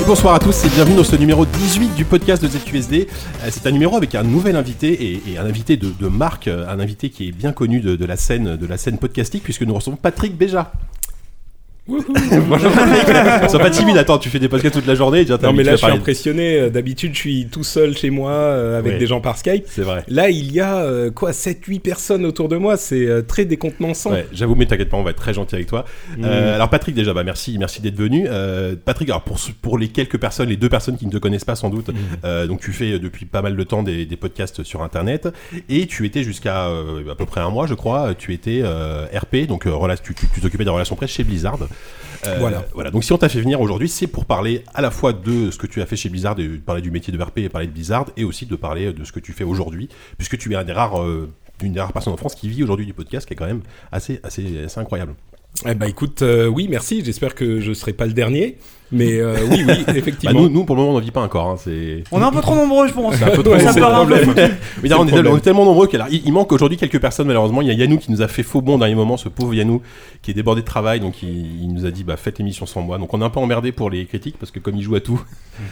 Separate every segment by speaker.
Speaker 1: Et bonsoir à tous et bienvenue dans ce numéro 18 du podcast de ZQSD. Euh, C'est un numéro avec un nouvel invité et, et un invité de, de marque, euh, un invité qui est bien connu de, de la scène de la scène podcastique puisque nous recevons Patrick Béja. Bonjour Patrick. Sois pas timide, attends, tu fais des podcasts toute la journée. déjà, t'as
Speaker 2: Non mais
Speaker 1: habitué
Speaker 2: là
Speaker 1: à
Speaker 2: je suis
Speaker 1: parler.
Speaker 2: impressionné, Euh, d'habitude je suis tout seul chez moi euh, avec
Speaker 1: Ouais.
Speaker 2: des gens par Skype.
Speaker 1: C'est vrai.
Speaker 2: Là il y a euh, quoi 7-8 personnes autour de moi, c'est euh, très Mm. décontenançant.
Speaker 1: Ouais, j'avoue, mais t'inquiète pas, on va être très gentil avec toi. Euh, alors Patrick, déjà, bah merci, merci d'être venu. Euh, Patrick, alors pour ce- pour les quelques personnes, les deux personnes qui ne te connaissent pas sans doute, euh, donc tu fais depuis pas mal de temps des, des podcasts sur Internet et tu étais jusqu'à euh, à peu près un mois, je crois, tu étais euh, RP, donc euh, rela- tu tu- tu t'occupais des relations presse chez Blizzard. Euh,
Speaker 2: Voilà.
Speaker 1: Voilà. Donc si on t'a fait venir aujourd'hui, c'est pour parler à la fois de ce que tu as fait chez Blizzard, et parler du métier de RP et parler de Blizzard, et aussi de parler euh, de ce que tu fais aujourd'hui, puisque tu es un des rares, euh, une des rares personnes en France qui vit aujourd'hui du podcast, qui est quand même assez, assez, assez incroyable.
Speaker 2: Eh bah écoute, euh, oui merci, j'espère que je serai pas le dernier. Mais euh, oui, oui,
Speaker 1: Bah,
Speaker 2: effectivement.
Speaker 1: nous, nous, pour le moment, on n'en vit pas encore. hein, c'est
Speaker 3: On est un peu trop nombreux, je pense.
Speaker 1: un peu trop
Speaker 2: Ouais,
Speaker 3: ça
Speaker 2: c'est
Speaker 3: part un
Speaker 2: le
Speaker 3: peu.
Speaker 2: problème.
Speaker 1: Mais d'ailleurs, on,
Speaker 2: le
Speaker 1: est tel-
Speaker 2: problème.
Speaker 1: on est tellement nombreux qu'il il manque aujourd'hui quelques personnes malheureusement. Il y a Yannou qui nous a fait faux bond au dernier moment, ce pauvre Yannou qui est débordé de travail, donc il, il nous a dit bah faites l'émission sans moi. Donc on est un peu emmerdé pour les critiques parce que comme il joue à tout,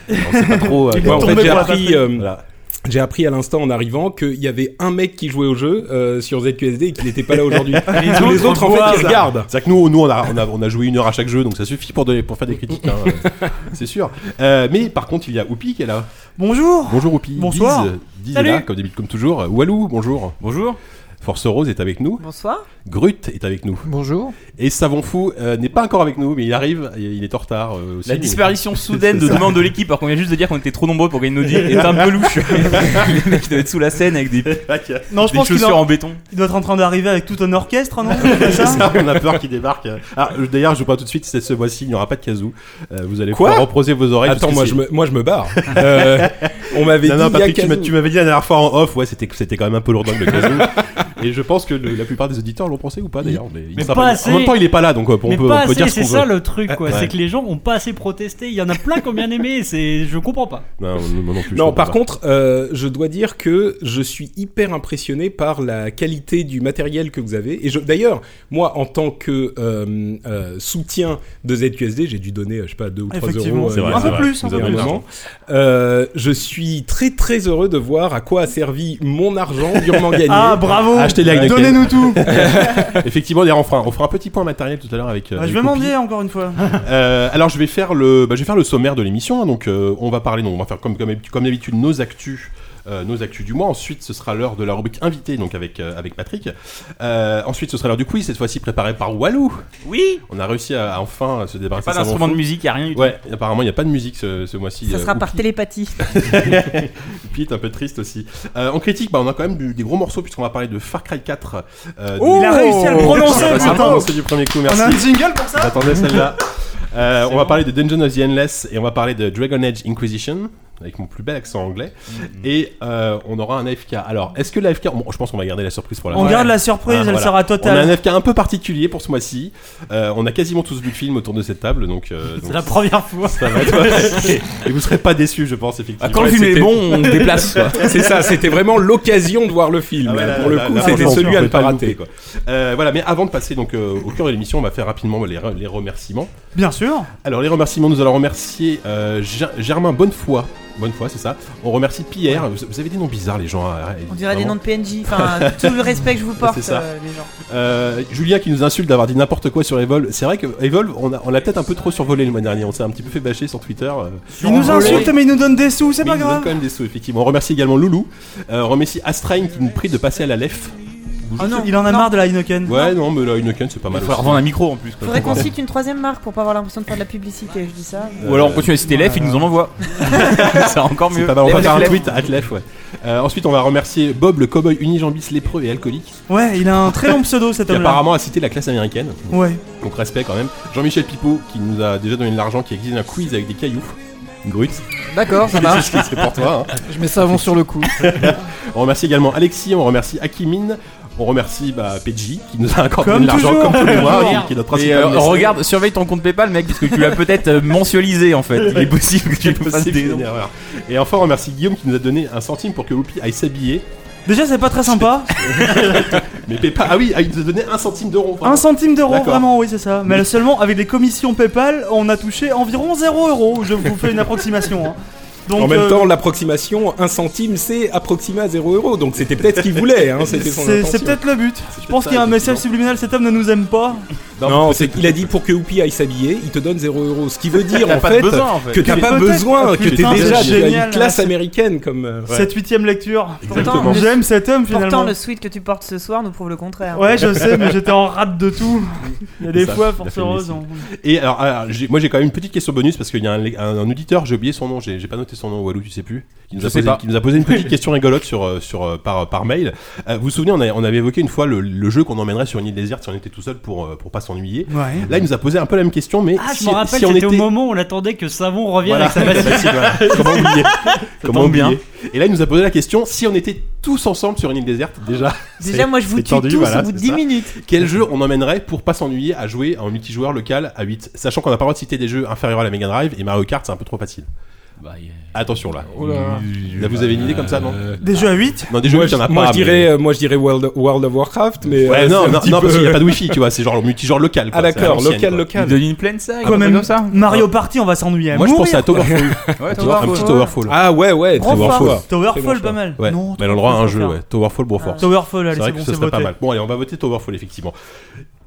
Speaker 1: on sait pas trop. à
Speaker 2: Ouais,
Speaker 1: quoi-
Speaker 2: euh, en
Speaker 3: tombé
Speaker 2: fait, j'ai
Speaker 3: pour la
Speaker 2: appris,
Speaker 3: patrie.
Speaker 2: euh,
Speaker 1: Voilà.
Speaker 2: j'ai appris à l'instant en arrivant qu'il y avait un mec qui jouait au jeu euh, sur ZQSD et qu'il n'était pas là aujourd'hui. Tous les autres en fait ils
Speaker 3: boivent.
Speaker 2: regardent.
Speaker 1: C'est vrai que nous, nous on, a, on, a, on a joué une heure à chaque jeu, donc ça suffit pour, donner- pour faire des critiques, hein, euh, c'est sûr. Euh, mais par contre, il y a Oupi qui est là.
Speaker 3: Bonjour.
Speaker 1: Bonjour Oupi.
Speaker 3: Bonsoir.
Speaker 1: Diz, euh, Diz est
Speaker 3: Salut.
Speaker 1: là, comme, d'habitude- comme toujours. Euh, Walou, bonjour. Bonjour. Force Rose est avec nous.
Speaker 4: Bonsoir.
Speaker 1: Grut est avec nous.
Speaker 5: Bonjour.
Speaker 1: Et Savon Fou euh, n'est pas encore avec nous, mais il arrive, et il est en retard euh, aussi.
Speaker 4: La
Speaker 1: mais-
Speaker 4: disparition soudaine de deux membres de l'équipe, alors qu'on vient juste de dire qu'on était trop nombreux pour gagner nos deals, est un peu louche. Les mecs devaient être sous la scène avec des, des
Speaker 3: Non, je pense qu'il
Speaker 4: chaussures
Speaker 3: doit,
Speaker 4: en béton.
Speaker 3: il doit être en train d'arriver avec tout un orchestre, non C'est
Speaker 1: C'est
Speaker 3: ça
Speaker 1: ça, on a peur qu'il débarque. Ah, euh, d'ailleurs, je vous parle tout de suite, c'est ce mois-ci, il n'y aura pas de kazoo. Euh, vous allez
Speaker 2: Quoi
Speaker 1: pouvoir reposer vos oreilles.
Speaker 2: Attends,
Speaker 1: parce que
Speaker 2: moi
Speaker 1: c'est-
Speaker 2: je, me, moi je me barre. Euh, on m'avait dit
Speaker 1: Non, non,
Speaker 2: il y a
Speaker 1: Patrick, tu m'as-
Speaker 2: Kazoo.
Speaker 1: tu m'avais dit la dernière fois en off, ouais, c'était c'était quand même un peu lourdingue le kazoo. Et je pense que le- la plupart des auditeurs l'ont pensé ou pas d'ailleurs. Mais, il
Speaker 6: Mais
Speaker 1: sera
Speaker 6: pas assez.
Speaker 1: En même temps, il est pas là, donc euh, on,
Speaker 6: mais
Speaker 1: peut,
Speaker 6: pas
Speaker 1: on peut
Speaker 6: assez,
Speaker 1: dire ce
Speaker 6: c'est
Speaker 1: qu'on
Speaker 6: ça
Speaker 1: veut.
Speaker 6: le truc, quoi.
Speaker 1: Ouais.
Speaker 6: C'est que les gens ont pas assez protesté. Il y en a plein qui ont bien aimé. C'est, je comprends pas.
Speaker 1: Non, non, non plus, je
Speaker 2: Non,
Speaker 1: comprends
Speaker 2: par
Speaker 1: pas.
Speaker 2: contre, euh, je dois dire que je suis hyper impressionné par la qualité du matériel que vous avez. Et je- d'ailleurs, moi, en tant que euh, euh, soutien de ZQSD, j'ai dû donner, euh, je sais pas, 2 ou 3
Speaker 3: Effectivement,
Speaker 2: euros.
Speaker 1: c'est
Speaker 2: il y
Speaker 1: vrai.
Speaker 2: a
Speaker 3: un
Speaker 2: un
Speaker 3: peu
Speaker 2: moment.
Speaker 3: plus.
Speaker 1: vous
Speaker 3: un peu
Speaker 1: avez
Speaker 2: Il y a un
Speaker 3: plus.
Speaker 1: raison.
Speaker 2: moment. Euh, je suis très très heureux de voir à quoi a servi mon argent durement gagné.
Speaker 3: Ah, bravo.
Speaker 1: Achetez-les avec des
Speaker 3: Donnez-nous tout.
Speaker 1: Effectivement, d'ailleurs, on fera, on fera un petit point matériel tout à l'heure avec. euh,
Speaker 6: Bah,
Speaker 3: Ah,
Speaker 1: avec
Speaker 3: Je vais
Speaker 1: Poppy.
Speaker 3: mendier encore une fois.
Speaker 1: Euh, alors je vais faire le, bah, je vais faire le sommaire de l'émission. hein. donc euh, on va parler, donc, on va faire comme comme, comme d'habitude nos actus. euh, nos actus du mois. Ensuite, ce sera l'heure de la rubrique invité, donc avec, euh, avec Patrick. Euh, ensuite, ce sera l'heure du quiz, cette fois-ci préparé par Walou.
Speaker 4: Oui.
Speaker 1: On a réussi à, à enfin se débarrasser
Speaker 4: Pas
Speaker 1: de Savon
Speaker 4: d'instrument de
Speaker 1: Fou.
Speaker 4: musique, y a rien du tout.
Speaker 1: Ouais, apparemment, il n'y a pas de musique ce, ce mois-ci.
Speaker 7: Ça sera
Speaker 1: euh,
Speaker 7: par télépathie.
Speaker 1: Oupi est un peu triste aussi. Euh, en critique, bah, on a quand même du- des gros morceaux, puisqu'on va parler de Far Cry 4. euh,
Speaker 4: Oh
Speaker 1: de-
Speaker 3: Il a réussi à le prononcer,
Speaker 1: Ah, c'est
Speaker 3: putain.
Speaker 1: prononcé du premier coup,
Speaker 3: On
Speaker 1: merci.
Speaker 3: a un jingle pour ça
Speaker 1: J'attendais celle-là. Euh, on va parler de Dungeon of the Endless et on va parler de Dragon Age Inquisition avec mon plus bel accent anglais.
Speaker 3: Mm-hmm.
Speaker 1: Et euh, on aura un AFK. Alors, est-ce que l'AFK. bon, je pense qu'on va garder la surprise pour la
Speaker 3: On
Speaker 1: fin.
Speaker 3: garde la surprise,
Speaker 1: Ah,
Speaker 3: elle
Speaker 1: voilà.
Speaker 3: sera
Speaker 1: On a un
Speaker 3: totale.
Speaker 1: AFK un peu particulier pour ce mois-ci. Euh, on a quasiment tous vu le film autour de cette table, donc, euh, donc
Speaker 6: C'est la première fois.
Speaker 1: ça va être- Et vous serez pas déçus, je pense,
Speaker 4: Ah,
Speaker 1: effectivement.
Speaker 4: Quand le
Speaker 2: Ouais,
Speaker 4: film est
Speaker 2: c'était-
Speaker 4: bon, on se déplace. quoi.
Speaker 2: C'est ça, c'était vraiment l'occasion de voir le film.
Speaker 1: Ah ouais, là,
Speaker 2: Pour le
Speaker 1: là,
Speaker 2: coup,
Speaker 1: là,
Speaker 2: c'était
Speaker 1: franchement, on
Speaker 2: celui à
Speaker 1: peut
Speaker 2: ne pas
Speaker 1: le
Speaker 2: rater.
Speaker 1: louper, quoi. Euh, voilà, mais avant de passer donc euh, au cœur de l'émission, on va faire rapidement les, re- les remerciements.
Speaker 3: Bien sûr.
Speaker 1: Alors les remerciements, nous allons remercier euh, Ger- Germain Bonnefoy. Bonnefoy, c'est ça. On remercie Pierre. Vous, vous avez des noms bizarres, les gens. hein,
Speaker 7: On dirait des
Speaker 1: vraiment.
Speaker 7: noms de PNJ. Enfin, tout le respect que je vous porte,
Speaker 1: C'est ça.
Speaker 7: euh, les gens.
Speaker 1: Euh, Julien qui nous insulte d'avoir dit n'importe quoi sur Evolve. C'est vrai que Evolve, on a, on l'a peut-être un peu trop survolé le mois dernier. On s'est un petit peu fait bâcher sur Twitter. euh,
Speaker 3: Il nous insulte, mais il nous donne des sous, c'est
Speaker 1: mais
Speaker 3: pas
Speaker 1: il nous donne
Speaker 3: grave.
Speaker 1: quand même des sous, effectivement. On remercie également Loulou. Euh, on remercie Astrain qui nous prie de passer à la LEF.
Speaker 7: Oh non,
Speaker 3: Il en a
Speaker 7: non.
Speaker 3: marre de la Heineken.
Speaker 1: Ouais, non, mais là, Heineken, c'est pas
Speaker 4: Il
Speaker 1: mal.
Speaker 4: faut
Speaker 1: aussi.
Speaker 4: leur revendre un micro en plus. quoi.
Speaker 7: Faudrait qu'on cite une troisième marque pour pas avoir l'impression de faire de la publicité. Je dis ça. mais-
Speaker 4: Ou alors on continue à citer Lef, ils nous en envoient. C'est encore
Speaker 1: C'est
Speaker 4: mieux.
Speaker 1: pas mal, on va
Speaker 4: Lef,
Speaker 1: faire un
Speaker 4: Lef.
Speaker 1: tweet à Atlef, ouais. Euh, ensuite, on va remercier Bob, le cowboy unijambis lépreux et alcoolique,
Speaker 3: Ouais, il a un très long pseudo cet
Speaker 1: qui
Speaker 3: homme-là.
Speaker 1: apparemment a cité la classe américaine.
Speaker 3: Ouais.
Speaker 1: Donc respect quand même. Jean-Michel Pipo qui nous a déjà donné de l'argent, qui a exigé un quiz avec des cailloux. Grut,
Speaker 5: D'accord, ça marche.
Speaker 1: c'est pour toi. hein.
Speaker 5: Je mets savon sur le cou.
Speaker 1: On remercie également Alexis, on remercie Akimine, on remercie bah, PG qui nous a encore
Speaker 3: Comme
Speaker 1: donné de l'argent
Speaker 3: toujours.
Speaker 1: comme tous les mois,
Speaker 3: Toujours.
Speaker 1: qui- qui est notre
Speaker 4: Et
Speaker 1: principal.
Speaker 4: euh,
Speaker 1: mécène.
Speaker 4: regarde, surveille ton compte PayPal, mec, parce que tu l'as peut-être euh, mensualisé en fait. Il est possible que tu
Speaker 1: C'est
Speaker 4: fasses
Speaker 1: possible,
Speaker 4: des
Speaker 1: une erreur. Et enfin, on remercie Guillaume qui nous a donné un centime pour que Loupi aille s'habiller.
Speaker 3: Déjà, c'est pas très sympa.
Speaker 1: Mais PayPal, ah oui, ah, il te donnait un centime d'euro.
Speaker 3: Un centime d'euro,
Speaker 1: D'accord.
Speaker 3: vraiment, oui, c'est ça. Mais seulement avec les commissions PayPal, on a touché environ 0 euros. Je vous fais une approximation. hein. Donc,
Speaker 2: en même
Speaker 3: euh,
Speaker 2: temps, l'approximation, 1 centime, c'est approximé à 0 euro. Donc c'était peut-être ce qu'il voulait. Hein, c'était son
Speaker 3: c'est c'est
Speaker 2: intention.
Speaker 3: peut-être le but. Je pense
Speaker 1: ça,
Speaker 3: qu'il y a un message
Speaker 1: effectivement.
Speaker 3: subliminal. Cet homme ne nous aime pas.
Speaker 2: Non, c'est qu'il a dit pour que Whoopi aille s'habiller, il te donne 0 euros. Ce qui veut dire en
Speaker 4: pas
Speaker 2: fait
Speaker 4: de besoin en fait.
Speaker 2: que t'as
Speaker 3: Mais
Speaker 2: pas
Speaker 3: peut-être-
Speaker 2: besoin,
Speaker 3: Ah,
Speaker 2: que t'es
Speaker 3: putain,
Speaker 2: déjà
Speaker 3: c'est
Speaker 2: tu as
Speaker 3: génial,
Speaker 2: une classe
Speaker 3: ouais.
Speaker 2: américaine comme. euh, ouais.
Speaker 3: Cette huitième lecture.
Speaker 1: Exactement.
Speaker 3: J'aime cet homme
Speaker 7: Pourtant,
Speaker 3: finalement.
Speaker 7: le sweat que tu portes ce soir nous prouve le contraire.
Speaker 3: Ouais, je sais, mais j'étais en rate de tout. Il y a des
Speaker 1: Ça,
Speaker 3: fois,
Speaker 1: la
Speaker 3: force
Speaker 1: féminicide.
Speaker 3: heureuse. on-
Speaker 1: Et alors, alors, j'ai- moi j'ai quand même une petite question bonus parce qu'il y a un, un- un auditeur, j'ai oublié son nom, j'ai j'ai pas noté son nom, Walou, tu sais plus, qui nous,
Speaker 4: Je
Speaker 1: a
Speaker 4: sais
Speaker 1: posé,
Speaker 4: pas.
Speaker 1: qui nous a posé une petite question rigolote sur, euh, sur, euh, par, par mail. Euh, vous vous souvenez, on, a- on avait évoqué une fois le, le jeu qu'on emmènerait sur une île déserte si on était tout seul pour, euh, pour pas s'ennuyer.
Speaker 3: Ouais.
Speaker 1: Là, il nous a posé un peu la même question, mais
Speaker 6: Ah,
Speaker 1: si,
Speaker 6: je me rappelle,
Speaker 1: si on était.
Speaker 6: c'était au moment où on attendait que Savon revienne
Speaker 1: Voilà.
Speaker 6: avec sa bassine.
Speaker 1: Facile, voilà. Comment oublier Comment
Speaker 4: tombe bien.
Speaker 1: oublier Et là, il nous a posé la question si on était tous ensemble sur une île déserte, déjà,
Speaker 7: Déjà, moi, je vous
Speaker 1: c'est
Speaker 7: tue
Speaker 1: tendu,
Speaker 7: tous
Speaker 1: voilà,
Speaker 7: au bout de
Speaker 1: c'est
Speaker 7: 10
Speaker 1: ça. Ah.
Speaker 7: minutes.
Speaker 1: quel jeu on emmènerait pour pas s'ennuyer à jouer en multijoueur local à 8 Sachant qu'on n'a pas le droit de citer des jeux inférieurs à la Mega Drive et Mario Kart, c'est un peu trop facile.
Speaker 4: Bah, euh,
Speaker 1: Attention là. Là, vous avez une idée comme ça, non
Speaker 2: Euh,
Speaker 3: Des jeux à 8
Speaker 1: Non, des jeux,
Speaker 2: moi,
Speaker 1: il y en a
Speaker 2: je,
Speaker 1: pas.
Speaker 2: moi, je
Speaker 1: mais-
Speaker 2: dirais, euh, moi je dirais World, World of Warcraft, mais.
Speaker 1: Ouais,
Speaker 2: euh,
Speaker 1: non,
Speaker 2: c'est un
Speaker 1: non,
Speaker 2: petit
Speaker 1: non, parce
Speaker 2: peu-
Speaker 1: qu'il n'y a pas de wifi, tu vois, c'est genre le multijoueur local.
Speaker 2: Ah
Speaker 1: quoi, c'est à
Speaker 2: d'accord,
Speaker 1: l'ancienne,
Speaker 2: local,
Speaker 4: Il
Speaker 1: quoi.
Speaker 2: local.
Speaker 4: donne une plaine ça
Speaker 3: Quand même.
Speaker 4: comme ça
Speaker 1: Ah.
Speaker 3: Mario Party, on va s'ennuyer. à
Speaker 1: Moi, je
Speaker 3: mourir.
Speaker 1: pense à Towerfall.
Speaker 4: Ouais,
Speaker 1: tu vois, un petit
Speaker 7: Towerfall.
Speaker 1: Towerfall.
Speaker 2: Ah ouais, ouais,
Speaker 7: Grand
Speaker 2: très
Speaker 7: fort.
Speaker 2: fort. Très bon
Speaker 3: Towerfall,
Speaker 2: choix.
Speaker 3: pas mal.
Speaker 1: Ouais,
Speaker 3: Non,
Speaker 1: mais elle a le droit à un
Speaker 3: Towerfall,
Speaker 1: jeu,
Speaker 3: pas.
Speaker 1: ouais. Towerfall, Broforce.
Speaker 3: Towerfall, allez,
Speaker 1: C'est vrai
Speaker 3: c'est
Speaker 1: que
Speaker 3: bon,
Speaker 1: ce
Speaker 3: c'est
Speaker 1: serait pas
Speaker 3: voté.
Speaker 1: mal. Bon, allez, on va voter Towerfall, effectivement.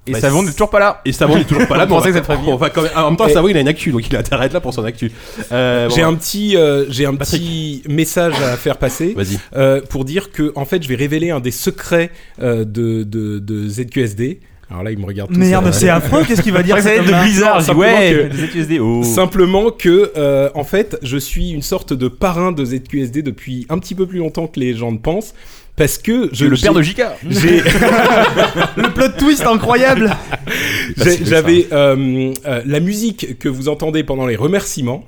Speaker 4: Et
Speaker 1: Bah,
Speaker 4: Savon n'est toujours pas là.
Speaker 1: Et Savon est toujours pas là,
Speaker 4: On
Speaker 1: mais on
Speaker 4: pensait
Speaker 1: va-
Speaker 4: que ça serait fini.
Speaker 1: on va quand même- En même temps,
Speaker 2: Et-
Speaker 1: Savon, il a une actu, donc il a intérêt à être là pour son actu. Euh, bon,
Speaker 2: J'ai un petit, euh, j'ai un
Speaker 1: Patrick.
Speaker 2: petit message à faire passer.
Speaker 1: Vas-y.
Speaker 2: euh, pour dire que en fait je vais révéler un des secrets euh, de, de, de ZQSD. Alors là ils me regardent tous. euh,
Speaker 3: Merde, c'est affreux, qu'est-ce qu'il va dire
Speaker 4: C'est
Speaker 3: cet
Speaker 4: de
Speaker 3: homme-là
Speaker 4: Blizzard, je
Speaker 2: Non,
Speaker 4: dis,
Speaker 2: simplement
Speaker 4: ouais,
Speaker 2: que-
Speaker 4: des ZQSD. Oh.
Speaker 2: Simplement que, euh, en fait, je suis une sorte de parrain de ZQSD depuis un petit peu plus longtemps que les gens ne pensent, parce que je
Speaker 4: Le père
Speaker 2: j'ai-
Speaker 4: de JK.
Speaker 2: j'ai-
Speaker 3: Le plot twist incroyable
Speaker 2: j'ai- j'avais euh, euh, la musique que vous entendez pendant les remerciements.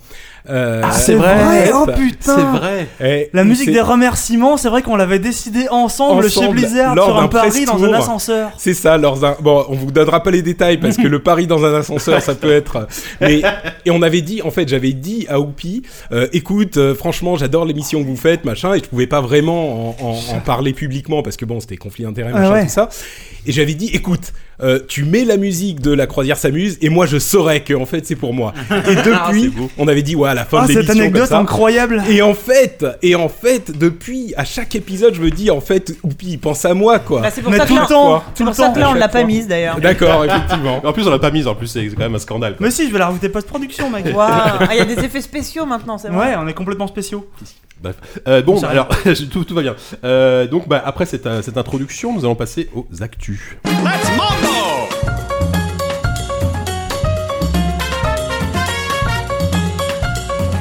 Speaker 2: euh,
Speaker 3: Ah, C'est vrai Oh putain
Speaker 1: vrai.
Speaker 2: et
Speaker 3: La musique
Speaker 2: c'est-
Speaker 3: des remerciements, c'est vrai qu'on l'avait décidé ensemble, chez
Speaker 2: Ensemble,
Speaker 3: Blizzard
Speaker 2: lors
Speaker 3: sur un
Speaker 2: d'un
Speaker 3: pari
Speaker 2: press
Speaker 3: dans un
Speaker 2: tour.
Speaker 3: ascenseur.
Speaker 2: C'est ça, leurs in- bon, on vous donnera pas les détails parce que le pari dans un ascenseur, ça peut être. euh, Mais et on avait dit, en fait, j'avais dit à Oupi, euh, écoute, euh, franchement, j'adore l'émission que vous faites, machin, et je pouvais pas vraiment en, en- en parler publiquement parce que bon, c'était conflit d'intérêts,
Speaker 3: Ah
Speaker 2: machin,
Speaker 3: ouais.
Speaker 2: tout ça. Et j'avais dit, écoute, euh, tu mets la musique de la croisière s'amuse, et moi, je saurais que en fait, c'est pour moi. Et depuis, on avait dit, ouais, à la fin de
Speaker 3: Ah, cette
Speaker 2: l'émission, comme
Speaker 3: anecdote
Speaker 2: ça,
Speaker 3: incroyable
Speaker 2: et en fait, et en fait, depuis à chaque épisode, je me dis en fait, Oupi, il pense à moi quoi.
Speaker 7: Bah, c'est pour
Speaker 3: Mais
Speaker 7: ça que
Speaker 3: tout
Speaker 7: là,
Speaker 3: le temps,
Speaker 2: quoi.
Speaker 7: c'est
Speaker 3: tout le
Speaker 7: pour ça
Speaker 3: temps.
Speaker 7: que là, on
Speaker 2: à
Speaker 7: l'a
Speaker 2: chaque
Speaker 7: pas
Speaker 2: fois.
Speaker 7: mise d'ailleurs.
Speaker 2: D'accord, effectivement.
Speaker 1: En plus, on l'a pas mise, en plus, c'est quand même un scandale. quoi.
Speaker 3: Mais si, je vais la rajouter post-production, mec.
Speaker 7: Waouh. Ah, il y a des effets spéciaux maintenant, c'est vrai.
Speaker 3: Ouais, on est complètement spéciaux.
Speaker 1: Euh, bon,
Speaker 3: Ça
Speaker 1: alors, je- tout, tout va bien. Euh, donc, bah, après cette, euh, cette introduction, nous allons passer aux actus.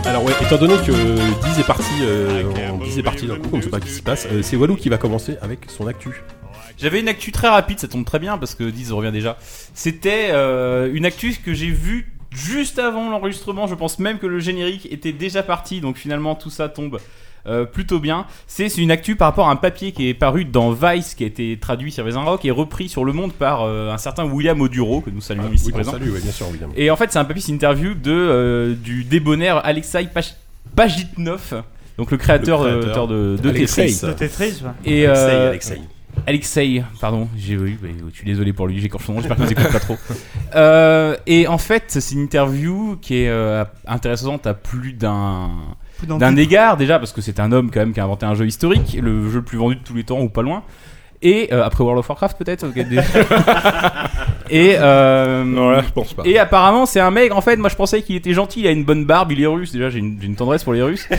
Speaker 1: Alors, ouais, étant donné que 10 est parti, euh, on- 10 est parti d'un coup, on ne sait pas ce qui se passe, euh, c'est Walou qui va commencer avec son actu.
Speaker 4: J'avais une actu très rapide, ça tombe très bien parce que 10 revient déjà. C'était euh, une actu que j'ai vue juste avant l'enregistrement. Je pense même que le générique était déjà parti, donc finalement tout ça tombe. euh, plutôt bien. C'est c'est une actu par rapport à un papier qui est paru dans Vice, qui a été traduit sur Raisin Rock et repris sur Le Monde par euh, un certain William Oduro, que nous saluons ici
Speaker 1: Ah, oui,
Speaker 4: présent.
Speaker 1: salut, ouais, bien sûr, évidemment.
Speaker 4: Et en fait, c'est un papier, c'est une interview de, euh, du débonnaire Alexei Pach- Pajitnov, donc le créateur,
Speaker 1: Le
Speaker 4: euh,
Speaker 1: créateur.
Speaker 4: auteur de, de
Speaker 1: Alexei.
Speaker 4: Tetris.
Speaker 1: Ça.
Speaker 3: De Tetris, ouais.
Speaker 4: Et, euh,
Speaker 1: Alexei, Alexei.
Speaker 4: Alexei, pardon, j'ai eu, bah, je suis désolé pour lui, j'écorche son nom, j'espère qu'il nous écoute pas trop. Euh, et en fait, c'est une interview qui est euh, intéressante à plus d'un
Speaker 3: Plus d'un
Speaker 4: d'un
Speaker 3: type.
Speaker 4: égard déjà, parce que c'est un homme quand même qui a inventé un jeu historique, le jeu le plus vendu de tous les temps ou pas loin. Et euh, après World of Warcraft peut-être. ok, des- et euh,
Speaker 2: Non, là, je pense pas.
Speaker 4: et apparemment, c'est un mec. En fait, moi, je pensais qu'il était gentil. Il a une bonne barbe. Il est russe. Déjà, j'ai une, j'ai une tendresse pour les Russes.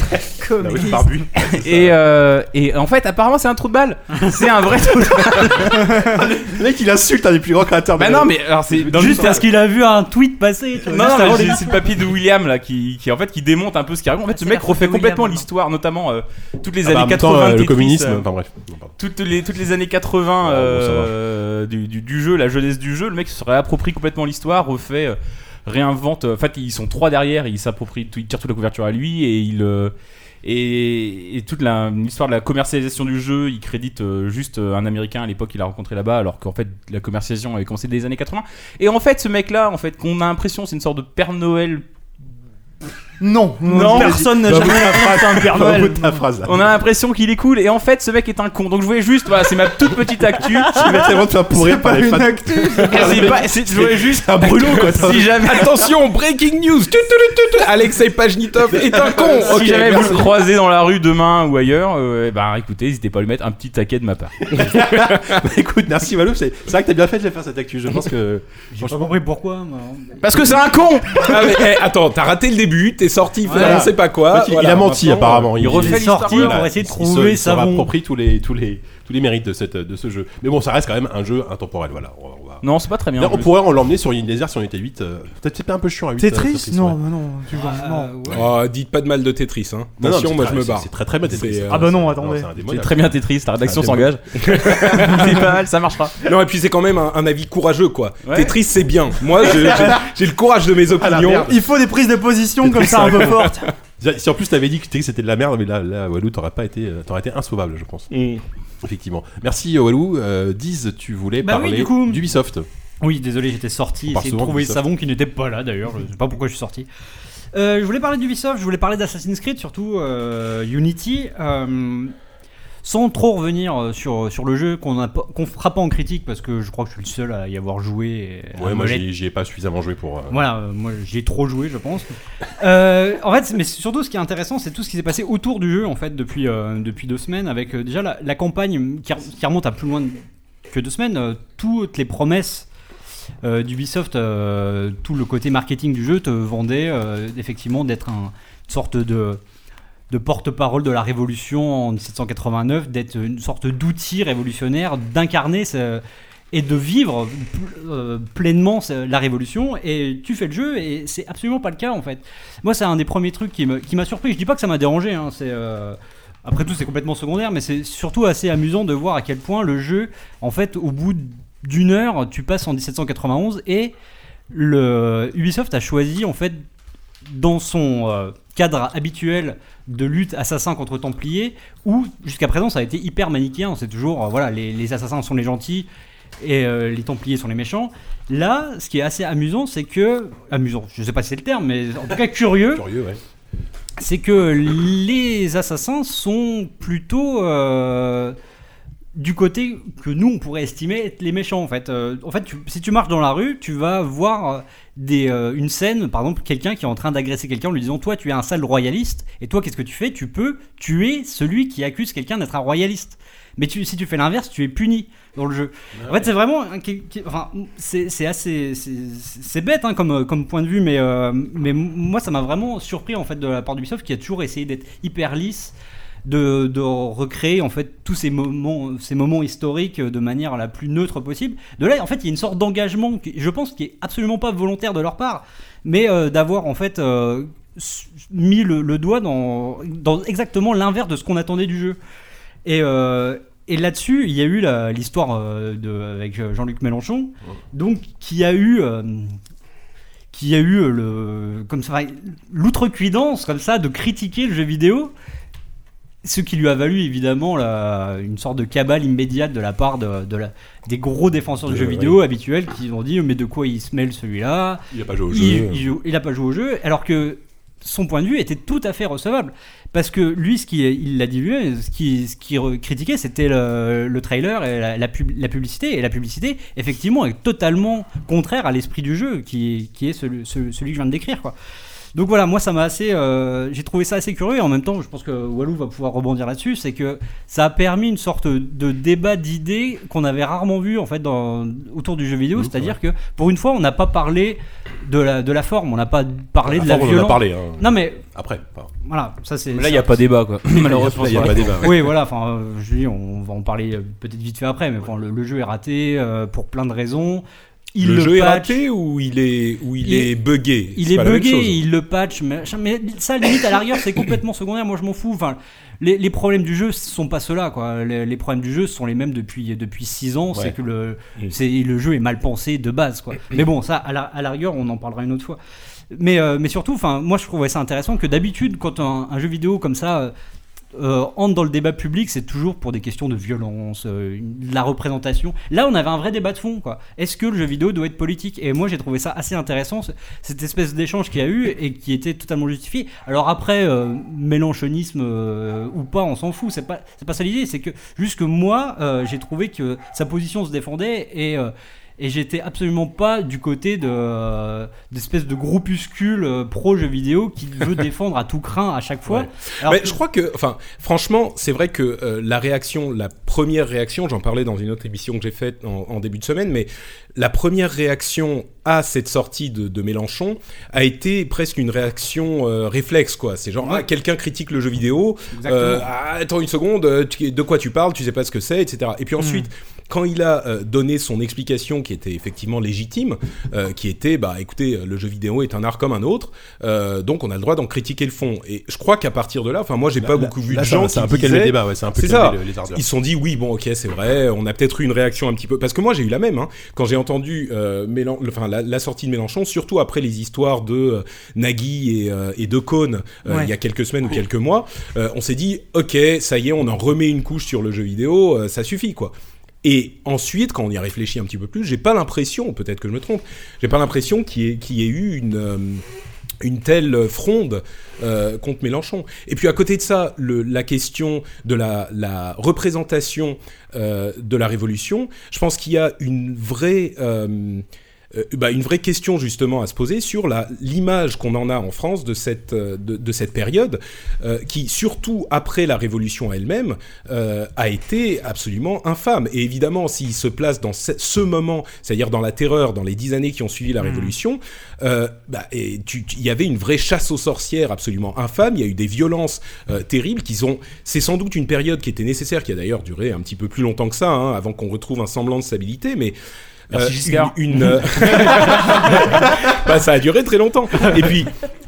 Speaker 4: Bah
Speaker 1: Ah oui, barbu.
Speaker 4: Et, euh, et en fait, apparemment, c'est un trou de balle. C'est un vrai trou de balle.
Speaker 1: Le mec, il insulte un des plus grands créateurs
Speaker 4: Bah
Speaker 1: de
Speaker 4: non, mais alors c'est dans le-
Speaker 6: Juste parce qu'il a vu un tweet passer. tu vois,
Speaker 4: Non,
Speaker 6: juste
Speaker 4: non, mais
Speaker 6: avant
Speaker 4: j'ai-
Speaker 6: les-
Speaker 4: c'est le papier de William là qui, qui en fait qui démonte un peu ce qui arrive. En
Speaker 7: Ah,
Speaker 4: fait, ce
Speaker 7: c'est
Speaker 4: mec
Speaker 7: la faute
Speaker 4: refait
Speaker 7: de William,
Speaker 4: complètement
Speaker 7: maintenant.
Speaker 4: l'histoire, notamment euh, toutes les
Speaker 1: Ah bah, en
Speaker 4: années
Speaker 1: même temps,
Speaker 4: 80
Speaker 1: euh, le Ah,
Speaker 4: Tetris,
Speaker 1: communisme.
Speaker 4: euh,
Speaker 1: Enfin bref. Non, pardon.
Speaker 4: toutes les, toutes les années 80
Speaker 1: Ah, bon,
Speaker 4: euh, du, du- du jeu, la jeunesse du jeu, le mec se réapproprie complètement l'histoire, refait, euh, réinvente. euh, En fait, ils sont trois derrière, il s'approprie, tout- il tire toute la couverture à lui et il. euh, et, et toute la- l'histoire de la commercialisation du jeu, il crédite euh, juste euh, un américain à l'époque qu'il a rencontré là-bas, alors qu'en fait la commercialisation avait commencé dès les années 80. Et en fait, ce mec-là, en fait, qu'on a l'impression, c'est une sorte de Père Noël
Speaker 3: Non,
Speaker 4: Non.
Speaker 3: personne n'a
Speaker 4: Bah,
Speaker 3: jamais appris un Père
Speaker 1: Au bout
Speaker 3: Noël.
Speaker 1: de ta phrase là.
Speaker 4: On a l'impression qu'il est cool et en fait ce mec est un con. Donc je voulais juste, voilà, c'est ma toute petite actu.
Speaker 1: Il va tellement te faire pourrir par les fans.
Speaker 4: C'est pas- c'est- je voulais juste
Speaker 1: C'est un brûlot quoi.
Speaker 4: si jamais,
Speaker 2: Attention, breaking news Tu, tu, tu, tu, tu. Alexei Pajnitov est un con
Speaker 4: si
Speaker 2: Ok,
Speaker 4: jamais vous
Speaker 2: merci.
Speaker 4: le croisez dans la rue demain ou ailleurs, euh, eh ben écoutez, n'hésitez pas à lui mettre un petit taquet de ma part.
Speaker 1: Écoute, merci Valou, c'est c'est vrai que t'as bien fait de faire cette actu. Je pense que
Speaker 3: J'ai pas compris pourquoi. moi.
Speaker 4: Parce que c'est un con.
Speaker 2: Ah, mais, eh, Attends, t'as raté le début, t'es sorti, il fait
Speaker 1: Voilà. Bah,
Speaker 2: on sait pas quoi.
Speaker 1: il,
Speaker 2: Ah, voilà,
Speaker 1: a menti
Speaker 2: maintenant,
Speaker 1: apparemment.
Speaker 4: il refait
Speaker 6: Il est sorti
Speaker 4: Voilà,
Speaker 6: pour essayer de
Speaker 1: il se-
Speaker 6: trouver
Speaker 1: il se
Speaker 6: sa bombe.
Speaker 1: rapproprie tous les tous les tous les mérites de cette de ce jeu. Mais bon, ça reste quand même un jeu intemporel. Voilà. On, on va-
Speaker 4: Non, c'est pas très bien.
Speaker 1: D'ailleurs,
Speaker 4: en
Speaker 1: on
Speaker 4: plus.
Speaker 1: pourrait en l'emmener sur une désert si on était 8 Peut-être c'était un peu chiant à euh, 8
Speaker 3: T'es triste Non, mais non. tu vois,
Speaker 7: Ah,
Speaker 3: non.
Speaker 2: euh, Oh, dites pas de mal de Tetris, hein.
Speaker 1: Non, non,
Speaker 2: Attention,
Speaker 1: c'est
Speaker 2: moi
Speaker 1: très-
Speaker 2: je me
Speaker 1: c'est-
Speaker 2: barre.
Speaker 1: C'est très très bien.
Speaker 2: C'est,
Speaker 1: Tetris.
Speaker 2: euh,
Speaker 3: Ah bah non,
Speaker 1: c'est-
Speaker 3: attendez.
Speaker 1: c'est un des
Speaker 4: C'est
Speaker 1: modèles.
Speaker 4: très bien Tetris, la rédaction
Speaker 1: Ah, c'est bon.
Speaker 4: s'engage. c'est pas mal, ça marchera.
Speaker 2: Non, et puis c'est quand même un, un avis courageux, quoi.
Speaker 4: Ouais.
Speaker 2: Tetris, c'est bien. Moi, je- j'ai j'ai le courage de mes opinions.
Speaker 1: merde.
Speaker 3: Il faut des prises de position comme
Speaker 2: hein.
Speaker 3: ça un peu fortes.
Speaker 1: Si- Si en plus t'avais dit que Tetris c'était de la merde, mais là, là Walou, t'aurais pas été, euh, t'aurais été insauvable, je pense.
Speaker 2: Mm.
Speaker 1: Effectivement. Merci euh, Walou. Euh, Diz, tu voulais
Speaker 6: Bah oui,
Speaker 1: parler
Speaker 6: du coup.
Speaker 1: d'Ubisoft.
Speaker 6: Oui, désolé, j'étais
Speaker 1: On
Speaker 6: sorti,
Speaker 1: parle
Speaker 6: essayer de
Speaker 1: souvent
Speaker 6: trouver le
Speaker 1: d'Ubisoft.
Speaker 6: savon qui n'était pas là d'ailleurs, je sais pas pourquoi je suis sorti. Euh, je voulais parler d'Ubisoft, je voulais parler d'Assassin's Creed, surtout euh, Unity. euh, sans trop revenir euh, sur, sur le jeu qu'on a pas- qu'on fera pas en critique parce que je crois que je suis le seul à y avoir joué. et à
Speaker 1: Ouais,
Speaker 6: me
Speaker 1: moi
Speaker 6: l'être
Speaker 1: j'y j'y ai pas suffisamment joué pour. euh,
Speaker 6: voilà, euh, moi j'ai trop joué, je pense. Euh, en fait, mais surtout ce qui est intéressant, c'est tout ce qui s'est passé autour du jeu en fait depuis euh, depuis deux semaines, avec euh, déjà la, la campagne qui, re- qui remonte à plus loin que deux semaines, euh, toutes les promesses. euh, d'Ubisoft, euh, tout le côté marketing du jeu te vendait euh, effectivement d'être un- une sorte de, de porte-parole de la révolution en 1789, d'être une sorte d'outil révolutionnaire, d'incarner ce- et de vivre pl- euh, pleinement ce- la révolution. Et tu fais le jeu et c'est absolument pas le cas en fait. Moi, c'est un des premiers trucs qui me- qui m'a surpris. Je dis pas que ça m'a dérangé. hein, c'est euh, après tout, c'est complètement secondaire, mais c'est surtout assez amusant de voir à quel point le jeu, en fait, au bout d'une heure, tu passes en 1791 et le Ubisoft a choisi en fait dans son euh, cadre habituel de lutte assassin contre templier où jusqu'à présent ça a été hyper manichéen c'est toujours euh, voilà les, les assassins sont les gentils et euh, les templiers sont les méchants là ce qui est assez amusant c'est que amusant je sais pas si c'est le terme mais en tout cas curieux
Speaker 1: Curieux, ouais.
Speaker 6: c'est que les assassins sont plutôt euh, du côté que nous on pourrait estimer être les méchants en fait. Euh, en fait, tu- si tu marches dans la rue, tu vas voir euh, des, euh, une scène, par exemple, quelqu'un qui est en train d'agresser quelqu'un en lui disant Toi, tu es un sale royaliste, et toi, qu'est-ce que tu fais Tu peux tuer celui qui accuse quelqu'un d'être un royaliste. Mais tu- si tu fais l'inverse, tu es puni dans le jeu. En fait, c'est vraiment. un- qui- qui- enfin, c'est c'est assez. c'est- C'est bête hein, comme, comme point de vue, mais, euh, mais moi, ça m'a vraiment surpris en fait de la part d'Ubisoft qui a toujours essayé d'être hyper lisse, de, de recréer en fait tous ces moments, ces moments historiques euh, de manière la plus neutre possible. De là, en fait, il y a une sorte d'engagement, qui, je pense, qui est absolument pas volontaire de leur part, mais euh, d'avoir en fait. euh, s- mis le, le doigt dans, dans exactement l'inverse de ce qu'on attendait du jeu. Et, euh, et là-dessus, il y a eu la- l'histoire euh, de- avec euh, Jean-Luc Mélenchon, donc qui a eu, euh, qui a eu euh, le, comme ça, l'outrecuidance comme ça de critiquer le jeu vidéo, ce qui lui a valu évidemment la- une sorte de cabale immédiate de la part de, de la- des gros défenseurs du
Speaker 1: Euh,
Speaker 6: jeu
Speaker 1: ouais.
Speaker 6: vidéo habituels qui ont dit mais de quoi il se mêle celui-là
Speaker 1: Il a pas joué au jeu.
Speaker 6: il, il joue- il a pas joué au jeu, alors que son point de vue était tout à fait recevable. Parce que lui, ce qui, il l'a dit lui, ce qui, ce qui re- critiquait, c'était le, le trailer et la, la pub- la publicité. Et la publicité, effectivement, est totalement contraire à l'esprit du jeu, qui, qui est celui, celui- celui que je viens de décrire, quoi. Donc voilà, moi ça m'a assez, euh, j'ai trouvé ça assez curieux. Et en même temps, je pense que Walou va pouvoir rebondir là-dessus, c'est que ça a permis une sorte de débat d'idées qu'on avait rarement vu en fait dans, autour du jeu vidéo.
Speaker 1: Mhm,
Speaker 6: C'est-à-dire que pour une fois, on n'a pas parlé de la de la forme, on n'a pas parlé
Speaker 1: Enfin,
Speaker 6: de la
Speaker 1: on en a
Speaker 6: violence.
Speaker 1: parlé, hein.
Speaker 6: Non mais
Speaker 1: Après, enfin,
Speaker 6: voilà, ça c'est.
Speaker 4: Là, il n'y a pas débat quoi. Malheureusement,
Speaker 1: il y a
Speaker 4: voilà.
Speaker 1: pas débat. ouais.
Speaker 6: Oui, voilà. Enfin, euh, je dis, on va en parler euh, peut-être vite fait après, mais enfin, le, le jeu est raté euh, pour plein de raisons. Il
Speaker 2: le,
Speaker 6: le,
Speaker 2: jeu est
Speaker 6: patch.
Speaker 2: raté ou il est, ou il
Speaker 6: Il-
Speaker 2: est buggé
Speaker 6: Il
Speaker 2: C'est
Speaker 6: est
Speaker 2: pas la même chose.
Speaker 6: bugué, il le patch, mais, mais ça, limite, à l'arrière, c'est complètement secondaire. Moi, je m'en fous. Enfin, les, les problèmes du jeu ce sont pas ceux-là, quoi. Les, les problèmes du jeu sont les mêmes depuis depuis six ans.
Speaker 1: Ouais.
Speaker 6: C'est que le
Speaker 2: Mm.
Speaker 6: c'est le jeu est mal pensé de base, quoi. mais bon, ça, à la, à la rigueur, on en parlera une autre fois. Mais euh, mais surtout, enfin, moi, je trouvais ça intéressant que d'habitude, quand un, un jeu vidéo comme ça euh, euh, entre dans le débat public, c'est toujours pour des questions de violence, euh, une- de la représentation. Là, on avait un vrai débat de fond, quoi. Est-ce que le jeu vidéo doit être politique Et moi, j'ai trouvé ça assez intéressant, ce- cette espèce d'échange qu'il y a eu et qui était totalement justifié. Alors après, euh, mélanchonisme euh, ou pas, on s'en fout. C'est pas, c'est pas ça l'idée. C'est que juste que moi, euh, j'ai trouvé que sa position se défendait et euh, et j'étais absolument pas du côté de euh, d'espèce de groupuscule euh, pro jeu vidéo qui veut défendre à tout craint à chaque fois.
Speaker 2: Ouais.
Speaker 6: Alors
Speaker 2: Mais
Speaker 6: que-
Speaker 2: je crois que, enfin, franchement, c'est vrai que euh, la réaction, la première réaction, j'en parlais dans une autre émission que j'ai faite en, en début de semaine, mais la première réaction à cette sortie de, de Mélenchon a été presque une réaction euh, réflexe, quoi. C'est genre, ah, quelqu'un critique le jeu vidéo, euh, ah, attends une seconde, euh, tu- de quoi tu parles, tu sais pas ce que c'est, etc. Et puis
Speaker 1: Hmm.
Speaker 2: ensuite, quand il a euh, donné son explication qui était effectivement légitime, euh, qui était, bah écoutez, euh, le jeu vidéo est un art comme un autre, euh, donc on a le droit d'en critiquer le fond. Et je crois qu'à partir de là, enfin moi j'ai pas beaucoup vu
Speaker 1: Là,
Speaker 2: de
Speaker 1: ça-
Speaker 2: gens
Speaker 1: c'est
Speaker 2: qui
Speaker 1: un peu calmé le
Speaker 2: disaient-
Speaker 1: débat, ouais, c'est un peu
Speaker 2: C'est
Speaker 1: calmé
Speaker 2: ça.
Speaker 1: le- les ardeurs.
Speaker 2: ils se sont dit oui bon ok c'est vrai on a peut-être eu une réaction un petit peu parce que moi j'ai eu la même hein. quand j'ai entendu euh, Mélen- enfin la, la sortie de Mélenchon surtout après les histoires de euh, Nagui et, euh, et de Cohn euh,
Speaker 7: Ouais.
Speaker 2: il y a quelques semaines ou quelques mois euh, on s'est dit ok ça y est on en remet une couche sur le jeu vidéo euh, ça suffit quoi et ensuite, quand on y a réfléchi un petit peu plus, j'ai pas l'impression, peut-être que je me trompe, j'ai pas l'impression qu'il y, ait- qu'il y ait eu une, euh, une telle fronde euh, contre Mélenchon. Et puis à côté de ça, le- la question de la, la représentation euh, de la Révolution, je pense qu'il y a une vraie... euh, euh, bah, une vraie question justement à se poser sur la- l'image qu'on en a en France de cette, euh, de, de cette période euh, qui, surtout après la Révolution elle-même, euh, a été absolument infâme. Et évidemment, s'il se place dans ce, ce moment, c'est-à-dire dans la terreur, dans les dix années qui ont suivi
Speaker 4: Hmm.
Speaker 2: la Révolution, euh, bah, et tu- tu- il y avait une vraie chasse aux sorcières absolument infâme, il y a eu des violences euh, terribles qui ont... C'est sans doute une période qui était nécessaire, qui a d'ailleurs duré un petit peu plus longtemps que ça, hein, avant qu'on retrouve un semblant de stabilité, mais...
Speaker 4: Merci, Giscard.
Speaker 2: une, une, euh, bah, ça a duré très longtemps. Et puis,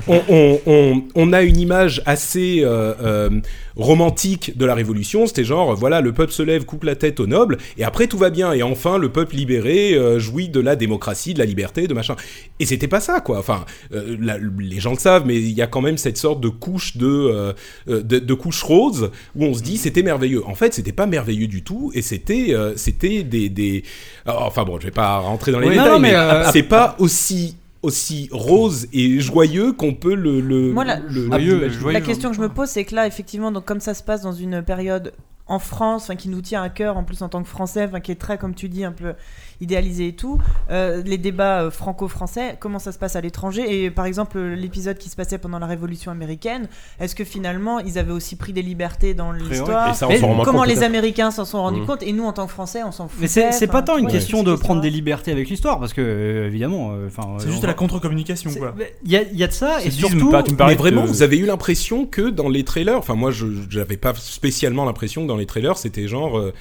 Speaker 2: on, on- on- on a une image assez euh, euh, romantique de la Révolution. C'était genre, euh, voilà, le peuple se lève, coupe la tête aux nobles, et après tout va bien. Et enfin, le peuple libéré euh, jouit de la démocratie, de la liberté, de machin. Et c'était pas ça, quoi. Enfin, euh, la- les gens le savent, mais il y a quand même cette sorte de couche de, euh, euh, de, de couche rose où on se dit c'était merveilleux. En fait, c'était pas merveilleux du tout, et c'était euh, c'était des, des. Alors, Enfin bon, je vais pas rentrer dans les
Speaker 6: Oui, non,
Speaker 2: détails,
Speaker 6: non, mais,
Speaker 2: mais
Speaker 6: euh,
Speaker 2: c'est pas aussi aussi rose et joyeux qu'on peut le le,
Speaker 7: Moi, la- Ah,
Speaker 2: le-
Speaker 6: Joyeux,
Speaker 2: le-
Speaker 6: joyeux.
Speaker 7: La question que je me pose, c'est que là, effectivement, donc comme ça se passe dans une période en France, enfin, qui nous tient à cœur, en plus en tant que Français, enfin, qui est très, comme tu dis, un peu idéalisé et tout, euh, les débats euh, franco-français, comment ça se passe à l'étranger Et par exemple, euh, l'épisode qui se passait pendant la Révolution américaine, est-ce que finalement, ils avaient aussi pris des libertés dans
Speaker 1: Et
Speaker 7: l'histoire
Speaker 1: ça, on
Speaker 6: Mais
Speaker 1: s'en rend moins
Speaker 7: Comment
Speaker 1: compte,
Speaker 7: les
Speaker 1: peut-être.
Speaker 7: Américains s'en sont rendus
Speaker 1: Mm.
Speaker 7: compte Et nous, en tant que Français, on s'en fout.
Speaker 6: Mais c'est c'est pas tant une question de prendre des libertés avec l'histoire, parce que euh, évidemment, euh, enfin.
Speaker 3: C'est
Speaker 6: euh,
Speaker 3: juste
Speaker 6: on-
Speaker 3: la contre-communication,
Speaker 6: c'est-
Speaker 3: quoi.
Speaker 6: mais Il y, a- il y a de ça,
Speaker 4: C'est le
Speaker 6: et
Speaker 4: disme,
Speaker 6: surtout.
Speaker 4: pas, tu me
Speaker 2: Mais
Speaker 4: parlais
Speaker 2: vraiment,
Speaker 4: de-
Speaker 2: vous avez eu l'impression que dans les trailers, enfin moi, je j'avais pas spécialement l'impression que dans les trailers, c'était genre euh,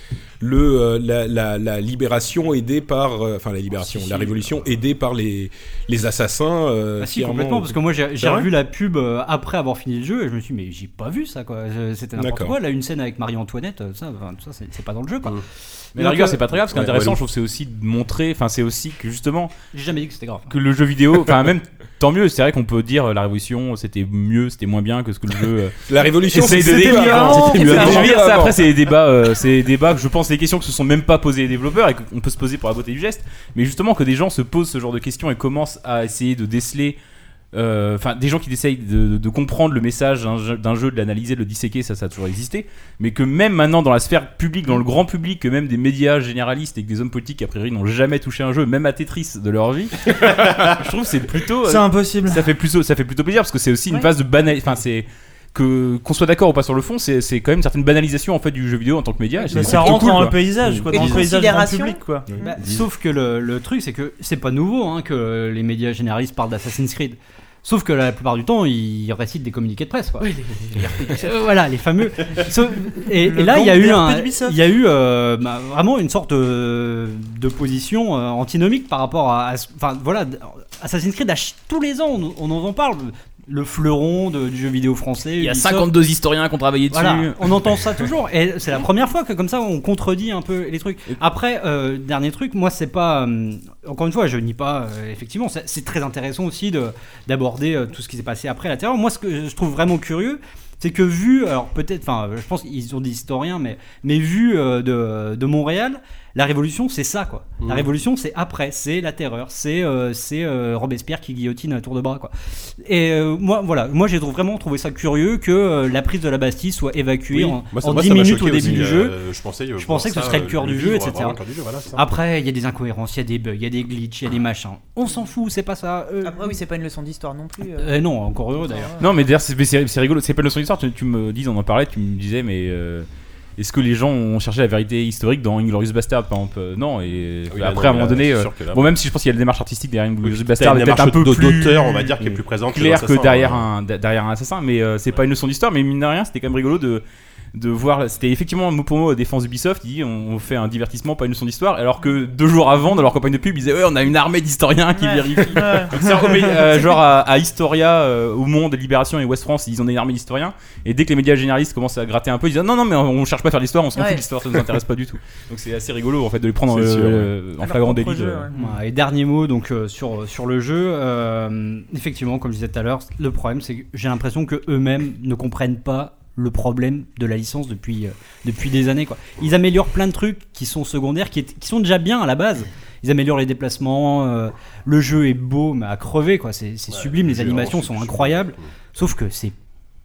Speaker 2: le euh, la, la, la libération aidée par, euh, enfin la libération,
Speaker 4: Si, si.
Speaker 2: la révolution aidée par les les assassins. euh,
Speaker 6: Ah si,
Speaker 2: fièrement-
Speaker 6: complètement, parce que moi j'ai j'ai
Speaker 2: vrai
Speaker 6: revu la pub euh, après avoir fini le jeu et je me suis dit, mais j'ai pas vu ça quoi, Je- c'était n'importe
Speaker 2: D'accord. Mmh.
Speaker 6: quoi. Là, une scène avec Marie-Antoinette, euh, ça, enfin, ça c'est c'est pas dans le jeu quoi.
Speaker 1: Mm.
Speaker 4: Mais à la
Speaker 6: Donc,
Speaker 4: rigueur,
Speaker 6: euh,
Speaker 4: c'est pas très grave. Ce qui est
Speaker 1: ouais,
Speaker 4: intéressant,
Speaker 1: ouais.
Speaker 4: je trouve, c'est aussi de montrer. Enfin, c'est aussi que justement,
Speaker 6: J'ai jamais dit que c'était grave.
Speaker 4: que le jeu vidéo. Enfin, même tant mieux. C'est vrai qu'on peut dire euh, la révolution, c'était mieux, c'était moins bien que ce que le jeu. euh,
Speaker 2: La révolution,
Speaker 4: essaye de
Speaker 2: c'était
Speaker 4: décrire.
Speaker 2: mieux avant,
Speaker 4: C'était mieux
Speaker 2: c'était
Speaker 4: avant. Je veux
Speaker 2: mieux
Speaker 4: dire, ça,
Speaker 2: avant.
Speaker 4: Après, c'est des débats. euh, C'est des débats que je pense, des questions que se sont même pas posées les développeurs et qu'on peut se poser pour la beauté du geste. Mais justement, que des gens se posent ce genre de questions et commencent à essayer de déceler. euh, Enfin, des gens qui essayent de, de comprendre le message d'un jeu, d'un jeu, de l'analyser, de le disséquer, ça, ça a toujours existé. Mais que même maintenant, dans la sphère publique, dans le grand public, que même des médias généralistes et que des hommes politiques, a priori, n'ont jamais touché un jeu, même à Tetris de leur vie, je trouve que c'est plutôt. euh,
Speaker 3: C'est impossible.
Speaker 4: ça fait plutôt ça fait plutôt plaisir parce que c'est aussi une
Speaker 7: Ouais.
Speaker 4: phase de banal enfin c'est que qu'on soit d'accord ou pas sur le fond c'est c'est quand même une certaine banalisation en fait du jeu vidéo en tant que média et
Speaker 3: Mais
Speaker 4: c'est
Speaker 3: ça
Speaker 4: plutôt
Speaker 3: rentre
Speaker 4: cool,
Speaker 3: dans
Speaker 4: quoi.
Speaker 3: le paysage, quoi,
Speaker 7: Et
Speaker 3: dans le
Speaker 7: des
Speaker 3: paysage grand
Speaker 7: considérations.
Speaker 3: public, quoi.
Speaker 6: Bah,
Speaker 7: Mm.
Speaker 6: sauf que le, le truc, c'est que c'est pas nouveau hein, que les médias généralistes parlent d'Assassin's Creed. Sauf que la plupart du temps, ils récitent des communiqués de presse. Quoi. Euh, voilà, les fameux. Sauf- et, et
Speaker 3: Le
Speaker 6: là, il y a
Speaker 3: gang
Speaker 6: eu,
Speaker 3: des
Speaker 6: un-
Speaker 3: RP d'Ubisoft.
Speaker 6: il y a eu euh, bah, vraiment une sorte de, de position euh, antinomique par rapport à. à ce- Enfin, voilà, Assassin's Creed, à ch- tous les ans, on, on en parle. Le fleuron de- du jeu vidéo français.
Speaker 4: il y a
Speaker 6: Ubisoft.
Speaker 4: 52 historiens qui ont travaillé dessus
Speaker 6: Voilà, on entend ça toujours. Et c'est la première fois que comme ça on contredit un peu les trucs. Après, euh, dernier truc, moi c'est pas. hum, encore une fois, je nie pas. euh, effectivement, c'est- c'est très intéressant aussi de d'aborder euh, tout ce qui s'est passé après la terreur. Moi, ce que je trouve vraiment curieux, C'est que vu, alors peut-être, enfin, je pense qu'ils ont des historiens, mais, mais vu euh, de, de Montréal, la révolution, c'est ça, quoi.
Speaker 1: Mhm.
Speaker 6: La révolution, c'est après, c'est la terreur, c'est euh, c'est, euh, Robespierre qui guillotine à tour de bras, quoi. Et euh, moi, voilà, moi j'ai trou- vraiment trouvé ça curieux que euh, la prise de la Bastille soit évacuée en,
Speaker 1: Moi, ça-
Speaker 6: en
Speaker 1: moi,
Speaker 6: 10
Speaker 1: ça m'a
Speaker 6: minutes
Speaker 1: choqué
Speaker 6: au
Speaker 1: aussi,
Speaker 6: début du
Speaker 1: euh,
Speaker 6: jeu.
Speaker 1: je pensais,
Speaker 6: Je pensais que ce serait le cœur du jeu, etc. Après, il y a des incohérences, il y a des bugs, il y a des glitches, il y
Speaker 1: Ah.
Speaker 6: a des machins. On s'en fout, c'est pas ça. euh,
Speaker 7: Après, oui, c'est pas une leçon d'histoire non plus. euh.
Speaker 6: euh, non, encore heureux d'ailleurs.
Speaker 4: Non, mais d'ailleurs, c'est mais c'est- c'est rigolo. C'est pas une leçon d'histoire. Tu, tu me dis, on en parlait, tu me disais, mais euh, est-ce que les gens ont cherché la vérité historique dans Inglorious Bastard, par exemple Euh, Non, et
Speaker 1: bah,
Speaker 4: après, à un moment donné. euh, Bon, même si je pense qu'il y a la démarche artistique derrière Inglorious Bastard,
Speaker 1: une
Speaker 4: est peut-être
Speaker 1: démarche
Speaker 4: un peu plus
Speaker 1: d'auteur, on va dire, qui est plus présente.
Speaker 4: clair que
Speaker 1: l'assassin,
Speaker 4: derrière
Speaker 1: hein.
Speaker 4: un de- derrière un assassin mais euh, c'est pas une leçon d'histoire mais mine de rien c'était quand même rigolo de de voir c'était effectivement mot pour mot la défense d'Ubisoft il dit on, on fait un divertissement pas une leçon d'histoire alors que deux jours avant dans leur campagne de pub ils disaient ouais on a une armée d'historiens qui
Speaker 7: Ouais.
Speaker 4: vérifient
Speaker 7: Ouais.
Speaker 4: C'est un homé- euh, genre à, à Historia euh, au Monde Libération et West France ils ont une armée d'historiens et dès que les médias généralistes commencent à gratter un peu ils disent Ah, non non mais on cherche pas à faire de l'histoire on s'en
Speaker 7: Ouais.
Speaker 4: fout de l'histoire ça nous intéresse pas du tout donc c'est assez rigolo en fait de les prendre
Speaker 1: C'est
Speaker 4: euh,
Speaker 1: sûr,
Speaker 4: euh, en
Speaker 7: Leur
Speaker 4: flagrant
Speaker 7: propre
Speaker 4: délit
Speaker 7: jeu,
Speaker 4: de-
Speaker 7: ouais.
Speaker 6: Ouais, Bah, Et dernier mot donc euh, sur, sur le jeu. euh, effectivement, comme je disais tout à l'heure, le problème c'est que j'ai l'impression que eux-mêmes ne comprennent pas le problème de la licence depuis, euh, depuis des années. Quoi. Ils améliorent plein de trucs qui sont secondaires, qui, est- qui sont déjà bien à la base. Ils améliorent les déplacements, euh, le jeu est beau mais à crever, quoi. c'est c'est sublime, les animations sont incroyables. Sauf que c'est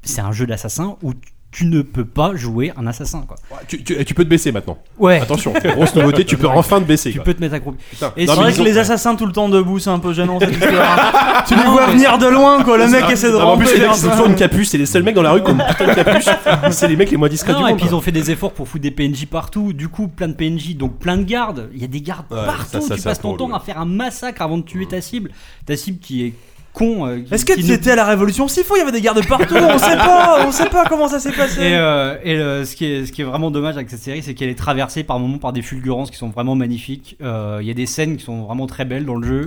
Speaker 6: c'est un jeu d'assassin où tu- tu ne peux pas jouer un assassin. Quoi.
Speaker 1: Ouais, Tu, tu- tu peux te baisser maintenant.
Speaker 6: Ouais,
Speaker 1: Attention, grosse nouveauté, tu peux enfin te baisser.
Speaker 6: tu
Speaker 1: quoi.
Speaker 6: peux te mettre accroupi.
Speaker 1: Putain. Non,
Speaker 6: Et
Speaker 3: C'est
Speaker 6: c'est
Speaker 1: mais
Speaker 3: vrai
Speaker 1: ils
Speaker 3: que
Speaker 1: ont-
Speaker 3: les assassins tout le temps debout, c'est un peu gênant cette histoire. tu les vois venir de loin, quoi. Le mec essaie de
Speaker 1: Ah, en plus,
Speaker 3: ramper.
Speaker 1: les mecs,
Speaker 3: vers
Speaker 1: ils ont
Speaker 3: ça.
Speaker 1: toujours une capuche, c'est les seuls mecs dans la rue qui ont une putain de capuche. C'est les mecs les moins discrets
Speaker 6: Non,
Speaker 1: du
Speaker 6: et
Speaker 1: monde. hein.
Speaker 6: puis ils ont fait des efforts pour foutre des PNJ partout. Du coup, plein de PNJ, donc plein de gardes. Il y a des gardes
Speaker 1: Ouais,
Speaker 6: partout.
Speaker 1: ça, ça,
Speaker 6: tu
Speaker 1: c'est
Speaker 6: passes ton
Speaker 1: drôle,
Speaker 6: temps
Speaker 1: ouais.
Speaker 6: à faire un massacre avant de tuer ta cible. Ta cible qui est con. euh, qui-
Speaker 3: Est-ce que
Speaker 6: qui
Speaker 3: tu
Speaker 6: nous-
Speaker 3: étais à la révolution Si fou, il y avait des gardes partout, on sait pas, on sait pas comment ça s'est
Speaker 6: Et,
Speaker 3: passé.
Speaker 6: euh, et, euh, ce, qui est, ce qui est vraiment dommage avec cette série, c'est qu'elle est traversée par moments par des fulgurances qui sont vraiment magnifiques. Euh, Il y a des scènes qui sont vraiment très belles dans le jeu,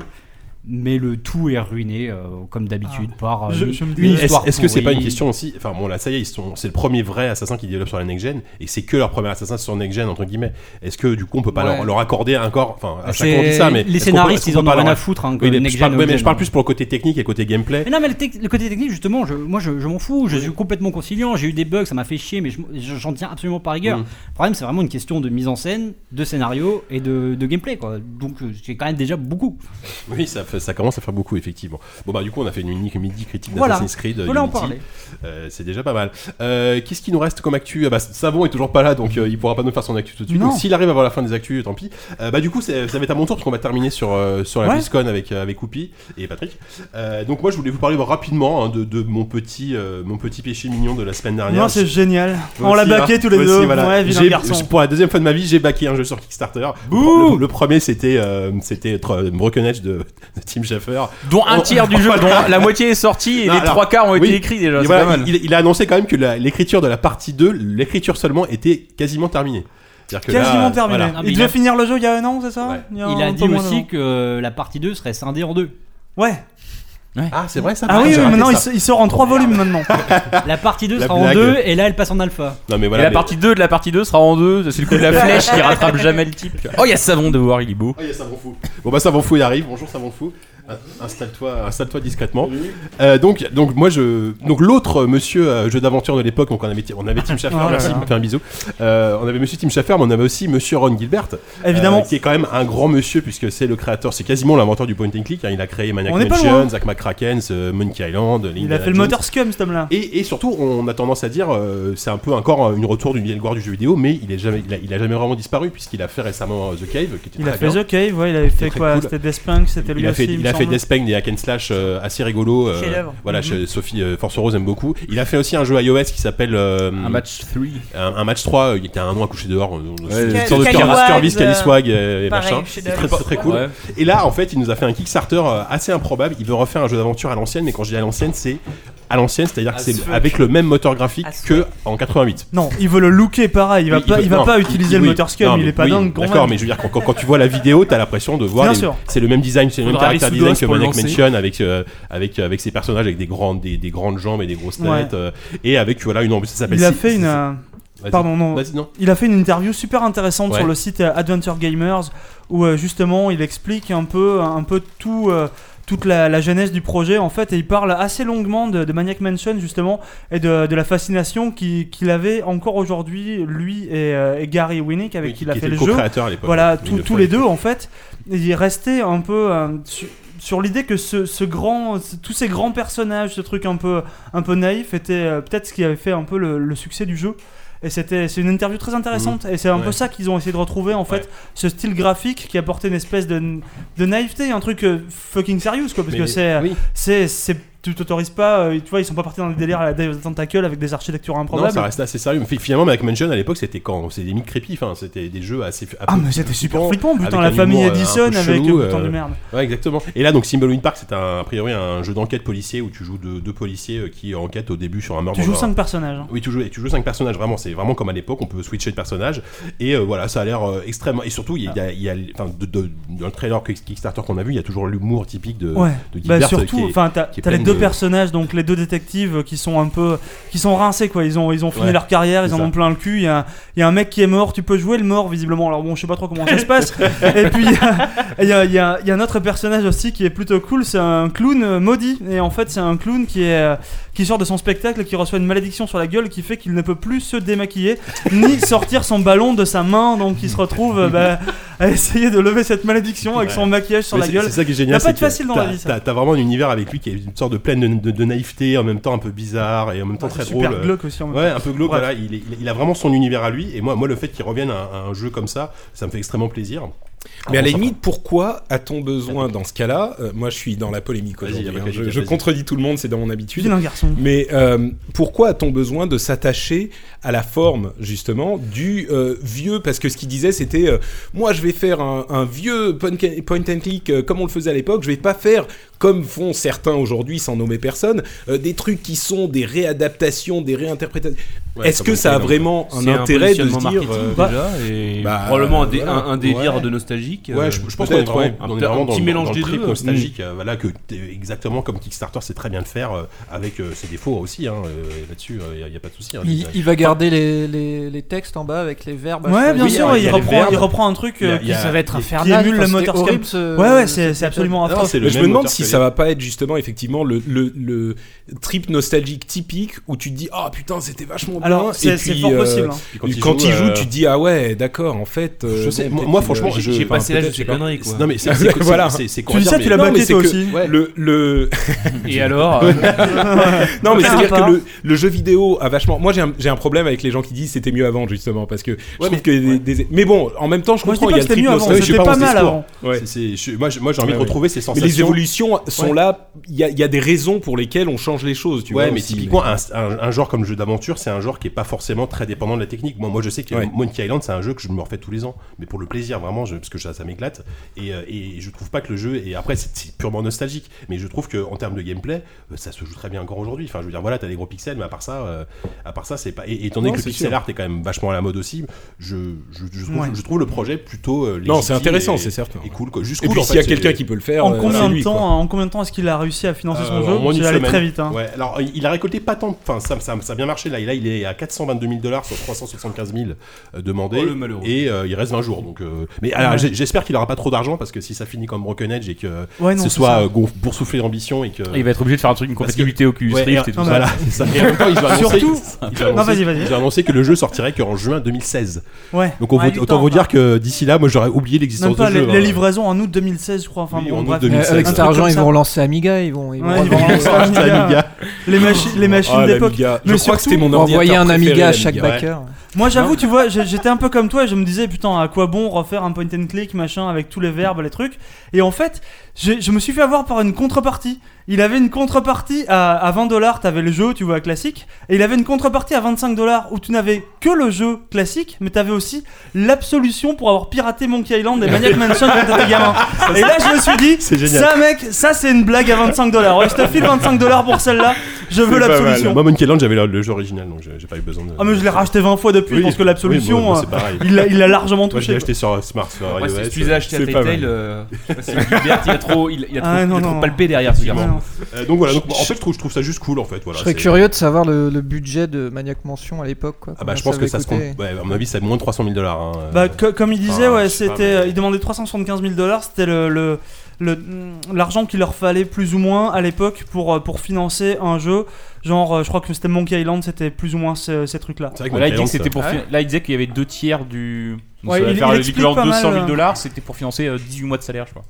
Speaker 6: mais le tout est ruiné, euh, comme d'habitude, par euh,
Speaker 3: Je-
Speaker 6: une-
Speaker 3: je me dis-
Speaker 6: une
Speaker 1: Est-ce
Speaker 6: histoire
Speaker 1: est-ce que c'est pas une
Speaker 6: pourrie.
Speaker 1: question aussi Enfin bon là ça y est, ils sont c'est le premier vrai assassin qui développe sur la next gen et c'est que leur premier assassin sur next gen entre guillemets. Est-ce que du coup on peut pas
Speaker 6: Ouais.
Speaker 1: leur, leur accorder un corps Enfin à chaque
Speaker 6: C'est-
Speaker 1: fois on dit ça mais
Speaker 6: les
Speaker 1: est-ce qu'on peut-
Speaker 6: scénaristes,
Speaker 1: est-ce qu'on
Speaker 6: ils en
Speaker 1: peut
Speaker 6: ont
Speaker 1: pas leur-
Speaker 6: rien à foutre. hein, que
Speaker 1: Oui, mais
Speaker 6: Next
Speaker 1: je parle-
Speaker 6: Gen,
Speaker 1: ouais, mais
Speaker 6: Old
Speaker 1: je
Speaker 6: Gen,
Speaker 1: parle
Speaker 6: hein.
Speaker 1: plus pour le côté technique et côté gameplay.
Speaker 6: Mais non, mais le, tec- le côté technique, justement, je, moi je, je m'en fous, je suis complètement conciliant, j'ai eu des bugs, ça m'a fait chier, mais je m- je- j'en tiens absolument pas rigueur.
Speaker 1: Mm.
Speaker 6: Le problème, c'est vraiment une question de mise en scène, de scénario et de, de gameplay, quoi. Donc, euh, c'est quand même déjà beaucoup.
Speaker 1: Oui, ça, fait- ça commence à faire beaucoup, effectivement. Bon, bah, du coup, on a fait une unique midi critique
Speaker 6: Voilà.
Speaker 1: d'Assassin's Creed. euh,
Speaker 6: Voilà, en
Speaker 1: Unity.
Speaker 6: parler.
Speaker 1: Euh, c'est déjà pas mal. Euh, Qu'est-ce qui nous reste comme actu ah bah, Savon est toujours pas là, donc euh, il pourra pas nous faire son actu tout de suite.
Speaker 3: Non.
Speaker 1: Donc, S'il arrive à voir la fin des actus, tant pis. Euh, bah, du coup, c'est- ça va être à mon tour, parce qu'on va terminer sur, euh, sur la
Speaker 3: Ouais.
Speaker 1: BlizzCon avec, euh, avec Oupi et Patrick. Euh, donc, moi, je voulais vous parler rapidement hein, de, de mon, petit, euh, mon petit péché mignon de la semaine dernière.
Speaker 3: Non, c'est génial.
Speaker 1: Toi
Speaker 3: On l'a
Speaker 1: aussi, hein.
Speaker 3: baqué tous les
Speaker 1: Toi aussi,
Speaker 3: deux.
Speaker 1: voilà.
Speaker 3: Ouais, vilain
Speaker 1: J'ai-
Speaker 3: garçon.
Speaker 1: Pour la deuxième fois de ma vie, j'ai baqué un jeu sur Kickstarter.
Speaker 4: Bouh
Speaker 1: le, le premier, c'était euh, c'était Tr- Broken Edge de, de Tim Schafer.
Speaker 4: dont un
Speaker 1: Oh.
Speaker 4: tiers du jeu dont la moitié est sortie et
Speaker 1: Non,
Speaker 4: les
Speaker 1: alors,
Speaker 4: trois quarts ont
Speaker 1: oui.
Speaker 4: été écrits déjà
Speaker 1: Et
Speaker 4: c'est
Speaker 1: voilà,
Speaker 4: pas mal.
Speaker 1: il, il a annoncé quand même que la- l'écriture de la partie 2, l'écriture seulement, était quasiment terminée. C'est-à-dire que là,
Speaker 3: Quasiment terminé.
Speaker 1: voilà.
Speaker 6: Ah, mais
Speaker 3: Il
Speaker 6: il
Speaker 3: devait
Speaker 6: a-
Speaker 3: finir le jeu il y a un an, c'est ça
Speaker 1: Ouais.
Speaker 3: y un
Speaker 6: Il a
Speaker 3: peu
Speaker 6: dit
Speaker 3: moins d'un an.
Speaker 6: aussi que la partie 2 serait scindée en deux.
Speaker 3: Ouais.
Speaker 1: Ah, c'est vrai ça
Speaker 3: Ah
Speaker 1: putain,
Speaker 3: oui,
Speaker 1: j'ai
Speaker 3: oui,
Speaker 1: raté
Speaker 3: maintenant il,
Speaker 1: ça.
Speaker 3: se- il sort en trois volumes maintenant.
Speaker 2: Ah,
Speaker 6: La partie 2
Speaker 1: La
Speaker 6: sera
Speaker 1: blague.
Speaker 6: en deux, et là, elle passe en alpha.
Speaker 1: Non, mais
Speaker 4: Et
Speaker 1: voilà.
Speaker 4: la
Speaker 1: mais-
Speaker 4: partie 2 de la partie 2 sera en deux, c'est le coup de la flèche qui rattrape jamais le type. Oh, il y a Savon de voir, il est beau.
Speaker 1: Ah, il y a Savon Fou. Bon, bah, Savon Fou, il arrive. Bonjour, Savon Fou. Euh, Installe-toi installe discrètement. Euh, donc, donc, moi, je. Donc, l'autre euh, monsieur euh, jeu d'aventure de l'époque, donc on avait, on avait Tim Schafer,
Speaker 3: Oh là
Speaker 1: merci,
Speaker 3: là.
Speaker 1: il me fait un bisou. Euh, on avait monsieur Tim Schafer, mais on avait aussi monsieur Ron Gilbert.
Speaker 3: Évidemment.
Speaker 1: Euh, qui est quand même un grand monsieur puisque c'est le créateur, c'est quasiment l'inventeur du point and click. hein. Il a créé Maniac
Speaker 3: On est pas
Speaker 1: Mansion,
Speaker 3: loin.
Speaker 1: Zack McCracken, euh, Monkey Island,
Speaker 3: Il a
Speaker 1: Indiana
Speaker 3: fait le
Speaker 1: Jones.
Speaker 3: moteur Scum, cet homme-là.
Speaker 1: Et, et surtout, on a tendance à dire, euh, c'est un peu encore une retour d'une vieille gloire du jeu vidéo, mais il, est jamais, il, a, il a jamais vraiment disparu puisqu'il a fait récemment euh, The Cave, qui était
Speaker 3: Il
Speaker 1: très
Speaker 3: a fait
Speaker 1: bien.
Speaker 3: The Cave, ouais, il avait fait
Speaker 1: très
Speaker 3: quoi
Speaker 1: cool.
Speaker 3: C'était Death Punk, c'était lui
Speaker 1: Il a fait,
Speaker 3: aussi,
Speaker 1: il
Speaker 3: me
Speaker 1: a fait
Speaker 3: semble.
Speaker 1: Death Punk, des hack and slash euh, assez rigolo. euh,
Speaker 7: Chef-d'œuvre.
Speaker 1: Voilà,
Speaker 3: Mhm.
Speaker 1: chez Sophie euh, Force Rose aime beaucoup. Il a fait aussi un jeu iOS qui s'appelle euh,
Speaker 4: Un match 3.
Speaker 1: un, un match 3, euh, qui était un nom à coucher dehors. euh,
Speaker 4: Ouais,
Speaker 1: une
Speaker 4: Cal-
Speaker 1: sorte de
Speaker 7: Caliwags,
Speaker 1: Curvis,
Speaker 7: euh,
Speaker 1: Caliswag euh, et
Speaker 7: pareil,
Speaker 1: machin. C'est très,
Speaker 7: chef-d'œuvre.
Speaker 1: très, très cool. Et là, en fait, il nous a fait un Kickstarter euh, assez improbable. Il veut refaire un jeu d'aventure à l'ancienne, mais quand je dis à l'ancienne, c'est à l'ancienne, c'est-à-dire que
Speaker 4: As
Speaker 1: c'est
Speaker 4: fuck.
Speaker 1: avec le même moteur graphique
Speaker 7: As
Speaker 1: que en 88.
Speaker 3: Non, il veut le looker pareil, il va
Speaker 1: Oui,
Speaker 3: pas,
Speaker 1: veut-
Speaker 3: il va
Speaker 1: non,
Speaker 3: pas utiliser
Speaker 1: il-
Speaker 3: le
Speaker 1: oui,
Speaker 3: moteur
Speaker 1: non,
Speaker 3: Scum, il
Speaker 1: mais
Speaker 3: est pas
Speaker 1: oui,
Speaker 3: dingue, grand
Speaker 1: D'accord,
Speaker 3: même.
Speaker 1: mais je veux dire, quand, quand- quand tu vois la vidéo, t'as l'impression de voir.
Speaker 3: Bien
Speaker 1: les-
Speaker 3: sûr.
Speaker 1: C'est le même design, c'est le même
Speaker 4: Faudra aller
Speaker 1: caractère
Speaker 4: sous
Speaker 1: design
Speaker 4: DOS
Speaker 1: que
Speaker 4: pour le
Speaker 1: Maniac
Speaker 4: lancer.
Speaker 1: Mansion, avec, euh, avec, avec ses personnages, avec des grandes, des, des grandes jambes et des grosses têtes,
Speaker 3: Ouais.
Speaker 1: euh, et avec, voilà, une ambiance. Ça s'appelle
Speaker 3: Il a
Speaker 1: Si-
Speaker 3: fait
Speaker 1: Si-
Speaker 3: une.
Speaker 1: Si-
Speaker 3: euh,
Speaker 1: Vas-y.
Speaker 3: Pardon, non.
Speaker 1: Vas-y, non.
Speaker 3: Il a fait une interview super intéressante
Speaker 1: Ouais.
Speaker 3: sur le site euh, Adventure Gamers où euh, justement il explique un peu, un peu tout, euh, toute la, la jeunesse du projet en fait et il parle assez longuement de, de Maniac Mansion justement et de, de la fascination qui- qu'il avait encore aujourd'hui lui et, euh, et Gary Winnick avec
Speaker 1: Oui,
Speaker 3: qui il a
Speaker 1: qui
Speaker 3: fait
Speaker 1: était
Speaker 3: le
Speaker 1: le
Speaker 3: jeu.
Speaker 1: co-créateur à l'époque. hein,
Speaker 3: Voilà,
Speaker 1: Il
Speaker 3: tous-
Speaker 1: le
Speaker 3: tous
Speaker 1: fait.
Speaker 3: les deux en fait, ils restaient un peu euh, sur, sur l'idée que ce, ce grand, ce- tous ces grands personnages, ce truc un peu, un peu naïf, était euh, peut-être ce qui avait fait un peu le, le succès du jeu. Et c'était, c'est une interview très intéressante. Et c'est un peu
Speaker 1: Mhm. Ouais.
Speaker 3: ça qu'ils ont essayé de retrouver en fait,
Speaker 1: Ouais.
Speaker 3: ce style graphique qui apportait une espèce de, de naïveté, un truc euh, fucking sérieux quoi, parce
Speaker 1: Mais-
Speaker 3: que c'est,
Speaker 1: oui.
Speaker 3: c'est, c'est- tu t'autorises pas, euh, tu vois, ils sont pas partis dans le délire à la Dave Tentacle avec des architectures
Speaker 1: Non,
Speaker 3: improbables.
Speaker 1: ça reste assez sérieux. Mais fi- finalement, avec Mansion à l'époque, c'était quand C'était des mille creepy. Enfin, c'était des jeux assez.
Speaker 3: ah mais c'était super flippant, putain,
Speaker 1: avec
Speaker 3: la
Speaker 1: un
Speaker 3: famille
Speaker 1: humour, euh, un
Speaker 3: Edison
Speaker 1: peu
Speaker 3: avec
Speaker 1: chelou,
Speaker 3: euh, putain de
Speaker 1: euh,
Speaker 3: merde.
Speaker 1: Ouais, exactement. Et là, donc, Simbalwin Park, c'est un, a priori un jeu d'enquête policier où tu joues deux, deux policiers euh, qui enquêtent au début sur un meurtre.
Speaker 3: Tu joues
Speaker 1: dans un-
Speaker 3: cinq personnages. hein.
Speaker 1: Oui, tu joues, et tu joues cinq personnages, vraiment. C'est vraiment comme à l'époque, on peut switcher de personnage. Et euh, voilà, ça a l'air euh, extrêmement. Et surtout, il y a, il y a- enfin, de- de- dans le trailer que- Kickstarter qu'on a vu, il y a toujours l'humour typique de,
Speaker 3: Ouais.
Speaker 1: de Gilbert.
Speaker 3: Bah
Speaker 1: euh, qui
Speaker 3: surtout,
Speaker 1: est-
Speaker 3: enfin, t'as
Speaker 1: qui est
Speaker 3: t'as les
Speaker 1: pleine
Speaker 3: deux
Speaker 1: de-
Speaker 3: personnages, donc les deux détectives euh, qui sont un peu, qui sont rincés quoi. Ils ont, ils ont fini
Speaker 1: Ouais,
Speaker 3: leur carrière,
Speaker 1: c'est
Speaker 3: ils en
Speaker 1: ça.
Speaker 3: ont plein le cul. Il y a, il y a un mec qui est mort, tu peux jouer le mort visiblement. Alors bon, je sais pas trop comment ça se passe. Et puis il y a- il y, a, il y a- il y a un autre personnage aussi qui est plutôt cool. C'est un clown euh, maudit. Et en fait, c'est un clown qui est, euh, qui sort de son spectacle, et qui reçoit une malédiction sur la gueule, qui fait qu'il ne peut plus se démaquiller ni sortir son ballon de sa main. Donc il se retrouve euh, bah, à essayer de lever cette malédiction avec son maquillage sur
Speaker 1: Mais
Speaker 3: la
Speaker 1: c'est-
Speaker 3: gueule.
Speaker 1: C'est ça qui est
Speaker 3: Y a
Speaker 1: génial.
Speaker 3: pas
Speaker 1: c'est
Speaker 3: de
Speaker 1: que
Speaker 3: facile dans la
Speaker 1: t'as-
Speaker 3: vie, ça.
Speaker 1: T'as t'as vraiment un univers avec lui qui est une sorte de pleine de, de- de naïveté, en même temps un peu bizarre et en même temps très drôle.
Speaker 3: super glauque aussi en même temps.
Speaker 1: Ouais, un peu glauque,
Speaker 3: Bref.
Speaker 1: voilà. Il, est- il- il a vraiment son univers à lui. Et moi, moi le fait qu'il revienne à, un- à un jeu comme ça, ça me fait extrêmement plaisir.
Speaker 2: Mais à la
Speaker 1: Bon, ça
Speaker 2: limite, pourquoi a-t-on besoin dans ce cas-là euh, Moi, je suis dans la polémique
Speaker 1: Vas-y,
Speaker 2: aujourd'hui.
Speaker 1: avec
Speaker 2: hein.
Speaker 1: la
Speaker 2: Je,
Speaker 1: Judith,
Speaker 2: je
Speaker 1: vas-y.
Speaker 2: contredis tout le monde, c'est dans mon habitude.
Speaker 3: Vilain garçon.
Speaker 2: Mais euh, pourquoi a-t-on besoin de s'attacher à la forme justement du euh, vieux Parce que ce qu'il disait, c'était euh, moi, je vais faire un, un vieux point and- point and click euh, comme on le faisait à l'époque. Je vais pas faire comme font certains aujourd'hui, sans nommer personne, euh, des trucs qui sont des réadaptations, des réinterprétations.
Speaker 1: Ouais,
Speaker 2: Est-ce
Speaker 1: ça
Speaker 2: que
Speaker 1: me
Speaker 2: ça a
Speaker 1: plaît,
Speaker 2: vraiment un
Speaker 8: C'est
Speaker 2: intérêt de se
Speaker 8: positionnement
Speaker 2: dire
Speaker 8: marketing,
Speaker 2: euh,
Speaker 8: déjà, et
Speaker 2: bah,
Speaker 8: probablement un, dé-
Speaker 2: voilà.
Speaker 8: un- un délire
Speaker 2: Ouais.
Speaker 8: de nostalgique.
Speaker 1: Ouais,
Speaker 8: euh,
Speaker 1: je, je pense qu'on est
Speaker 2: peut-être,
Speaker 1: vraiment,
Speaker 2: ouais.
Speaker 1: on est
Speaker 8: Un
Speaker 1: vraiment
Speaker 8: petit
Speaker 1: dans,
Speaker 8: mélange
Speaker 1: dans
Speaker 8: des
Speaker 1: le trip
Speaker 8: deux.
Speaker 1: nostalgique, euh, voilà, que t'es- exactement comme Kickstarter sait très bien le faire, euh, avec euh, ses défauts aussi, hein, euh, là-dessus, il n'y a, pas de souci. hein,
Speaker 5: Il,
Speaker 1: design.
Speaker 5: il va garder les, les, les textes en bas avec les verbes. à
Speaker 3: Ouais,
Speaker 5: choisir.
Speaker 3: bien
Speaker 1: Oui,
Speaker 3: sûr,
Speaker 1: alors, il y
Speaker 3: il
Speaker 1: a les
Speaker 3: reprend,
Speaker 1: verbes.
Speaker 3: il reprend un truc.
Speaker 1: Il y
Speaker 3: euh,
Speaker 1: a- il y
Speaker 3: qui
Speaker 1: a-
Speaker 5: Ça va être
Speaker 1: qui
Speaker 5: infernal.
Speaker 3: émule
Speaker 5: enfin,
Speaker 3: le
Speaker 5: c'était
Speaker 3: moteur
Speaker 5: horrible,
Speaker 2: euh,
Speaker 5: ce-
Speaker 3: Ouais, ouais, c'est
Speaker 5: cet
Speaker 3: c'est
Speaker 5: épisode.
Speaker 3: absolument affreux.
Speaker 1: Non, Ah, c'est le
Speaker 2: Mais je
Speaker 1: même
Speaker 2: me demande
Speaker 1: auteur
Speaker 2: si
Speaker 1: que
Speaker 2: ça
Speaker 1: les-
Speaker 2: va pas être justement effectivement le, le, le trip nostalgique typique où tu te dis ah putain c'était vachement
Speaker 3: Alors,
Speaker 2: bien
Speaker 3: c'est
Speaker 2: et
Speaker 3: c'est
Speaker 2: puis,
Speaker 3: fort
Speaker 2: euh,
Speaker 3: possible. hein.
Speaker 1: Puis
Speaker 2: quand il
Speaker 1: joue,
Speaker 2: joue,
Speaker 1: euh,
Speaker 2: tu te dis ah ouais d'accord en fait euh,
Speaker 1: Je sais,
Speaker 2: bon,
Speaker 1: moi-
Speaker 2: peut-être
Speaker 1: moi,
Speaker 2: qu'il,
Speaker 1: franchement,
Speaker 2: euh,
Speaker 1: je-
Speaker 8: J'ai
Speaker 1: enfin,
Speaker 8: passé l'âge de
Speaker 2: peut-être,
Speaker 8: ces
Speaker 2: je sais pas.
Speaker 8: conneries, quoi.
Speaker 1: Non mais c'est
Speaker 2: Ouais, voilà.
Speaker 1: voilà. c'est
Speaker 3: Tu dis ça, tu l'as
Speaker 2: Non, mais
Speaker 3: bâclé
Speaker 2: c'est
Speaker 3: toi
Speaker 2: que-
Speaker 3: aussi.
Speaker 8: Ouais.
Speaker 2: le, le...
Speaker 8: Et alors euh,
Speaker 2: non mais
Speaker 7: Peu
Speaker 3: Ah,
Speaker 2: c'est à dire
Speaker 7: importe.
Speaker 2: que le, le jeu vidéo a vachement moi j'ai un, j'ai un problème avec les gens qui disent c'était mieux avant justement parce que je
Speaker 1: Ouais,
Speaker 2: trouve que des- des- mais bon en même temps je
Speaker 3: Moi, je dis
Speaker 2: comprends il y
Speaker 3: pas que
Speaker 2: a le
Speaker 3: c'était
Speaker 2: trip
Speaker 3: mieux avant,
Speaker 2: nostalgique
Speaker 1: je sais
Speaker 3: c'était
Speaker 1: pas,
Speaker 3: pas
Speaker 1: mon
Speaker 3: mal
Speaker 1: discours.
Speaker 3: avant.
Speaker 2: Ouais.
Speaker 1: c'est- c'est- je- moi j'ai moi, j'ai envie
Speaker 2: Ouais,
Speaker 1: de
Speaker 2: ouais.
Speaker 1: retrouver ces
Speaker 2: mais
Speaker 1: sensations.
Speaker 2: les évolutions sont là il y a, il y a des raisons pour lesquelles on change les choses tu
Speaker 1: ouais,
Speaker 2: vois
Speaker 1: mais
Speaker 2: aussi.
Speaker 1: typiquement, un, un- un genre comme le jeu d'aventure, c'est un genre qui est pas forcément très dépendant de la technique. Moi, moi je sais que
Speaker 2: Ouais.
Speaker 1: Monkey Island, c'est un jeu que je me refais tous les ans, mais pour le plaisir, vraiment, je- parce que ça, ça m'éclate. Et, euh, et je trouve pas que le jeu, et après, c'est c'est purement nostalgique, mais je trouve que en termes de gameplay, euh, ça se joue très bien encore aujourd'hui. Enfin, je veux dire, voilà, t'as des gros pixels, mais à part ça, euh, à part ça, c'est pas. Et, et étant donné
Speaker 2: Non,
Speaker 1: que le
Speaker 2: c'est
Speaker 1: pixel
Speaker 2: sûr.
Speaker 1: art est quand même vachement à la mode aussi, je, je, je trouve,
Speaker 3: Ouais.
Speaker 1: je trouve le projet plutôt euh, légitime
Speaker 2: non c'est intéressant
Speaker 1: et-
Speaker 2: c'est certain
Speaker 1: Et cool, quoi. Juste
Speaker 2: et
Speaker 1: cool,
Speaker 2: puis
Speaker 1: en
Speaker 2: s'il y a
Speaker 1: fait,
Speaker 2: quelqu'un
Speaker 1: c'est-
Speaker 2: qui peut le faire
Speaker 3: En
Speaker 2: euh,
Speaker 3: combien
Speaker 2: c'est
Speaker 3: de
Speaker 2: lui, quoi.
Speaker 3: temps, en combien de temps est-ce qu'il a réussi à financer
Speaker 1: Euh,
Speaker 3: son
Speaker 1: en moins
Speaker 3: jeu
Speaker 1: d'une
Speaker 3: Il allé
Speaker 1: semaine.
Speaker 3: très vite. hein.
Speaker 1: Ouais, alors il il a récolté pas tant, enfin ça, ça, ça a bien marché là. Il, là, il est à 422 000 dollars sur 375 000 euh, demandés
Speaker 8: Oh, le malheureux.
Speaker 1: et euh, il reste 20 jours. Donc, euh, mais alors,
Speaker 3: Ouais.
Speaker 1: j'ai- j'espère qu'il aura pas trop d'argent parce que si ça finit comme Broken Edge et que euh,
Speaker 3: Ouais, non,
Speaker 1: ce
Speaker 3: c'est
Speaker 1: soit
Speaker 3: ça.
Speaker 1: euh, gonf- boursouflé d'ambition et que
Speaker 4: Il va être obligé de faire un truc, une
Speaker 1: Parce que-
Speaker 4: compatibilité au Oculus
Speaker 1: Ouais, et-
Speaker 4: Rift et tout ça.
Speaker 1: voilà, c'est ça. Et en même temps, ils ont annoncé,
Speaker 3: Surtout-
Speaker 1: ils ont
Speaker 3: Non,
Speaker 1: annoncé-
Speaker 3: vas-y, vas-y.
Speaker 1: ils ont annoncé que le jeu sortirait qu'en juin 2016.
Speaker 3: Ouais.
Speaker 1: Donc on
Speaker 7: Ouais,
Speaker 1: vous-
Speaker 7: du
Speaker 1: autant
Speaker 7: temps,
Speaker 1: vous
Speaker 7: quoi.
Speaker 1: dire que d'ici là, moi j'aurais oublié
Speaker 3: hein. Même
Speaker 1: l'existence
Speaker 3: pas
Speaker 1: du jeu.
Speaker 3: les, les
Speaker 1: hein.
Speaker 3: livraisons en août 2016, je crois. Enfin,
Speaker 1: Oui,
Speaker 3: bon,
Speaker 1: en août
Speaker 3: bref. Euh,
Speaker 1: 2016.
Speaker 5: Mais
Speaker 1: C'est
Speaker 5: Avec
Speaker 1: un
Speaker 5: cet
Speaker 3: truc
Speaker 5: argent,
Speaker 3: comme
Speaker 5: ils
Speaker 3: ça.
Speaker 5: vont lancer Amiga, ils vont, ils vont
Speaker 3: Ouais, ils vont
Speaker 5: revendre-
Speaker 3: lancer
Speaker 1: Ah, putain,
Speaker 3: Amiga.
Speaker 1: Amiga.
Speaker 3: Les machi- les machines
Speaker 2: Ah,
Speaker 3: d'époque.
Speaker 2: l'Amiga.
Speaker 3: Mais
Speaker 2: je crois que
Speaker 3: surtout,
Speaker 2: c'était mon ordinateur
Speaker 5: envoyer un
Speaker 2: préféré,
Speaker 5: Amiga à chaque
Speaker 2: l'Amiga.
Speaker 5: backer.
Speaker 3: Moi j'avoue, tu vois, j'ai- j'étais un peu comme toi et je me disais putain, à quoi bon refaire un point and click machin avec tous les verbes, les trucs. Et en fait, j'ai- je me suis fait avoir par une contrepartie. Il avait une contrepartie à, à 20 dollars, t'avais le jeu, tu vois, classique, et il avait une contrepartie à 25 dollars où tu n'avais que le jeu classique, mais t'avais aussi l'absolution pour avoir piraté Monkey Island et Maniac Mansion quand t'étais gamin. Et là, je me suis dit,
Speaker 1: C'est génial.
Speaker 3: ça mec, ça c'est une blague à 25 dollars. Ouais, je te file 25 dollars pour celle-là, je veux l'absolution.
Speaker 1: Moi, Monkey Island, j'avais le, le jeu original, donc j'ai j'ai pas eu besoin de.
Speaker 3: Ah mais je l'ai racheté 20 fois depuis,
Speaker 1: Oui.
Speaker 3: je pense que
Speaker 1: Oui,
Speaker 3: l'absolution,
Speaker 1: moi, moi,
Speaker 3: euh,
Speaker 1: c'est pareil.
Speaker 3: il l'a- il l'a largement
Speaker 1: Moi, je l'ai
Speaker 3: touché.
Speaker 1: acheté sur Smart, sur
Speaker 8: Moi,
Speaker 1: iOS.
Speaker 8: c'est- tu les as achetés à
Speaker 2: c'est pas
Speaker 8: Telltale. euh, je sais pas si c'est Gilbert, il a trop, il, il a trop,
Speaker 3: Ah, non,
Speaker 8: il a trop
Speaker 3: non.
Speaker 8: palpé derrière ce
Speaker 3: Ouais,
Speaker 8: garçon.
Speaker 3: non.
Speaker 1: Euh, donc voilà, donc, en fait, je trouve, je trouve ça juste cool en fait. Voilà,
Speaker 5: Je serais
Speaker 1: c'est-
Speaker 5: curieux de savoir le, le budget de Maniac Mansion à l'époque. quoi,
Speaker 1: Ah bah, je
Speaker 5: comment
Speaker 1: pense que
Speaker 5: avait
Speaker 1: ça se compte.
Speaker 5: coûté.
Speaker 1: Ouais, à mon avis, c'est moins de 300 000 dollars. hein.
Speaker 3: Bah, co- comme il disait,
Speaker 1: enfin,
Speaker 3: ouais,
Speaker 1: Euh, je sais pas,
Speaker 3: c'était,
Speaker 1: mais-
Speaker 3: euh, il demandait 375 000 dollars, c'était le, le, le- l'argent qu'il leur fallait plus ou moins à l'époque pour, euh, pour financer un jeu. Genre, euh, je crois que c'était Monkey Island, c'était plus ou moins ce- ces trucs-là.
Speaker 1: C'est vrai que
Speaker 4: Là, il
Speaker 1: Monkey
Speaker 4: disait que
Speaker 1: Island,
Speaker 4: c'était pour
Speaker 3: Ah
Speaker 4: fi- là, il disait qu'il y avait deux tiers du. Donc,
Speaker 3: Ouais,
Speaker 4: ça va
Speaker 3: il-
Speaker 4: faire
Speaker 3: il
Speaker 4: le
Speaker 3: explique
Speaker 4: l'équivalent de
Speaker 3: pas mal,
Speaker 4: 200 000
Speaker 3: euh.
Speaker 4: dollars, c'était pour financer euh, 18 mois de salaire, je crois.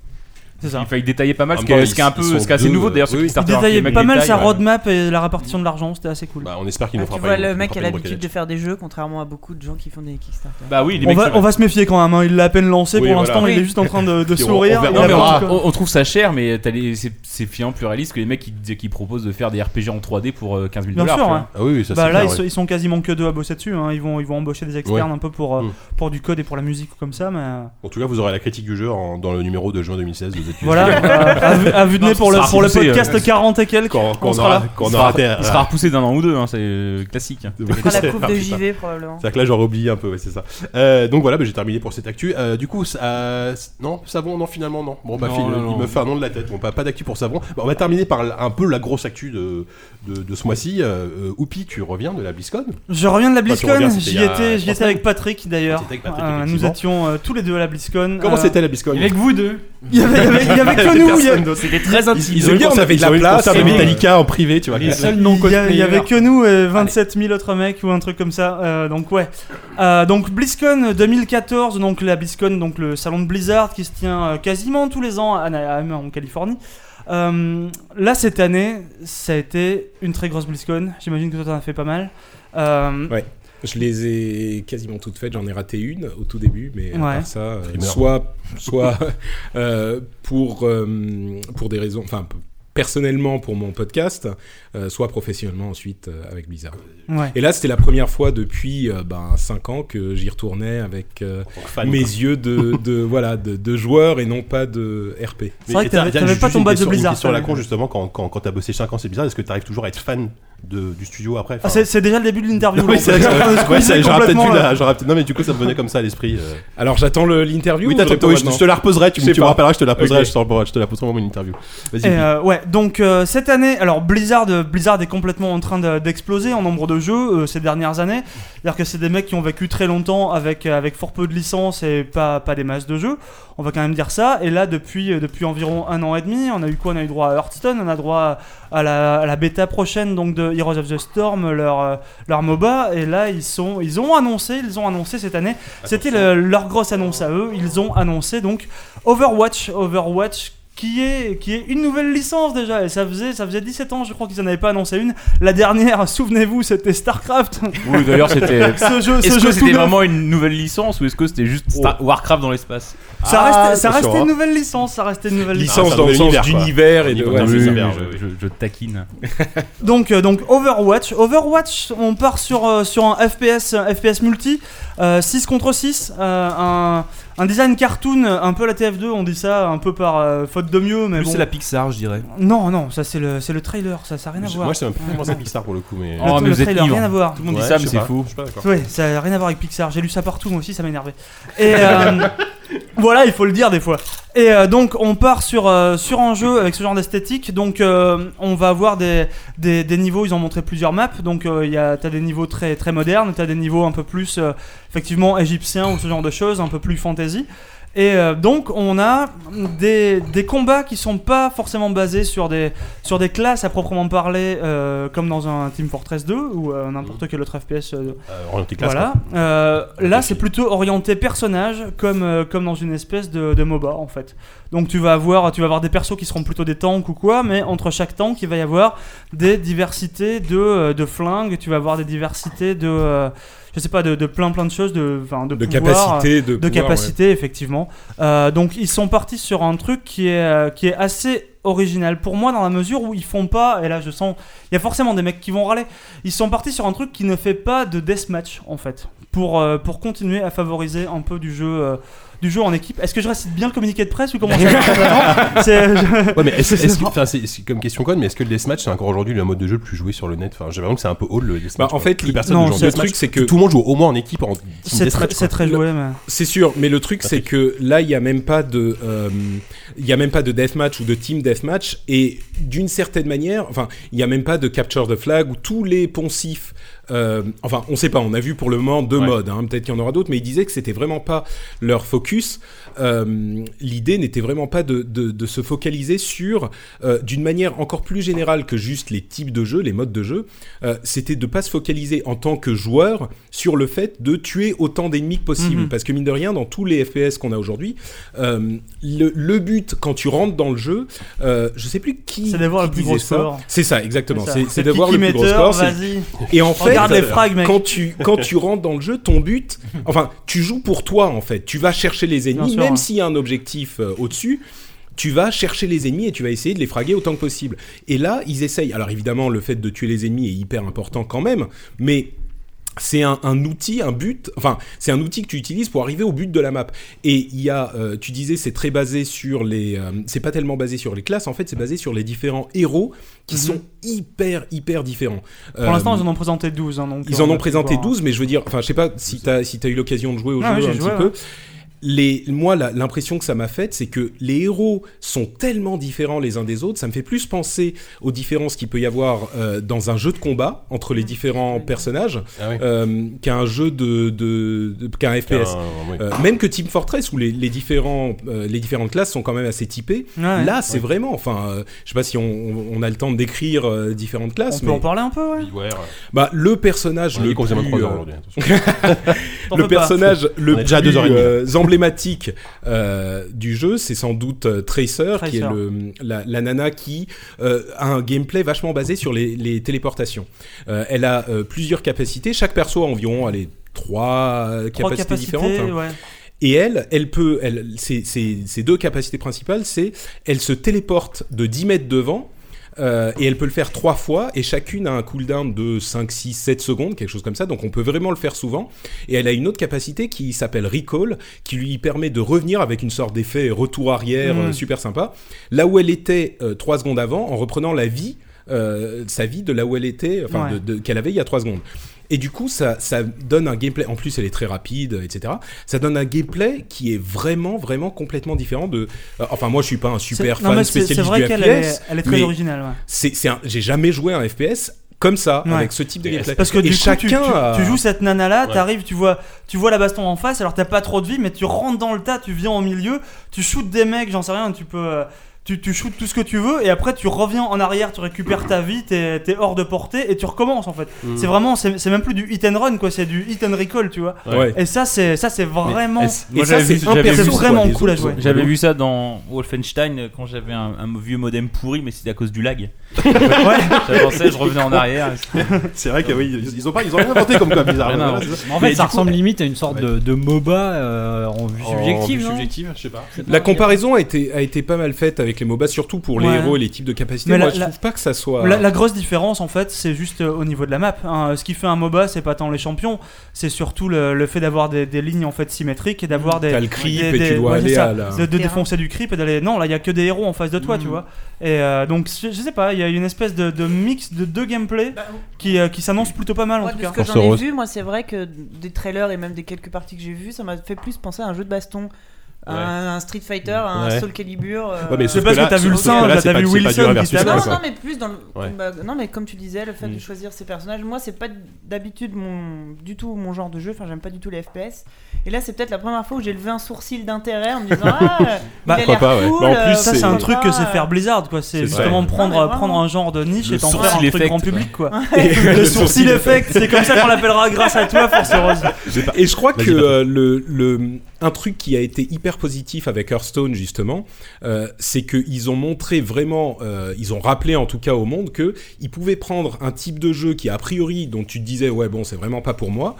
Speaker 3: C'est ça.
Speaker 4: Il fallait détailler pas mal,
Speaker 1: En
Speaker 4: ce
Speaker 1: même
Speaker 4: qui
Speaker 1: temps,
Speaker 4: est ce qui est un
Speaker 1: Ah, ils- ils
Speaker 4: peu, ce
Speaker 1: sont
Speaker 4: qui est assez
Speaker 1: deux,
Speaker 4: nouveau d'ailleurs
Speaker 1: euh,
Speaker 4: sur
Speaker 1: oui.
Speaker 4: Kickstarter.
Speaker 3: Il détaillait
Speaker 4: Les mecs
Speaker 3: pas mal
Speaker 4: détaillent,
Speaker 3: sa
Speaker 4: ouais.
Speaker 3: roadmap et la répartition de l'argent, c'était assez cool.
Speaker 1: bah, on espère qu'ils
Speaker 7: Ah,
Speaker 1: nous
Speaker 7: tu
Speaker 1: fera
Speaker 7: vois,
Speaker 1: pas une-
Speaker 7: le
Speaker 1: nous
Speaker 7: mec
Speaker 1: fera
Speaker 7: a
Speaker 1: pas une
Speaker 7: l'habitude de
Speaker 1: brocadette.
Speaker 7: faire des jeux, contrairement à beaucoup de gens qui font des Kickstarter.
Speaker 4: Bah oui, les
Speaker 3: on,
Speaker 4: mecs.
Speaker 3: va,
Speaker 4: ça va.
Speaker 3: on va se méfier quand même, hein, il l'a à peine lancé
Speaker 1: Oui,
Speaker 3: pour
Speaker 1: voilà.
Speaker 3: l'instant, il
Speaker 7: Oui.
Speaker 3: est juste en train de, de
Speaker 1: Puis on-
Speaker 3: sourire.
Speaker 1: on verra-
Speaker 3: il
Speaker 4: Non,
Speaker 3: a
Speaker 4: mais on,
Speaker 3: vendu comme-
Speaker 4: on- on trouve ça cher, mais t'as les- c'est c'est finalement plus réaliste que les mecs qui, qui proposent de faire des RPG en 3D pour euh, 15 000
Speaker 3: Bien
Speaker 4: dollars.
Speaker 3: sûr,
Speaker 4: tu vois.
Speaker 3: ouais.
Speaker 1: Ah oui, oui, ça
Speaker 3: Bah
Speaker 1: c'est
Speaker 3: là,
Speaker 1: clair,
Speaker 3: ils, se-
Speaker 1: ouais.
Speaker 3: ils sont quasiment que deux à bosser dessus. hein. Ils, vont, ils vont embaucher des externes un peu pour, euh,
Speaker 1: Mm.
Speaker 3: pour du code et pour la musique comme ça. Mais... euh,
Speaker 1: En tout cas, vous aurez la critique du jeu en- dans le numéro de juin 2016 de ZQSD.
Speaker 3: Voilà, euh, à, vue- à vue de
Speaker 4: Non,
Speaker 3: nez pour le,
Speaker 4: ça sera
Speaker 3: pour le
Speaker 4: repoussé,
Speaker 3: podcast 40 et quelques.
Speaker 1: euh, Quand, quand
Speaker 3: on
Speaker 1: on
Speaker 3: sera
Speaker 1: aura,
Speaker 3: là.
Speaker 1: quand on
Speaker 4: il,
Speaker 1: aura
Speaker 4: sera,
Speaker 1: terre-
Speaker 4: il sera repoussé d'un an ou deux, hein, c'est euh, classique.
Speaker 7: On fera la coupe de
Speaker 1: C'est
Speaker 7: JV probablement.
Speaker 1: C'est-à-dire que là, j'aurais oublié un peu, ouais, c'est ça. Euh, donc voilà, bah, j'ai terminé pour cette actu. Euh, du coup, ça- euh, c- non, savon, non, finalement, non. Bon, bah,
Speaker 8: Non,
Speaker 1: Phil,
Speaker 8: non,
Speaker 1: il
Speaker 8: non.
Speaker 1: me fait un nom de la tête. Bon, pas, pas d'actu pour savon. Bah, on va terminer par l- un peu la grosse actu de, de, de ce mois-ci. Euh, euh, Oupi, tu reviens de la BlizzCon
Speaker 3: Je reviens de la
Speaker 1: Bah, tu
Speaker 3: BlizzCon,
Speaker 1: reviens, c'était il
Speaker 3: j'y
Speaker 1: y a
Speaker 3: étais, j'y
Speaker 1: trois
Speaker 3: étais avec Patrick d'ailleurs.
Speaker 1: T'étais avec Patrick,
Speaker 3: Euh, nous
Speaker 1: effectivement.
Speaker 3: étions euh, tous les deux à la BlizzCon.
Speaker 1: Comment
Speaker 3: Euh,
Speaker 1: c'était la BlizzCon
Speaker 8: Avec vous deux.
Speaker 3: Il y avait, il y avait- il y avait que nous, il y avait-
Speaker 8: C'était très intime.
Speaker 1: Ils ont eu
Speaker 2: bien,
Speaker 1: on avait de la place. Ils ont eu le concert de
Speaker 2: et bien.
Speaker 1: Metallica en privé, tu vois.
Speaker 8: Les seuls non
Speaker 3: il y a- il y
Speaker 8: cosplayers.
Speaker 3: avait que nous et 27 000 autres mecs ou un truc comme ça. Euh, donc ouais. Euh, donc BlizzCon 2014, donc la BlizzCon, donc le salon de Blizzard qui se tient euh, quasiment tous les ans à Anaheim en Californie. Euh, là cette année, ça a été une très grosse BlizzCon. J'imagine que toi t'en as fait pas mal. Euh,
Speaker 2: Je les ai quasiment toutes faites, j'en ai raté une au tout début, mais à
Speaker 3: Ouais.
Speaker 2: part ça, euh,
Speaker 1: Primeur.
Speaker 2: soit, soit euh, pour, euh, pour des raisons, enfin p- personnellement pour mon podcast, euh, soit professionnellement ensuite euh, avec Blizzard.
Speaker 3: ouais.
Speaker 2: Et là, c'était la première fois depuis 5 ans que j'y retournais avec euh, mes yeux de, de, voilà, de, de joueur et non pas de RP.
Speaker 3: C'est vrai que t'avais- t'avais pas ton badge de Blizzard,
Speaker 1: sur la
Speaker 3: quand
Speaker 1: con,
Speaker 3: même.
Speaker 1: justement, quand, quand, quand t'as bossé 5 ans, c'est bizarre. Est-ce que t'arrives toujours à être fan de, du studio après
Speaker 3: Ah,
Speaker 1: Enfin,
Speaker 3: c'est c'est déjà le début de l'interview.
Speaker 1: Oui,
Speaker 3: donc, euh,
Speaker 1: c'est
Speaker 3: on est en train de
Speaker 1: Ouais,
Speaker 3: squeezer
Speaker 1: c'est- j'aurais peut-être
Speaker 3: complètement, euh,
Speaker 1: dû
Speaker 3: là.
Speaker 1: la- j'aurais peut-être- Non, mais du coup, ça me venait comme ça à l'esprit. euh.
Speaker 2: Alors, j'attends le- l'interview
Speaker 1: Oui,
Speaker 2: ou
Speaker 1: t'as- t'as-
Speaker 2: j'attends
Speaker 1: oui, je,
Speaker 2: maintenant
Speaker 1: te la reposerai, tu,
Speaker 2: Je
Speaker 1: me-
Speaker 2: sais
Speaker 1: tu me
Speaker 2: pas.
Speaker 1: rappelleras, je te la poserai,
Speaker 2: Ok.
Speaker 1: je, te, la- je te la poserai pour mon interview. Vas-y.
Speaker 3: Et, euh, ouais, donc euh, cette année, alors Blizzard, euh, Blizzard est complètement en train de- d'exploser en nombre de jeux euh, ces dernières années. C'est-à-dire que c'est des mecs qui ont vécu très longtemps avec, euh, avec fort peu de licences et pas, pas des masses de jeux. On va quand même dire ça. Et là, depuis, euh, depuis environ un an et demi, on a eu quoi On a eu droit à Hearthstone, on a droit à la, à la bêta prochaine donc de Heroes of the Storm, leur, euh, leur MOBA. Et là, ils, sont, ils ont annoncé, ils ont annoncé cette année. C'était le- leur grosse annonce à eux. Ils ont annoncé donc Overwatch, Overwatch qui est, qui est une nouvelle licence déjà, et ça faisait, ça faisait 17 ans, je crois qu'ils en avaient pas annoncé une. La dernière, souvenez-vous, c'était StarCraft.
Speaker 4: Oui, d'ailleurs, c'était.
Speaker 3: ce jeu, ce
Speaker 4: Est-ce que
Speaker 3: jeu tout
Speaker 4: c'était
Speaker 3: neuf.
Speaker 4: vraiment une nouvelle licence ou est-ce que c'était juste Star- Warcraft dans l'espace
Speaker 3: Ça restait,
Speaker 4: Ah,
Speaker 3: ça
Speaker 1: attention,
Speaker 3: restait
Speaker 1: hein.
Speaker 3: une nouvelle licence, ça restait une nouvelle licence.
Speaker 1: Ah,
Speaker 2: Licence
Speaker 1: ça
Speaker 2: dans le
Speaker 1: veut
Speaker 2: sens
Speaker 1: l'univers,
Speaker 2: d'univers
Speaker 1: quoi.
Speaker 2: et de...
Speaker 1: Au niveau
Speaker 2: ouais,
Speaker 1: d'un
Speaker 2: c'est
Speaker 1: univers.
Speaker 2: ça.
Speaker 1: oui,
Speaker 4: je, je- je taquine.
Speaker 3: Donc, euh, donc Overwatch. Overwatch, on part sur, euh, sur un FPS, un FPS multi, euh, 6 contre 6, euh, un, un design cartoon, un peu la TF2, on dit ça un peu par euh, faute de mieux, mais
Speaker 4: Plus
Speaker 3: bon.
Speaker 4: c'est la Pixar, je dirais.
Speaker 3: Non, non, ça c'est le, c'est le trailer, ça ça n'a rien à
Speaker 1: Je-
Speaker 3: voir.
Speaker 1: Moi, je sais même plus comment c'est Pixar pour le coup, mais.
Speaker 4: Oh,
Speaker 3: Le-
Speaker 4: mais
Speaker 3: le
Speaker 4: vous êtes
Speaker 3: trailer,
Speaker 4: ivre.
Speaker 3: rien à voir.
Speaker 4: Tout le monde
Speaker 1: Ouais,
Speaker 4: dit ça,
Speaker 1: je
Speaker 4: mais
Speaker 1: sais
Speaker 4: c'est
Speaker 1: pas.
Speaker 4: faux.
Speaker 1: Je suis pas d'accord.
Speaker 3: Ouais, ça n'a rien à voir avec Pixar. J'ai lu ça partout, moi aussi, ça m'énervait. Et euh, voilà, il faut le dire des fois. Et euh, donc, on part sur, euh, sur un jeu avec ce genre d'esthétique. Donc, euh, on va avoir des, des, des niveaux. Ils ont montré plusieurs maps. Donc, euh, il y a- t'as des niveaux très, très modernes, t'as des niveaux un peu plus, euh, effectivement, égyptiens ou ce genre de choses, un peu plus fantasy. Et euh, donc, on a des, des combats qui sont pas forcément basés sur des, sur des classes à proprement parler, euh, comme dans un Team Fortress 2 ou euh, n'importe quel autre FPS euh,
Speaker 1: Euh, orienté classe.
Speaker 3: voilà.
Speaker 1: quoi.
Speaker 3: Euh, là,
Speaker 1: Merci.
Speaker 3: c'est plutôt orienté personnage, comme, euh, comme dans une espèce de, de MOBA en fait. Donc tu vas avoir, tu vas avoir des persos qui seront plutôt des tanks ou quoi, mais entre chaque tank, il va y avoir des diversités de, euh, de flingues, tu vas avoir des diversités de, euh, je sais pas, de, de plein plein de choses, de, enfin, de,
Speaker 2: De
Speaker 3: pouvoirs, euh,
Speaker 2: capacité, de,
Speaker 3: de
Speaker 2: pouvoir,
Speaker 3: capacité effectivement. Euh, donc ils sont partis sur un truc qui est, euh, qui est assez original pour moi dans la mesure où ils font pas, et là je sens, il y a forcément des mecs qui vont râler, ils sont partis sur un truc qui ne fait pas de deathmatch en fait, pour, euh, pour continuer à favoriser un peu du jeu. euh, du jeu en équipe. Est-ce que je récite bien le communiqué de presse ou comment ça marche vraiment C'est- je-
Speaker 1: Ouais, mais est-ce est-ce que- enfin, c'est c'est comme question conne, mais est-ce que le deathmatch c'est encore aujourd'hui le mode de jeu le plus joué sur le net Enfin, j'ai l'impression que c'est un peu haut le deathmatch.
Speaker 2: Bah, en
Speaker 1: quoi.
Speaker 2: fait,
Speaker 1: plus
Speaker 2: il-
Speaker 1: personne
Speaker 3: non,
Speaker 1: ne joue en
Speaker 3: c'est-
Speaker 2: Le
Speaker 1: deathmatch.
Speaker 2: truc, c'est que
Speaker 1: Tout le monde joue au moins en équipe en team
Speaker 3: C'est très,
Speaker 1: deathmatch,
Speaker 3: c'est
Speaker 1: quoi.
Speaker 3: très joué, mais.
Speaker 2: C'est sûr, mais le truc c'est
Speaker 1: Patrick.
Speaker 2: que là il n'y a même pas de euh, il y a même pas de deathmatch ou de team deathmatch et d'une certaine manière, enfin, il n'y a même pas de capture the flag où tous les poncifs euh, enfin, on sait pas, on a vu pour le moment deux
Speaker 4: Ouais.
Speaker 2: modes, hein, peut-être qu'il y en aura d'autres, mais ils disaient que c'était vraiment pas leur focus. euh, l'idée n'était vraiment pas de, de- de se focaliser sur, euh, d'une manière encore plus générale que juste les types de jeux, les modes de jeu, euh, c'était de pas se focaliser en tant que joueur sur le fait de tuer autant d'ennemis que possible.
Speaker 3: Mhm.
Speaker 2: Parce que mine de rien, dans tous les FPS qu'on a aujourd'hui, euh, le, le but quand tu rentres dans le jeu, euh, je sais plus qui.
Speaker 3: C'est d'avoir
Speaker 2: qui
Speaker 3: le plus
Speaker 2: disait
Speaker 3: gros
Speaker 2: ça.
Speaker 3: score.
Speaker 2: C'est ça, exactement.
Speaker 3: ça.
Speaker 2: C'est c'est d'avoir le plus gros
Speaker 3: Kikimeter,
Speaker 2: score. c'est-
Speaker 3: Vas-y,
Speaker 2: Et en fait,
Speaker 3: Oh, regarde les frags, mec.
Speaker 2: quand tu, quand tu rentres dans le jeu, ton but, enfin, tu joues pour toi en fait. Tu vas chercher les
Speaker 3: Bien
Speaker 2: ennemis,
Speaker 3: sûr, hein.
Speaker 2: même s'il y a un objectif euh, au-dessus. Tu vas chercher les ennemis et tu vas essayer de les fraguer autant que possible. Et là, ils essayent. Alors évidemment, le fait de tuer les ennemis est hyper important quand même, mais c'est un, un outil, un but, enfin, c'est un outil que tu utilises pour arriver au but de la map. Et il y a, euh, tu disais, c'est très basé sur les. euh, c'est pas tellement basé sur les classes, en fait, c'est basé sur les différents héros qui
Speaker 3: Mhm.
Speaker 2: sont hyper, hyper différents.
Speaker 3: Pour l'instant, ils en ont présenté 12. hein, donc
Speaker 2: euh, Ils
Speaker 3: on
Speaker 2: en
Speaker 3: va
Speaker 2: ont présenté
Speaker 3: pouvoir-
Speaker 2: 12, mais je veux dire, enfin, je sais pas si t'as si t'as eu l'occasion de jouer au
Speaker 3: Ah
Speaker 2: jeu
Speaker 3: ouais,
Speaker 2: un
Speaker 3: j'ai
Speaker 2: petit
Speaker 3: joué, ouais.
Speaker 2: peu. Les, moi, la- l'impression que ça m'a faite, c'est que les héros sont tellement différents les uns des autres, ça me fait plus penser aux différences qu'il peut y avoir euh, dans un jeu de combat entre les différents personnages
Speaker 1: Ah oui.
Speaker 2: euh, qu'à un jeu de, de- de- qu'un FPS.
Speaker 3: Ah.
Speaker 1: Un- oui.
Speaker 2: Euh, même que Team Fortress, où les, les différents, euh, les différentes classes sont quand même assez typées,
Speaker 3: Ouais.
Speaker 2: là c'est vraiment, enfin, euh, je sais pas si on, on a le temps de décrire euh, différentes
Speaker 3: on
Speaker 2: classes,
Speaker 3: peut en
Speaker 2: mais
Speaker 3: parler un peu, ouais.
Speaker 1: Beware.
Speaker 2: bah, le personnage
Speaker 1: On a
Speaker 2: le
Speaker 1: eu qu'on faisait moins de
Speaker 2: plus,
Speaker 1: trois heures
Speaker 2: euh,
Speaker 1: aujourd'hui, attention.
Speaker 3: T'en
Speaker 2: le
Speaker 3: fais pas.
Speaker 2: personnage le
Speaker 1: On est déjà à
Speaker 2: plus
Speaker 1: deux heures et demie, là.
Speaker 2: euh, emblématique euh, du jeu, c'est sans doute euh, Tracer, qui est
Speaker 3: Tracer.
Speaker 2: le, la, la nana qui euh, a un gameplay vachement basé sur les, les téléportations. Euh, elle a euh, plusieurs capacités, chaque perso a environ allez, trois, euh,
Speaker 3: Trois
Speaker 2: capacités,
Speaker 3: capacités,
Speaker 2: différentes.
Speaker 3: ouais.
Speaker 2: Et elle, elle peut, elle, ses, ses- ses deux capacités principales, c'est elle se téléporte de 10 mètres devant. euh, et elle peut le faire trois fois, et chacune a un cooldown de 5, 6, 7 secondes, quelque chose comme ça, donc on peut vraiment le faire souvent. Et elle a une autre capacité qui s'appelle Recall, qui lui permet de revenir avec une sorte d'effet retour arrière
Speaker 3: Mhm.
Speaker 2: euh, super sympa, là où elle était euh, trois secondes avant, en reprenant la vie, euh, sa vie de là où elle était, enfin,
Speaker 3: Ouais.
Speaker 2: de- de- qu'elle avait il y a trois secondes. Et du coup, ça, ça donne un gameplay. En plus, elle est très rapide, etc. Ça donne un gameplay qui est vraiment, vraiment complètement différent de. euh, enfin, moi, je suis pas un super
Speaker 3: C'est- non,
Speaker 2: fan
Speaker 3: mais c'est-
Speaker 2: spécialiste
Speaker 3: C'est vrai
Speaker 2: du
Speaker 3: qu'elle
Speaker 2: FPS.
Speaker 3: est, elle est très
Speaker 2: mais
Speaker 3: originale, ouais.
Speaker 2: c'est- c'est un- J'ai jamais joué à un FPS comme ça,
Speaker 3: Ouais.
Speaker 2: avec ce type de gameplay.
Speaker 3: Parce que
Speaker 2: Et
Speaker 3: du coup,
Speaker 2: chacun
Speaker 3: tu, tu-
Speaker 2: a-
Speaker 3: tu joues cette nana là,
Speaker 1: Ouais.
Speaker 3: t'arrives, tu vois, tu vois la baston en face, alors t'as pas trop de vie, mais tu rentres dans le tas, tu viens au milieu, tu shootes des mecs, j'en sais rien, tu peux, euh, tu, tu shootes tout ce que tu veux, et après tu reviens en arrière, tu récupères ta vie, t'es t'es hors de portée, et tu recommences en fait.
Speaker 2: Mm.
Speaker 3: C'est vraiment, c'est c'est même plus du hit and run quoi, c'est du hit and recall, tu vois.
Speaker 2: Ouais.
Speaker 3: Et ça, c'est ça, c'est vraiment,
Speaker 4: Est-ce-
Speaker 2: Et
Speaker 4: Moi,
Speaker 2: ça,
Speaker 4: j'avais vu-
Speaker 2: c'est un
Speaker 4: j'avais
Speaker 3: c'est
Speaker 4: vu-
Speaker 2: perso, quoi,
Speaker 3: vraiment
Speaker 2: les
Speaker 3: cool à
Speaker 2: autres,
Speaker 3: jouer.
Speaker 2: ouais.
Speaker 4: J'avais vu ça dans Wolfenstein euh, quand j'avais un, un vieux modem pourri, mais c'était à cause du lag. J'avançais, je revenais en arrière.
Speaker 1: C'est vrai que oui, ils ils ont pas, ils ont rien inventé comme quoi bizarre.
Speaker 4: Rien
Speaker 1: Voilà,
Speaker 4: inventé.
Speaker 1: c'est ça.
Speaker 6: Mais en fait,
Speaker 1: Mais
Speaker 6: ça
Speaker 1: du coup,
Speaker 6: ressemble limite à une sorte de, de MOBA euh, en vue
Speaker 8: Oh,
Speaker 6: subjective.
Speaker 1: en
Speaker 6: non
Speaker 1: subjective, je sais pas.
Speaker 2: La comparaison a été, a été pas mal faite avec les MOBA, surtout pour les
Speaker 3: Ouais.
Speaker 2: héros et les types de capacités.
Speaker 3: Mais
Speaker 2: Moi,
Speaker 3: la-
Speaker 2: je
Speaker 3: la-
Speaker 2: trouve pas que ça soit.
Speaker 3: La, la grosse différence, en fait, c'est juste euh, au niveau de la map. hein. Ce qui fait un MOBA, c'est pas tant les champions, c'est surtout le, le fait d'avoir des, des lignes en fait symétriques et d'avoir des.
Speaker 2: T'as le creep
Speaker 3: des-
Speaker 2: et tu
Speaker 3: des-
Speaker 2: dois
Speaker 3: ouais,
Speaker 2: aller
Speaker 3: c'est ça,
Speaker 2: à la-
Speaker 3: de, de défoncer du creep et d'aller. Non, là, il y a que des héros en face de toi, tu vois. Et euh, donc, je, je sais pas, il y a une espèce de, de mix de deux gameplays
Speaker 7: Bah,
Speaker 3: qui, euh, qui s'annonce plutôt pas mal en
Speaker 7: Moi,
Speaker 3: tout
Speaker 7: de
Speaker 3: cas.
Speaker 7: ce que
Speaker 1: Force
Speaker 7: j'en ai
Speaker 1: Rose.
Speaker 7: vu, moi, c'est vrai que des trailers et même des quelques parties que j'ai vues, ça m'a fait plus penser à un jeu de baston, à
Speaker 1: Ouais.
Speaker 7: un, un Street Fighter, à un
Speaker 1: Ouais.
Speaker 7: Soul Calibur. euh,
Speaker 1: Ouais, mais
Speaker 3: C'est
Speaker 1: sauf
Speaker 3: parce
Speaker 1: que
Speaker 3: que
Speaker 1: là-
Speaker 3: t'as vu le
Speaker 1: sauf que
Speaker 3: singe,
Speaker 1: là,
Speaker 3: là,
Speaker 1: c'est
Speaker 3: t'as
Speaker 1: pas-
Speaker 3: vu
Speaker 1: c'est pas du
Speaker 3: Wilson
Speaker 1: un
Speaker 3: qui
Speaker 1: versus
Speaker 3: tape.
Speaker 7: non,
Speaker 1: quoi, ça.
Speaker 7: non, mais plus dans le.
Speaker 1: Ouais. Mm.
Speaker 7: bah, non, mais comme tu disais, le fait de choisir ses personnages, moi, c'est pas d'habitude mon... du tout mon genre de jeu. Enfin, j'aime pas du tout les FPS. Et là, c'est peut-être la première fois où j'ai levé un sourcil d'intérêt en me disant Ah,
Speaker 3: Bah,
Speaker 7: il
Speaker 1: pourquoi
Speaker 7: a l'air
Speaker 1: pas, ouais.
Speaker 7: cool,
Speaker 1: Mais en plus,
Speaker 7: euh,
Speaker 3: Ça, c'est
Speaker 1: c'est-
Speaker 3: un
Speaker 7: pourquoi
Speaker 3: truc que
Speaker 7: pas,
Speaker 3: c'est
Speaker 7: euh,
Speaker 3: faire Blizzard, quoi. C'est
Speaker 1: C'est
Speaker 3: justement
Speaker 1: vrai.
Speaker 3: prendre,
Speaker 7: Non, mais vraiment.
Speaker 3: prendre un genre de niche
Speaker 4: Le
Speaker 3: et t'en faire un
Speaker 4: sourcil
Speaker 3: truc
Speaker 4: effect,
Speaker 3: grand
Speaker 4: ouais.
Speaker 3: public, quoi.
Speaker 2: Le
Speaker 3: Le sourcil effect, c'est comme ça qu'on l'appellera grâce à toi, Force Rose.
Speaker 2: Et je crois
Speaker 1: Bah, Vas-y,
Speaker 2: que
Speaker 1: Patrick.
Speaker 2: euh, le, le- un truc qui a été hyper positif avec Hearthstone justement, euh, c'est qu'ils ont montré vraiment, euh, ils ont rappelé en tout cas au monde que ils pouvaient prendre un type de jeu qui a priori dont tu te disais ouais bon c'est vraiment pas pour moi.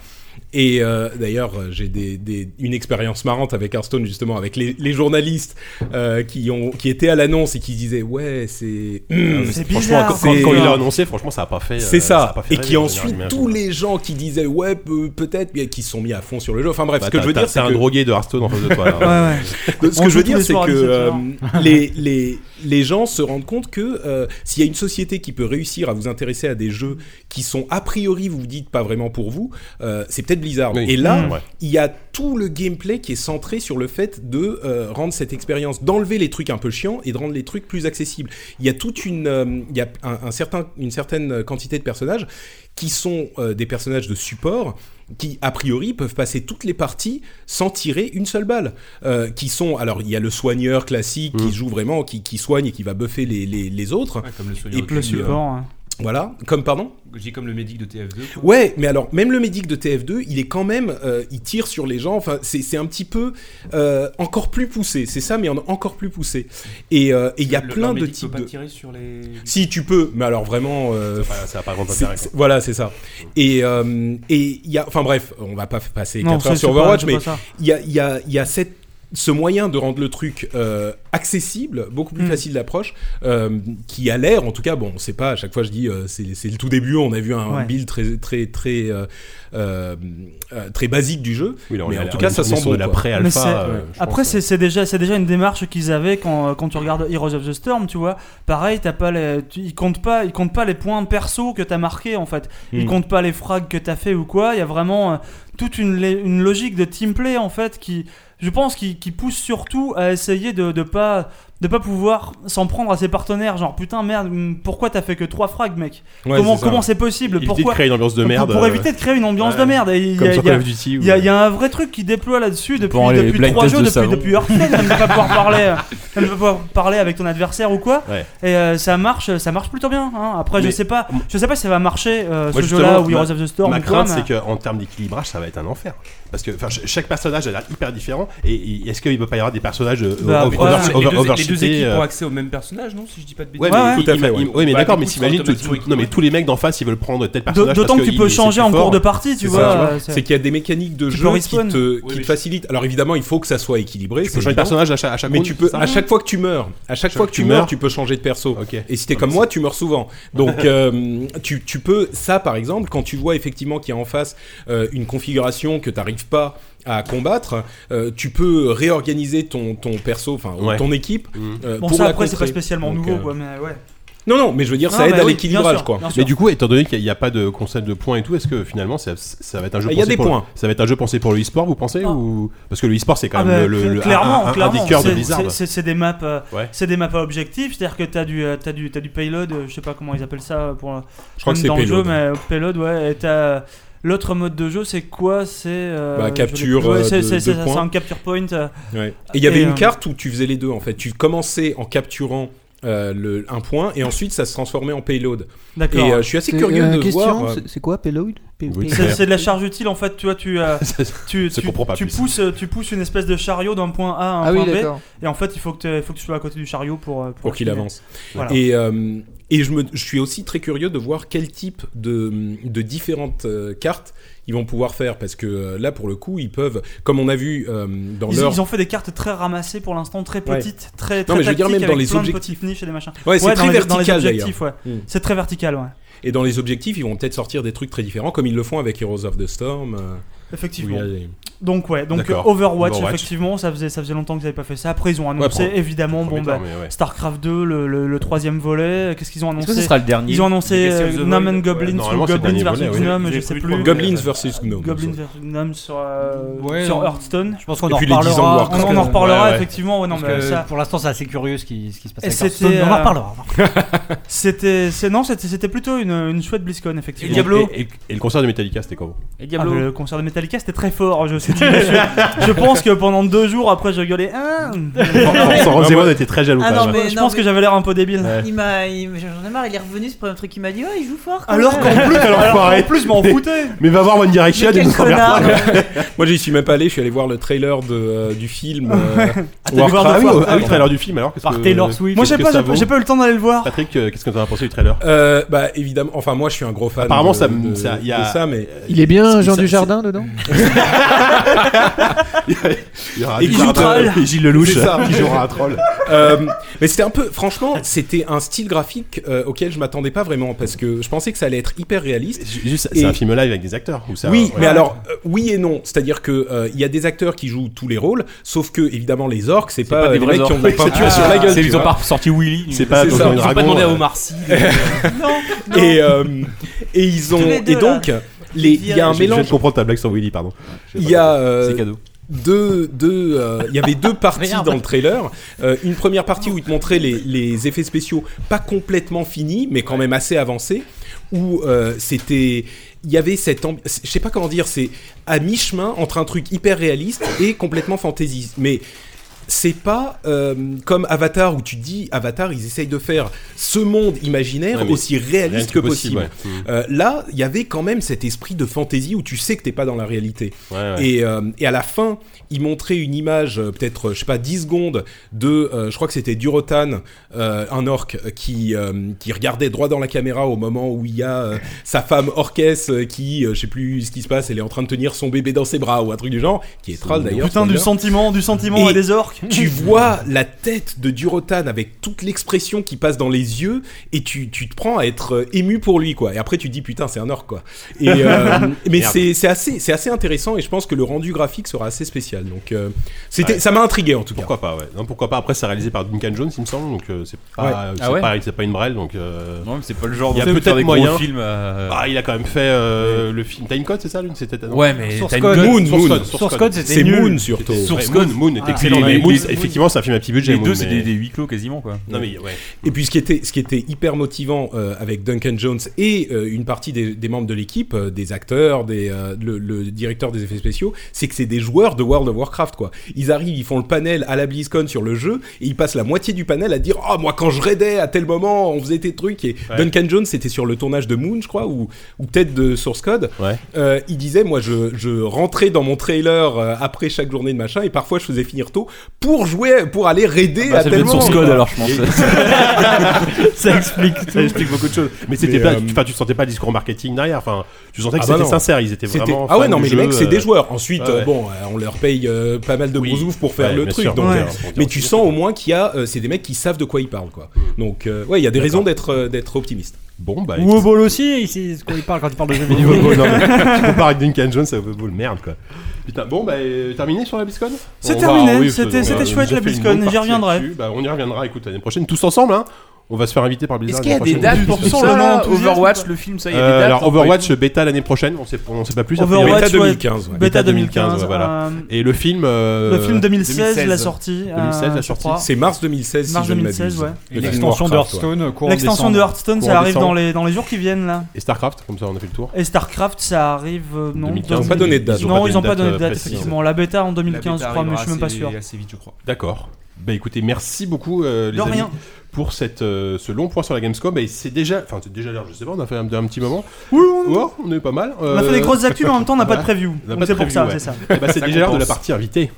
Speaker 2: Et euh, d'ailleurs, euh, j'ai des, des- une expérience marrante avec Hearthstone, justement, avec les, les journalistes euh, qui, ont, qui étaient à l'annonce et qui disaient Ouais, c'est.
Speaker 1: euh,
Speaker 2: Hmm,
Speaker 3: C'est
Speaker 1: Franchement,
Speaker 3: bizarre.
Speaker 1: quand, quand-
Speaker 2: C'est-
Speaker 1: quand il l'a annoncé, franchement, ça a pas fait.
Speaker 2: C'est
Speaker 1: euh,
Speaker 2: ça.
Speaker 1: a pas fait
Speaker 2: Et
Speaker 1: rêver,
Speaker 2: qui
Speaker 1: on va
Speaker 2: ensuite,
Speaker 1: dire,
Speaker 2: tous
Speaker 1: mais-
Speaker 2: les gens qui disaient ouais, peu- peut-être, mais qui se sont mis à fond sur le jeu. Enfin bref,
Speaker 1: Bah,
Speaker 2: ce que
Speaker 1: t'as-
Speaker 2: je veux
Speaker 1: t'as-
Speaker 2: dire, c'est
Speaker 1: t'as un
Speaker 2: que-
Speaker 1: drogué de Hearthstone en face de toi.
Speaker 3: Ouais,
Speaker 1: là.
Speaker 3: ouais.
Speaker 2: de- ce
Speaker 3: On
Speaker 2: que
Speaker 3: joue
Speaker 2: je veux
Speaker 3: tous les
Speaker 2: dire, c'est
Speaker 3: soirs à
Speaker 2: que
Speaker 3: 17
Speaker 2: euh,
Speaker 3: heures.
Speaker 2: les, les, les gens se rendent compte que euh, s'il y a une société qui peut réussir à vous intéresser à des jeux qui sont a priori, vous vous dites, pas vraiment pour vous, euh, c'est peut-être Blizzard.
Speaker 1: Oui.
Speaker 2: Et
Speaker 3: Hmm.
Speaker 2: là,
Speaker 1: Ouais.
Speaker 2: il y a tout le gameplay qui est centré sur le fait de euh, rendre cette expérience, d'enlever les trucs un peu chiants et de rendre les trucs plus accessibles. Il y a toute une, euh, il y a un, un certain, une certaine quantité de personnages qui sont euh, des personnages de support qui a priori peuvent passer toutes les parties sans tirer une seule balle. Euh, qui sont alors il y a le soigneur classique qui joue vraiment, qui, qui soigne et qui va buffer les, les, les autres.
Speaker 8: comme le soignant.
Speaker 2: Et
Speaker 8: au
Speaker 2: puis,
Speaker 8: début,
Speaker 2: euh,
Speaker 3: Bon, hein.
Speaker 2: voilà, comme pardon.
Speaker 8: euh, J'ai comme le médic de TF2. quoi.
Speaker 2: Ouais, mais alors même le médic de TF2, il est quand même, euh, il tire sur les gens. Enfin, c'est c'est un petit peu euh, encore plus poussé. C'est ça, mais en- encore plus poussé. Et euh, et il y a
Speaker 8: Le-
Speaker 2: plein
Speaker 8: leur
Speaker 2: de
Speaker 8: médic peut
Speaker 2: types
Speaker 8: pas
Speaker 2: de.
Speaker 8: tirer sur les.
Speaker 2: Si tu peux, mais alors vraiment. euh,
Speaker 1: Enfin, ça a pas grand
Speaker 2: c'est-
Speaker 1: intérêt. quoi.
Speaker 2: c'est- voilà, c'est ça. Et euh, et il y a, enfin bref, on va pas passer
Speaker 3: Non,
Speaker 2: 4
Speaker 3: c'est-
Speaker 2: heures sur
Speaker 3: c'est pas-
Speaker 2: Overwatch,
Speaker 3: c'est
Speaker 2: mais
Speaker 3: pas ça.
Speaker 2: il y a, il y a- il y a cette- ce moyen de rendre le truc euh, accessible, beaucoup plus
Speaker 3: Mm.
Speaker 2: facile d'approche, euh, qui a l'air, en tout cas, bon, on sait pas, à chaque fois je dis, euh, c'est c'est le tout début, on a vu un, un
Speaker 3: Ouais.
Speaker 2: build très, très, très, euh, euh, euh, très basique du jeu.
Speaker 1: Oui, là, on
Speaker 2: mais
Speaker 1: est-
Speaker 2: en
Speaker 1: on
Speaker 2: tout
Speaker 1: est
Speaker 2: cas, ça
Speaker 1: sur- on est
Speaker 2: sent
Speaker 1: sur
Speaker 2: bon,
Speaker 1: de la
Speaker 2: quoi.
Speaker 3: Mais
Speaker 1: pré-alpha.
Speaker 3: c'est-
Speaker 1: euh, je
Speaker 3: Après,
Speaker 1: pense,
Speaker 3: c'est c'est déjà, c'est déjà une démarche qu'ils avaient quand, euh, quand tu regardes Heroes of the Storm, tu vois. Pareil, t'as pas les, tu- ils, comptent pas, ils comptent pas les points perso que t'as marqués, en fait. Ils
Speaker 1: Hmm.
Speaker 2: Mm.
Speaker 3: comptent pas les frags que t'as fait ou quoi. Il y a vraiment euh, toute une, lé- une logique de teamplay, en fait, qui, je pense, qui, qui pousse surtout à essayer de, de pas de pas pouvoir s'en prendre à ses partenaires. Genre, putain, merde, hum, pourquoi t'as fait que 3 frags, mec
Speaker 2: Ouais,
Speaker 3: Comment
Speaker 2: c'est ça.
Speaker 3: comment c'est possible
Speaker 1: Il évite de
Speaker 3: Pourquoi
Speaker 1: créer une ambiance de
Speaker 3: pour-
Speaker 1: merde.
Speaker 3: pour,
Speaker 1: euh,
Speaker 3: éviter de créer une ambiance
Speaker 1: ouais.
Speaker 3: de merde. Et il y
Speaker 1: Comme
Speaker 3: a-
Speaker 1: sur
Speaker 3: il y a-
Speaker 1: Call of Duty.
Speaker 3: il
Speaker 1: ou-
Speaker 3: y, a- il y a un vrai truc qui déploie là-dessus depuis,
Speaker 4: Bon, allez,
Speaker 3: depuis
Speaker 4: blind
Speaker 3: trois
Speaker 4: test
Speaker 3: jeux,
Speaker 4: de
Speaker 3: depuis,
Speaker 4: savon.
Speaker 3: depuis Hearthstone, elle ne va pas pouvoir parler, euh, elle ne va pas pouvoir parler avec ton adversaire ou quoi.
Speaker 1: Ouais.
Speaker 3: Et euh, ça marche, ça marche plutôt bien. hein. Après, je
Speaker 1: Mais-
Speaker 3: sais pas, je sais pas si ça va marcher euh,
Speaker 1: Moi,
Speaker 3: ce jeu-là
Speaker 1: justement,
Speaker 3: ou Heroes of the Storm.
Speaker 1: Ma
Speaker 3: ou quoi,
Speaker 1: crainte,
Speaker 3: mais-
Speaker 1: c'est qu'en termes d'équilibrage, ça va être un enfer. Parce que enfin, ch- chaque personnage a l'air hyper différent. Et, et est-ce qu'il peut pas y avoir des personnages euh,
Speaker 3: Bah,
Speaker 1: over-
Speaker 3: ouais.
Speaker 1: over-
Speaker 8: Les deux-
Speaker 1: over-
Speaker 8: les, deux,
Speaker 1: overshités,
Speaker 8: équipes
Speaker 1: euh,
Speaker 8: ont accès au même personnage, non Si je dis pas de bêtises.
Speaker 1: Ouais,
Speaker 3: Ouais,
Speaker 1: mais,
Speaker 2: ouais.
Speaker 1: il-
Speaker 2: tout à fait,
Speaker 1: il-
Speaker 2: ouais.
Speaker 1: oui, mais
Speaker 8: Bah,
Speaker 1: d'accord,
Speaker 8: du
Speaker 1: mais
Speaker 8: coup, ça
Speaker 1: t'imagines, tout-
Speaker 8: automatisement
Speaker 1: tout- non, mais tous les mecs d'en face, ils veulent prendre tel personnage.
Speaker 3: D'autant que
Speaker 1: parce
Speaker 3: tu peux
Speaker 1: il- c'est
Speaker 3: changer
Speaker 1: plus
Speaker 3: en
Speaker 1: fort.
Speaker 3: cours de partie, tu
Speaker 2: C'est
Speaker 3: vois.
Speaker 2: ça, tu vois.
Speaker 3: euh, c'est-
Speaker 2: C'est qu'il y a des mécaniques de
Speaker 3: Tu
Speaker 2: jeu
Speaker 3: peux
Speaker 2: qui
Speaker 3: respawn.
Speaker 2: te,
Speaker 8: Oui,
Speaker 2: qui te
Speaker 8: mais-
Speaker 2: facilitent. Alors évidemment, il faut que ça soit équilibré.
Speaker 1: Tu
Speaker 2: c'est
Speaker 1: peux changer de
Speaker 2: évident.
Speaker 1: personnage à chaque, à chaque
Speaker 2: Mais
Speaker 1: round,
Speaker 2: tu peux,
Speaker 1: c'est ça
Speaker 2: à chaque fois que tu meurs, à chaque fois que tu meurs, tu peux changer de perso.
Speaker 1: Ok.
Speaker 2: Et si t'es comme moi, tu meurs souvent. Donc, euh, tu, tu peux, ça par exemple, quand tu vois effectivement qu'il y a en face euh, une configuration que t'arrives pas à combattre, euh, tu peux réorganiser ton, ton perso, enfin ou
Speaker 1: Ouais.
Speaker 2: ton équipe.
Speaker 1: Mhm.
Speaker 2: euh,
Speaker 3: Bon,
Speaker 2: pour
Speaker 3: ça
Speaker 2: la
Speaker 3: après, c'est pas
Speaker 2: contrer.
Speaker 3: spécialement
Speaker 2: Donc,
Speaker 3: nouveau,
Speaker 2: euh,
Speaker 3: quoi, mais ouais.
Speaker 2: Non, non, mais je veux dire,
Speaker 3: Non,
Speaker 2: ça
Speaker 3: mais
Speaker 2: aide à
Speaker 3: oui, bien
Speaker 2: l'équilibrage,
Speaker 3: sûr,
Speaker 2: quoi.
Speaker 3: bien sûr.
Speaker 1: Mais du coup, étant donné qu'il n'y a pas de concept de points et tout, est-ce que finalement ça, ça va être un jeu
Speaker 2: Ah, Il y a
Speaker 1: pensé
Speaker 2: des
Speaker 1: pour le-
Speaker 2: points.
Speaker 1: ça va être un jeu pensé pour le e-sport, vous pensez
Speaker 3: Ah.
Speaker 1: ou parce que le e-sport c'est quand
Speaker 3: Ah
Speaker 1: même
Speaker 3: bah,
Speaker 1: le, le- le-
Speaker 3: clairement,
Speaker 1: un- un, un
Speaker 3: clairement,
Speaker 1: des cœurs de
Speaker 3: c'est-
Speaker 1: Blizzard.
Speaker 3: c'est- C'est c'est des maps, euh,
Speaker 1: Ouais.
Speaker 3: c'est des maps à objectif, c'est-à-dire que t'as du, euh, t'as du, t'as du payload, euh, je sais pas comment ils appellent ça euh, pour. euh,
Speaker 2: Je crois que
Speaker 3: comme
Speaker 2: c'est
Speaker 3: dans
Speaker 2: payload.
Speaker 3: le jeu, mais euh, payload, ouais. Et t'as l'autre mode de jeu, c'est quoi C'est euh,
Speaker 2: Bah,
Speaker 3: je l'ai-
Speaker 2: capture,
Speaker 3: Ouais,
Speaker 2: euh,
Speaker 3: c'est
Speaker 2: de-
Speaker 3: c'est-
Speaker 2: de
Speaker 3: c'est ça,
Speaker 2: points.
Speaker 3: c'est un capture point. euh,
Speaker 2: Ouais. Et il y avait
Speaker 3: Et,
Speaker 2: une
Speaker 3: euh,
Speaker 2: carte où tu faisais les deux en fait. Tu commençais en capturant euh, le, un point et ensuite ça se transformait en payload. Et
Speaker 3: D'accord.
Speaker 2: euh, je suis assez
Speaker 5: C'est-
Speaker 2: curieux
Speaker 5: euh,
Speaker 2: de
Speaker 5: question,
Speaker 2: voir. euh,
Speaker 5: c'est- c'est quoi Payload Pay-
Speaker 1: Oui,
Speaker 5: pay-
Speaker 3: C'est c'est de la charge utile en fait. Tu vois, tu euh, tu
Speaker 1: Ça
Speaker 3: tu,
Speaker 1: comprend pas
Speaker 3: tu
Speaker 1: plus.
Speaker 3: pousses euh, tu pousses une espèce de chariot d'un point A à un
Speaker 5: Ah
Speaker 3: point
Speaker 5: oui,
Speaker 3: B.
Speaker 5: d'accord.
Speaker 3: Et en fait, il faut que t'aies- faut que tu sois à côté du chariot pour euh,
Speaker 2: pour qu'il
Speaker 3: filer.
Speaker 2: avance.
Speaker 3: Voilà.
Speaker 2: Et, euh, et je, me, je suis aussi très curieux de voir quel type de, de différentes euh, cartes ils vont pouvoir faire parce que euh, là pour le coup ils peuvent, comme on a vu euh, dans
Speaker 3: Ils,
Speaker 2: leur...
Speaker 3: ils ont fait des cartes très ramassées pour l'instant, très
Speaker 2: Ouais.
Speaker 3: petites, très très
Speaker 2: mais je veux dire,
Speaker 3: tactiques,
Speaker 2: même dans
Speaker 3: avec
Speaker 2: les
Speaker 3: plein de
Speaker 2: objectifs.
Speaker 3: petites niches et des machins.
Speaker 2: Ouais, c'est
Speaker 3: Ouais, dans
Speaker 2: très
Speaker 3: les- dans les
Speaker 2: vertical d'ailleurs.
Speaker 3: objectifs, ouais.
Speaker 2: Mm.
Speaker 3: C'est très vertical, ouais.
Speaker 2: Et dans les objectifs ils vont peut-être sortir des trucs très différents comme ils le font avec Heroes of the Storm. euh, où il
Speaker 3: Effectivement.
Speaker 2: y a des-
Speaker 3: Donc ouais, donc
Speaker 1: D'accord.
Speaker 3: euh, Overwatch,
Speaker 1: Overwatch.
Speaker 3: effectivement, ça faisait ça faisait longtemps qu'ils n'avaient pas fait ça. Après ils ont annoncé
Speaker 1: Ouais, pour-
Speaker 3: évidemment bon bah
Speaker 1: mais ouais.
Speaker 3: Starcraft 2, le, le- le troisième volet, euh, qu'est-ce qu'ils ont
Speaker 4: Est-ce que ce
Speaker 3: annoncé
Speaker 4: sera le dernier
Speaker 3: Ils ont annoncé
Speaker 8: Legacy of the
Speaker 3: euh, Gnome
Speaker 8: Void,
Speaker 3: and
Speaker 8: ouais,
Speaker 3: Goblins ou
Speaker 1: normalement, c'est le
Speaker 3: Goblins
Speaker 1: dernier
Speaker 3: versus
Speaker 1: volet, oui.
Speaker 3: Gnome,
Speaker 4: Ils
Speaker 3: je
Speaker 4: avaient
Speaker 3: sais
Speaker 4: prévu de
Speaker 3: plus.
Speaker 4: prendre Goblins
Speaker 2: Goblins versus Gnome.
Speaker 3: euh, Goblins versus Gnome sur, euh,
Speaker 6: Ouais,
Speaker 3: sur
Speaker 6: on-
Speaker 3: Hearthstone.
Speaker 6: Je pense qu'on
Speaker 2: Et
Speaker 6: en
Speaker 2: puis les 10 ans de
Speaker 6: reparlera.
Speaker 2: Warcraft.
Speaker 3: On,
Speaker 6: parce
Speaker 3: on
Speaker 6: que-
Speaker 3: en reparlera
Speaker 1: ouais, ouais.
Speaker 3: effectivement, ouais, non,
Speaker 6: parce
Speaker 3: mais
Speaker 6: que
Speaker 3: ça.
Speaker 6: Pour l'instant, c'est assez curieux ce qui, ce qui se passe.
Speaker 3: Et
Speaker 6: avec
Speaker 3: c'était,
Speaker 6: Hearthstone, mais On en
Speaker 3: euh,
Speaker 6: reparlera.
Speaker 3: C'était c'est- non, c'était c'était plutôt une, une chouette BlizzCon effectivement.
Speaker 1: et, et- et le concert de Metallica c'était comment
Speaker 4: Et
Speaker 3: Ah,
Speaker 4: Diablo
Speaker 3: mais le concert de Metallica c'était très fort. Je, me suis dit, je, je pense que pendant deux jours après je gueulais. Ah,
Speaker 1: Sans Rose et moi on était très jaloux.
Speaker 7: Ah
Speaker 1: quand
Speaker 7: non,
Speaker 1: même.
Speaker 7: mais
Speaker 3: je pense que j'avais l'air un peu débile.
Speaker 1: Ouais.
Speaker 7: Il m'a, il- j'en ai marre, il est revenu, c'est le premier truc qu'il m'a dit, ouais, il joue fort. quand
Speaker 3: Alors
Speaker 7: même.
Speaker 3: qu'en plus, alors
Speaker 1: l'enfoiré.
Speaker 3: qu'en plus, je m'en foutais.
Speaker 1: Mais va voir One Direction
Speaker 7: Mais
Speaker 1: et
Speaker 7: quel
Speaker 1: nous envers
Speaker 7: connard.
Speaker 1: pas.
Speaker 2: Moi j'y suis même pas allé, je suis allé voir le trailer de, euh, du film. euh,
Speaker 3: dû voir
Speaker 1: Ah
Speaker 3: deux
Speaker 1: oui,
Speaker 3: fois.
Speaker 1: oh, ah oui, trailer du film alors. qu'est-ce
Speaker 6: Par
Speaker 1: que-
Speaker 6: Taylor Swift.
Speaker 3: Moi,
Speaker 1: qu'est-ce que
Speaker 3: j'ai pas,
Speaker 1: ça
Speaker 3: j'ai pas-
Speaker 1: vaut
Speaker 3: j'ai pas eu le temps d'aller le voir.
Speaker 1: Patrick, euh, qu'est-ce que t'en as pensé du trailer
Speaker 2: Euh, bah évidemment, enfin moi je suis un gros fan.
Speaker 1: Apparemment,
Speaker 2: de,
Speaker 1: ça
Speaker 2: de,
Speaker 1: me- ça- il y a-
Speaker 2: de ça, mais
Speaker 5: Il est bien,
Speaker 1: C'est-
Speaker 5: Jean
Speaker 1: ça-
Speaker 5: Dujardin, dedans
Speaker 1: Il y aura
Speaker 2: Et
Speaker 1: du
Speaker 2: Gilles
Speaker 1: Jardin,
Speaker 2: Troll.
Speaker 1: et Gilles Lelouch
Speaker 2: C'est ça.
Speaker 1: qui jouera un troll.
Speaker 2: euh, mais c'était un peu, franchement, c'était un style graphique euh, auquel je m'attendais pas vraiment parce que je pensais que ça allait être hyper réaliste.
Speaker 1: Juste,
Speaker 2: Et-
Speaker 1: c'est un film live avec des acteurs. ou ça-
Speaker 2: oui,
Speaker 1: ouais.
Speaker 2: mais alors euh, oui et non, c'est-à-dire que euh, il y a des acteurs qui jouent tous les rôles, sauf que évidemment les orques, c'est pas,
Speaker 8: pas des
Speaker 2: euh, les
Speaker 8: vrais
Speaker 2: mecs qui ont
Speaker 8: orques. Ah,
Speaker 2: des peintures sur la gueule. tu
Speaker 8: Ils ont
Speaker 2: vois.
Speaker 8: pas sorti Willy.
Speaker 1: C'est pas
Speaker 2: C'est
Speaker 1: Donjons
Speaker 2: ça,
Speaker 1: et
Speaker 8: Ils ont pas
Speaker 1: Dragons,
Speaker 8: demandé à
Speaker 1: euh,
Speaker 8: Omar Sy.
Speaker 7: Non, non.
Speaker 2: Et, euh, et ils ont
Speaker 7: les deux,
Speaker 2: et donc les- il y a un
Speaker 1: euh, Je- Je
Speaker 2: mélange.
Speaker 1: comprends ta blague sur Willy, pardon. J'ai
Speaker 2: Il
Speaker 1: pas
Speaker 2: y a
Speaker 1: compris.
Speaker 2: euh,
Speaker 4: C'est cadeau.
Speaker 2: deux, deux, euh, il y avait deux parties dans le trailer. Euh, une première partie où ils te montraient les, les effets spéciaux pas complètement finis, mais quand même assez avancés, où euh, c'était, il y avait cette, ambi- je sais pas comment dire, c'est à mi-chemin entre un truc hyper réaliste et complètement fantaisiste. Mais c'est pas euh, comme Avatar où tu te dis Avatar, ils essayent de faire ce monde imaginaire
Speaker 1: Ouais, mais
Speaker 2: aussi
Speaker 1: Rien
Speaker 2: réaliste
Speaker 1: de
Speaker 2: que possible.
Speaker 1: ouais. Mm.
Speaker 2: Euh, là, il y avait quand même cet esprit de fantaisie où tu sais que t'es pas dans la réalité.
Speaker 4: Mm.
Speaker 1: Ouais, ouais.
Speaker 2: Et, euh, et à la fin, il montrait une image, euh, peut-être, euh, je sais pas, 10 secondes, de, euh, je crois que c'était Durotan, euh, un orc, euh, qui, euh, qui regardait droit dans la caméra au moment où il y a euh, sa femme orchesse euh, qui, euh, je sais plus ce qui se passe, elle est en train de tenir son bébé dans ses bras ou un truc du genre, qui est trad d'ailleurs.
Speaker 3: Putain, du
Speaker 2: spoiler.
Speaker 3: sentiment, du sentiment
Speaker 2: Et
Speaker 3: et des orques.
Speaker 2: Tu vois la tête de Durotan avec toute l'expression qui passe dans les yeux et tu, tu te prends à être euh, ému pour lui quoi. Et après tu te dis putain c'est un orc quoi. Et, euh, mais
Speaker 1: Merde.
Speaker 2: c'est c'est assez c'est assez intéressant et je pense que le rendu graphique sera assez spécial. Donc euh, c'était
Speaker 1: Ouais.
Speaker 2: ça m'a intrigué en tout cas.
Speaker 1: Pourquoi pas, ouais. Non, pourquoi pas. Après, c'est réalisé par Duncan Jones, il me semble, donc euh, c'est pas, c'est
Speaker 4: Ah ouais
Speaker 1: pas, c'est pas une brêle, donc. euh,
Speaker 4: Non, mais c'est pas le genre
Speaker 1: Il y a
Speaker 4: de
Speaker 1: peut-être moyen.
Speaker 4: film. euh, Ah,
Speaker 1: Ah, il a quand même fait euh, le film Time Code, c'est ça, l'une C'était
Speaker 4: Ouais, mais
Speaker 6: Source
Speaker 4: t'as une
Speaker 6: Code.
Speaker 4: gueule-
Speaker 2: Moon, Moon.
Speaker 6: Source Code,
Speaker 2: C'est
Speaker 6: c'était nul.
Speaker 2: Moon surtout.
Speaker 1: Ouais,
Speaker 4: Source
Speaker 1: Moon,
Speaker 4: Code.
Speaker 1: Moon est
Speaker 6: Ah,
Speaker 1: excellent.
Speaker 4: c'est
Speaker 1: mais
Speaker 4: les-
Speaker 1: Moon,
Speaker 4: les-
Speaker 1: effectivement, c'est un film à petit budget.
Speaker 4: Les
Speaker 1: Moon,
Speaker 4: deux, c'est
Speaker 1: mais-
Speaker 4: des, des huis clos quasiment quoi.
Speaker 1: Non, mais ouais.
Speaker 2: Et puis ce qui était, ce qui était hyper motivant euh, avec Duncan Jones et euh, une partie des, des membres de l'équipe, euh, des acteurs, des, euh, le, le directeur des effets spéciaux, c'est que c'est des joueurs de World of Warcraft quoi. Ils arrivent, ils font le panel à la BlizzCon sur le jeu et ils passent la moitié du panel à dire oh moi quand je raidais à tel moment on faisait tes trucs et
Speaker 1: Ouais.
Speaker 2: Duncan Jones c'était sur le tournage de Moon je crois ou ou peut-être de Source Code.
Speaker 1: Ouais.
Speaker 2: Euh, il disait moi je, je rentrais dans mon trailer euh, après chaque journée de machin et parfois je faisais finir tôt pour jouer pour aller raider à
Speaker 4: c'est
Speaker 2: tel
Speaker 4: peut-être
Speaker 2: moment.
Speaker 4: Source Code alors, je pense.
Speaker 3: Ça explique
Speaker 1: Ça explique beaucoup de choses. Mais c'était
Speaker 2: Mais,
Speaker 1: pas.
Speaker 2: euh,
Speaker 1: Enfin, tu sentais pas le discours marketing derrière. Enfin, tu sentais que
Speaker 2: Ah bah
Speaker 1: c'était
Speaker 2: non.
Speaker 1: sincère. Ils étaient
Speaker 2: C'était-
Speaker 1: vraiment.
Speaker 2: Ah ouais,
Speaker 1: fans
Speaker 2: non,
Speaker 1: du
Speaker 2: mais les
Speaker 1: jeu,
Speaker 2: mecs, c'est
Speaker 1: euh,
Speaker 2: des joueurs. Ensuite,
Speaker 1: ouais,
Speaker 2: euh,
Speaker 1: ouais.
Speaker 2: bon, euh, on leur paye euh, pas mal de
Speaker 1: Oui.
Speaker 2: gros oufs pour faire
Speaker 1: Ouais,
Speaker 2: le
Speaker 1: bien
Speaker 2: truc.
Speaker 1: sûr. Mm.
Speaker 2: donc,
Speaker 1: Ouais.
Speaker 2: euh, mais tu sens au moins qu'il y a, euh, c'est des mecs qui savent de quoi ils parlent, quoi. Donc, euh, ouais, il y a des raisons d'être euh, d'être optimiste.
Speaker 1: Bon, bah.
Speaker 6: Ou au bol aussi, il sait ce qu'on parle quand il parle de jeux vidéo.
Speaker 1: Wobble, non, mais tu compares avec Duncan Jones, c'est Wobble, merde quoi. Putain, bon, bah, euh, terminé sur la BlizzCon
Speaker 3: C'est
Speaker 1: On
Speaker 3: terminé,
Speaker 1: va- oui,
Speaker 3: c'était-
Speaker 1: faisons-
Speaker 3: c'était
Speaker 1: on a
Speaker 3: chouette,
Speaker 1: déjà
Speaker 3: la
Speaker 1: fait une
Speaker 3: BlizzCon,
Speaker 1: bonne
Speaker 3: j'y
Speaker 1: partie
Speaker 3: reviendrai.
Speaker 1: là-dessus. Bah, on y reviendra, écoute, l'année prochaine, tous ensemble, hein. On va se faire inviter par Blizzard.
Speaker 4: Est-ce qu'il y a
Speaker 1: l'année
Speaker 4: des
Speaker 1: prochaine.
Speaker 4: dates pour
Speaker 3: tout
Speaker 4: ça
Speaker 3: ça, là,
Speaker 4: là
Speaker 3: enthousiasme,
Speaker 4: Overwatch,
Speaker 3: quoi.
Speaker 4: le film, ça, il y a des
Speaker 1: Euh,
Speaker 4: dates
Speaker 1: alors,
Speaker 4: hein, pas
Speaker 1: Overwatch
Speaker 4: du
Speaker 1: bêta l'année prochaine, on sait, on sait pas plus. a priori.
Speaker 3: Overwatch,
Speaker 2: Beta
Speaker 3: ouais.
Speaker 2: 2015, ouais.
Speaker 3: Beta
Speaker 1: Beta 2015,
Speaker 3: 2015.
Speaker 1: ouais, voilà.
Speaker 3: euh,
Speaker 1: Et le film. euh,
Speaker 3: Le film 2016,
Speaker 4: 2016,
Speaker 3: la sortie.
Speaker 1: 2016, la
Speaker 3: euh, je
Speaker 1: sortie.
Speaker 3: crois.
Speaker 2: C'est mars 2016,
Speaker 3: Mars
Speaker 2: si je ne
Speaker 3: 2016,
Speaker 2: m'abuse.
Speaker 3: ouais.
Speaker 2: Le
Speaker 6: L'extension
Speaker 2: film
Speaker 6: de
Speaker 2: Warcraft, ouais.
Speaker 6: Hearthstone, courant
Speaker 3: L'extension de
Speaker 6: décembre.
Speaker 3: Hearthstone,
Speaker 1: Courant
Speaker 3: ça arrive
Speaker 1: décembre.
Speaker 3: dans les, dans les jours qui viennent là.
Speaker 1: Et StarCraft, comme ça, on a fait le tour.
Speaker 3: Et StarCraft, ça arrive. euh, non,
Speaker 1: 2015.
Speaker 2: Ils ont pas donné de date.
Speaker 1: Ils ont
Speaker 3: Non,
Speaker 1: pas
Speaker 3: ils n'ont
Speaker 1: donné
Speaker 3: pas
Speaker 1: de
Speaker 3: donné de
Speaker 1: date,
Speaker 3: date,
Speaker 1: euh, précise.
Speaker 3: effectivement. La bêta en
Speaker 8: La
Speaker 3: 2015, je
Speaker 8: bêta
Speaker 3: crois, mais je
Speaker 8: arrivera
Speaker 3: suis même pas
Speaker 8: assez-
Speaker 3: sûr.
Speaker 8: Assez vite, je crois.
Speaker 1: D'accord. Bah écoutez, merci beaucoup euh, les
Speaker 3: De
Speaker 1: amis,
Speaker 3: rien.
Speaker 1: pour cette, euh, ce long point sur la Gamescom. Et c'est déjà, enfin c'est déjà l'heure, je sais pas, on a fait un, un petit moment. Ouais, on est pas mal. euh,
Speaker 3: On a fait des grosses actus, mais en même temps, on n'a pas de
Speaker 1: voilà.
Speaker 3: preview.
Speaker 1: On n'a
Speaker 3: Donc
Speaker 1: pas de
Speaker 3: C'est pour
Speaker 1: preview,
Speaker 3: ça,
Speaker 1: ouais.
Speaker 3: c'est ça.
Speaker 1: Eh ben, c'est déjà l'heure de la
Speaker 4: compense.
Speaker 1: partie invitée.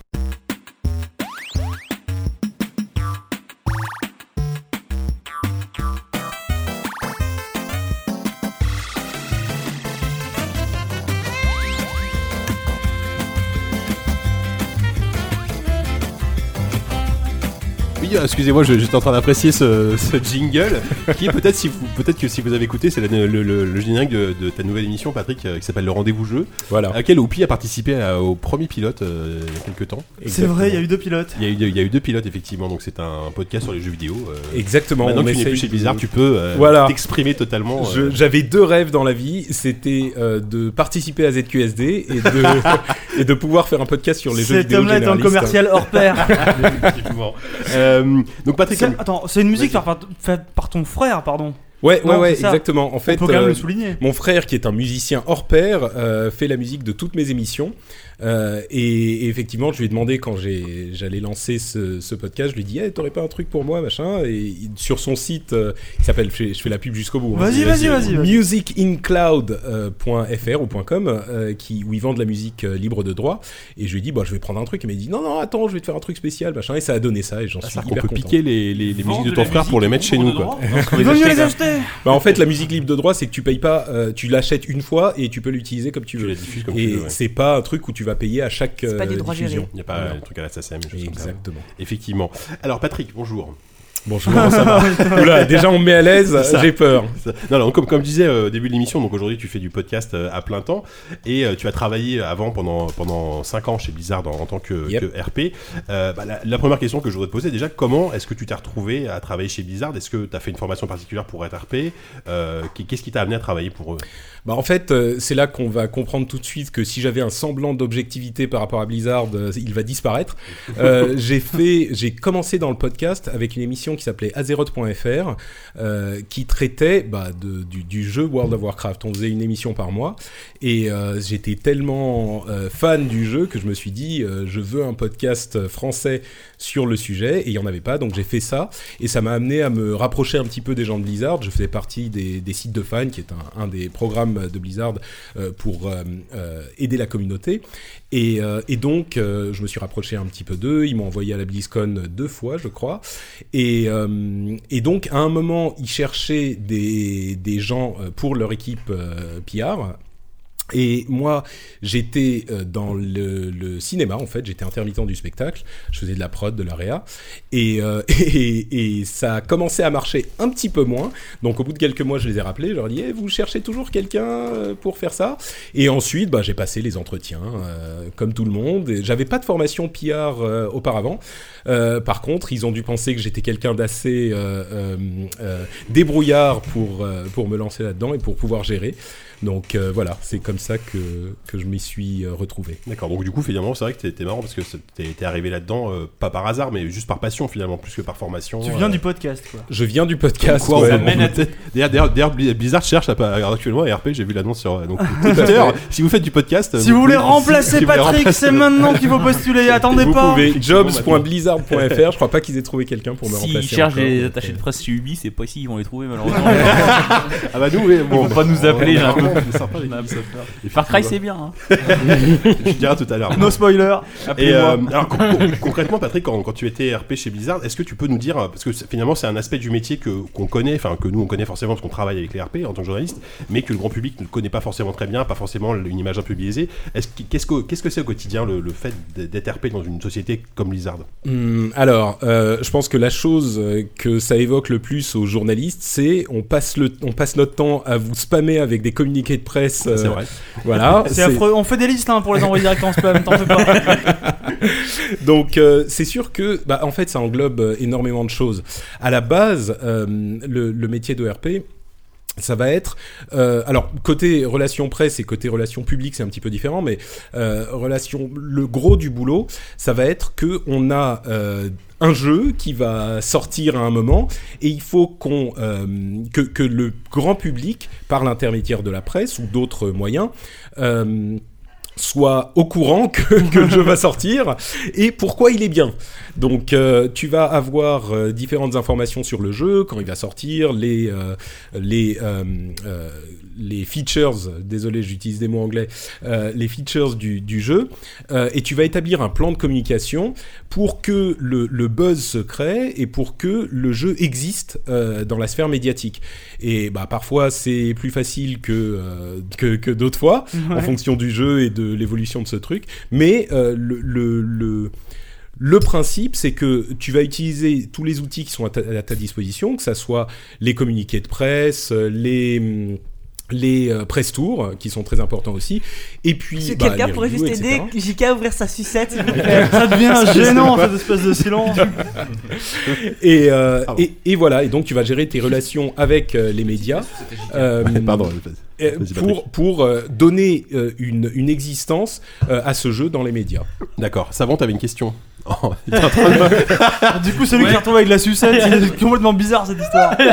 Speaker 1: Oui, euh, Excusez-moi, je- j'étais en train d'apprécier ce, ce jingle qui est peut-être si vous peut-être que si vous avez écouté, c'est la- le, le- le générique de, de ta nouvelle émission, Patrick, euh, qui s'appelle Le Rendez-vous Jeu,
Speaker 2: Voilà.
Speaker 3: Ah
Speaker 1: à laquelle Oupi a participé à- au premier pilote euh, il y a quelques temps.
Speaker 3: C'est
Speaker 2: Exactement.
Speaker 3: vrai, il y a eu deux pilotes.
Speaker 1: Il y, a eu, il y a eu deux pilotes effectivement, donc c'est un podcast sur les jeux vidéo. euh,
Speaker 2: Exactement.
Speaker 3: Ah
Speaker 1: Maintenant
Speaker 2: on
Speaker 1: que tu n'es
Speaker 2: essaye
Speaker 1: plus chez
Speaker 2: de-
Speaker 1: Blizzard, tu peux euh,
Speaker 2: Voilà.
Speaker 1: t'exprimer totalement.
Speaker 2: Je-
Speaker 1: euh,
Speaker 2: J'avais deux rêves dans la vie, c'était euh, de participer à ZQSD et de, et de pouvoir faire un podcast sur les jeux
Speaker 3: Cet
Speaker 2: vidéo
Speaker 3: homme-là est un
Speaker 2: généralistes.
Speaker 3: commercial hors pair.
Speaker 1: effectivement. Euh, donc Patrick,
Speaker 3: C'est- Attends, c'est une musique faite par, faite par ton frère, pardon.
Speaker 2: Ouais, ouais,
Speaker 3: Non,
Speaker 2: ouais,
Speaker 3: c'est ça.
Speaker 2: exactement. En
Speaker 3: On
Speaker 2: fait,
Speaker 3: peut quand même
Speaker 2: euh,
Speaker 3: le souligner.
Speaker 2: Mon frère, qui est un musicien hors pair, euh, fait la musique de toutes mes émissions. Euh, et, et effectivement, je lui ai demandé quand j'ai- j'allais lancer ce, ce podcast, je lui ai dit hey, T'aurais pas un truc pour moi machin Et il- sur son site, euh, il s'appelle, je, fais- je fais la pub jusqu'au bout. hein. euh,
Speaker 3: Vas-y, vas-y, vas-y. vas-y.
Speaker 2: musicincloud.fr ou .com euh, qui, où ils vendent la musique euh, libre de droit et je lui ai dit bah, je vais prendre un truc il m'a dit non non attends je vais te faire un truc spécial machin et ça a donné ça et j'en suis
Speaker 1: on
Speaker 2: hyper
Speaker 1: peut
Speaker 2: content.
Speaker 1: piquer les, les, les musiques de ton frère pour les mettre chez nous. Quoi.
Speaker 3: Il vaut mieux les acheter.
Speaker 2: Bah, en fait la musique libre de droit c'est que tu payes pas euh, tu l'achètes une fois et tu peux l'utiliser comme tu
Speaker 1: Tu
Speaker 2: veux
Speaker 1: les diffuses comme tu
Speaker 2: Et
Speaker 1: veux. ouais.
Speaker 2: c'est pas un truc où tu vas payer à chaque
Speaker 7: C'est pas
Speaker 2: euh,
Speaker 7: des droits
Speaker 2: diffusion.
Speaker 7: gérés.
Speaker 1: Il n'y a pas
Speaker 2: Voilà.
Speaker 1: un truc à la SACEM. des choses comme ça.
Speaker 2: Exactement.
Speaker 1: Effectivement. Alors Patrick, bonjour.
Speaker 2: Bon, je commence à voir. Oula, déjà on me met à l'aise,
Speaker 1: Ça.
Speaker 2: j'ai peur.
Speaker 1: Ça- Non, non, comme, comme je disais euh, au début de l'émission, donc aujourd'hui tu fais du podcast euh, à plein temps et euh, tu as travaillé avant pendant, pendant 5 ans chez Blizzard en, en tant que,
Speaker 2: Yep.
Speaker 1: que RP. Euh, bah, la, la première question que je voudrais te poser, déjà, comment est-ce que tu t'es retrouvé à travailler chez Blizzard Est-ce que tu as fait une formation particulière pour être RP Euh, qui- Qu'est-ce qui t'a amené à travailler pour eux
Speaker 2: Bah en fait, euh, c'est là qu'on va comprendre tout de suite que si j'avais un semblant d'objectivité par rapport à Blizzard, euh, il va disparaître. Euh, j'ai fait, j'ai commencé dans le podcast avec une émission qui s'appelait Azeroth.fr, euh, qui traitait bah, de- du, du jeu World of Warcraft. On faisait une émission par mois et euh, j'étais tellement euh, fan du jeu que je me suis dit, euh, je veux un podcast français sur le sujet et il y en avait pas, donc j'ai fait ça. Et ça m'a amené à me rapprocher un petit peu des gens de Blizzard. Je faisais partie des, des sites de fans, qui est un, un des programmes de Blizzard euh, pour euh, euh, aider la communauté. Et, euh, et donc, euh, je me suis rapproché un petit peu d'eux. Ils m'ont envoyé à la BlizzCon deux fois, je crois. Et, euh, et donc, à un moment, ils cherchaient des, des gens euh, pour leur équipe euh, PR. Et moi, j'étais euh, dans le, le cinéma, en fait, j'étais intermittent du spectacle, je faisais de la prod, de la réa, et, euh, et, et ça a commencé à marcher un petit peu moins. Donc au bout de quelques mois, je les ai rappelés, je leur ai dit Eh, vous cherchez toujours quelqu'un euh, pour faire ça Et ensuite, bah, j'ai passé les entretiens, euh, comme tout le monde. Et J'avais pas de formation PR euh, auparavant. Euh, par contre, ils ont dû penser que j'étais quelqu'un d'assez euh, euh, euh, débrouillard pour, euh, pour me lancer là-dedans et pour pouvoir gérer. Donc euh, voilà, c'est comme ça que, que je m'y suis euh, retrouvé.
Speaker 1: D'accord, donc du coup, finalement, c'est vrai que t'es- t'es marrant parce que c'est- t'es t'es arrivé là-dedans, euh, pas par hasard, mais juste par passion finalement, plus que par formation.
Speaker 3: Tu viens
Speaker 1: euh,
Speaker 3: du podcast, quoi.
Speaker 2: Je viens du podcast.
Speaker 1: Quoi,
Speaker 2: ouais.
Speaker 1: on mène à tête. D'ailleurs, d'ailleurs- d'ailleurs, Bli- Blizzard cherche à pa- actuellement et RP. J'ai vu l'annonce sur euh, donc, Twitter. si vous faites du podcast,
Speaker 3: Si vous voulez
Speaker 1: si
Speaker 3: remplacer
Speaker 1: euh, vous voulez
Speaker 3: Patrick,
Speaker 1: remplacer-
Speaker 3: c'est maintenant qu'il faut postuler. Attendez
Speaker 2: Vous
Speaker 3: pas.
Speaker 2: pouvez jobs.blizzard.fr. Je crois pas qu'ils aient trouvé quelqu'un pour me remplacer.
Speaker 4: S'ils cherchent
Speaker 2: encore,
Speaker 4: des
Speaker 2: donc,
Speaker 4: attachés
Speaker 2: euh,
Speaker 4: de presse chez Ubi, c'est pas ici, ils vont les trouver malheureusement.
Speaker 1: Ah bah nous, oui, bon,
Speaker 4: Ils vont pas nous appeler, j'ai un peu-
Speaker 1: on est sympa, les gars.
Speaker 4: Far Cry, c'est bien. hein.
Speaker 1: Je dirai tout à l'heure.
Speaker 3: No spoiler.
Speaker 1: Et
Speaker 4: Appelez-moi.
Speaker 1: euh, alors, con- con- concrètement, Patrick, quand, quand tu étais RP chez Blizzard, est-ce que tu peux nous dire, euh, parce que c'est- finalement c'est un aspect du métier que qu'on connaît, enfin que nous on connaît forcément parce qu'on travaille avec les RP en tant que journaliste, mais que le grand public ne connaît pas forcément très bien, pas forcément une image un peu biaisée. Est-ce que- qu'est-ce que qu'est-ce que c'est au quotidien le, le fait d'être RP dans une société comme Blizzard
Speaker 2: hum, alors, euh, je pense que la chose euh, que ça évoque le plus aux journalistes, c'est on passe le, on passe notre temps à vous spammer avec des communiqués de presse. euh,
Speaker 1: C'est vrai.
Speaker 2: Voilà.
Speaker 3: C'est
Speaker 2: c'est-
Speaker 3: affreux. On fait des listes hein, pour les envoyer direct en spam. T'en fais pas.
Speaker 2: Donc euh, c'est sûr que, bah, en fait, ça englobe euh, énormément de choses. À la base, euh, le, le métier de RP. Ça va être, euh, alors côté relations presse et côté relations publiques c'est un petit peu différent, mais euh, relation, le gros du boulot, ça va être que on a euh, un jeu qui va sortir à un moment et il faut qu'on euh, que, que le grand public, par l'intermédiaire de la presse ou d'autres moyens, euh, soit au courant que, que le jeu va sortir et pourquoi il est bien. Donc euh, tu vas avoir euh, différentes informations sur le jeu, quand il va sortir, les, euh, les, euh, euh, les features, désolé j'utilise des mots anglais, euh, les features du, du jeu, euh, et tu vas établir un plan de communication pour que le, le buzz se crée et pour que le jeu existe euh, dans la sphère médiatique. Et bah, parfois c'est plus facile que, euh, que, que d'autres fois, en fonction du jeu et de l'évolution de ce truc. Mais euh, le, le, le, le principe, c'est que tu vas utiliser tous les outils qui sont à ta, à ta disposition, que ça soit les communiqués de presse, euh, les hum, les euh, press tours euh, qui sont très importants aussi et puis
Speaker 7: Si
Speaker 2: bah,
Speaker 7: Quelqu'un
Speaker 2: les
Speaker 7: pourrait
Speaker 2: reviews,
Speaker 7: juste aider
Speaker 2: etc..
Speaker 7: JK à ouvrir sa sucette, s'il vous plaît.
Speaker 3: Ça devient gênant cette espèce de silence.
Speaker 2: et, euh,
Speaker 1: Ah bon.
Speaker 2: et et voilà et donc tu vas gérer tes relations avec euh, les médias Euh,
Speaker 1: Pardon.
Speaker 2: euh,
Speaker 1: Vas-y, Patrick.
Speaker 2: pour pour euh, donner euh, une une existence euh, à ce jeu dans les médias
Speaker 1: D'accord. Savant, t'avais une question. Oh,
Speaker 3: Du coup, celui qui
Speaker 8: Ouais.
Speaker 3: se retrouve avec la sucette, c'est complètement bizarre cette histoire.
Speaker 8: Effecti-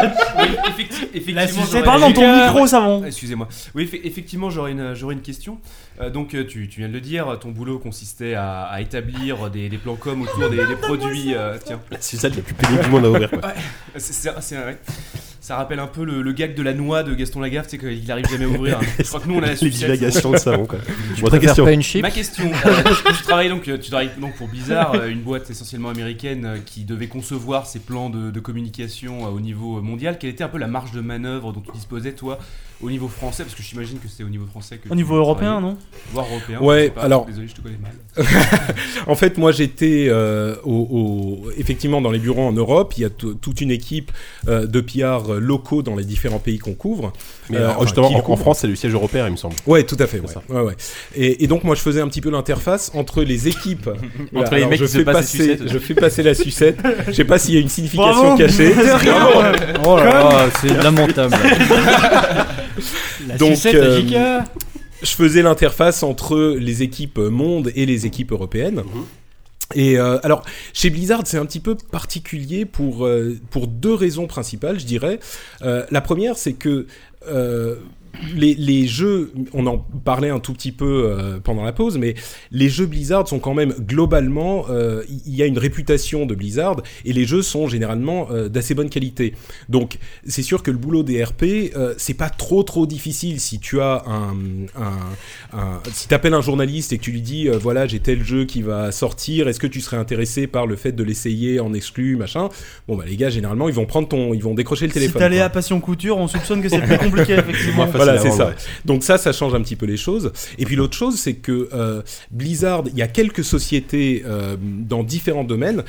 Speaker 6: La
Speaker 8: effectivement,
Speaker 6: sucette,
Speaker 8: j'aurais-
Speaker 3: Parle dans ton
Speaker 8: Jika-
Speaker 3: micro, savon.
Speaker 8: Ah, Excusez-moi. Oui, effe- effectivement, j'aurais une, j'aurais une question. Euh, donc, euh, tu, tu viens de le dire, ton boulot consistait à, à établir des, des plans com autour des, des produits. euh, tiens,
Speaker 1: la sucette la plus pénible du monde à ouvrir. Quoi.
Speaker 8: c'est- c'est c'est vrai. C'est ça rappelle un peu le, le gag de la noix de Gaston Lagaffe, c'est qu'il arrive jamais à ouvrir. Je crois que nous on a la
Speaker 1: Les
Speaker 8: sucette.
Speaker 1: divagations de savon, quoi. Bon, ta
Speaker 5: Préfère
Speaker 1: question.
Speaker 5: pas une chip.
Speaker 8: Ma question, euh, tu, tu travailles donc, tu travailles donc pour Blizzard, euh, une boîte essentiellement américaine euh, qui devait concevoir ses plans de, de communication euh, au niveau mondial. Quelle était un peu la marge de manœuvre dont tu disposais toi au niveau français Parce que j'imagine que c'était au niveau français que
Speaker 3: Au niveau
Speaker 8: tu
Speaker 3: européen,
Speaker 8: travaillais,
Speaker 3: non
Speaker 8: voire européen.
Speaker 2: Ouais,
Speaker 8: je sais pas,
Speaker 2: alors-
Speaker 8: Désolé, je te connais mal.
Speaker 2: En fait, moi, j'étais euh, au, au- effectivement dans les bureaux en Europe. Il y a t- toute une équipe euh, de PR locaux dans les différents pays qu'on couvre.
Speaker 1: Mais
Speaker 2: Euh,
Speaker 1: alors,
Speaker 2: enfin,
Speaker 1: justement,
Speaker 2: qui
Speaker 1: en-
Speaker 2: le
Speaker 1: en,
Speaker 2: couvre.
Speaker 1: France, c'est le siège européen, il me semble.
Speaker 2: Ouais, tout à fait. Ouais.
Speaker 1: ça.
Speaker 2: Ouais, ouais. Et, et donc, moi, je faisais un petit peu l'interface entre les équipes. Voilà,
Speaker 4: les
Speaker 2: alors,
Speaker 4: mecs
Speaker 2: je
Speaker 4: qui se
Speaker 2: fais
Speaker 4: passent les
Speaker 2: passer,
Speaker 4: sucettes.
Speaker 2: je fais passer la sucette. Je sais pas s'il y a une signification
Speaker 3: Bravo.
Speaker 2: cachée.
Speaker 6: Oh là là, c'est lamentable. La
Speaker 2: Donc,
Speaker 6: sucette
Speaker 2: euh,
Speaker 6: à Jika.
Speaker 2: je faisais l'interface entre les équipes monde et les équipes européennes. Et euh, alors, chez Blizzard, c'est un petit peu particulier pour, euh, pour deux raisons principales, je dirais. Euh, la première, c'est que euh, les, les jeux, on en parlait un tout petit peu euh, pendant la pause, mais les jeux Blizzard sont quand même globalement, euh, il y a une réputation de Blizzard et les jeux sont généralement euh, d'assez bonne qualité. Donc, c'est sûr que le boulot des RP, euh, c'est pas trop trop difficile si tu as un, un, un- si t'appelles un journaliste et que tu lui dis euh, voilà j'ai tel jeu qui va sortir, est-ce que tu serais intéressé par le fait de l'essayer en exclu machin. Bon bah les gars généralement ils vont prendre ton, ils vont décrocher le
Speaker 3: Si
Speaker 2: téléphone.
Speaker 3: t'allais
Speaker 2: quoi.
Speaker 3: à Passion Couture, on soupçonne que c'est plus compliqué, effectivement.
Speaker 1: Enfin,
Speaker 2: Voilà, c'est
Speaker 1: vraiment,
Speaker 2: ça.
Speaker 1: ouais.
Speaker 2: Donc ça, ça change un petit peu les choses. Et puis l'autre chose, c'est que euh, Blizzard, il y a quelques sociétés euh, dans différents domaines,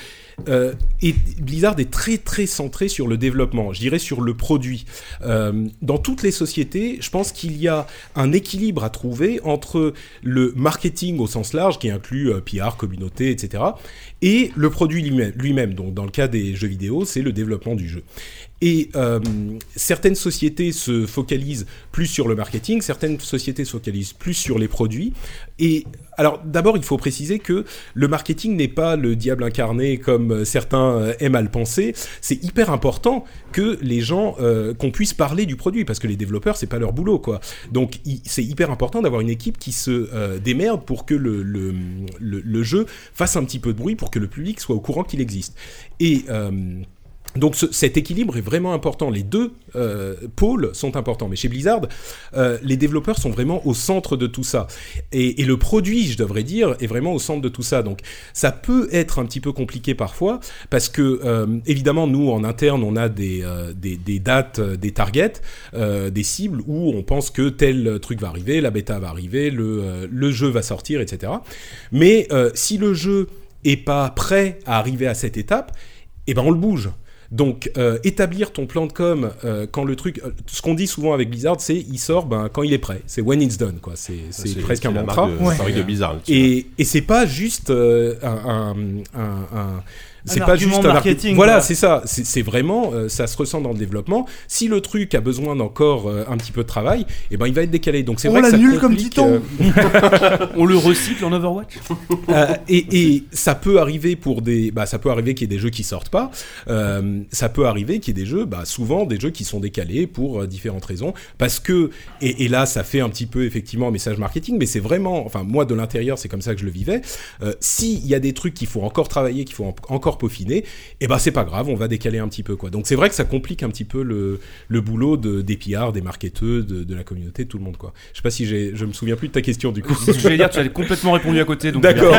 Speaker 2: euh, et Blizzard est très très centré sur le développement, je dirais sur le produit. Euh, dans toutes les sociétés, je pense qu'il y a un équilibre à trouver entre le marketing au sens large, qui inclut euh, PR, communauté, etc., et le produit lui-même- lui-même. Donc dans le cas des jeux vidéo, c'est le développement du jeu. Et euh, certaines sociétés se focalisent plus sur le marketing, certaines sociétés se focalisent plus sur les produits. Et alors d'abord, il faut préciser que le marketing n'est pas le diable incarné comme euh, certains euh, aiment à le penser. C'est hyper important que les gens, euh, qu'on puisse parler du produit, parce que les développeurs, c'est pas leur boulot, quoi. Donc i- c'est hyper important d'avoir une équipe qui se euh, démerde pour que le, le, le- le jeu fasse un petit peu de bruit, pour que le public soit au courant qu'il existe. Et... euh, donc ce- cet équilibre est vraiment important. Les deux euh, pôles sont importants. Mais chez Blizzard, euh, les développeurs sont vraiment au centre de tout ça. Et, et le produit, je devrais dire, est vraiment au centre de tout ça. Donc ça peut être un petit peu compliqué parfois, parce que euh, évidemment, nous, en interne, on a des, euh, des, des dates, euh, des targets, euh, des cibles, où on pense que tel truc va arriver, la bêta va arriver, le, euh, le jeu va sortir, etc. Mais euh, si le jeu est pas prêt à arriver à cette étape, eh ben on le bouge. Donc euh, établir ton plan de com euh, quand le truc, euh, ce qu'on dit souvent avec Blizzard, c'est il sort ben, quand il est prêt. C'est when it's done quoi. C'est c'est presque un
Speaker 1: la
Speaker 2: mantra.
Speaker 1: marque de,
Speaker 7: Ouais.
Speaker 1: la fabrique de Blizzard. là-dessus.
Speaker 2: Et, et c'est pas juste euh, un, un- un- un- c'est
Speaker 3: Un
Speaker 2: pas
Speaker 3: argument
Speaker 2: juste un argu-
Speaker 3: marketing,
Speaker 2: Voilà,
Speaker 3: quoi.
Speaker 2: c'est ça. C'est c'est vraiment, euh, ça se ressent dans le développement. Si le truc a besoin d'encore euh, un petit peu de travail, eh ben il va être décalé. Donc c'est
Speaker 3: On
Speaker 2: vrai que ça
Speaker 3: l'annule comme
Speaker 2: complique,
Speaker 3: Titan.
Speaker 2: euh,
Speaker 8: On le recycle en Overwatch
Speaker 2: euh, et, et ça peut arriver pour des, bah, ça peut arriver qu'il y ait des jeux qui sortent pas. Euh, ça peut arriver qu'il y ait des jeux, bah, souvent des jeux qui sont décalés pour euh, différentes raisons. Parce que, et, et là, ça fait un petit peu effectivement un message marketing, mais c'est vraiment, enfin moi de l'intérieur, c'est comme ça que je le vivais. Euh, S'il y a des trucs qu'il faut encore travailler, qu'il faut en- encore peaufiner, et ben c'est pas grave, on va décaler un petit peu quoi. Donc c'est vrai que ça complique un petit peu le, le boulot de, des PR, des marketeurs, de, de la communauté, de tout le monde quoi. Je sais pas si j'ai, je me souviens plus de ta question du coup.
Speaker 8: C'est ce que j'allais dire, tu as complètement répondu à côté. donc-
Speaker 2: D'accord.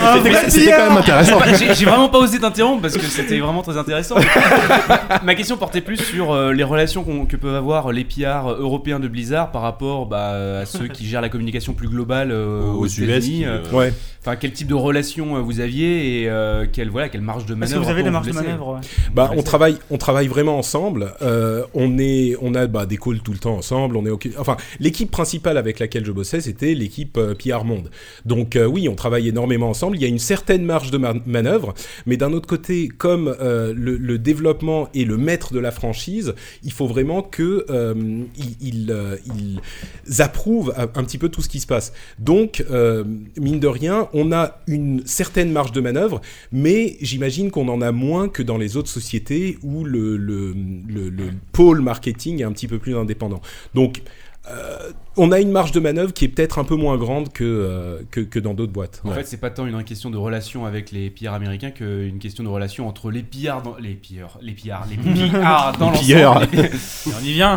Speaker 3: Ah,
Speaker 1: Mais
Speaker 3: vrai
Speaker 1: c'est- C'était quand même intéressant.
Speaker 8: J'ai j'ai vraiment pas osé t'interrompre parce que c'était vraiment très intéressant. Ma question portait plus sur euh, les relations qu'on- que peuvent avoir les PR européens de Blizzard par rapport bah, à ceux qui gèrent la communication plus globale euh,
Speaker 1: Aux
Speaker 8: aux
Speaker 1: US, qui,
Speaker 8: États-Unis.
Speaker 1: euh,
Speaker 8: euh,
Speaker 2: ouais.
Speaker 8: Enfin, quel type de relation euh, vous aviez et euh, quelle voilà quelle marge de
Speaker 3: Parce
Speaker 8: manœuvre
Speaker 3: que vous avez
Speaker 8: on
Speaker 3: des
Speaker 8: vous
Speaker 3: marges de
Speaker 8: laissait.
Speaker 3: manœuvre. ouais.
Speaker 2: Bah, on travaille, on travaille vraiment ensemble. Euh, on est, on a bah, des calls tout le temps ensemble. On est occu- enfin l'équipe principale avec laquelle je bossais, c'était l'équipe euh, PR Monde. Donc euh, oui, on travaille énormément ensemble. Il y a une certaine marge de man- manœuvre, mais d'un autre côté, comme euh, le, le développement est le maître de la franchise, il faut vraiment que euh, ils, ils, euh, ils approuvent un un petit peu tout ce qui se passe. Donc euh, mine de rien, on a une certaine marge de manœuvre, mais j'imagine qu'on en a moins que dans les autres sociétés où le, le- le- le pôle marketing est un petit peu plus indépendant. Donc, euh, on a une marge de manœuvre qui est peut-être un peu moins grande que, euh, que, que dans d'autres boîtes.
Speaker 8: En fait, c'est pas tant une question de relation avec les pillards américains qu'une question de relation entre les pillards dans les pillards, les pillards, les pillards dans
Speaker 1: Les
Speaker 2: euh,
Speaker 1: pillards.
Speaker 8: l'ensemble, les-
Speaker 4: on y vient.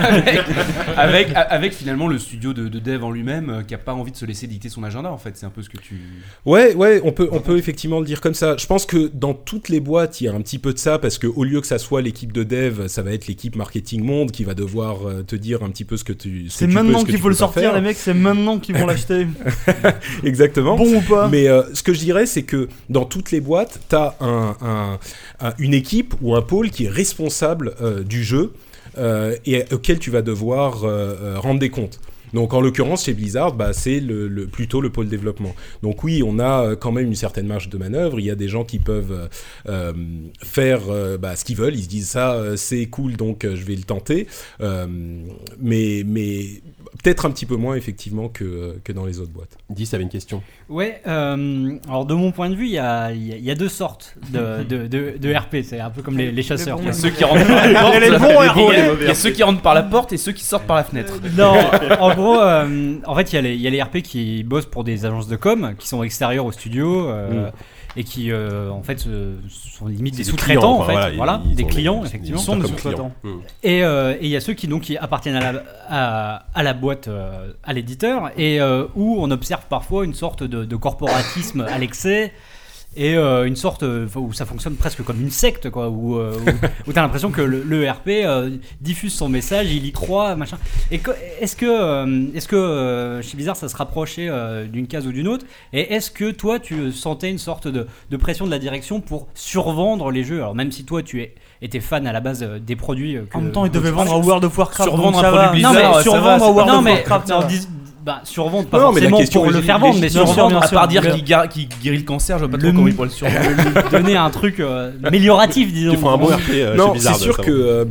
Speaker 8: avec, avec, avec finalement le studio de, de dev en lui-même euh, qui a pas envie de se laisser dicter son agenda. En fait, c'est un peu ce que tu.
Speaker 2: Ouais, ouais, on peut, on peut effectivement le dire comme ça. Je pense que dans toutes les boîtes, il y a un petit peu de ça parce que au lieu que ça soit l'équipe de dev, ça va être l'équipe marketing monde qui va devoir euh, te dire un petit peu ce que tu. ce
Speaker 3: C'est
Speaker 2: que tu peux,
Speaker 3: maintenant
Speaker 2: ce que
Speaker 3: qu'il
Speaker 2: tu
Speaker 3: faut le
Speaker 2: peux pas
Speaker 3: sortir,
Speaker 2: faire.
Speaker 3: les mecs, c'est maintenant qu'ils vont l'acheter.
Speaker 2: Exactement.
Speaker 3: Bon ou pas
Speaker 2: Mais euh, ce que je dirais, c'est que dans toutes les boîtes, tu as une équipe ou un pôle qui est responsable euh, du jeu euh, et auquel tu vas devoir euh, euh, rendre des comptes. Donc en l'occurrence chez Blizzard, bah, c'est le, le- plutôt le pôle développement. Donc oui, on a euh, quand même une certaine marge de manœuvre. Il y a des gens qui peuvent euh, euh, faire euh, bah, ce qu'ils veulent. Ils se disent ça, euh, c'est cool, donc euh, je vais le tenter. Euh, mais mais peut-être un petit peu moins effectivement que, euh, que dans les autres boîtes.
Speaker 1: Dis, ça avait une question.
Speaker 6: Ouais, euh, alors de mon point de vue, il y a, il y a- il y a deux sortes de, de, de- de RP. C'est un peu comme les, les chasseurs.
Speaker 7: bons
Speaker 6: quoi.
Speaker 7: et
Speaker 4: Ceux qui rentrent par la porte,
Speaker 3: les bons
Speaker 4: bons,
Speaker 3: RP.
Speaker 4: les mauvais. il y a ceux qui rentrent par la porte et ceux qui sortent par la fenêtre.
Speaker 6: Euh, Non, en gros, euh, en fait, il y, a les- il y a les RP qui bossent pour des agences de com, qui sont extérieures au studio, euh,
Speaker 8: Mm.
Speaker 6: et qui, euh, en fait, se- sont limite des
Speaker 1: des
Speaker 6: sous-traitants, en
Speaker 1: clients,
Speaker 6: fait.
Speaker 1: enfin,
Speaker 6: Voilà,
Speaker 1: voilà, ils- ils
Speaker 6: des
Speaker 1: ont
Speaker 6: clients,
Speaker 1: des-
Speaker 6: effectivement.
Speaker 1: ils sont
Speaker 6: des
Speaker 1: comme clients. Mmh.
Speaker 6: Et euh, et il y a ceux qui, donc, qui appartiennent à la, à, à la boîte, euh, à l'éditeur, et euh, où on observe parfois une sorte de, de corporatisme à l'excès. Et euh, une sorte euh, où ça fonctionne presque comme une secte, quoi, où, euh, où, où t'as l'impression que le, le RP euh, diffuse son message, il y croit, machin. Et que- est-ce que, euh, est-ce que euh, chez Bizarre ça se rapprochait euh, d'une case ou d'une autre Et est-ce que toi tu sentais une sorte de, de pression de la direction pour survendre les jeux Alors même si toi tu es, étais fan à la base euh, des produits euh, que-
Speaker 3: En même temps, ils devaient
Speaker 6: dont tu
Speaker 3: vendre à
Speaker 6: parles.
Speaker 3: World of Warcraft.
Speaker 4: Survendre
Speaker 3: donc
Speaker 4: un
Speaker 3: ça
Speaker 4: produit
Speaker 3: va.
Speaker 4: Blizzard,
Speaker 3: Non,
Speaker 4: ça
Speaker 3: mais
Speaker 4: va,
Speaker 3: survendre
Speaker 4: c'est-
Speaker 3: à World
Speaker 6: non,
Speaker 3: of
Speaker 6: mais,
Speaker 3: Warcraft. ça
Speaker 6: non,
Speaker 3: va.
Speaker 6: dis- bah, survendre pas
Speaker 2: Non, mais la
Speaker 6: forcément
Speaker 2: question
Speaker 6: pour
Speaker 2: est
Speaker 6: le faire vendre, mais
Speaker 3: légitime. Bien sûr,
Speaker 6: survendre
Speaker 3: bien
Speaker 4: à
Speaker 3: sûr.
Speaker 4: part dire
Speaker 6: Le-
Speaker 4: qu'il guérit, qu'il guérit le cancer, je vois pas
Speaker 6: Le
Speaker 4: trop comment
Speaker 6: mi-
Speaker 4: ils pourraient le survendre.
Speaker 6: donner un truc euh, amélioratif, disons.
Speaker 1: Ils font un bon RP euh,
Speaker 2: Non,
Speaker 1: chez Blizzard.
Speaker 2: c'est sûr
Speaker 1: ça,
Speaker 2: que
Speaker 1: bon.
Speaker 2: euh,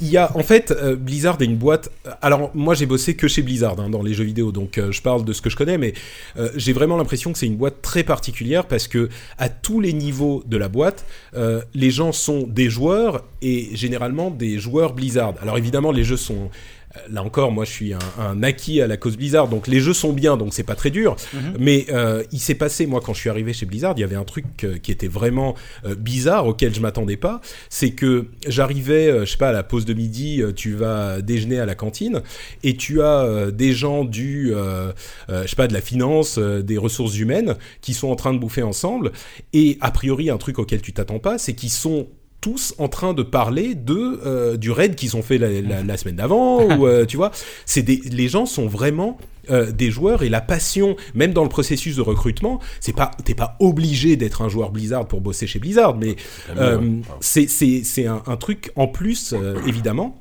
Speaker 2: il y a en fait euh, Blizzard est une boîte. Alors moi j'ai bossé que chez Blizzard hein, dans les jeux vidéo, donc euh, je parle de ce que je connais, mais euh, j'ai vraiment l'impression que c'est une boîte très particulière parce que à tous les niveaux de la boîte, euh, les gens sont des joueurs et généralement des joueurs Blizzard. Alors évidemment les jeux sont euh, Là encore, moi je suis un, un acquis à la cause Blizzard, donc les jeux sont bien, donc c'est pas très dur. Mais euh, il s'est passé, moi quand je suis arrivé chez Blizzard, il y avait un truc euh, qui était vraiment euh, bizarre auquel je m'attendais pas c'est que j'arrivais, euh, je sais pas, à la pause de midi, euh, tu vas déjeuner à la cantine et tu as euh, des gens du, euh, euh, je sais pas, de la finance, euh, des ressources humaines qui sont en train de bouffer ensemble et a priori un truc auquel tu t'attends pas, c'est qu'ils sont tous en train de parler de euh, du raid qu'ils ont fait la, la- la semaine d'avant ou euh, tu vois c'est des les gens sont vraiment euh, des joueurs et la passion même dans le processus de recrutement c'est pas t'es pas obligé d'être un joueur Blizzard pour bosser chez Blizzard mais euh,
Speaker 1: Ah.
Speaker 2: c'est- c'est c'est un, un truc en plus, euh, évidemment.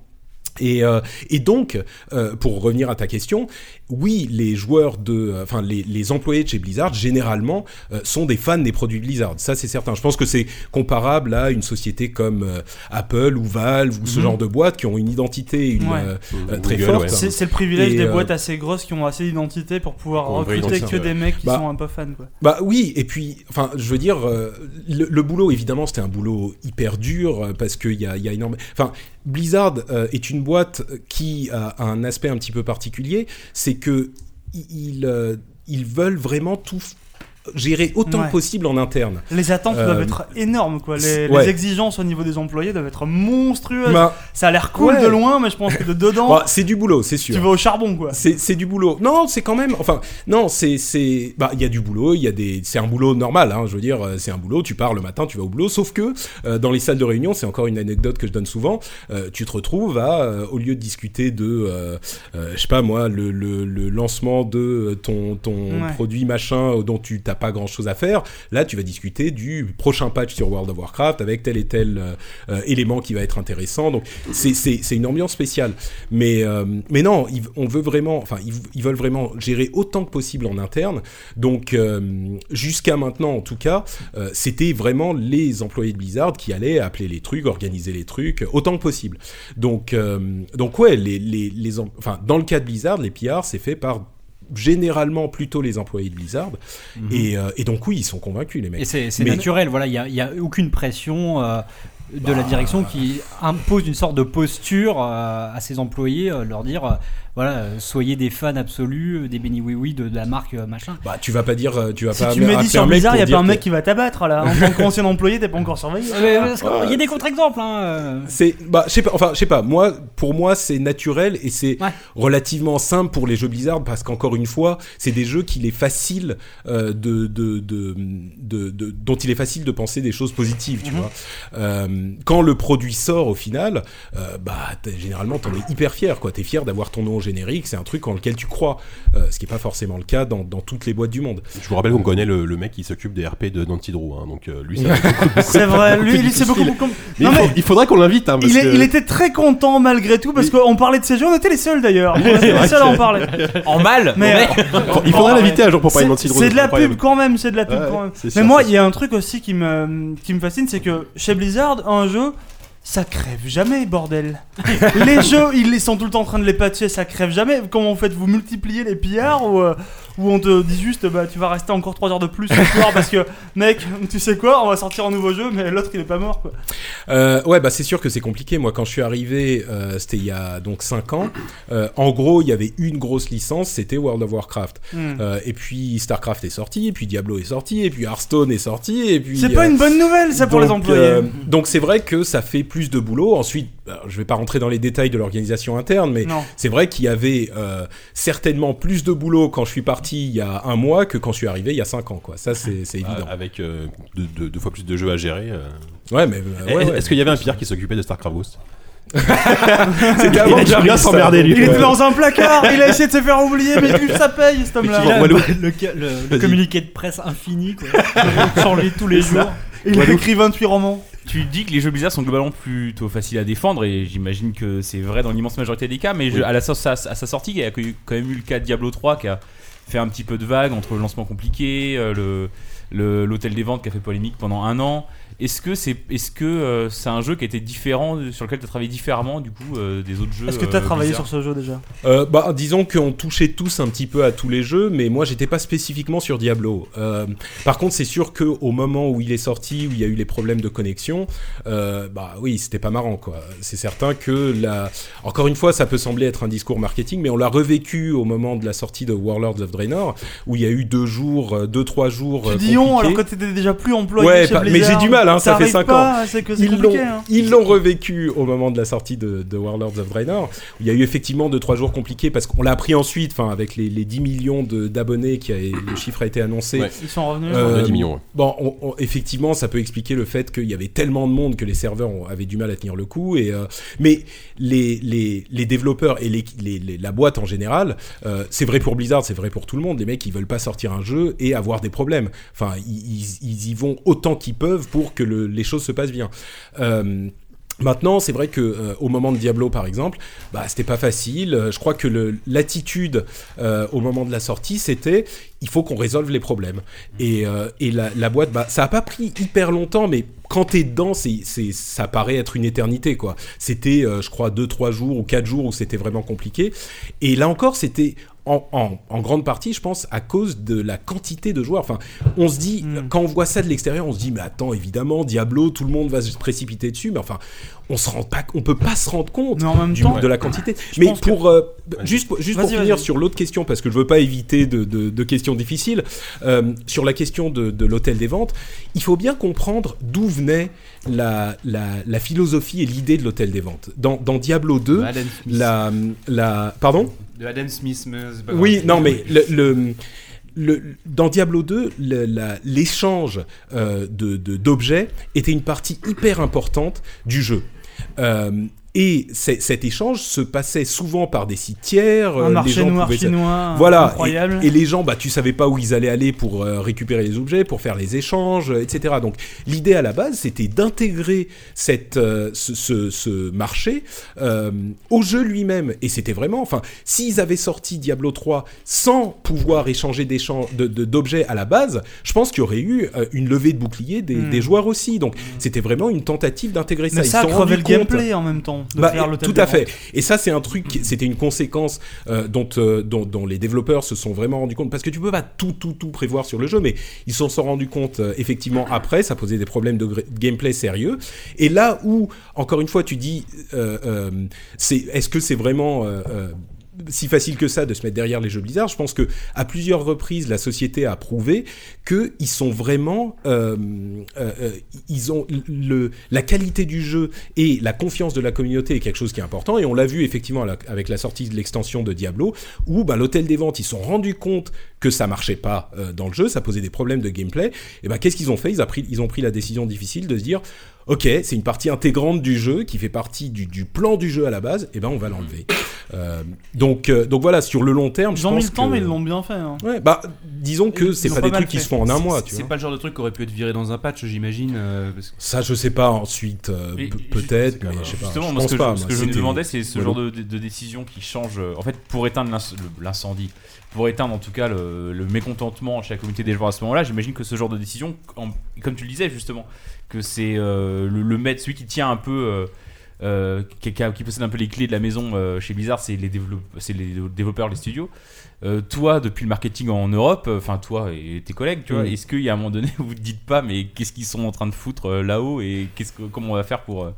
Speaker 2: Et, euh, et donc, euh, pour revenir à ta question, oui, les joueurs de, euh, enfin les, les employés de chez Blizzard généralement euh, sont des fans des produits Blizzard. Ça, c'est certain. Je pense que c'est comparable à une société comme euh, Apple ou Valve ou ce genre de boîtes qui ont une identité une,
Speaker 3: Ouais.
Speaker 2: euh, euh,
Speaker 1: Google,
Speaker 2: très
Speaker 1: ouais.
Speaker 2: forte.
Speaker 1: C'est-
Speaker 3: C'est c'est le privilège
Speaker 2: Et,
Speaker 3: des
Speaker 2: euh,
Speaker 3: boîtes assez grosses qui ont assez d'identité pour pouvoir
Speaker 1: Pour une vraie
Speaker 3: recruter que
Speaker 1: identité,
Speaker 3: des mecs qui
Speaker 2: Bah,
Speaker 3: sont un peu fans. Quoi.
Speaker 2: Bah oui, et puis, enfin, je veux dire, euh, le, le boulot, évidemment, c'était un boulot hyper dur euh, parce qu'il y a, il y a énormément. Enfin, Blizzard euh, est une boîte qui a un aspect un petit peu particulier, c'est que i- ils, euh, ils veulent vraiment tout f- gérer autant
Speaker 3: Ouais.
Speaker 2: que possible en interne.
Speaker 3: Les attentes
Speaker 2: Euh,
Speaker 3: doivent être énormes. Quoi. Les,
Speaker 2: c'est-
Speaker 3: les
Speaker 2: ouais.
Speaker 3: exigences au niveau des employés doivent être monstrueuses.
Speaker 2: Bah,
Speaker 3: Ça a l'air cool
Speaker 2: Ouais.
Speaker 3: de loin, mais je pense que de dedans,
Speaker 2: bah, c'est du boulot, c'est sûr.
Speaker 3: tu vas au charbon. quoi.
Speaker 2: C'est, c'est du boulot. Non, c'est quand même. Enfin, non, c'est. c'est bah, il y a du boulot, il y a des. C'est un boulot normal, hein, je veux dire, euh, c'est un boulot, tu pars le matin, tu vas au boulot, sauf que euh, dans les salles de réunion, c'est encore une anecdote que je donne souvent, euh, tu te retrouves à. euh, au lieu de discuter de. euh, euh, je sais pas moi, le, le, le lancement de euh, ton, ton
Speaker 3: Ouais.
Speaker 2: produit machin euh, dont tu t'as pas grand chose à faire, là, tu vas discuter du prochain patch sur World of Warcraft avec tel et tel euh, euh, élément qui va être intéressant. Donc, c'est- c'est c'est une ambiance spéciale. Mais, euh, mais non, ils, on veut vraiment, enfin, ils, ils veulent vraiment gérer autant que possible en interne. Donc, euh, jusqu'à maintenant, en tout cas, euh, c'était vraiment les employés de Blizzard qui allaient appeler les trucs, organiser les trucs, euh, autant que possible. Donc, euh, donc ouais, les, les, les em- enfin, dans le cas de Blizzard, les PR, c'est fait par généralement plutôt les employés de Blizzard.
Speaker 3: Mhm.
Speaker 2: Et, euh, et donc, oui, ils sont convaincus, les mecs.
Speaker 6: Et c'est c'est
Speaker 2: Mais-
Speaker 6: naturel, voilà, il n'y a, aucune pression euh, de
Speaker 1: Bah.
Speaker 6: la direction qui impose une sorte de posture euh, à ses employés, euh, leur dire euh, voilà, euh, soyez des fans absolus euh, des Benny Oui Oui de, de la marque euh, machin.
Speaker 2: Bah, tu vas pas dire, euh, tu vas
Speaker 3: Si
Speaker 2: pas.
Speaker 3: tu me
Speaker 2: appeler
Speaker 3: dis sur
Speaker 2: un mec
Speaker 3: bizarre,
Speaker 2: pour
Speaker 3: il y a
Speaker 2: dire
Speaker 3: pas un
Speaker 2: que-
Speaker 3: mec qui va t'abattre là. En tant qu'ancien employé, t'es pas encore surveillé.
Speaker 6: Euh, Il y a des contre-exemples. Hein.
Speaker 2: C'est bah je sais pas enfin je sais pas moi pour moi c'est naturel et c'est
Speaker 6: Ouais.
Speaker 2: relativement simple pour les jeux Blizzard parce qu'encore une fois c'est des jeux qu'il est facile euh, de, de, de, de- de- dont il est facile de penser des choses positives tu vois Euh, quand le produit sort au final euh, bah t'es- généralement t'en es hyper fier quoi t'es fier d'avoir ton nom au générique c'est un truc en lequel tu crois euh, ce qui est pas forcément le cas dans, dans toutes les boîtes du monde
Speaker 1: Je vous rappelle qu'on connaît le, le mec qui s'occupe des RP de Nancy Drew, hein, donc euh, lui, ça va être beaucoup-
Speaker 3: C'est vrai, lui,
Speaker 1: beaucoup
Speaker 3: lui, c'est beaucoup
Speaker 1: difficile.
Speaker 3: plus com-
Speaker 1: Mais
Speaker 3: Non,
Speaker 1: il, faut-
Speaker 3: mais-
Speaker 1: il faudrait qu'on l'invite. Hein, parce
Speaker 3: Il, est-
Speaker 1: que-
Speaker 3: il était très content malgré tout parce qu'on parlait de ces jeux, on était les seuls d'ailleurs. On était les seuls à en parler.
Speaker 4: En mal
Speaker 3: Mais euh,
Speaker 1: Faut- Il faudrait l'inviter un jour pour parler de Nancy
Speaker 3: c'est
Speaker 1: Drew.
Speaker 3: c'est de la
Speaker 1: incroyable.
Speaker 3: pub quand même, c'est de la pub
Speaker 1: Ouais,
Speaker 3: quand même.
Speaker 1: c'est
Speaker 3: Mais
Speaker 1: sûr,
Speaker 3: moi,
Speaker 1: c'est
Speaker 3: il y a un truc aussi qui me, qui me fascine, c'est que chez Blizzard, un jeu, ça crève jamais, bordel. les jeux, ils les sont tout le temps en train de les patcher, ça crève jamais. Comment vous faites Vous multipliez les pillards ou, euh, ou on te dit juste, bah tu vas rester encore 3 heures de plus ce soir parce que, mec, tu sais quoi, on va sortir un nouveau jeu, mais l'autre il est pas mort quoi.
Speaker 2: Euh, ouais, bah c'est sûr que c'est compliqué. Moi, quand je suis arrivé, euh, c'était il y a donc 5 ans. Euh, en gros, il y avait une grosse licence, c'était World of Warcraft.
Speaker 3: Hmm.
Speaker 2: Euh, et puis StarCraft est sorti, et puis Diablo est sorti, et puis Hearthstone est sorti, et puis.
Speaker 3: C'est pas
Speaker 2: euh,
Speaker 3: une bonne nouvelle ça pour les
Speaker 2: donc,
Speaker 3: employés.
Speaker 2: euh, donc c'est vrai que ça fait plus de boulot. Ensuite, alors, je vais pas rentrer dans les détails de l'organisation interne, mais
Speaker 3: Non.
Speaker 2: c'est vrai qu'il y avait euh, certainement plus de boulot quand je suis parti il y a un mois que quand je suis arrivé il y a 5 ans. Quoi. Ça, c'est c'est
Speaker 1: Ah,
Speaker 2: évident.
Speaker 1: Avec euh, deux, deux- deux fois plus de jeux à gérer. euh.
Speaker 2: Ouais, mais euh, ouais,
Speaker 1: Est-
Speaker 2: ouais.
Speaker 1: Est-ce qu'il y avait un pillard qui s'occupait de StarCraft Ghost
Speaker 2: C'était avant que
Speaker 1: Il aime
Speaker 2: j'arrive,
Speaker 1: bien
Speaker 2: ça,
Speaker 1: s'emmerder, lui.
Speaker 2: donc,
Speaker 3: Il était
Speaker 2: euh,
Speaker 3: dans un placard, il a essayé de se faire oublier, mais plus ça paye cet homme-là.
Speaker 1: Effectivement, Walou.
Speaker 6: le, ca- le- le
Speaker 1: Vas-y.
Speaker 6: communiqué de presse infini, quoi. Changer tous les jours.
Speaker 3: Il a écrit 28 romans.
Speaker 4: Tu dis que les jeux bizarres sont globalement plutôt faciles à défendre et j'imagine que c'est vrai dans l'immense majorité des cas, mais je- à, la, so- à, à sa sortie, il y a eu- quand même eu le cas de Diablo 3 qui a fait un petit peu de vague entre le lancement compliqué, euh, le- le- l'hôtel des ventes qui a fait polémique pendant un an. Est-ce que c'est est -ce que euh, c'est un jeu qui était différent, euh, sur lequel tu as travaillé différemment du coup euh, des autres jeux
Speaker 3: Est-ce que t'as
Speaker 4: euh,
Speaker 3: travaillé
Speaker 4: Blizzard
Speaker 3: sur ce jeu déjà
Speaker 2: Euh, bah, disons qu'on touchait tous un petit peu à tous les jeux, mais moi j'étais pas spécifiquement sur Diablo. Euh, par contre, c'est sûr que au moment où il est sorti, où il y a eu les problèmes de connexion, euh, bah oui, c'était pas marrant quoi. C'est certain que la, encore une fois, ça peut sembler être un discours marketing, mais on l'a revécu au moment de la sortie de Warlords of Draenor, où il y a eu deux jours, euh, deux trois jours.
Speaker 3: Tu
Speaker 2: euh,
Speaker 3: dis on
Speaker 2: compliqués.
Speaker 3: alors que t'étais déjà plus employé
Speaker 2: Ouais,
Speaker 3: chez
Speaker 2: pas- mais
Speaker 3: Blizzard.
Speaker 2: j'ai du mal, hein, ça fait
Speaker 3: T'arrives
Speaker 2: cinq
Speaker 3: pas, C'est que c'est
Speaker 2: ils l'ont,
Speaker 3: compliqué. hein.
Speaker 2: ils l'ont revécu au moment de la sortie de, de Warlords of Draenor. Il y a eu effectivement deux trois jours compliqués parce qu'on l'a appris ensuite, enfin avec les, les 10 millions de- d'abonnés qui a, le chiffre a été annoncé.
Speaker 1: Ouais.
Speaker 3: Ils sont revenus.
Speaker 2: Euh,
Speaker 1: On a 10 millions. ouais.
Speaker 2: Bon, on- on- effectivement, ça peut expliquer le fait qu'il y avait tellement de monde que les serveurs ont- avaient du mal à tenir le coup. Et euh, mais les, les, les développeurs et les, les- les- la boîte en général, euh, c'est vrai pour Blizzard, c'est vrai pour tout le monde. Les mecs, ils veulent pas sortir un jeu et avoir des problèmes. Enfin, ils, ils- ils y vont autant qu'ils peuvent pour que le- les choses se passent bien. Euh, Maintenant, c'est vrai que euh, au moment de Diablo, par exemple, bah, c'était pas facile. Euh, Je crois que le- l'attitude euh, au moment de la sortie, c'était il faut qu'on résolve les problèmes. Et, euh, et la, la boîte, bah, ça a pas pris hyper longtemps, mais quand t'es dedans, c'est, c'est, ça paraît être une éternité, quoi. C'était, euh, je crois, deux, trois jours ou quatre jours où c'était vraiment compliqué. Et là encore, c'était en, en- en grande partie, je pense, à cause de la quantité de joueurs. Enfin, on se dit,
Speaker 3: Mm.
Speaker 2: quand on voit ça de l'extérieur, on se dit, mais attends, évidemment, Diablo, tout le monde va se précipiter dessus, mais enfin, on se rend pas, on peut pas se rendre compte
Speaker 3: Mais en même
Speaker 2: du-
Speaker 3: temps,
Speaker 2: de la quantité. Mais
Speaker 3: pense que-
Speaker 2: pour euh, juste pour- juste pour
Speaker 3: Vas-y,
Speaker 2: finir
Speaker 3: vas-y.
Speaker 2: sur l'autre question parce que je veux pas éviter de, de- de questions difficiles euh, sur la question de, de l'hôtel des ventes, il faut bien comprendre d'où venait la, la, la philosophie et l'idée de l'hôtel des ventes. Dans, dans Diablo 2,
Speaker 8: De Adam Smith.
Speaker 2: la la pardon
Speaker 8: De Adam Smith, mais c'est pas
Speaker 2: oui,
Speaker 8: grave.
Speaker 2: non, mais le, le- le- dans Diablo 2, le- la- l'échange euh, de- de- d'objets était une partie hyper importante du jeu. Euh, et c'est- cet échange se passait souvent par des sites tiers. euh,
Speaker 3: un marché noir
Speaker 2: pouvaient se-
Speaker 3: chinois.
Speaker 2: voilà.
Speaker 3: Incroyable.
Speaker 2: Et les gens, bah, tu savais pas où ils allaient aller pour euh, récupérer les objets, pour faire les échanges, euh, etc. Donc, l'idée à la base, c'était d'intégrer cette, euh, ce, ce- ce marché euh, au jeu lui-même. Et c'était vraiment, enfin, s'ils avaient sorti Diablo 3 sans pouvoir échanger d'échan- de- de- d'objets à la base, je pense qu'il y aurait eu euh, une levée de bouclier des,
Speaker 3: Hmm.
Speaker 2: des joueurs aussi. Donc, c'était vraiment une tentative d'intégrer ça.
Speaker 3: mais
Speaker 2: Ils
Speaker 3: ça
Speaker 2: se sont
Speaker 3: crevait le
Speaker 2: rendus compte-
Speaker 3: gameplay en même temps. De
Speaker 2: bah,
Speaker 3: faire l'hôtel
Speaker 2: tout
Speaker 3: des
Speaker 2: à
Speaker 3: ventes.
Speaker 2: fait. Et ça, c'est un truc, qui- c'était une conséquence euh, dont, euh, dont, dont les développeurs se sont vraiment rendus compte. Parce que tu peux pas tout, tout, tout prévoir sur le jeu, mais ils s'en sont rendus compte euh, effectivement après. Ça posait des problèmes de gré- gameplay sérieux. Et là où, encore une fois, tu dis, euh, euh, c'est, est-ce que c'est vraiment euh, euh, si facile que ça de se mettre derrière les jeux Blizzard. Je pense que à plusieurs reprises, la société a prouvé que ils sont vraiment, euh, euh, euh, ils ont le, la qualité du jeu et la confiance de la communauté est quelque chose qui est important. Et on l'a vu effectivement à la- avec la sortie de l'extension de Diablo, où ben, l'hôtel des ventes, ils se sont rendus compte que ça marchait pas euh, dans le jeu, ça posait des problèmes de gameplay. Et ben qu'est-ce qu'ils ont fait ils, a pris, ils ont pris la décision difficile de se dire, ok, c'est une partie intégrante du jeu qui fait partie du, du plan du jeu à la base. Et ben on va l'enlever. Euh, donc euh, donc voilà sur le long terme. je
Speaker 3: Ils ont mis
Speaker 2: pense
Speaker 3: le temps,
Speaker 2: que-
Speaker 3: mais ils l'ont bien fait. hein.
Speaker 2: Ouais, bah disons que c'est
Speaker 3: Ils
Speaker 2: pas,
Speaker 3: l'ont pas
Speaker 2: des
Speaker 3: mal
Speaker 2: trucs qui
Speaker 3: fait.
Speaker 2: se font en un
Speaker 8: C'est-
Speaker 2: mois,
Speaker 8: c'est-
Speaker 2: tu
Speaker 8: C'est
Speaker 2: vois.
Speaker 8: pas le genre de truc qui aurait pu être viré dans un patch, j'imagine. euh, parce que-
Speaker 2: Ça, je sais pas ensuite, euh,
Speaker 4: Et-
Speaker 2: pe-
Speaker 4: et-
Speaker 2: peut-être,
Speaker 4: justement,
Speaker 2: mais je sais pas.
Speaker 4: Justement,
Speaker 2: je
Speaker 4: moi, ce
Speaker 2: pense
Speaker 4: que, je,
Speaker 2: pas.
Speaker 4: ce
Speaker 2: moi,
Speaker 4: que je me
Speaker 2: c'était-
Speaker 4: demandais, c'est ce
Speaker 2: voilà.
Speaker 4: genre de, de- de décision qui change. euh, En fait, pour éteindre l'inc- le- l'incendie, pour éteindre en tout cas le, le mécontentement chez la communauté des joueurs à ce moment-là, j'imagine que ce genre de décision, en- comme tu le disais justement, que c'est euh, le, le maître, celui qui tient un peu. euh, euh, qui, qui a- qui possède un peu les clés de la maison euh, chez Blizzard, c'est les, développe- c'est les développeurs, les studios. Euh, toi, depuis le marketing en Europe, euh, enfin toi et tes collègues, tu vois,
Speaker 2: Mm.
Speaker 4: est-ce qu'il y a un moment donné où vous ne dites pas, mais qu'est-ce qu'ils sont en train de foutre euh, là-haut et qu'est-ce que, comment on va faire pour, euh,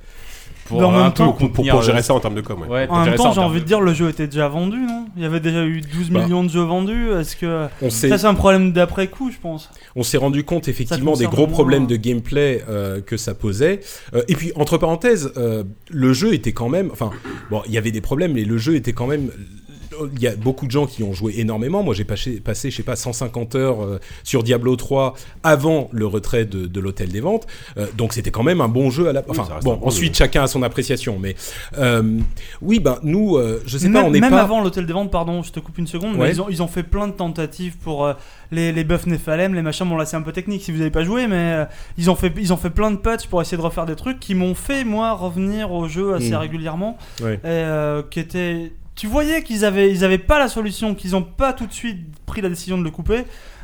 Speaker 4: pour
Speaker 3: Mais en
Speaker 4: un
Speaker 3: même
Speaker 4: peu
Speaker 3: temps-
Speaker 1: Pour, pour-
Speaker 4: contenir,
Speaker 1: pour
Speaker 4: euh,
Speaker 1: gérer ça en termes de com, ouais.
Speaker 4: Ouais, pour
Speaker 3: En même
Speaker 4: gérer ça
Speaker 3: temps, j'ai
Speaker 4: termes
Speaker 3: envie de dire, le jeu était déjà vendu, non Il y avait déjà eu 12
Speaker 2: Bah.
Speaker 3: millions de jeux vendus. Est-ce que
Speaker 2: On s'est-
Speaker 3: ça c'est un problème d'après coup, je pense
Speaker 2: on s'est rendu compte effectivement des
Speaker 3: concerne
Speaker 2: gros
Speaker 3: moins.
Speaker 2: problèmes de gameplay euh, que ça posait. Euh, et puis entre parenthèses, euh, le jeu était quand même, enfin bon, il y avait des problèmes, mais le jeu était quand même. Il y a beaucoup de gens qui ont joué énormément. Moi, j'ai passé, passé, je sais pas, 150 heures euh, sur Diablo 3 avant le retrait de, de l'hôtel des ventes. Euh, donc, c'était quand même un bon jeu à la. Enfin,
Speaker 1: ça reste un
Speaker 2: bon,
Speaker 1: bon
Speaker 2: ensuite, chacun a son appréciation. Mais euh, oui, ben nous, euh, je sais
Speaker 3: même,
Speaker 2: pas, on n'est
Speaker 3: même
Speaker 2: pas.
Speaker 3: avant l'hôtel des ventes, pardon, je te coupe une seconde,
Speaker 2: Ouais.
Speaker 3: mais ils ont, ils ont fait plein de tentatives pour euh, les, les buffs Nephalem, les machins. Bon, là c'est un peu technique si vous n'avez pas joué, mais euh, ils, ont fait, ils ont fait plein de patchs pour essayer de refaire des trucs qui m'ont fait, moi, revenir au jeu assez
Speaker 2: Mm.
Speaker 3: régulièrement.
Speaker 2: Ouais.
Speaker 3: Et, euh, qui étaient... Tu voyais qu'ils avaient, ils avaient pas la solution, qu'ils ont pas tout de suite pris la décision de le couper,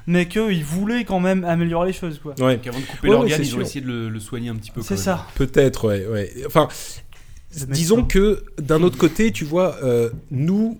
Speaker 3: mais qu'ils voulaient quand même améliorer les choses, quoi.
Speaker 2: Ouais.
Speaker 8: Donc avant de couper
Speaker 2: Ouais, ouais,
Speaker 8: l'organe,
Speaker 2: c'est
Speaker 8: ils ont
Speaker 2: sûr.
Speaker 8: essayé de le, le soigner un petit peu. quand
Speaker 3: C'est
Speaker 8: même.
Speaker 3: ça.
Speaker 2: Peut-être, ouais, ouais. Enfin,
Speaker 3: Le mec,
Speaker 2: disons
Speaker 3: hein.
Speaker 2: que d'un autre côté, tu vois, euh, nous,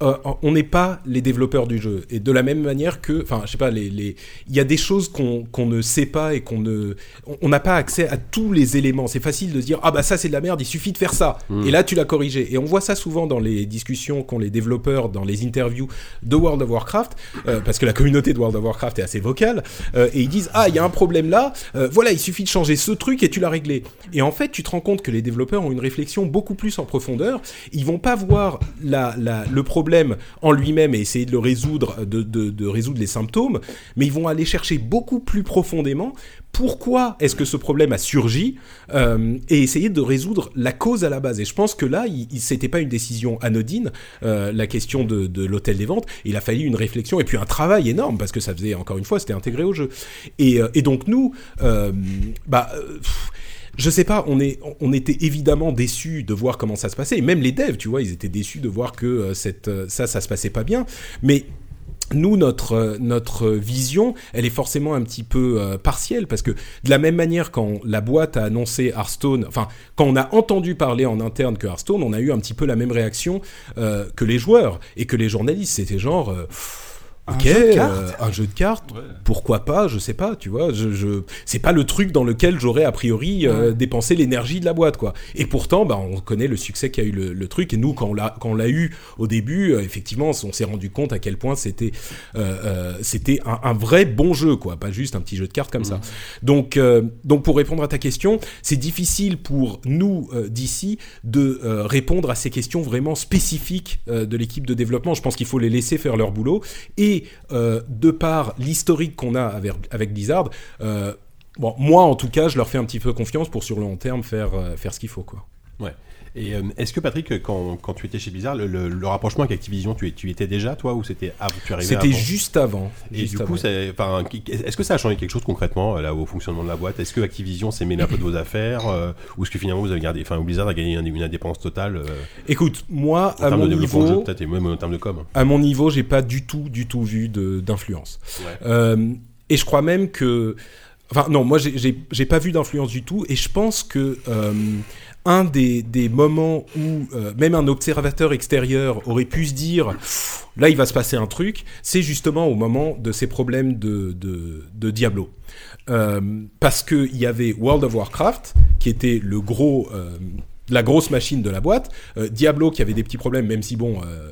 Speaker 2: euh, on n'est pas les développeurs du jeu. Et de la même manière que, enfin, je sais pas, les, les- il y a des choses qu'on qu'on ne sait pas et qu'on ne, on- on n'a pas accès à tous les éléments. C'est facile de se dire, ah bah ça c'est de la merde, il suffit de faire ça.
Speaker 1: Mm.
Speaker 2: Et là, tu l'as corrigé. Et on voit ça souvent dans les discussions qu'ont les développeurs, dans les interviews de World of Warcraft, euh, parce que la communauté de World of Warcraft est assez vocale, euh, et ils disent, ah, il y a un problème là, euh, voilà, il suffit de changer ce truc et tu l'as réglé. Et en fait, tu te rends compte que les développeurs ont une réflexion beaucoup plus en profondeur. Ils vont pas voir la- la- le problème en lui-même et essayer de le résoudre, de, de- de résoudre les symptômes, mais ils vont aller chercher beaucoup plus profondément pourquoi est-ce que ce problème a surgi euh, et essayer de résoudre la cause à la base. Et je pense que là, il, il- c'était pas une décision anodine, euh, la question de, de l'hôtel des ventes. Il a fallu une réflexion et puis un travail énorme parce que ça faisait encore une fois, c'était intégré au jeu. Et, euh, et donc nous, euh, bah. euh, pff, je sais pas, on, est, on était évidemment déçus de voir comment ça se passait, et même les devs, tu vois, ils étaient déçus de voir que euh, cette, euh, ça, ça se passait pas bien, mais nous, notre, euh, notre vision, elle est forcément un petit peu euh, partielle, parce que de la même manière, quand la boîte a annoncé Hearthstone, enfin, quand on a entendu parler en interne que Hearthstone, on a eu un petit peu la même réaction euh, que les joueurs et que les journalistes. C'était genre, euh,
Speaker 3: Un
Speaker 2: ok,
Speaker 3: jeu de
Speaker 2: euh,
Speaker 3: cartes
Speaker 2: un jeu de cartes,
Speaker 8: Ouais.
Speaker 2: pourquoi pas, je sais pas, tu vois, je, je- c'est pas le truc dans lequel j'aurais a priori euh, dépensé l'énergie de la boîte, quoi. Et pourtant, bah, on connaît le succès qu'a eu le, le truc, et nous, quand on l'a, quand on l'a eu au début, euh, effectivement, on s'est rendu compte à quel point c'était, euh, euh, c'était un, un vrai bon jeu, quoi, pas juste un petit jeu de cartes comme ça. Donc, euh, donc, pour répondre à ta question, c'est difficile pour nous euh, d'ici de euh, répondre à ces questions vraiment spécifiques euh, de l'équipe de développement. Je pense qu'il faut les laisser faire leur boulot. Et euh, de par l'historique qu'on a avec, avec Blizzard, euh, bon, moi en tout cas, je leur fais un petit peu confiance pour sur le long terme faire, euh, faire ce qu'il faut. Quoi.
Speaker 1: Et euh, est-ce que Patrick, quand, quand tu étais chez Blizzard, le, le- le rapprochement avec Activision, tu, y- tu y étais déjà toi ou c'était avant tu arrivais
Speaker 2: C'était
Speaker 1: avant
Speaker 2: juste avant.
Speaker 1: Et
Speaker 2: juste
Speaker 1: du coup,
Speaker 2: avant.
Speaker 1: c'est- enfin, qui- est-ce que ça a changé quelque chose concrètement euh, là au fonctionnement de la boîte Est-ce que Activision s'est mêlé un peu de vos affaires euh, ou est-ce que finalement vous avez gardé, enfin Blizzard a gagné une, une indépendance totale euh,
Speaker 2: Écoute, moi,
Speaker 1: en
Speaker 2: à
Speaker 1: termes
Speaker 2: mon,
Speaker 1: de développement de jeu
Speaker 2: niveau,
Speaker 1: peut-être et même en termes de com
Speaker 2: à mon niveau, j'ai pas du tout, du tout vu de- d'influence. Euh, et je crois même que. Enfin, non, moi, j'ai- j'ai j'ai pas vu d'influence du tout. Et je pense que. euh, un des, des moments où euh, même un observateur extérieur aurait pu se dire là il va se passer un truc, c'est justement au moment de ces problèmes de, de, de Diablo. Euh, parce qu'il y avait World of Warcraft, qui était le gros, euh, la grosse machine de la boîte, euh, Diablo qui avait des petits problèmes, même si bon, euh,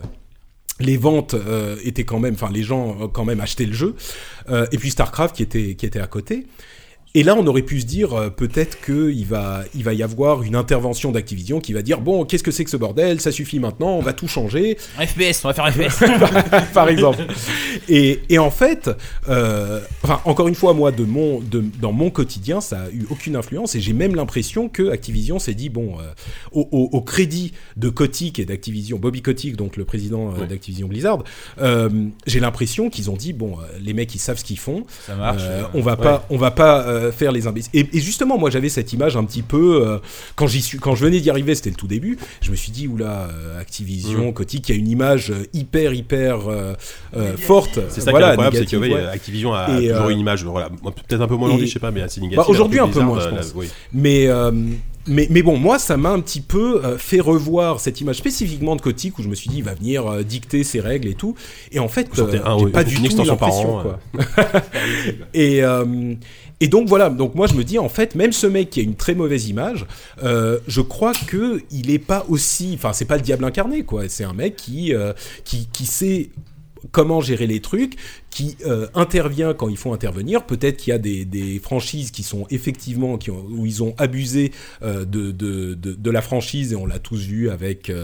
Speaker 2: les ventes euh, étaient quand même, enfin les gens euh, quand même achetaient le jeu, Euh, et puis Starcraft qui était qui était à côté. Et là, on aurait pu se dire euh, peut-être que il va il va y avoir une intervention d'Activision qui va dire bon qu'est-ce que c'est que ce bordel, ça suffit maintenant, on va tout changer,
Speaker 4: FPS, on va faire FPS.
Speaker 2: par exemple. Et, et en fait, euh, enfin, encore une fois, moi, de mon, de, dans mon quotidien, ça a eu aucune influence et j'ai même l'impression que Activision s'est dit bon, euh, au, au- au crédit de Kotick et d'Activision, Bobby Kotick, donc le président euh, d'Activision Blizzard, euh, j'ai l'impression qu'ils ont dit bon, euh, les mecs, ils savent ce qu'ils font.
Speaker 4: Ça marche.
Speaker 2: Euh, on va pas, on va pas euh, faire les imbéciles. Et, et justement, moi, j'avais cette image un petit peu euh, quand j'y suis, quand je venais d'y arriver, c'était le tout début. Je me suis dit oula, euh,
Speaker 1: Mm.
Speaker 2: Activision, Kotick, il y a une image euh, hyper hyper euh, euh, forte.
Speaker 1: C'est ça
Speaker 2: voilà,
Speaker 1: qui est incroyable, c'est que
Speaker 2: négative,
Speaker 1: oui, euh,
Speaker 2: ouais.
Speaker 1: Activision a
Speaker 2: Et,
Speaker 1: toujours
Speaker 2: euh,
Speaker 1: une image, voilà, peut-être un peu moins aujourd'hui,
Speaker 2: et-
Speaker 1: je sais pas, mais assez négative.
Speaker 2: Bah,
Speaker 1: alors que
Speaker 2: aujourd'hui, un peu
Speaker 1: Blizzard,
Speaker 2: moins, je
Speaker 1: euh,
Speaker 2: pense.
Speaker 1: là, oui.
Speaker 2: Mais, euh, mais, mais bon, moi, ça m'a un petit peu euh, fait revoir cette image spécifiquement de Kotick où je me suis dit, il va venir euh, dicter ses règles et tout. Et en fait,
Speaker 1: Vous sortez
Speaker 2: euh,
Speaker 1: un,
Speaker 2: j'ai
Speaker 1: oui,
Speaker 2: pas
Speaker 1: une
Speaker 2: du tout eu
Speaker 1: extension par
Speaker 2: l'impression,
Speaker 1: an,
Speaker 2: quoi. et, euh, et donc voilà, donc moi je me dis en fait, même ce mec qui a une très mauvaise image, euh, je crois que il est pas aussi, enfin c'est pas le diable incarné quoi. C'est un mec qui euh, qui, qui sait comment gérer les trucs, qui euh, intervient quand il faut intervenir. Peut-être qu'il y a des, des franchises qui sont effectivement qui ont- où ils ont abusé euh, de, de, de, de la franchise et on l'a tous vu avec euh,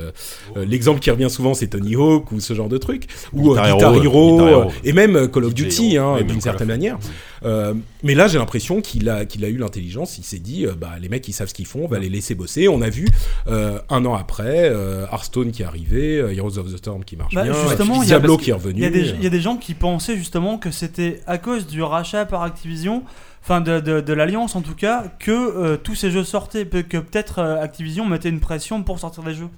Speaker 1: Oh.
Speaker 2: euh, l'exemple qui revient souvent, c'est Tony Hawk ou ce genre de truc, ou euh,
Speaker 1: Guitar Hero,
Speaker 2: Guitar
Speaker 1: euh,
Speaker 2: Hero,
Speaker 1: Guitar Hero.
Speaker 2: euh, et même euh, Call of
Speaker 1: DJ
Speaker 2: Duty
Speaker 1: Hero,
Speaker 2: hein,
Speaker 1: oui,
Speaker 2: d'une
Speaker 1: même Call of
Speaker 2: certaine manière. Euh, mais là, j'ai l'impression qu'il a, qu'il a eu l'intelligence. Il s'est dit, euh, bah, les mecs, ils savent ce qu'ils font, on va les laisser bosser. On a vu euh, un an après euh, Hearthstone qui est arrivé, euh, Heroes of the Storm qui marche
Speaker 3: Bah,
Speaker 2: bien,
Speaker 3: justement,
Speaker 2: et puis
Speaker 3: il y a-
Speaker 2: Diablo
Speaker 3: parce
Speaker 2: qui est
Speaker 3: Il
Speaker 2: revenu.
Speaker 3: y, a des, il y a des gens qui pensaient justement que c'était à cause du rachat par Activision, enfin de, de, de l'alliance en tout cas, que euh, tous ces jeux sortaient, pe- que peut-être euh, Activision mettait une pression pour sortir des jeux.
Speaker 2: Hmm.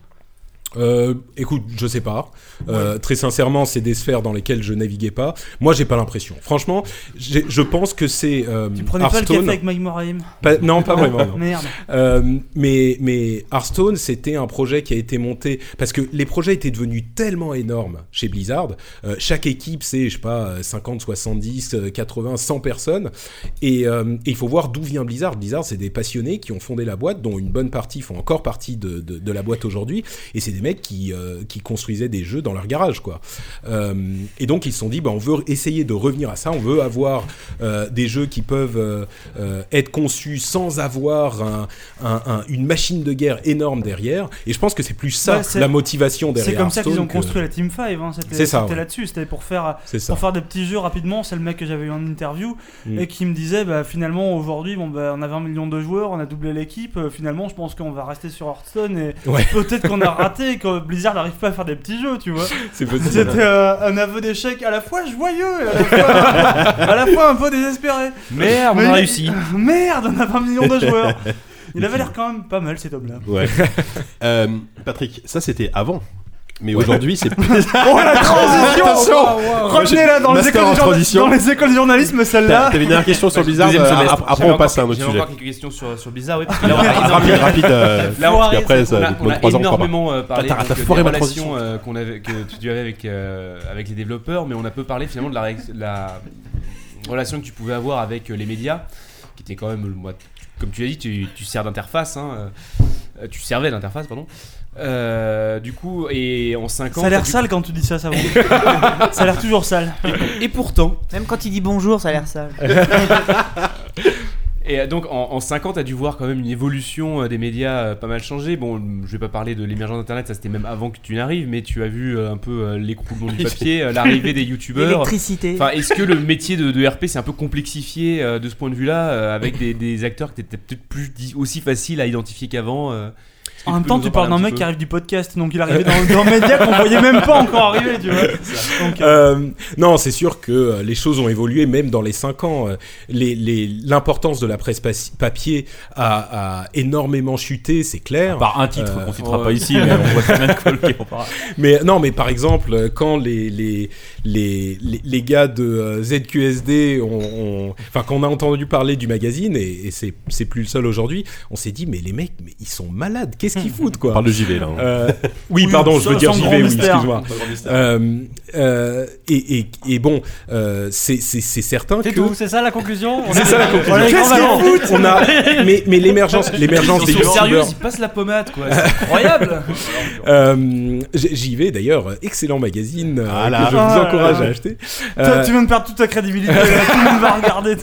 Speaker 2: Euh, écoute, je sais pas. Euh, Très sincèrement, c'est des sphères dans lesquelles je naviguais pas. Moi, j'ai pas l'impression. Franchement, j'ai- je pense que c'est euh,
Speaker 3: Tu prenais pas le café
Speaker 2: Hearthstone.
Speaker 3: avec Mike Morhaime
Speaker 2: Pas- non, pas vraiment. non.
Speaker 3: Merde.
Speaker 2: Euh, mais, mais Hearthstone, c'était un projet qui a été monté parce que les projets étaient devenus tellement énormes chez Blizzard. Euh, chaque équipe, c'est, je sais pas, euh, 50, 70, euh, 80, 100 personnes. Et euh, et il faut voir d'où vient Blizzard. Blizzard, c'est des passionnés qui ont fondé la boîte, dont une bonne partie font encore partie de, de, de la boîte aujourd'hui. Et c'est des mecs qui, euh, qui construisaient des jeux dans leur garage, quoi. Euh, et donc, ils se sont dit, bah, on veut essayer de revenir à ça. On veut avoir euh, des jeux qui peuvent euh, euh, être conçus sans avoir un, un- un- une machine de guerre énorme derrière. Et je pense que c'est plus ça
Speaker 3: Ouais, c'est-
Speaker 2: la motivation derrière.
Speaker 3: C'est comme ça qu'ils ont
Speaker 2: Hearthstone que-
Speaker 3: construit la Team 5. Hein. C'était
Speaker 2: C'est ça,
Speaker 3: c'était
Speaker 2: ouais.
Speaker 3: là-dessus, c'était pour faire, euh,
Speaker 2: C'est ça.
Speaker 3: pour faire des petits jeux rapidement. C'est le mec que j'avais eu en interview
Speaker 2: Mm.
Speaker 3: et qui me disait bah, finalement aujourd'hui, bon, bah, on a 20 millions de joueurs, on a doublé l'équipe. euh, finalement, je pense qu'on va rester sur Hearthstone et
Speaker 2: Ouais.
Speaker 3: peut-être qu'on a raté et que Blizzard n'arrive pas à faire des petits jeux, tu vois.
Speaker 2: C'est possible.
Speaker 3: C'était euh, un aveu d'échec à la fois joyeux et à la fois, à la fois un peu désespéré.
Speaker 4: Merde, on
Speaker 3: Mais-
Speaker 4: a réussi.
Speaker 3: Merde, on a 20 millions de joueurs. Il avait l'air quand même pas mal cet homme-là.
Speaker 1: Ouais. Euh, Patrick, ça c'était avant. Mais aujourd'hui, c'est plus.
Speaker 3: Oh la transition Retenez-la dans, les
Speaker 1: Master
Speaker 3: écoles
Speaker 1: en
Speaker 3: de journa-
Speaker 1: transition.
Speaker 3: dans les écoles de journalisme, celle-là.
Speaker 1: T'avais une dernière question sur Blizzard.
Speaker 4: Deuxième
Speaker 1: euh,
Speaker 4: semestre.
Speaker 1: ap- Après,
Speaker 8: J'avais
Speaker 1: on passe à
Speaker 8: encore-
Speaker 1: un autre
Speaker 8: j'avais
Speaker 1: sujet.
Speaker 8: encore quelques questions sur, sur Blizzard, oui, parce qu'il a-
Speaker 1: Ah, Rapide, rapide. euh,
Speaker 8: Là, on-
Speaker 1: parce qu'après, ça
Speaker 8: on a,
Speaker 1: va
Speaker 8: on a
Speaker 1: prendre 3 ans encore.
Speaker 8: énormément euh, parlé
Speaker 1: T'as- t'as
Speaker 8: donc, euh,
Speaker 1: foiré
Speaker 8: des
Speaker 1: ma
Speaker 8: relations
Speaker 1: transition.
Speaker 8: euh, qu'on avait, que tu avais avec, euh, avec les développeurs, mais on a peu parlé finalement de la, ré- la relation que tu pouvais avoir avec euh, les médias, qui était quand même, le- moi, comme tu l'as dit, tu, tu sers d'interface, hein, euh, tu servais d'interface, pardon. Euh, du coup, et en 5 ans.
Speaker 3: Ça a l'air
Speaker 8: t'as dû-
Speaker 3: sale quand tu dis ça, ça va. ça a l'air toujours sale.
Speaker 8: Et pourtant,
Speaker 7: Même quand il dit bonjour, ça a l'air sale.
Speaker 8: Et euh, donc en, 5 ans, t'as dû voir quand même une évolution euh, des médias euh, pas mal changer. Bon, je vais pas parler de l'émergence d'Internet, ça c'était même avant que tu n'arrives, mais tu as vu euh, un peu euh, l'écroulement du papier, euh, l'arrivée des youtubeurs.
Speaker 7: L'électricité.
Speaker 8: Enfin, est-ce que le métier de, de RP s'est un peu complexifié euh, de ce point de vue-là, euh, avec des, des acteurs qui étaient peut-être plus di- aussi faciles à identifier qu'avant euh, est-ce que
Speaker 3: En même
Speaker 8: peux
Speaker 3: temps,
Speaker 8: nous
Speaker 3: tu parles
Speaker 8: parler un
Speaker 3: d'un mec
Speaker 8: petit
Speaker 3: qui arrive du podcast, donc il arrivait dans, dans un média qu'on voyait même pas encore arriver, tu vois. Donc, euh,
Speaker 2: Euh, non, c'est sûr que euh, les choses ont évolué même dans les 5 ans. Euh, les- les- L'importance de la presse pas- papier a, a énormément chuté, c'est clair.
Speaker 4: Ah, Par un titre
Speaker 2: Euh,
Speaker 4: qu'on citera
Speaker 8: ouais.
Speaker 4: pas ici, mais on voit très bien de quoi lequel on parle.
Speaker 2: Mais non, mais par exemple, euh, quand les les les les, les gars de euh, ZQSD, ont- ont- enfin quand on a entendu parler du magazine et, et c'est c'est plus le seul aujourd'hui, on s'est dit mais les mecs, mais ils sont malades. Qu'est-ce qu'est-ce qu'ils foutent
Speaker 1: On
Speaker 2: quoi
Speaker 1: parle de JV là. hein.
Speaker 2: Euh, oui, pardon, je veux
Speaker 3: sans-
Speaker 2: dire
Speaker 3: sans
Speaker 2: j'y
Speaker 3: grand
Speaker 2: vais, oui,
Speaker 3: mystère.
Speaker 2: excuse-moi. Euh, euh, et, et- et bon, euh, c'est c'est- c'est certain que.
Speaker 6: C'est tout, c'est ça la conclusion
Speaker 2: C'est ça la conclusion.
Speaker 6: Voilà, les
Speaker 2: Qu'est-ce
Speaker 6: grands
Speaker 2: qu'ils
Speaker 6: ballons.
Speaker 2: foutent On a, mais, mais l'émergence, l'émergence des
Speaker 8: Ils sont sérieux,
Speaker 2: youtubeurs.
Speaker 8: ils passent la pommade, quoi.
Speaker 2: Ah,
Speaker 8: C'est incroyable.
Speaker 2: Euh, j- J'y vais d'ailleurs, excellent magazine euh,
Speaker 1: Ah
Speaker 2: que
Speaker 1: là.
Speaker 2: je vous
Speaker 3: Ah là
Speaker 2: encourage
Speaker 3: là.
Speaker 2: à acheter.
Speaker 3: Toi,
Speaker 2: Euh,
Speaker 3: tu viens de perdre toute ta crédibilité, là, tout le monde va regarder.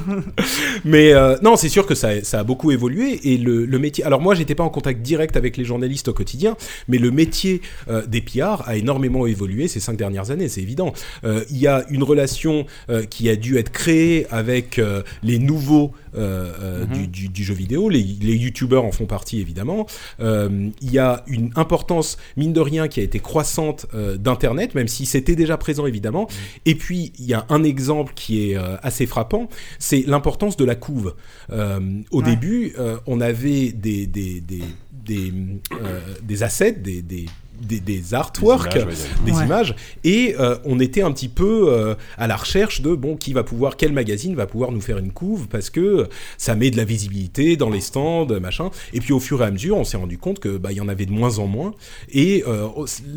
Speaker 2: mais euh, non, c'est sûr que ça, ça a beaucoup évolué et le, le métier. Alors moi, j'étais pas en contact direct avec les journalistes au quotidien, mais le métier euh, des PR a énormément évolué ces cinq dernières années, c'est évident. Euh, Il y a une relation euh, qui a dû être créée avec euh, les nouveaux euh, euh, du, du- du jeu vidéo, les, les youtubeurs en font partie évidemment. Euh, Il y a une importance mine de rien qui a été croissante euh, d'internet, même si c'était déjà présent évidemment. Et puis il y a un exemple qui est euh, assez frappant, c'est l'importance de la couve. Euh, au
Speaker 3: Ouais.
Speaker 2: début, euh, on avait des, des, des, des, euh, des assets, des, des, des, des
Speaker 1: Des
Speaker 2: artworks,
Speaker 1: images, ouais, des-
Speaker 2: des
Speaker 3: Ouais.
Speaker 2: images, et euh, on était un petit peu euh, à la recherche de bon qui va pouvoir, quel magazine va pouvoir nous faire une couve parce que ça met de la visibilité dans les stands, machin. Et puis au fur et à mesure, on s'est rendu compte que bah, il y en avait de moins en moins, et euh,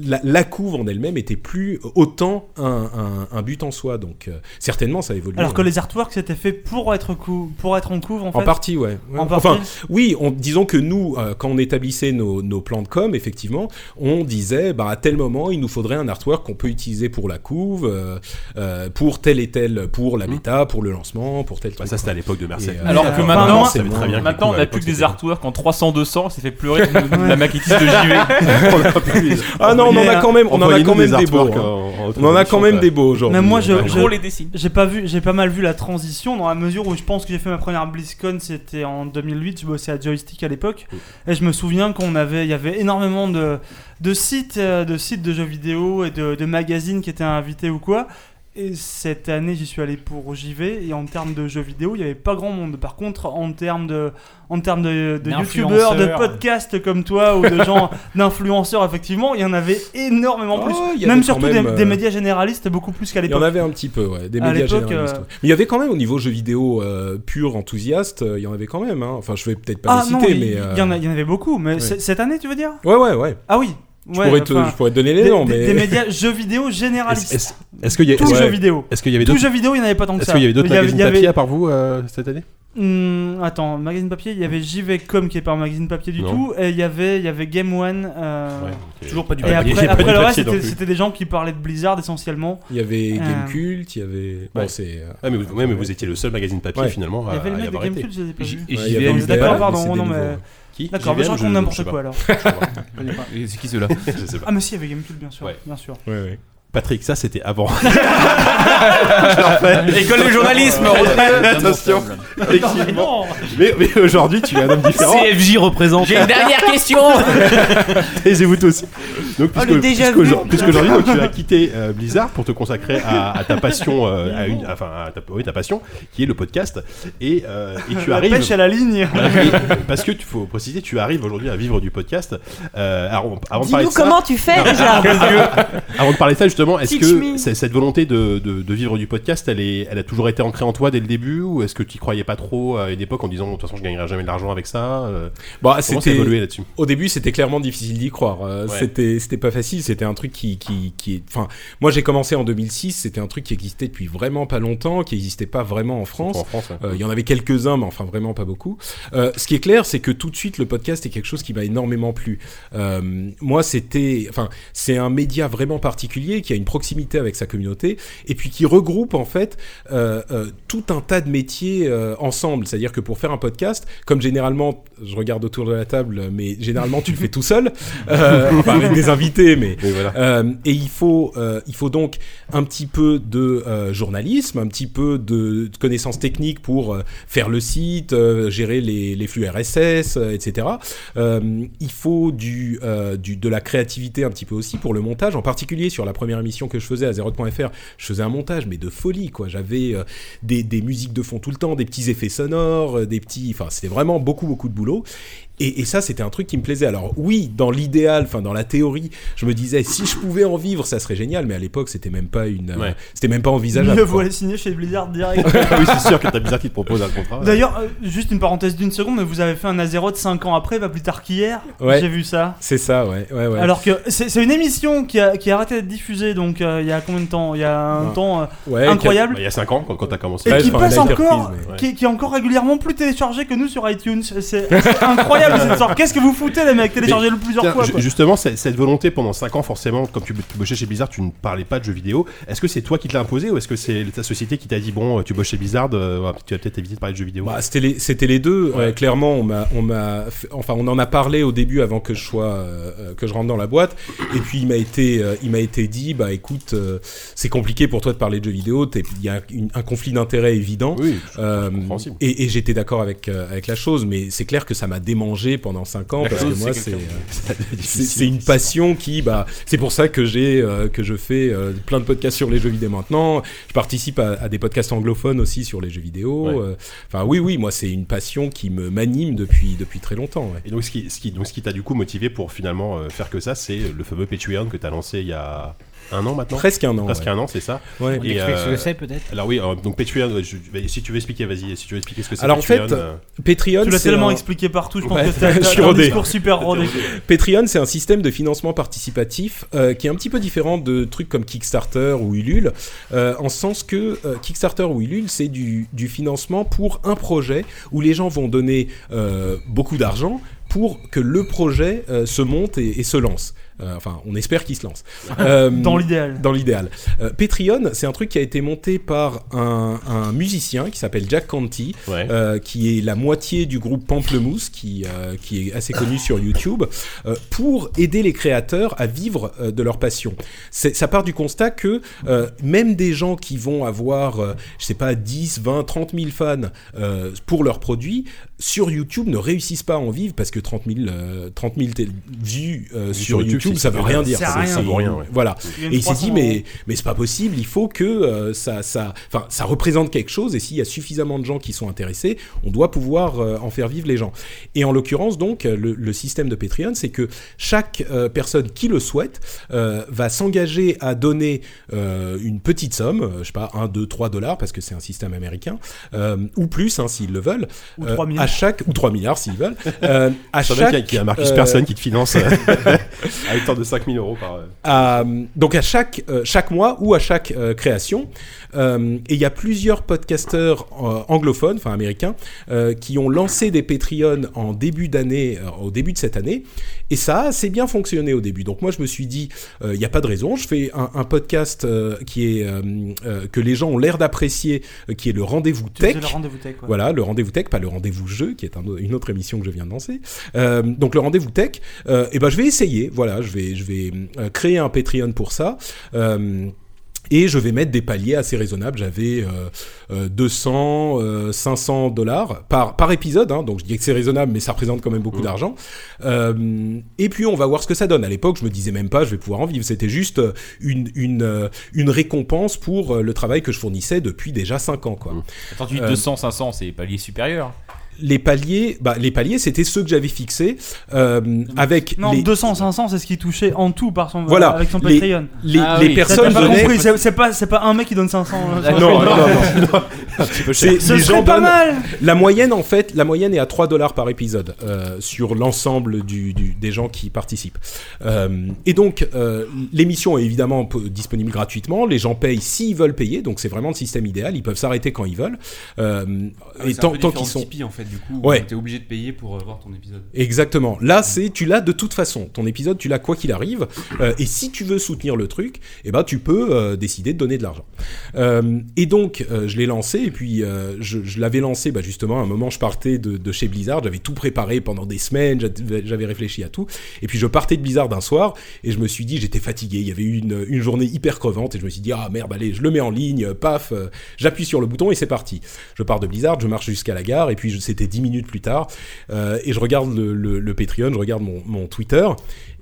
Speaker 2: la, la couve en elle-même était plus autant un, un- un but en soi. Donc euh, certainement, ça évolue.
Speaker 3: Alors que les artworks c'était fait pour être, cou- pour être en couvre en fait.
Speaker 2: en partie, ouais. Ouais.
Speaker 3: En
Speaker 2: Enfin,
Speaker 3: partie.
Speaker 2: oui, on, disons que nous, euh, quand on établissait nos, nos plans de com, effectivement, on disait, bah, à tel moment, il nous faudrait un artwork qu'on peut utiliser pour la couve, euh, euh, pour tel et tel, pour la méta, pour le lancement, pour tel
Speaker 1: Bah,
Speaker 2: truc.
Speaker 1: ça c'était à l'époque de Marseille.
Speaker 2: Et, euh,
Speaker 4: Alors
Speaker 1: Ouais.
Speaker 4: que
Speaker 1: Enfin,
Speaker 4: maintenant,
Speaker 1: non,
Speaker 4: on
Speaker 1: ça
Speaker 2: c'est
Speaker 1: va
Speaker 2: bon.
Speaker 1: très bien. que
Speaker 4: Maintenant,
Speaker 1: les
Speaker 4: on
Speaker 1: coups,
Speaker 4: a
Speaker 1: à
Speaker 4: plus que
Speaker 1: l'époque,
Speaker 4: des artworks en 300-200, ça fait pleurer la maquettiste de JV.
Speaker 2: ah non, on en
Speaker 3: Mais,
Speaker 2: a quand même, on en a
Speaker 1: Envoyez-nous
Speaker 2: quand même des beaux.
Speaker 1: artworks
Speaker 2: hein.
Speaker 1: en- en haute
Speaker 2: On en a quand même
Speaker 1: résolution,
Speaker 2: des beaux aujourd'hui.
Speaker 3: Même moi, je-
Speaker 1: Ouais.
Speaker 3: je-
Speaker 4: Gros les dessins.
Speaker 3: J'ai pas vu, j'ai pas mal vu la transition dans la mesure où je pense que j'ai fait ma première BlizzCon, c'était en 2008, je bossais à Joystick à l'époque, et je me souviens qu'on avait, il y avait énormément de, de sites, euh, de sites de jeux vidéo et de, de magazines qui étaient invités ou quoi. Et cette année, j'y suis allé pour JV, et en termes de jeux vidéo, il n'y avait pas grand monde. Par contre, en termes de, en termes de, de youtubeurs, de
Speaker 6: D'influenceurs.
Speaker 3: podcasts comme toi, ou de gens, d'influenceurs, effectivement, il y en avait énormément
Speaker 2: Oh,
Speaker 3: plus.
Speaker 2: il y avait
Speaker 3: Même
Speaker 2: quand
Speaker 3: surtout
Speaker 2: même,
Speaker 3: des,
Speaker 2: euh,
Speaker 3: des médias généralistes, beaucoup plus qu'à
Speaker 2: Il y en
Speaker 3: l'époque.
Speaker 2: avait un petit peu, ouais, des
Speaker 3: À
Speaker 2: médias
Speaker 3: l'époque,
Speaker 2: généralistes.
Speaker 3: euh,
Speaker 2: ouais. Mais il y avait quand même, au niveau jeux vidéo euh, pur, enthousiaste, euh, il y en avait quand même. hein. Enfin, je vais peut-être pas les
Speaker 3: Ah, non,
Speaker 2: citer,
Speaker 3: il
Speaker 2: mais...
Speaker 3: il
Speaker 2: euh,
Speaker 3: y, en a- il y en avait beaucoup, mais
Speaker 2: ouais.
Speaker 3: c- cette année, tu veux dire
Speaker 2: Ouais, ouais, ouais.
Speaker 3: Ah oui.
Speaker 2: Je,
Speaker 3: ouais,
Speaker 2: pourrais te,
Speaker 3: enfin,
Speaker 2: je pourrais te donner les
Speaker 3: des,
Speaker 2: noms,
Speaker 3: des-
Speaker 2: mais...
Speaker 3: des médias jeux vidéo
Speaker 1: Est-ce
Speaker 3: généralistes.
Speaker 1: est-ce- est-ce qu'il y a-
Speaker 3: Tout
Speaker 1: est-ce-
Speaker 3: jeu vidéo.
Speaker 1: est-ce qu'il y avait
Speaker 3: Tout
Speaker 1: d'autres
Speaker 3: jeu vidéo, il n'y en avait pas tant que
Speaker 1: est-ce
Speaker 3: ça.
Speaker 1: qu'il y avait d'autres
Speaker 3: Il y avait-
Speaker 1: magazines
Speaker 3: il y avait-
Speaker 1: papier à part vous euh, cette année
Speaker 3: Hmm, attends, magazine papier, il y avait JVcom qui est pas un magazine papier du
Speaker 1: Non.
Speaker 3: tout, et il y avait, il y avait Game One. euh,
Speaker 1: Toujours
Speaker 8: pas du
Speaker 3: Et
Speaker 1: Ouais, il y
Speaker 3: après,
Speaker 1: a pas
Speaker 3: après
Speaker 1: de
Speaker 3: le
Speaker 1: papier
Speaker 3: reste,
Speaker 1: non
Speaker 3: c'était-
Speaker 1: plus.
Speaker 3: c'était des gens qui parlaient de Blizzard essentiellement.
Speaker 2: Il y avait
Speaker 3: Euh.
Speaker 2: Game Cult, il y avait. Bon,
Speaker 1: Ouais.
Speaker 2: c'est. euh,
Speaker 1: Ah, mais vous, ouais, mais vous étiez le seul magazine papier
Speaker 2: Ouais.
Speaker 1: finalement
Speaker 3: il y
Speaker 1: à,
Speaker 3: avait le
Speaker 1: à
Speaker 3: mec de
Speaker 1: avoir été.
Speaker 3: GameCube, je les ai pas vus.
Speaker 8: Et
Speaker 2: ouais,
Speaker 8: JV,
Speaker 2: il y avait
Speaker 8: D'accord,
Speaker 2: Libéral, mais
Speaker 3: pardon,
Speaker 2: c'est
Speaker 3: non,
Speaker 2: des
Speaker 3: mais-
Speaker 2: nouveaux.
Speaker 1: Qui
Speaker 3: D'accord, mais je
Speaker 1: JVL,
Speaker 3: raconte
Speaker 1: je
Speaker 3: n'importe
Speaker 1: sais pas.
Speaker 3: quoi alors.
Speaker 8: Et C'est qui ceux-là
Speaker 1: Je sais pas.
Speaker 3: Ah, mais si, il y avait GameCube, bien sûr.
Speaker 1: Ouais.
Speaker 3: Bien sûr.
Speaker 2: Ouais, ouais.
Speaker 1: Patrick, ça c'était avant.
Speaker 4: École de journalisme
Speaker 1: Attention. Effectivement. Mais, mais aujourd'hui, tu es un homme différent.
Speaker 4: CFJ représente. J'ai une dernière question
Speaker 1: Taisez-vous tous. Donc,
Speaker 7: Oh,
Speaker 1: puisque,
Speaker 7: le déjà
Speaker 1: puisqu'au-
Speaker 7: vu.
Speaker 1: puisqu'aujourd'hui, donc, tu as quitté euh, Blizzard pour te consacrer à, à ta passion, euh, à une, enfin, à ta, oui, ta passion, qui est le podcast. Et, euh, et tu
Speaker 3: La
Speaker 1: arrives.
Speaker 3: pêche à la ligne.
Speaker 1: Voilà, et- parce que tu faut préciser, tu arrives aujourd'hui à vivre du podcast. Euh, alors, avant de parler
Speaker 7: Dis-nous
Speaker 1: de ça,
Speaker 7: comment tu fais déjà. Ah,
Speaker 1: Avant de parler de ça, justement, est-ce
Speaker 7: Teach
Speaker 1: que
Speaker 7: me.
Speaker 1: c'est- cette volonté de, de- de vivre du podcast, elle, est, elle a toujours été ancrée en toi dès le début Ou est-ce que tu y croyais pas trop à une époque en disant, de toute façon, je gagnerai jamais de l'argent avec ça euh,
Speaker 2: Bah,
Speaker 1: Comment ça a
Speaker 2: c'était.
Speaker 1: évolué là-dessus
Speaker 2: Au début, c'était clairement difficile d'y croire. Euh,
Speaker 1: Ouais.
Speaker 2: C'était, c'était pas facile. C'était un truc qui, qui, qui est. Enfin, moi, j'ai commencé en 2006. C'était un truc qui existait depuis vraiment pas longtemps, qui existait pas vraiment en France.
Speaker 1: Surtout En France, ouais.
Speaker 2: Euh, Il y en avait quelques-uns, mais enfin vraiment pas beaucoup. Euh, ce qui est clair, c'est que tout de suite, le podcast est quelque chose qui m'a énormément plu. Euh, moi, c'était, enfin, c'est un média vraiment particulier qui a une proximité avec sa communauté et puis qui regroupe en fait euh, euh, tout un tas de métiers euh, ensemble. C'est-à-dire que pour faire un podcast, comme généralement, je regarde autour de la table, mais généralement tu le fais tout seul, euh, enfin, avec des invités, mais
Speaker 1: Mais voilà.
Speaker 2: euh, et il faut, euh, il faut donc un petit peu de euh, journalisme, un petit peu de, de connaissances techniques pour euh, faire le site, euh, gérer les, les flux RSS, euh, etc. Euh, il faut du, euh, du, de la créativité un petit peu aussi pour le montage, en particulier sur la première émission que je faisais à Zeroth.fr. Je faisais un montage, mais de folie, quoi. J'avais euh, des, des musiques de fond tout le temps, des petits effets sonores, euh, des petits. Enfin, c'était vraiment beaucoup, beaucoup de boulot. Et, et ça, c'était un truc qui me plaisait. Alors oui, dans l'idéal, enfin dans la théorie, je me disais si je pouvais en vivre, ça serait génial. Mais à l'époque, c'était même pas une, euh,
Speaker 1: Ouais.
Speaker 2: c'était même pas envisageable.
Speaker 3: Mieux
Speaker 2: quoi.
Speaker 3: vaut aller signer chez Blizzard direct.
Speaker 1: oui, c'est sûr que t'as bizarre qui te propose un contrat. ouais.
Speaker 3: D'ailleurs, euh, juste une parenthèse d'une seconde, mais vous avez fait un A0 de 5 ans après, pas plus tard qu'hier.
Speaker 2: Ouais.
Speaker 3: J'ai vu ça.
Speaker 2: C'est ça, ouais, ouais, ouais.
Speaker 3: Alors que c'est c'est une émission qui a, qui a arrêté d'être diffusée, donc euh, il y a combien de temps Il y a un
Speaker 2: Ouais.
Speaker 3: temps euh,
Speaker 2: Ouais,
Speaker 1: Bah,
Speaker 3: incroyable.
Speaker 1: Il y a 5 ans quand, quand t'as commencé. Bah,
Speaker 3: Et
Speaker 2: Ouais,
Speaker 3: qui
Speaker 2: enfin,
Speaker 3: passe
Speaker 2: on a été
Speaker 3: encore,
Speaker 2: reprise,
Speaker 1: mais-
Speaker 3: qui, qui est encore régulièrement plus téléchargé que nous sur iTunes. C'est c'est incroyable cette sorte. Qu'est-ce que vous foutez les mecs Téléchargez-le plusieurs
Speaker 1: Tiens,
Speaker 3: fois.
Speaker 1: ju-
Speaker 3: quoi.
Speaker 1: justement, c'est- cette volonté pendant 5 ans, forcément, comme tu, tu bossais chez Blizzard, tu ne parlais pas de jeux vidéo. Est-ce que c'est toi qui te l'as imposé ou est-ce que c'est ta société qui t'a dit bon, tu bosses chez Blizzard, euh, ouais, tu vas peut-être éviter de parler de jeux vidéo
Speaker 2: Bah, c'était les, c'était les deux.
Speaker 1: Ouais.
Speaker 2: Euh, clairement, on m'a, on m'a, fait- enfin, on en a parlé au début avant que je sois, euh, euh, que je rentre dans la boîte. Et puis il m'a été, euh, il m'a été dit, bah écoute, euh, c'est compliqué pour toi de parler de jeux vidéo. T'es- Il y a une- un conflit d'intérêts évident.
Speaker 1: Oui,
Speaker 2: Euh,
Speaker 1: compréhensible.
Speaker 2: et, et j'étais d'accord avec euh, avec la chose, mais c'est clair que ça m'a démangé pendant cinq ans
Speaker 8: La
Speaker 2: parce
Speaker 8: chose,
Speaker 2: que moi
Speaker 8: c'est
Speaker 2: c'est
Speaker 8: quelqu'un.
Speaker 2: euh, c'est
Speaker 1: difficile.
Speaker 2: c'est une passion qui bah c'est pour ça que j'ai euh, que je fais euh, plein de podcasts sur les jeux vidéo maintenant. Je participe à, à des podcasts anglophones aussi sur les jeux vidéo.
Speaker 1: Ouais.
Speaker 2: euh, Enfin oui oui moi c'est une passion qui me m'anime depuis depuis très longtemps. ouais.
Speaker 1: Et donc, ce qui, ce qui, donc, ce qui t'a du coup motivé pour finalement euh, faire que ça, c'est le fameux Patreon que t'as lancé il y a un an maintenant
Speaker 2: Presque un an.
Speaker 1: Presque
Speaker 2: ouais.
Speaker 1: un an, c'est ça
Speaker 2: Ouais.
Speaker 1: Et,
Speaker 6: Explique ce
Speaker 1: euh,
Speaker 6: que c'est peut-être.
Speaker 1: Alors oui, euh, donc Patreon, ouais, je- bah, si tu veux expliquer, vas-y, si tu veux expliquer ce que c'est
Speaker 2: Alors, en
Speaker 1: Patreon,
Speaker 2: fait,
Speaker 1: euh,
Speaker 2: Patreon
Speaker 3: Tu l'as
Speaker 2: c'est
Speaker 3: tellement
Speaker 2: un-
Speaker 3: expliqué partout, je pense
Speaker 2: Ouais,
Speaker 3: que t'as
Speaker 2: je
Speaker 3: t'as
Speaker 2: suis
Speaker 3: un
Speaker 2: rodé.
Speaker 3: discours super rodé.
Speaker 2: Patreon, c'est un système de financement participatif euh, qui est un petit peu différent de trucs comme Kickstarter ou Ulule, euh, en ce sens que euh, Kickstarter ou Ulule, c'est du, du financement pour un projet où les gens vont donner euh, beaucoup d'argent pour que le projet euh, se monte et, et se lance. Euh, enfin, on espère qu'il se lance. Euh,
Speaker 3: Dans l'idéal.
Speaker 2: dans l'idéal. Euh, Patreon, c'est un truc qui a été monté par un, un musicien qui s'appelle Jack Canty,
Speaker 1: ouais.
Speaker 2: euh, qui est la moitié du groupe Pamplemousse, qui, euh, qui est assez connu sur YouTube, euh, pour aider les créateurs à vivre euh, de leur passion. C'est- Ça part du constat que euh, même des gens qui vont avoir, euh, je sais pas, 10, 20, 30 000 fans euh, pour leurs produits, sur YouTube ne réussissent pas à en vivre parce que 30 000, euh, 30 000 tél- vues euh, sur,
Speaker 1: sur YouTube,
Speaker 2: YouTube,
Speaker 1: c'est-
Speaker 2: ça veut
Speaker 1: c'est-
Speaker 2: rien dire.
Speaker 3: ça
Speaker 2: C'est-
Speaker 3: vaut
Speaker 2: c'est-
Speaker 1: rien, ouais.
Speaker 2: Voilà.
Speaker 3: Il y a une
Speaker 2: Et il s'est
Speaker 3: 300
Speaker 2: dit mais mais c'est pas possible, il faut que euh, ça ça enfin ça représente quelque chose et s'il y a suffisamment de gens qui sont intéressés, on doit pouvoir euh, en faire vivre les gens. Et en l'occurrence donc euh, le, le système de Patreon, c'est que chaque euh, personne qui le souhaite euh, va s'engager à donner euh, une petite somme, euh, je sais pas 1 2 3 dollars parce que c'est un système américain euh, ou plus hein, s'ils le veulent
Speaker 3: Ou
Speaker 2: euh,
Speaker 3: 3 000.
Speaker 2: à chaque ou 3 milliards s'ils veulent euh, à
Speaker 1: Je savais
Speaker 2: chaque
Speaker 1: qu'il y a- qu'il y a Marcus
Speaker 2: euh,
Speaker 1: Persson qui te finance euh, à hauteur de 5000 euros par. euh,
Speaker 2: à- donc à chaque, euh, chaque mois ou à chaque euh, création. Euh, et il y a plusieurs podcasteurs euh, anglophones, enfin américains, euh, qui ont lancé des Patreon en début d'année, euh, au début de cette année. Et ça a assez bien fonctionné au début. Donc moi je me suis dit, euh, il n'y a pas de raison, je fais un, un podcast euh, qui est, euh, euh, que les gens ont l'air d'apprécier, euh, qui est le rendez-vous
Speaker 3: Tu faisais
Speaker 2: tech.
Speaker 3: le rendez-vous tech. ouais.
Speaker 2: Voilà, le rendez-vous tech, pas le rendez-vous jeu, qui est un au- une autre émission que je viens de lancer. Euh, donc le rendez-vous tech, euh, eh ben je vais essayer. Voilà, je vais, je vais euh, créer un Patreon pour ça. Euh, et je vais mettre des paliers assez raisonnables. J'avais euh, euh, 200, euh, 500 dollars par, par épisode. hein. donc je dis que c'est raisonnable, mais ça représente quand même beaucoup
Speaker 3: Mm.
Speaker 2: d'argent. Euh, et puis on va voir ce que ça donne. À l'époque, je me disais même pas, je vais pouvoir en vivre. C'était juste euh, une, une, euh, une récompense pour euh, le travail que je fournissais depuis déjà 5 ans. Quoi.
Speaker 1: Mm.
Speaker 4: Attends, tu dis
Speaker 2: Euh,
Speaker 4: 200, 500, c'est palier supérieur.
Speaker 2: les paliers, bah, les paliers, c'était ceux que j'avais fixés euh, avec
Speaker 3: Non,
Speaker 2: les,
Speaker 3: 200, 500, c'est ce qui touchait en tout par son,
Speaker 2: Voilà,
Speaker 3: avec son
Speaker 2: les-
Speaker 3: Patreon.
Speaker 2: les,
Speaker 4: Ah
Speaker 2: les
Speaker 4: oui.
Speaker 3: Ça,
Speaker 2: personnes
Speaker 3: t'as pas
Speaker 2: donnaient.
Speaker 3: compris, c'est c'est pas, c'est pas un mec qui donne 500. euh,
Speaker 2: Ah Non, non, non. C'est-
Speaker 3: Ce
Speaker 2: les gens
Speaker 3: serait pas
Speaker 2: donnent-
Speaker 3: mal
Speaker 2: La moyenne, en fait, la moyenne est à 3 dollars par épisode euh, sur l'ensemble du, du- des gens qui participent. Euh, et donc, euh, l'émission est évidemment p- disponible gratuitement. Les gens payent s'ils veulent payer. Donc, c'est vraiment le système idéal. Ils peuvent s'arrêter quand ils veulent. Euh,
Speaker 8: Ah
Speaker 9: Ah,
Speaker 2: et tant, tant qu'ils sont.
Speaker 8: Tipeee, en fait, du coup,
Speaker 2: Ouais.
Speaker 8: t'es obligé de payer pour euh, voir ton épisode.
Speaker 2: Exactement. Là, c'est tu l'as de toute façon. Ton épisode, tu l'as quoi qu'il arrive. Euh, et si tu veux soutenir le truc, eh ben tu peux euh, décider de donner de l'argent. Euh, et donc, euh, je l'ai lancé. Et puis, euh, je, je l'avais lancé. Bah, justement, à un moment, je partais de, de chez Blizzard. J'avais tout préparé pendant des semaines. j'avais- J'avais réfléchi à tout. Et puis, je partais de Blizzard un soir et je me suis dit, j'étais fatigué. Il y avait eu une, une journée hyper crevante et je me suis dit, ah merde, allez, je le mets en ligne. Paf, euh, j'appuie sur le bouton et c'est parti. Je pars de Blizzard, je marche jusqu'à la gare et puis je- c'était 10 minutes plus tard. Euh, et je regarde le, le- le Patreon, je regarde mon, mon Twitter,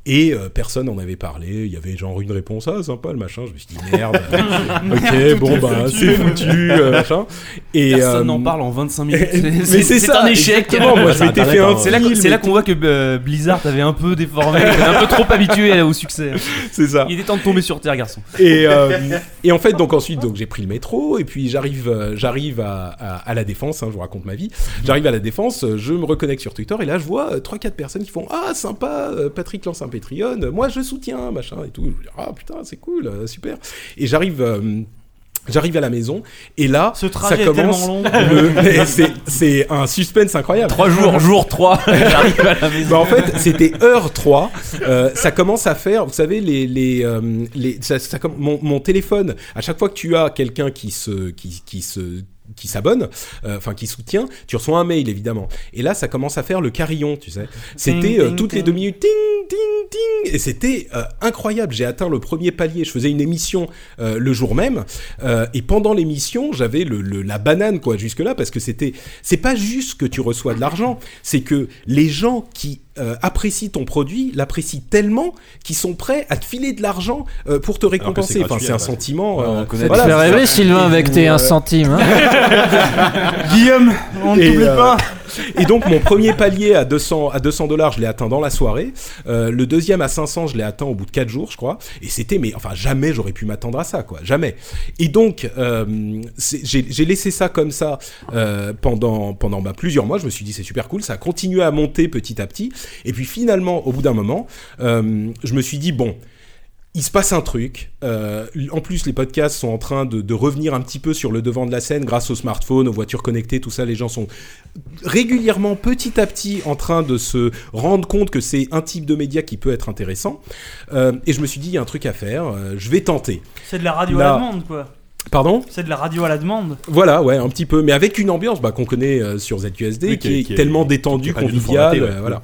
Speaker 2: Et euh, personne n'en avait parlé. Il y avait genre une réponse, ah sympa le machin. Je me suis dit merde. ok, bon bah c'est foutu, euh, machin. Et,
Speaker 8: Personne n'en
Speaker 2: euh,
Speaker 8: parle en 25 minutes. C'est-
Speaker 2: mais c'est
Speaker 8: c'est
Speaker 2: ça,
Speaker 8: un échec.
Speaker 2: exactement. Moi, je
Speaker 8: C'est
Speaker 2: m'étais
Speaker 8: Internet,
Speaker 2: fait
Speaker 8: hein.
Speaker 2: un
Speaker 8: C'est là, qu'on-
Speaker 2: film
Speaker 8: c'est là
Speaker 2: et
Speaker 8: qu'on voit que euh, Blizzard avait un peu déformé, était un peu trop habitué au succès.
Speaker 2: C'est ça.
Speaker 8: Il est temps de tomber sur terre, garçon.
Speaker 2: Et, euh, et en fait, donc ensuite, donc j'ai pris le métro et puis j'arrive, euh, j'arrive à, à, à la défense. hein, je vous raconte ma vie. J'arrive à la défense, euh, je me reconnecte sur Twitter et là, je vois euh, trois quatre personnes qui font ah sympa, euh, Patrick lance un Patreon, euh, moi je soutiens machin et tout. Je me dis, ah putain, c'est cool, euh, super. Et j'arrive. euh, J'arrive à la maison et là,
Speaker 3: Ce trajet
Speaker 2: ça
Speaker 3: est
Speaker 2: commence.
Speaker 3: tellement long.
Speaker 2: le- c'est- C'est un suspense incroyable.
Speaker 4: Trois Euh, jours, jour 3, j'arrive à la maison.
Speaker 2: Bah, en fait, c'était heure 3. Euh, ça commence à faire, vous savez, les, les, euh, les- ça, ça comm- mon, mon téléphone, à chaque fois que tu as quelqu'un qui se, qui, qui se, qui s'abonne, euh, enfin qui soutient, tu reçois un mail évidemment. Et là, ça commence à faire le carillon, tu sais. C'était
Speaker 3: Ting,
Speaker 2: euh,
Speaker 3: ting,
Speaker 2: toutes les
Speaker 3: ting.
Speaker 2: deux minutes, ting, ting, ting, et c'était euh, incroyable. J'ai atteint le premier palier. Je faisais une émission euh, le jour même, euh, et pendant l'émission, j'avais le, le- la banane quoi jusque là parce que c'était, c'est pas juste que tu reçois de l'argent, c'est que les gens qui euh, apprécient ton produit l'apprécient tellement qu'ils sont prêts à te filer de l'argent euh, pour te
Speaker 1: que c'est
Speaker 2: récompenser.
Speaker 1: gratuit,
Speaker 2: enfin, c'est
Speaker 1: à la
Speaker 2: un
Speaker 1: base.
Speaker 2: sentiment. euh,
Speaker 1: on connaît
Speaker 5: Ça
Speaker 2: voilà,
Speaker 5: te fait
Speaker 2: c'est
Speaker 5: rêver,
Speaker 2: ça.
Speaker 5: Sylvain, avec tes 1
Speaker 2: Euh,
Speaker 5: centime. hein.
Speaker 3: Guillaume, on ne
Speaker 2: Et,
Speaker 3: t'oublie
Speaker 2: euh,
Speaker 3: pas.
Speaker 2: Et donc mon premier palier à 200 à 200 dollars, je l'ai atteint dans la soirée. Euh, le deuxième à 500, je l'ai atteint au bout de 4 jours, je crois. Et c'était mais enfin jamais j'aurais pu m'attendre à ça quoi, jamais. Et donc euh, c'est- j'ai j'ai laissé ça comme ça euh, pendant pendant bah, plusieurs mois. Je me suis dit c'est super cool, ça a continué à monter petit à petit. Et puis finalement au bout d'un moment, euh, je me suis dit bon. Il se passe un truc. Euh, en plus, les podcasts sont en train de, de revenir un petit peu sur le devant de la scène grâce aux smartphones, aux voitures connectées, tout ça. Les gens sont régulièrement, petit à petit, en train de se rendre compte que c'est un type de média qui peut être intéressant. Euh, et je me suis dit, il y a un truc à faire, euh, je vais tenter.
Speaker 3: C'est de la radio à
Speaker 2: là.
Speaker 3: la demande, quoi.
Speaker 2: Pardon
Speaker 3: C'est de la radio à la demande.
Speaker 2: Voilà, ouais, un petit peu, mais avec une ambiance bah, qu'on connaît euh, sur ZQSD, qui,
Speaker 1: Oui, qui est-
Speaker 2: est,
Speaker 1: qui est-
Speaker 2: tellement
Speaker 1: qui- qui est
Speaker 2: détendue,
Speaker 1: pas du tout
Speaker 2: conviviale.
Speaker 1: formatée, ouais.
Speaker 2: euh, voilà.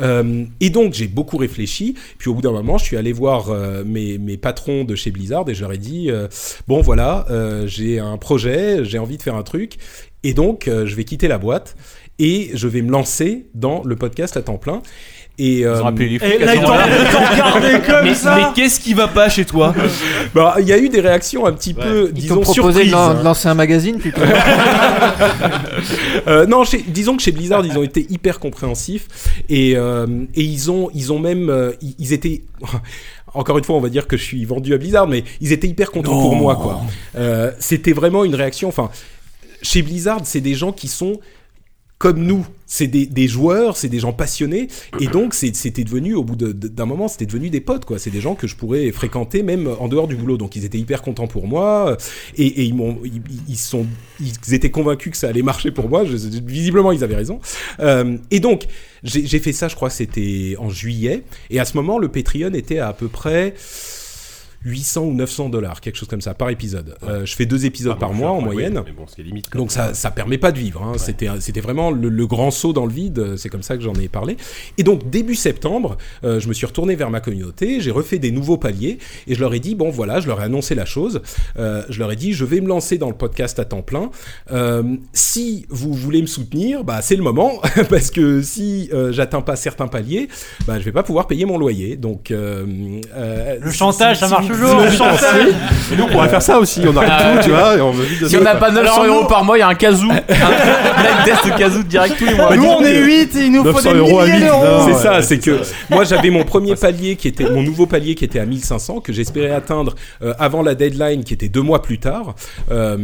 Speaker 2: Euh, et donc, j'ai beaucoup réfléchi. Puis au bout d'un moment, je suis allé voir euh, mes, mes patrons de chez Blizzard et je leur ai dit euh, Bon, voilà, euh, j'ai un projet, j'ai envie de faire un truc. Et donc, euh, je vais quitter la boîte et je vais me lancer dans le podcast à temps plein. Et, euh,
Speaker 8: les
Speaker 3: Et là, ils t'ont ils t'ont regardé comme ça.
Speaker 8: qu'est-ce qui va pas chez toi
Speaker 2: bah, il y a eu des réactions un petit peu,
Speaker 5: Ils t'ont
Speaker 2: disons,
Speaker 5: proposé de
Speaker 2: surprises. hein.
Speaker 5: lan- de lancer un magazine, plutôt.
Speaker 2: Euh, non, chez- disons que chez Blizzard, ils ont été hyper compréhensifs et, euh, et ils ont ils ont même euh, ils, ils étaient encore une fois, on va dire que je suis vendu à Blizzard, mais ils étaient hyper contents pour moi quoi. Euh, C'était vraiment une réaction. Enfin, chez Blizzard, c'est des gens qui sont comme nous, c'est des, des joueurs, c'est des gens passionnés, et donc c'est- c'était devenu, au bout de- de- d'un moment, c'était devenu des potes, quoi. C'est des gens que je pourrais fréquenter même en dehors du boulot, donc ils étaient hyper contents pour moi, et, et ils m'ont, ils, ils sont, ils étaient convaincus que ça allait marcher pour moi. Je- visiblement, ils avaient raison. Euh, et donc, j'ai j'ai fait ça, je crois, que c'était en juillet, et à ce moment, le Patreon était à, à peu près 800 ou 900 dollars, quelque chose comme ça, par épisode. Euh, je fais deux épisodes
Speaker 1: Ah,
Speaker 2: par
Speaker 1: bon,
Speaker 2: mois en
Speaker 1: oui,
Speaker 2: moyenne.
Speaker 1: Mais bon, c'est limite. quoi.
Speaker 2: Donc ça, ça permet pas de vivre. hein. C'était, c'était vraiment le, le grand saut dans le vide. euh, C'est comme ça que j'en ai parlé. Et donc début septembre, euh, je me suis retourné vers ma communauté. J'ai refait des nouveaux paliers et je leur ai dit bon voilà, je leur ai annoncé la chose. Euh, je leur ai dit je vais me lancer dans le podcast à temps plein. Euh, si vous voulez me soutenir, bah c'est le moment parce que si euh, j'atteins pas certains paliers, bah je vais pas pouvoir payer mon loyer. Donc euh, euh,
Speaker 6: Le
Speaker 2: si-
Speaker 6: chantage,
Speaker 2: si-
Speaker 6: ça
Speaker 2: si
Speaker 6: marche
Speaker 2: vous-
Speaker 6: toujours.
Speaker 2: si
Speaker 6: Le
Speaker 2: vous pensez-
Speaker 6: chantage.
Speaker 1: Et nous, on pourrait faire ça aussi. On
Speaker 2: Ah,
Speaker 1: arrête tout, tu vois, et on veut vite de
Speaker 4: Si on
Speaker 1: ça,
Speaker 4: n'a
Speaker 1: quoi.
Speaker 4: pas 900
Speaker 3: Alors, nous-
Speaker 4: Bah, euros par mois, il y a un kazoo. Un blind test kazoo direct tous les mois.
Speaker 3: Nous,
Speaker 1: dis-donc,
Speaker 3: on est
Speaker 1: euh,
Speaker 3: 8 et il nous faut des
Speaker 1: 900 euros à
Speaker 3: milliers
Speaker 1: 1000,
Speaker 3: d'euros.
Speaker 1: non.
Speaker 2: C'est
Speaker 1: ouais,
Speaker 2: ça,
Speaker 1: ouais,
Speaker 2: c'est
Speaker 1: c'est
Speaker 2: que moi j'avais mon premier palier qui était mon nouveau palier qui était à 1500 que j'espérais atteindre euh, avant la deadline qui était deux mois plus tard. Euh,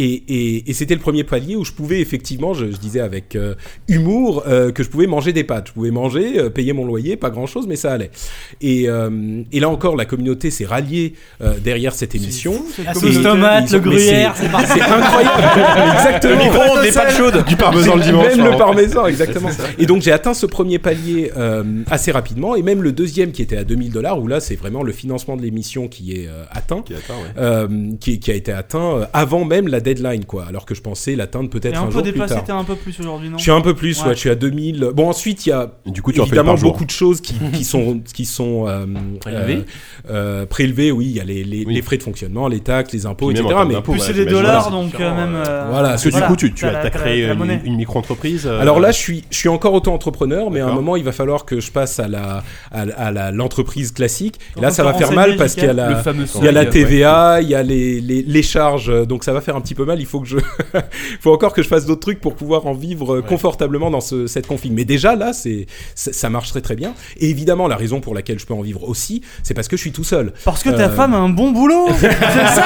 Speaker 2: et, et- et c'était le premier palier où je pouvais effectivement, je, je disais avec euh, humour, euh, que je pouvais manger des pâtes. Je pouvais manger, euh, payer mon loyer, pas grand-chose, mais ça allait. Et, euh, et là encore, la communauté s'est ralliée euh, derrière cette émission.
Speaker 3: Ah,
Speaker 6: La
Speaker 2: Et-
Speaker 6: sauce tomate,
Speaker 2: ils
Speaker 6: le
Speaker 2: ont- mais
Speaker 6: gruyère, c'est parti.
Speaker 2: C'est incroyable. Exactement.
Speaker 1: micro-ondes, des pâtes chaudes. Du parmesan le dimanche.
Speaker 2: Même
Speaker 1: hein.
Speaker 2: le parmesan, exactement. Et donc j'ai atteint ce premier palier euh, assez rapidement, et même le deuxième qui était à 2000 dollars, où là c'est vraiment le financement de l'émission qui est euh, atteint,
Speaker 1: Qui attend, ouais.
Speaker 2: euh, qui, qui a été atteint euh, avant même la deadline, quoi. Alors que je pensais l'atteindre
Speaker 3: Et
Speaker 2: peut-être un,
Speaker 3: un peu
Speaker 2: jour plus
Speaker 3: dépassé,
Speaker 2: tard.
Speaker 3: t'es un peu plus aujourd'hui, non
Speaker 2: Je suis un peu plus, ouais.
Speaker 3: Ouais.
Speaker 2: je suis à 2000. Bon, ensuite, il y a
Speaker 1: Du coup, tu en fais une
Speaker 2: évidemment
Speaker 1: par jour.
Speaker 2: beaucoup de choses qui, qui sont, qui sont euh,
Speaker 8: Prélevées.
Speaker 2: euh, euh, prélevées, oui, il y a les, les,
Speaker 1: Oui.
Speaker 2: les frais de fonctionnement, les taxes, les impôts,
Speaker 1: Puis même
Speaker 2: etc.
Speaker 1: en termes
Speaker 2: Mais
Speaker 1: d'impôts,
Speaker 3: Plus
Speaker 1: voilà,
Speaker 3: c'est des
Speaker 1: j'imagine.
Speaker 3: dollars,
Speaker 1: C'est
Speaker 3: donc euh,
Speaker 1: différent,
Speaker 3: même.
Speaker 1: ouais.
Speaker 3: euh,
Speaker 2: Voilà,
Speaker 1: Parce que du coup, tu, tu
Speaker 3: t'as
Speaker 1: as,
Speaker 3: la-
Speaker 1: t'as
Speaker 3: t'as la-
Speaker 1: créé
Speaker 3: t'as la
Speaker 1: une,
Speaker 3: monnaie.
Speaker 1: une micro-entreprise. euh,
Speaker 2: Alors là, je suis, je suis encore auto-entrepreneur, mais à un
Speaker 1: D'accord.
Speaker 2: moment, il va falloir que je passe à la, à, la- à la- l'entreprise classique. Et
Speaker 3: Quand
Speaker 2: là,
Speaker 3: on
Speaker 2: ça
Speaker 3: se
Speaker 2: va faire
Speaker 3: renseigne,
Speaker 2: mal parce qu'il y a
Speaker 8: le
Speaker 2: la,
Speaker 8: fameux
Speaker 2: il y a la
Speaker 8: seuil, ouais.
Speaker 2: TVA, il y a les, les, les charges, euh, donc ça va faire un petit peu mal. Il faut que je, il faut encore que je fasse d'autres trucs pour pouvoir en vivre euh, confortablement dans ce, cette config. Mais déjà là, c'est, ça ça marche très très bien. Et évidemment, la raison pour laquelle je peux en vivre aussi, c'est parce que je suis tout seul.
Speaker 3: Parce que ta
Speaker 2: Euh,
Speaker 3: femme a un bon boulot C'est ça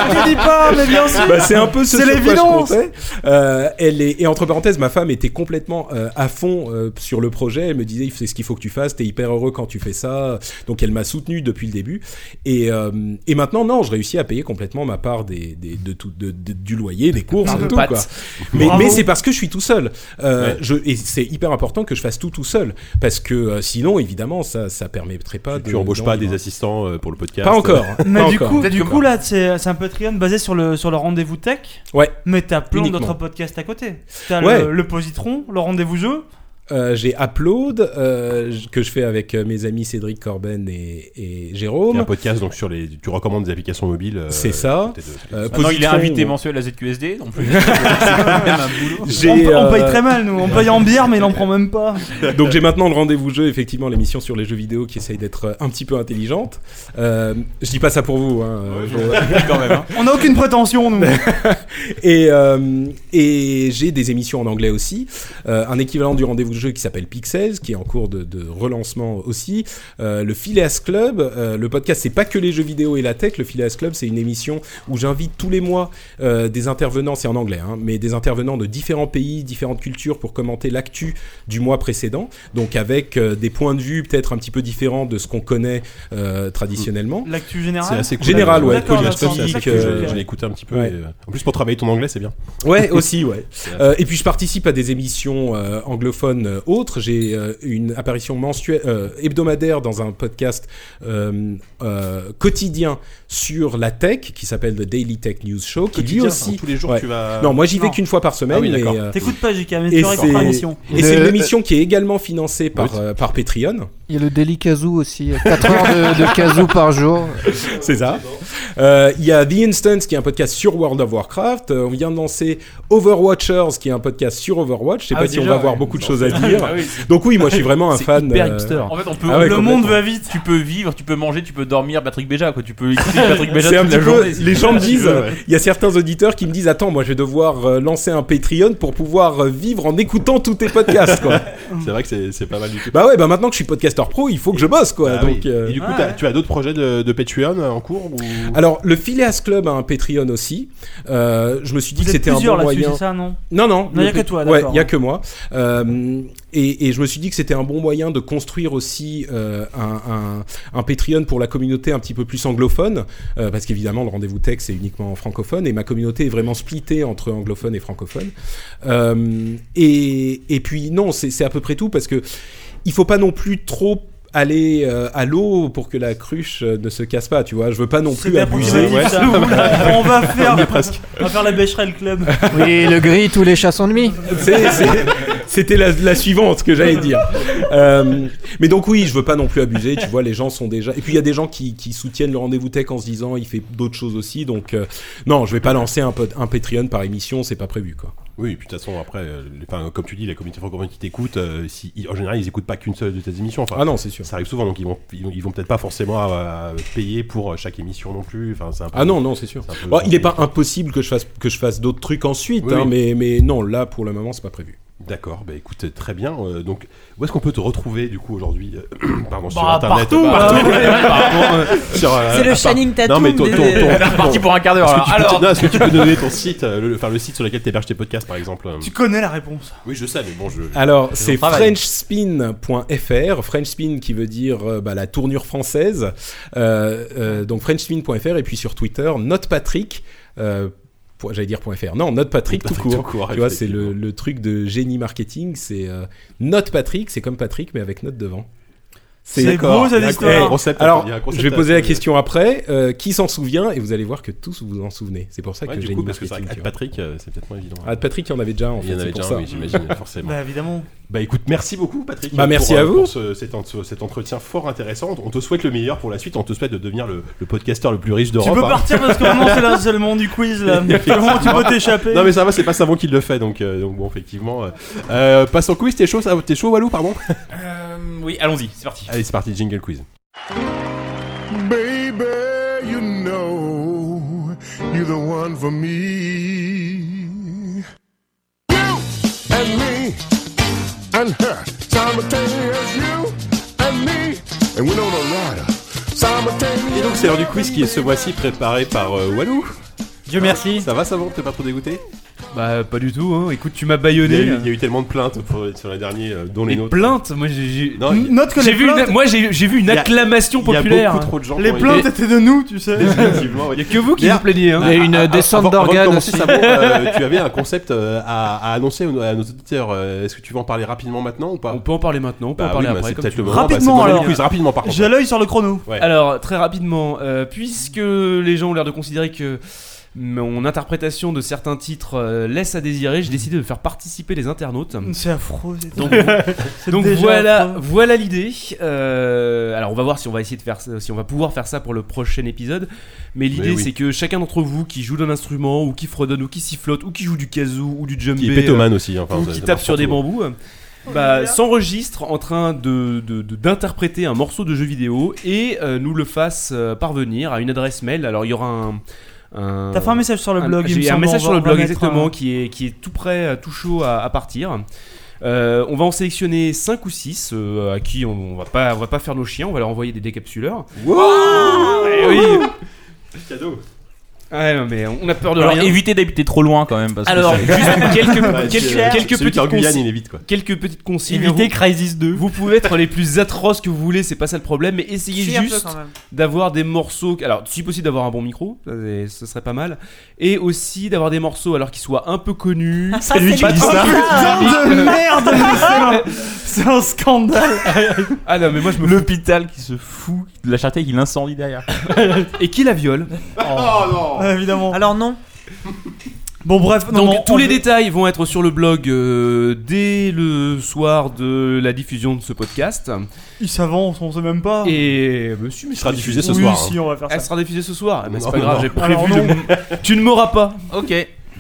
Speaker 3: que tu dis pas, mais bien sûr
Speaker 2: Bah, c'est un peu ce
Speaker 3: C'est
Speaker 2: sur quoi je
Speaker 3: l'évidence.
Speaker 2: comptais. Euh, elle est, et entre parenthèses, ma femme était complètement euh, à fond euh, sur le projet. Elle me disait, c'est ce qu'il faut que tu fasses. T'es hyper heureux quand tu fais ça. Donc elle m'a soutenu depuis le début. Et, euh, et maintenant, non, je réussis à payer complètement ma part des, des- de tout, de- de- du loyer, des courses,
Speaker 8: Par
Speaker 2: de
Speaker 8: de
Speaker 2: tout.
Speaker 8: pattes.
Speaker 2: Quoi. Mais,
Speaker 3: Bravo.
Speaker 2: mais c'est parce que je suis tout seul. Euh,
Speaker 1: Ouais.
Speaker 2: je, et c'est hyper important que je fasse tout tout seul parce que euh, sinon, évidemment, ça, ça permettrait pas.
Speaker 1: Tu
Speaker 2: de-
Speaker 1: embauches pas
Speaker 2: d'en-
Speaker 1: des assistants euh, pour le podcast
Speaker 2: Pas encore.
Speaker 3: Mais
Speaker 2: Pas
Speaker 3: du
Speaker 2: encore.
Speaker 3: coup,
Speaker 8: Peut-être
Speaker 3: du
Speaker 8: que
Speaker 3: coup là, c'est c'est un Patreon basé sur le, sur le rendez-vous tech.
Speaker 2: Ouais.
Speaker 3: Mais t'as plein
Speaker 2: Uniquement.
Speaker 3: d'autres podcasts à côté. T'as
Speaker 2: Ouais.
Speaker 3: le, le Positron, le rendez-vous jeu.
Speaker 2: Euh, j'ai Upload euh, j- que je fais avec euh, mes amis Cédric Corben et, et
Speaker 1: Il y a un
Speaker 2: Jérôme.
Speaker 1: podcast donc sur les. Tu recommandes des applications mobiles. euh,
Speaker 2: C'est ça.
Speaker 1: côté de-
Speaker 2: Euh,
Speaker 4: Maintenant, Ah il est
Speaker 2: Positron,
Speaker 4: invité
Speaker 2: ou-
Speaker 4: mensuel à ZQSD. En plus, c'est quand même un boulot.
Speaker 2: J'ai,
Speaker 3: on, on
Speaker 2: euh,
Speaker 3: paye très mal, nous. On paye en bière, mais il en prend même pas.
Speaker 2: Donc j'ai maintenant le rendez-vous jeu, effectivement l'émission sur les jeux vidéo qui essaye d'être euh, un petit peu intelligente. Euh, je dis pas ça pour vous. Hein, euh, je-
Speaker 4: quand même. hein.
Speaker 3: On n'a aucune prétention, nous.
Speaker 2: Et, euh, et j'ai des émissions en anglais aussi. Euh, un équivalent du rendez-vous de jeu qui s'appelle Pixels, qui est en cours de, de relancement aussi. Euh, le Phileas Club, euh, le podcast, c'est pas que les jeux vidéo et la tech. Le Phileas Club, c'est une émission où j'invite tous les mois euh, des intervenants, c'est en anglais, hein, mais des intervenants de différents pays, différentes cultures pour commenter l'actu du mois précédent. Donc avec euh, des points de vue peut-être un petit peu différents de ce qu'on connaît euh, traditionnellement.
Speaker 3: L'actu
Speaker 1: C'est
Speaker 3: générale.
Speaker 1: assez cool.
Speaker 2: Général, ouais,
Speaker 3: D'accord,
Speaker 1: Podcast,
Speaker 3: d'accord,
Speaker 1: c'est assez
Speaker 2: d'accord,
Speaker 1: cool,
Speaker 2: d'accord.
Speaker 1: je- Je l'ai écouté un petit peu.
Speaker 2: Ouais.
Speaker 1: et, euh, En plus, pour travailler ton anglais, c'est bien.
Speaker 2: Ouais, aussi, ouais.
Speaker 1: C'est
Speaker 2: Euh, et puis je participe à des émissions euh, anglophones euh, autres. J'ai euh, une apparition mensuelle, euh, hebdomadaire dans un podcast euh, euh, quotidien sur la tech qui s'appelle The Daily Tech News Show, qui lui
Speaker 1: Quotidien, enfin,
Speaker 2: aussi.
Speaker 1: Tous les jours,
Speaker 2: Ouais.
Speaker 1: tu vas.
Speaker 2: Non, moi j'y vais
Speaker 3: Non.
Speaker 2: qu'une fois par semaine.
Speaker 1: Ah oui,
Speaker 2: mais,
Speaker 1: d'accord.
Speaker 2: euh,
Speaker 3: T'écoutes pas, JK, mais
Speaker 2: Et
Speaker 3: tu aurais
Speaker 2: c'est-
Speaker 3: compris mission.
Speaker 2: et
Speaker 5: Le-
Speaker 2: c'est une émission qui est également financée par,
Speaker 1: Oui.
Speaker 2: euh, par Patreon.
Speaker 5: Il y a le Daily Kazoo aussi, 4 heures de, de Kazoo par jour.
Speaker 2: C'est ça. Euh, Il y a The Instance qui est un podcast sur World of Warcraft. Euh, on vient de lancer Overwatchers qui est un podcast sur Overwatch. Je sais
Speaker 8: Ah,
Speaker 2: pas si on
Speaker 8: déjà,
Speaker 2: va avoir
Speaker 8: ouais.
Speaker 2: beaucoup de choses à dire.
Speaker 8: Ah oui, c'est-
Speaker 2: Donc oui, moi je suis vraiment un
Speaker 6: C'est
Speaker 2: fan.
Speaker 6: hyper
Speaker 2: euh,
Speaker 6: hipster.
Speaker 4: En fait, on peut.
Speaker 2: Ah ouais,
Speaker 3: Le
Speaker 2: complètement.
Speaker 3: monde va vite.
Speaker 4: Tu peux vivre, tu peux manger, tu peux dormir, Patrick Béja, quoi. Tu peux écouter Patrick Béja
Speaker 2: C'est un
Speaker 4: toute la
Speaker 2: petit peu-
Speaker 4: journée.
Speaker 2: les gens me disent,
Speaker 1: Ouais, ouais.
Speaker 2: il y a certains auditeurs qui me disent, attends, moi je vais devoir euh, lancer un Patreon pour pouvoir euh, vivre en écoutant tous tes podcasts, quoi.
Speaker 1: C'est vrai que c'est- c'est pas mal du tout.
Speaker 2: bah ouais, bah maintenant que je suis podcasteur pro, il faut que je bosse, quoi.
Speaker 1: Ah oui.
Speaker 2: donc, euh, Ah.
Speaker 1: Et du coup,
Speaker 3: Ouais,
Speaker 1: t'as-
Speaker 3: ouais.
Speaker 1: tu as d'autres projets de, de Patreon euh, en cours ou...
Speaker 2: Alors, le Phileas Club a un Patreon aussi. Euh, je me suis dit
Speaker 3: Vous
Speaker 2: que
Speaker 3: êtes
Speaker 2: c'était un
Speaker 3: plusieurs
Speaker 2: bon
Speaker 3: là-dessus,
Speaker 2: moyen.
Speaker 3: c'est ça, non
Speaker 2: Non, non.
Speaker 3: Non,
Speaker 2: le
Speaker 3: y a que
Speaker 2: Pat-
Speaker 3: toi,
Speaker 2: Ouais,
Speaker 3: d'accord. hein.
Speaker 2: il y a que moi. Euh, et, et je me suis dit que c'était un bon moyen de construire aussi euh, un, un, un Patreon pour la communauté un petit peu plus anglophone, euh, parce qu'évidemment, le rendez-vous tech, c'est uniquement francophone, et ma communauté est vraiment splittée entre anglophone et francophone. Euh, et, et puis, non, c'est c'est à peu près tout, parce que il faut pas non plus trop aller euh, à l'eau pour que la cruche euh, ne se casse pas, tu vois. Je veux pas non
Speaker 3: C'est
Speaker 2: plus abuser.
Speaker 3: approximatif, ça. On va faire, on va faire la Becherel Club.
Speaker 5: Oui, le gris, tous les chats sont de mie.
Speaker 2: C'est- c'est- C'était la, la suivante que j'allais dire. Euh, mais donc oui, je veux pas non plus abuser. Tu vois, les gens sont déjà. Et puis il y a des gens qui, qui soutiennent le rendez-vous tech en se disant il fait d'autres choses aussi. Donc euh, non, je vais pas lancer un, pod- un Patreon par émission, c'est pas prévu quoi.
Speaker 1: Oui, et puis de toute façon, après, euh, les- enfin, comme tu dis, la communauté francophone qui t'écoute, euh, si- ils- en général, ils écoutent pas qu'une seule de tes émissions. Enfin,
Speaker 2: Ah non, c'est sûr.
Speaker 1: Ça arrive souvent, donc ils vont, ils vont, ils vont peut-être pas forcément euh, payer pour euh, chaque émission non plus. Enfin, c'est un peu-
Speaker 2: Ah non, non, c'est sûr.
Speaker 1: c'est un peu
Speaker 2: Bon, il est
Speaker 1: compliqué.
Speaker 2: pas impossible que je fasse que je fasse d'autres trucs ensuite,
Speaker 1: Oui,
Speaker 2: hein,
Speaker 1: oui.
Speaker 2: mais mais non, là pour le moment c'est pas prévu.
Speaker 1: D'accord, bah écoute, très bien. euh, donc, où est-ce qu'on peut te retrouver du coup aujourd'hui euh, Pardon, sur
Speaker 4: Bah,
Speaker 1: internet.
Speaker 4: partout,
Speaker 7: C'est le Shining Tattoo.
Speaker 1: euh, Non, mais ton. ton, ton-
Speaker 7: des-
Speaker 1: ton-
Speaker 4: Parti pour un quart d'heure.
Speaker 1: Est-ce
Speaker 4: alors.
Speaker 1: que, tu peux
Speaker 4: Alors,
Speaker 1: non, est-ce que tu peux donner ton site, euh, le, enfin, le site sur lequel t'héberges tes podcasts par exemple euh
Speaker 3: Tu connais la réponse.
Speaker 1: Oui, je sais, mais bon, je.
Speaker 2: Alors, c'est
Speaker 4: travail.
Speaker 2: frenchspin.fr, Frenchspin qui veut dire euh, bah, la tournure française. Euh, euh, donc frenchspin.fr et puis sur Twitter, notepatrick. euh, point- J'allais dire .fr. Non, notepatrick tout court. Tu vois, c'est le, le truc de génie marketing. C'est euh, notepatrick, c'est comme Patrick, mais avec note devant.
Speaker 3: C'est beau cette
Speaker 1: Eh,
Speaker 3: histoire.
Speaker 2: Alors, je vais poser la question après. Euh, qui s'en souvient Et vous allez voir que tous vous en souvenez. C'est pour ça que j'ai
Speaker 1: du
Speaker 2: une
Speaker 1: coup, parce que c'est
Speaker 2: marketing,
Speaker 1: vrai
Speaker 2: tu
Speaker 1: qu'avec
Speaker 2: vois.
Speaker 1: Patrick, euh, c'est peut-être moins évident.
Speaker 2: Ah, Patrick, il y en avait déjà en
Speaker 1: Il y
Speaker 2: fait.
Speaker 1: en
Speaker 2: c'est
Speaker 1: avait
Speaker 2: pour
Speaker 1: déjà,
Speaker 2: ça.
Speaker 1: un, oui, j'imagine, forcément.
Speaker 3: Bah évidemment.
Speaker 1: Bah écoute, merci beaucoup Patrick.
Speaker 2: Bah, merci
Speaker 1: pour,
Speaker 2: à
Speaker 1: euh,
Speaker 2: vous.
Speaker 1: pour ce- cet, ent- cet entretien fort intéressant. On te souhaite le meilleur pour la suite. On te souhaite de devenir le, le podcasteur le plus riche
Speaker 3: Tu
Speaker 1: d'Europe.
Speaker 3: peux
Speaker 1: hein.
Speaker 3: partir parce que vraiment c'est là, c'est le moment du quiz là. C'est le moment où tu peux t'échapper.
Speaker 1: Non mais ça va, c'est pas Savon qui le fait, donc, euh, donc bon effectivement. euh, euh, passe au quiz, t'es chaud, ça- t'es chaud Walou, pardon
Speaker 4: Euh, oui, allons-y, c'est parti.
Speaker 1: Allez, c'est parti, jingle quiz.
Speaker 10: Baby, you know you're the one for me. You and me and her simultaneous. You and me and Winona Ryder simultaneous.
Speaker 1: Et donc c'est l'heure du quiz qui est ce mois-ci préparé par euh, Walou.
Speaker 11: Dieu merci.
Speaker 1: Ça va Savon, t'es pas trop dégoûté
Speaker 4: Bah, pas du tout, écoute, tu m'as
Speaker 1: il y, a eu,
Speaker 4: baïonné.
Speaker 1: il y a eu tellement de plaintes pour- sur les derniers, euh, dont les
Speaker 4: Les
Speaker 1: nôtres.
Speaker 4: plaintes, moi j'ai- j'ai.
Speaker 1: Non, il y a-
Speaker 3: Note que
Speaker 4: J'ai
Speaker 3: les
Speaker 4: vu,
Speaker 3: plaintes,
Speaker 4: une, moi j'ai j'ai vu une
Speaker 1: Il y a-
Speaker 4: acclamation
Speaker 1: il y a
Speaker 4: populaire.
Speaker 1: beaucoup trop de gens.
Speaker 3: les
Speaker 1: qui ont
Speaker 3: plaintes
Speaker 1: été-
Speaker 3: étaient de nous, tu sais.
Speaker 1: Définitivement, ouais.
Speaker 4: Il y a que vous qui vous plaignez. Hein.
Speaker 5: Il y a une euh, descente
Speaker 1: Avant- avant de
Speaker 5: d'organes
Speaker 1: commencer,
Speaker 5: aussi.
Speaker 1: Sabo, euh, tu avais un concept euh, à, à annoncer aux- à nos auditeurs. Euh, Est-ce que tu veux en parler rapidement maintenant ou pas
Speaker 9: On peut en parler maintenant, on peut
Speaker 1: Bah
Speaker 9: en parler
Speaker 1: oui, bah,
Speaker 9: après.
Speaker 1: c'est
Speaker 9: comme
Speaker 1: peut-être
Speaker 9: tu
Speaker 1: le
Speaker 9: veux.
Speaker 1: moment. Bah, c'est
Speaker 3: Rapidement,
Speaker 1: le moment du
Speaker 3: alors.
Speaker 1: quiz, rapidement par contre.
Speaker 3: J'ai l'œil sur le chrono.
Speaker 9: Alors, très rapidement, euh, puisque les gens ont l'air de considérer que mon interprétation de certains titres euh, laisse à désirer, j'ai décidé de faire participer les internautes.
Speaker 3: C'est affreux. c'est
Speaker 9: Donc-
Speaker 3: affreux. C'est
Speaker 9: Donc
Speaker 3: déjà
Speaker 9: voilà,
Speaker 3: affreux.
Speaker 9: voilà l'idée. Euh, alors on va voir si on va essayer de faire, ça- si on va pouvoir faire ça pour le prochain épisode. Mais l'idée
Speaker 1: Mais oui.
Speaker 9: c'est que chacun d'entre vous qui joue d'un instrument ou qui fredonne ou qui sifflote ou qui joue du kazoo ou du djembé,
Speaker 1: Qui est
Speaker 9: euh,
Speaker 1: pétomane aussi. Enfin,
Speaker 9: ou
Speaker 1: ça-
Speaker 9: qui
Speaker 1: ça
Speaker 9: tape
Speaker 1: marche
Speaker 9: sur des
Speaker 1: partout. hein.
Speaker 9: bambous, euh, bah, s'enregistre en train de, de- de- d'interpréter un morceau de jeu vidéo et euh, nous le fasse euh, parvenir à une adresse mail. Alors il y aura un. un-
Speaker 3: T'as fait un message sur le
Speaker 9: un-
Speaker 3: blog. il me
Speaker 9: J'ai un
Speaker 3: semble,
Speaker 9: message
Speaker 3: on va- euh,
Speaker 9: sur le
Speaker 3: on va
Speaker 9: blog,
Speaker 3: mettre
Speaker 9: exactement,
Speaker 3: un-
Speaker 9: qui, est, qui est tout prêt, euh, tout chaud à, à partir. Euh, on va en sélectionner 5 ou 6 à qui on, on va pas on va pas faire nos chiens, on va leur envoyer des décapsuleurs.
Speaker 3: Ah
Speaker 9: Eh oui.
Speaker 1: Cadeau.
Speaker 9: Ouais, non, mais on a peur de
Speaker 4: Alors,
Speaker 9: rien.
Speaker 4: évitez d'habiter trop loin quand même. Parce
Speaker 9: Alors,
Speaker 4: que
Speaker 9: juste quelques,
Speaker 1: Ouais,
Speaker 9: quelques-
Speaker 1: c'est-
Speaker 9: quelques
Speaker 1: celui qui
Speaker 9: petites
Speaker 1: est en Guyane,
Speaker 9: consignes.
Speaker 1: il est vite quoi.
Speaker 9: Quelques petites consignes.
Speaker 11: Évitez Crisis 2.
Speaker 9: Vous pouvez être les plus atroces que vous voulez, c'est pas ça le problème, mais essayez
Speaker 7: Si, un peu,
Speaker 9: juste
Speaker 7: quand même.
Speaker 9: d'avoir des morceaux. Alors, si possible, d'avoir un bon micro, ça, c'est- ce serait pas mal. Et aussi d'avoir des morceaux alors qu'ils soient un peu connus.
Speaker 7: Ça, Ah, c'est
Speaker 9: pas
Speaker 7: lui
Speaker 9: trop-
Speaker 7: qui dit ça.
Speaker 3: Putain de merde mais c'est un- C'est un scandale
Speaker 9: Ah non, mais moi je me.
Speaker 4: L'hôpital qui se fout de la charité et qui l'incendie derrière.
Speaker 9: Et qui la viole
Speaker 3: Ouais, Évidemment.
Speaker 7: Alors non,
Speaker 3: Bon bref, non,
Speaker 9: Donc,
Speaker 3: bon,
Speaker 9: tous
Speaker 3: on-
Speaker 9: les détails vont être sur le blog euh, dès le soir de la diffusion de ce podcast.
Speaker 3: Ils s'avancent, on sait même pas.
Speaker 9: Et. Monsieur, mais
Speaker 1: Il sera diffusé ce
Speaker 3: oui,
Speaker 1: soir. hein.
Speaker 3: si, on va faire
Speaker 9: Elle
Speaker 3: ça.
Speaker 9: sera diffusée ce soir. Ah, bah, c'est
Speaker 1: Non,
Speaker 9: pas
Speaker 1: non,
Speaker 9: grave,
Speaker 1: non.
Speaker 9: j'ai prévu.
Speaker 3: Alors
Speaker 9: de- Tu ne m'auras pas.
Speaker 4: Ok.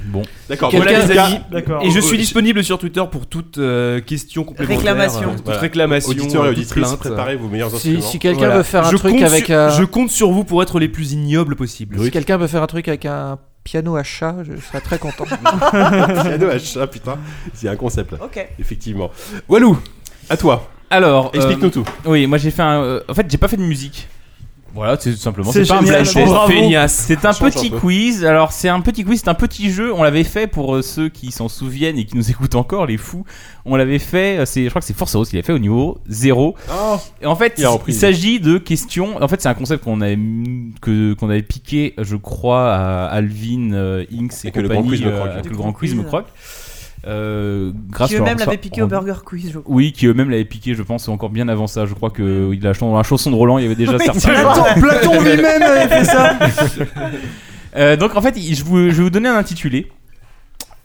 Speaker 4: Bon.
Speaker 1: D'accord.
Speaker 9: Voilà,
Speaker 1: donc,
Speaker 9: les
Speaker 1: gars,
Speaker 9: amis.
Speaker 3: D'accord.
Speaker 9: Et je
Speaker 1: Oh,
Speaker 9: suis
Speaker 1: oh,
Speaker 9: disponible sur Twitter pour toute euh, question complémentaire.
Speaker 7: Réclamation.
Speaker 9: euh, toute
Speaker 1: Voilà.
Speaker 9: réclamation.
Speaker 1: Auditeurs et
Speaker 9: euh, toute
Speaker 1: auditrices,
Speaker 9: plainte.
Speaker 1: préparez vos meilleurs
Speaker 5: Si,
Speaker 1: instruments.
Speaker 5: si quelqu'un
Speaker 9: Voilà.
Speaker 5: veut faire un
Speaker 9: Je
Speaker 5: truc
Speaker 9: compte
Speaker 5: avec
Speaker 9: sur-
Speaker 5: un.
Speaker 9: Je compte sur vous pour être les plus ignobles possibles.
Speaker 5: Si quelqu'un veut faire un truc avec un piano à chat, je serais très content.
Speaker 1: Cadeau à chat, putain. C'est un concept là.
Speaker 7: ok.
Speaker 1: Effectivement. Walou, à toi.
Speaker 4: Alors, euh,
Speaker 1: Explique-nous tout.
Speaker 4: oui, moi j'ai fait un. euh, en fait, j'ai pas fait de musique. Voilà, c'est tout simplement.
Speaker 3: C'est
Speaker 4: C'est pas un
Speaker 3: génial,
Speaker 4: blind test.
Speaker 3: bravo.
Speaker 4: C'est un
Speaker 1: Change un
Speaker 4: petit
Speaker 1: peu.
Speaker 4: quiz. Alors, c'est un petit quiz, c'est un petit jeu. On l'avait fait pour euh, ceux qui s'en souviennent et qui nous écoutent encore, les fous. On l'avait fait, euh, c'est, je crois que c'est Force Rose qui l'a fait au niveau 0. Et en fait,
Speaker 1: Ah. Il a
Speaker 4: il,
Speaker 1: repris.
Speaker 4: s'agit de questions. En fait, c'est un concept qu'on avait, que, qu'on avait piqué, je crois, à Alvin euh, Inks et,
Speaker 1: Et que le
Speaker 4: compagnie,
Speaker 1: Grand Quiz me
Speaker 4: euh,
Speaker 1: croque.
Speaker 4: avec
Speaker 7: Du
Speaker 4: le
Speaker 7: Grand
Speaker 4: grand quiz me
Speaker 7: Quiz.
Speaker 4: croque. Euh, grâce
Speaker 7: Qui
Speaker 4: à leur-
Speaker 7: eux-mêmes l'avaient piqué au
Speaker 4: rendu-
Speaker 7: Burger Quiz, je crois.
Speaker 4: oui, qui eux-mêmes l'avaient piqué, je pense, encore bien avant ça. Je crois que oui, la, chan- dans la chanson de Roland, il y avait déjà
Speaker 7: Oui,
Speaker 4: certains.
Speaker 3: Platon, Platon lui-même avait fait ça
Speaker 4: Euh, donc, en fait, il- je, vous- je vais vous donner un intitulé.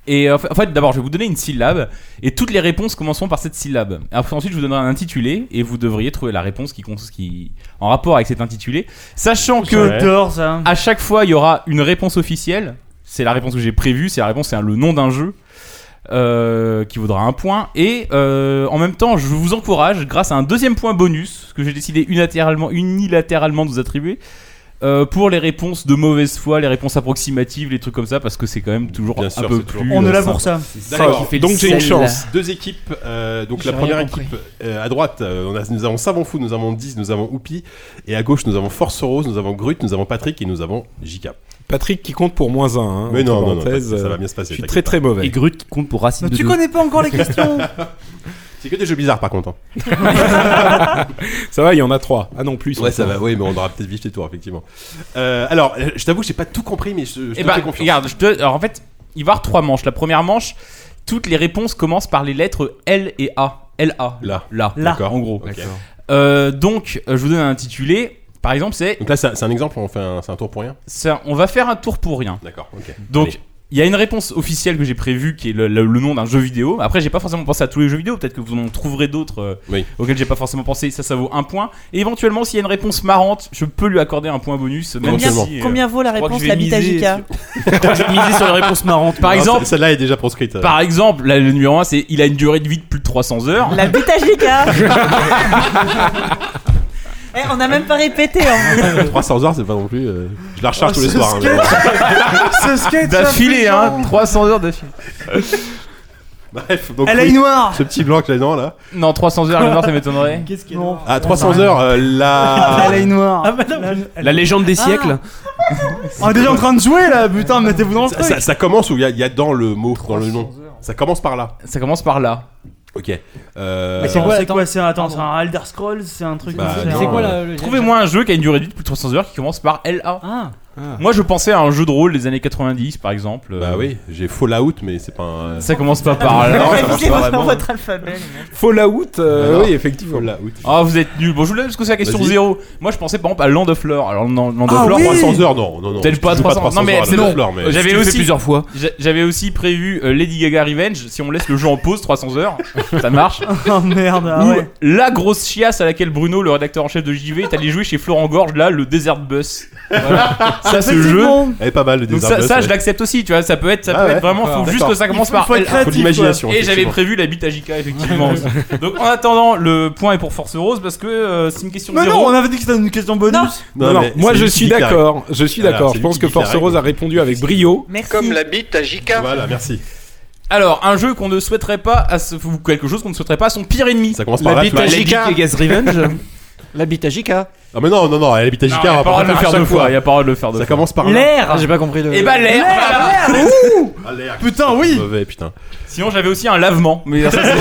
Speaker 4: Et en fait, en fait, d'abord, je vais vous donner une syllabe. Et toutes les réponses commenceront par cette syllabe. Après, ensuite, je vous donnerai un intitulé. Et vous devriez trouver la réponse qui, cons- qui en rapport avec cet intitulé. Sachant que
Speaker 3: Que d'or ça
Speaker 4: à chaque fois, il y aura une réponse officielle. C'est la réponse que j'ai prévue. C'est la réponse, c'est un- le nom d'un jeu. euh, qui vaudra un point et euh, en même temps je vous encourage grâce à un deuxième point bonus que j'ai décidé unilatéralement, unilatéralement de vous attribuer euh, pour les réponses de mauvaise foi les réponses approximatives les trucs comme ça parce que c'est quand même toujours
Speaker 1: Bien
Speaker 4: un
Speaker 1: sûr,
Speaker 4: peu
Speaker 1: c'est toujours
Speaker 4: plus
Speaker 1: plus
Speaker 3: On est là
Speaker 4: euh,
Speaker 3: pour ça.
Speaker 1: D'accord.
Speaker 2: Donc j'ai une chance.
Speaker 1: Deux équipes. euh, donc
Speaker 5: J'ai
Speaker 1: la première
Speaker 5: rien compris.
Speaker 1: équipe euh, à droite, euh, on a- nous avons Savon Fou, nous avons 10, nous avons Oupi. Et à gauche, nous avons Force Rose, nous avons Grut, nous avons Patrick et nous avons Jika.
Speaker 2: Patrick qui compte pour moins 1. Hein,
Speaker 1: Mais
Speaker 2: entre
Speaker 1: non, non, non,
Speaker 2: parenthèses,
Speaker 1: ça, ça va
Speaker 2: euh,
Speaker 1: bien se passer.
Speaker 2: Je suis très
Speaker 1: t'inquiète
Speaker 2: très mauvais.
Speaker 9: Et Grut qui compte pour Racine
Speaker 3: Mais
Speaker 9: de
Speaker 3: tu
Speaker 9: deux.
Speaker 3: connais pas encore les questions
Speaker 1: pas. C'est que des jeux bizarres par contre. hein.
Speaker 2: Ça va, il y en a 3. Ah non, plus.
Speaker 1: Ouais, ça va, oui, mais on aura peut-être vite les tours, effectivement. Euh, alors, euh, je t'avoue, j'ai pas tout compris, mais je, je te
Speaker 4: Eh ben,
Speaker 1: fais confiance.
Speaker 4: regarde, je te- alors en fait, il va y avoir trois manches. La première manche, toutes les réponses commencent par les lettres L et A. L A.
Speaker 1: Là.
Speaker 4: Là.
Speaker 3: Là.
Speaker 1: D'accord.
Speaker 4: En gros.
Speaker 1: Ok.
Speaker 9: D'accord.
Speaker 4: Euh, donc, euh, je vous donne un intitulé. Par exemple, c'est
Speaker 1: Donc là, c'est un- c'est un exemple, on fait un, c'est un tour pour rien.
Speaker 4: ça, On va faire un tour pour rien.
Speaker 1: D'accord, ok.
Speaker 4: Donc,
Speaker 1: Allez.
Speaker 4: il y a une réponse officielle que j'ai prévue qui est le, le- le nom d'un jeu vidéo. Après, j'ai pas forcément pensé à tous les jeux vidéo. Peut-être que vous en trouverez d'autres euh,
Speaker 1: Oui.
Speaker 4: auxquels j'ai pas forcément pensé. Ça, ça vaut un point. Et éventuellement, s'il y a une réponse marrante, je peux lui accorder un point bonus. Même
Speaker 7: Combien,
Speaker 1: Éventuellement.
Speaker 4: si, euh,
Speaker 7: combien vaut la
Speaker 4: je crois que
Speaker 7: réponse
Speaker 4: je vais
Speaker 7: la bite à
Speaker 4: miser
Speaker 7: JK
Speaker 4: miser sur les réponses marrantes. Par
Speaker 1: Non,
Speaker 4: exemple,
Speaker 1: ce- celle-là est déjà proscrite. euh.
Speaker 4: par exemple, là, le numéro 1, c'est il a une durée de vie de plus de 300 heures.
Speaker 7: La bite à JK Eh, on n'a même pas répété. Hein.
Speaker 1: 300 heures, c'est pas non plus. euh, Je la recharge
Speaker 3: Oh,
Speaker 1: tous les
Speaker 3: ce
Speaker 1: soirs. hein,
Speaker 3: sketch.
Speaker 1: mais bon.
Speaker 3: Ce sketch
Speaker 4: D'affilée, hein.
Speaker 3: affligeant.
Speaker 4: 300 heures d'affilée.
Speaker 1: Bref, donc
Speaker 3: Elle a
Speaker 1: oui,
Speaker 3: une noire
Speaker 1: ce petit blanc là, non, là.
Speaker 4: Non, 300 heures, le Nord, ça m'étonnerait.
Speaker 3: Qu'est-ce qu'elle
Speaker 6: Non.
Speaker 1: À 300 heures, euh,
Speaker 3: Elle a
Speaker 1: la.
Speaker 3: une noire
Speaker 8: La légende des siècles.
Speaker 3: On est déjà en train de jouer là, putain, mettez-vous dans le
Speaker 1: Ça,
Speaker 3: truc
Speaker 1: ça- ça commence où il y, a- il y a dans le mot, dans le nom. Ça commence par là.
Speaker 4: Ah. Ça commence par là.
Speaker 1: Ok. Euh,
Speaker 3: Mais c'est quoi,
Speaker 6: Alors,
Speaker 3: c'est quoi c'est un, attends,
Speaker 6: Pardon.
Speaker 3: c'est un Elder Scrolls, c'est un truc
Speaker 1: Bah,
Speaker 3: comme ça.
Speaker 1: non.
Speaker 6: C'est quoi
Speaker 5: Ah,
Speaker 6: la- le
Speaker 4: Trouvez-moi un jeu qui a une durée de vie de plus de 300 heures qui commence par LA.
Speaker 6: Ah,
Speaker 4: Moi, je pensais à un jeu de rôle des années 90, par exemple. Euh,
Speaker 1: Bah oui, j'ai Fallout, mais c'est pas un.
Speaker 4: Ça commence pas par là. ça commence
Speaker 7: Révisez
Speaker 4: par là.
Speaker 7: vraiment votre alphabet.
Speaker 2: Fallout, euh,
Speaker 1: Alors.
Speaker 2: oui, effectivement.
Speaker 1: Ah, Fallout.
Speaker 4: Ah, vous êtes nuls. Bon, je voulais parce que c'est la question
Speaker 1: Vas-y.
Speaker 4: zéro. Moi, je pensais par exemple à Land of Lore. Alors, non, Land of
Speaker 3: Ah
Speaker 4: Lore,
Speaker 3: oui
Speaker 1: 300 heures, non, non, non.
Speaker 4: Peut-être
Speaker 1: tu
Speaker 4: pas
Speaker 1: joues
Speaker 4: 300. Non, mais
Speaker 1: heures à
Speaker 4: c'est
Speaker 1: Left
Speaker 4: bon.
Speaker 1: Floor, mais-
Speaker 4: euh, J'avais
Speaker 8: Tu le fais
Speaker 4: aussi,
Speaker 8: plusieurs fois.
Speaker 4: j'a- j'avais aussi prévu euh, Lady Gaga Revenge. Si on laisse le jeu en pause 300 heures, ça marche.
Speaker 3: Oh merde, ah
Speaker 4: Ou
Speaker 3: ouais.
Speaker 4: la grosse chiasse à laquelle Bruno, le rédacteur en chef de JV, est allé jouer chez Florent Gorge, là, le Desert Bus. Voilà. ça, ce jeu.
Speaker 3: Effectivement.
Speaker 1: Elle est pas mal le
Speaker 4: Donc
Speaker 1: Desert
Speaker 4: ça,
Speaker 1: Bus,
Speaker 4: ça,
Speaker 1: ouais.
Speaker 4: je l'accepte aussi, tu vois. Ça peut être, ça
Speaker 1: Ah
Speaker 4: peut
Speaker 1: ouais.
Speaker 4: être vraiment, faut
Speaker 1: D'accord.
Speaker 4: juste que ça commence
Speaker 3: Il faut-
Speaker 4: par
Speaker 3: faut être
Speaker 4: LA.
Speaker 1: Faut de
Speaker 3: créatif,
Speaker 1: l'imagination.
Speaker 4: Et j'avais
Speaker 1: effectivement.
Speaker 4: prévu la bite à JK, effectivement. Donc en attendant, le point est pour Force Rose parce que euh, c'est une question
Speaker 3: Mais non,
Speaker 4: zéro.
Speaker 3: on avait dit que c'était une question bonus.
Speaker 7: Non.
Speaker 2: Non, non,
Speaker 1: mais
Speaker 2: moi
Speaker 1: c'est
Speaker 2: je
Speaker 1: lui qui
Speaker 2: suis
Speaker 1: déclare.
Speaker 2: d'accord, je suis
Speaker 1: Voilà,
Speaker 2: d'accord.
Speaker 1: c'est
Speaker 2: Je
Speaker 1: lui
Speaker 2: pense
Speaker 1: qui
Speaker 2: que
Speaker 1: dit la
Speaker 2: Force Rose a répondu avec brio.
Speaker 7: Merci. Eh
Speaker 12: Comme la bite à Jika.
Speaker 1: Voilà, merci.
Speaker 4: Alors, un jeu qu'on ne souhaiterait pas, à ce- ou quelque chose qu'on ne souhaiterait pas à son pire ennemi.
Speaker 1: Ça commence par là. tu vois.
Speaker 12: Jika.
Speaker 8: Revenge.
Speaker 5: L'habit à JK.
Speaker 1: Ah, mais non, non, non, elle habite à JK,
Speaker 4: Non,
Speaker 1: on
Speaker 4: y a pas
Speaker 1: va pas
Speaker 4: le droit de le faire deux fois. Il y a pas le droit de le faire deux
Speaker 1: Ça
Speaker 4: fois.
Speaker 1: commence par là.
Speaker 6: l'air
Speaker 5: J'ai pas compris le.
Speaker 4: Et bah l'air. voilà.
Speaker 1: Ah, l'air.
Speaker 3: Putain, oui
Speaker 1: Mauvais, putain.
Speaker 4: Sinon, j'avais aussi un lavement. Mais ça, c'est-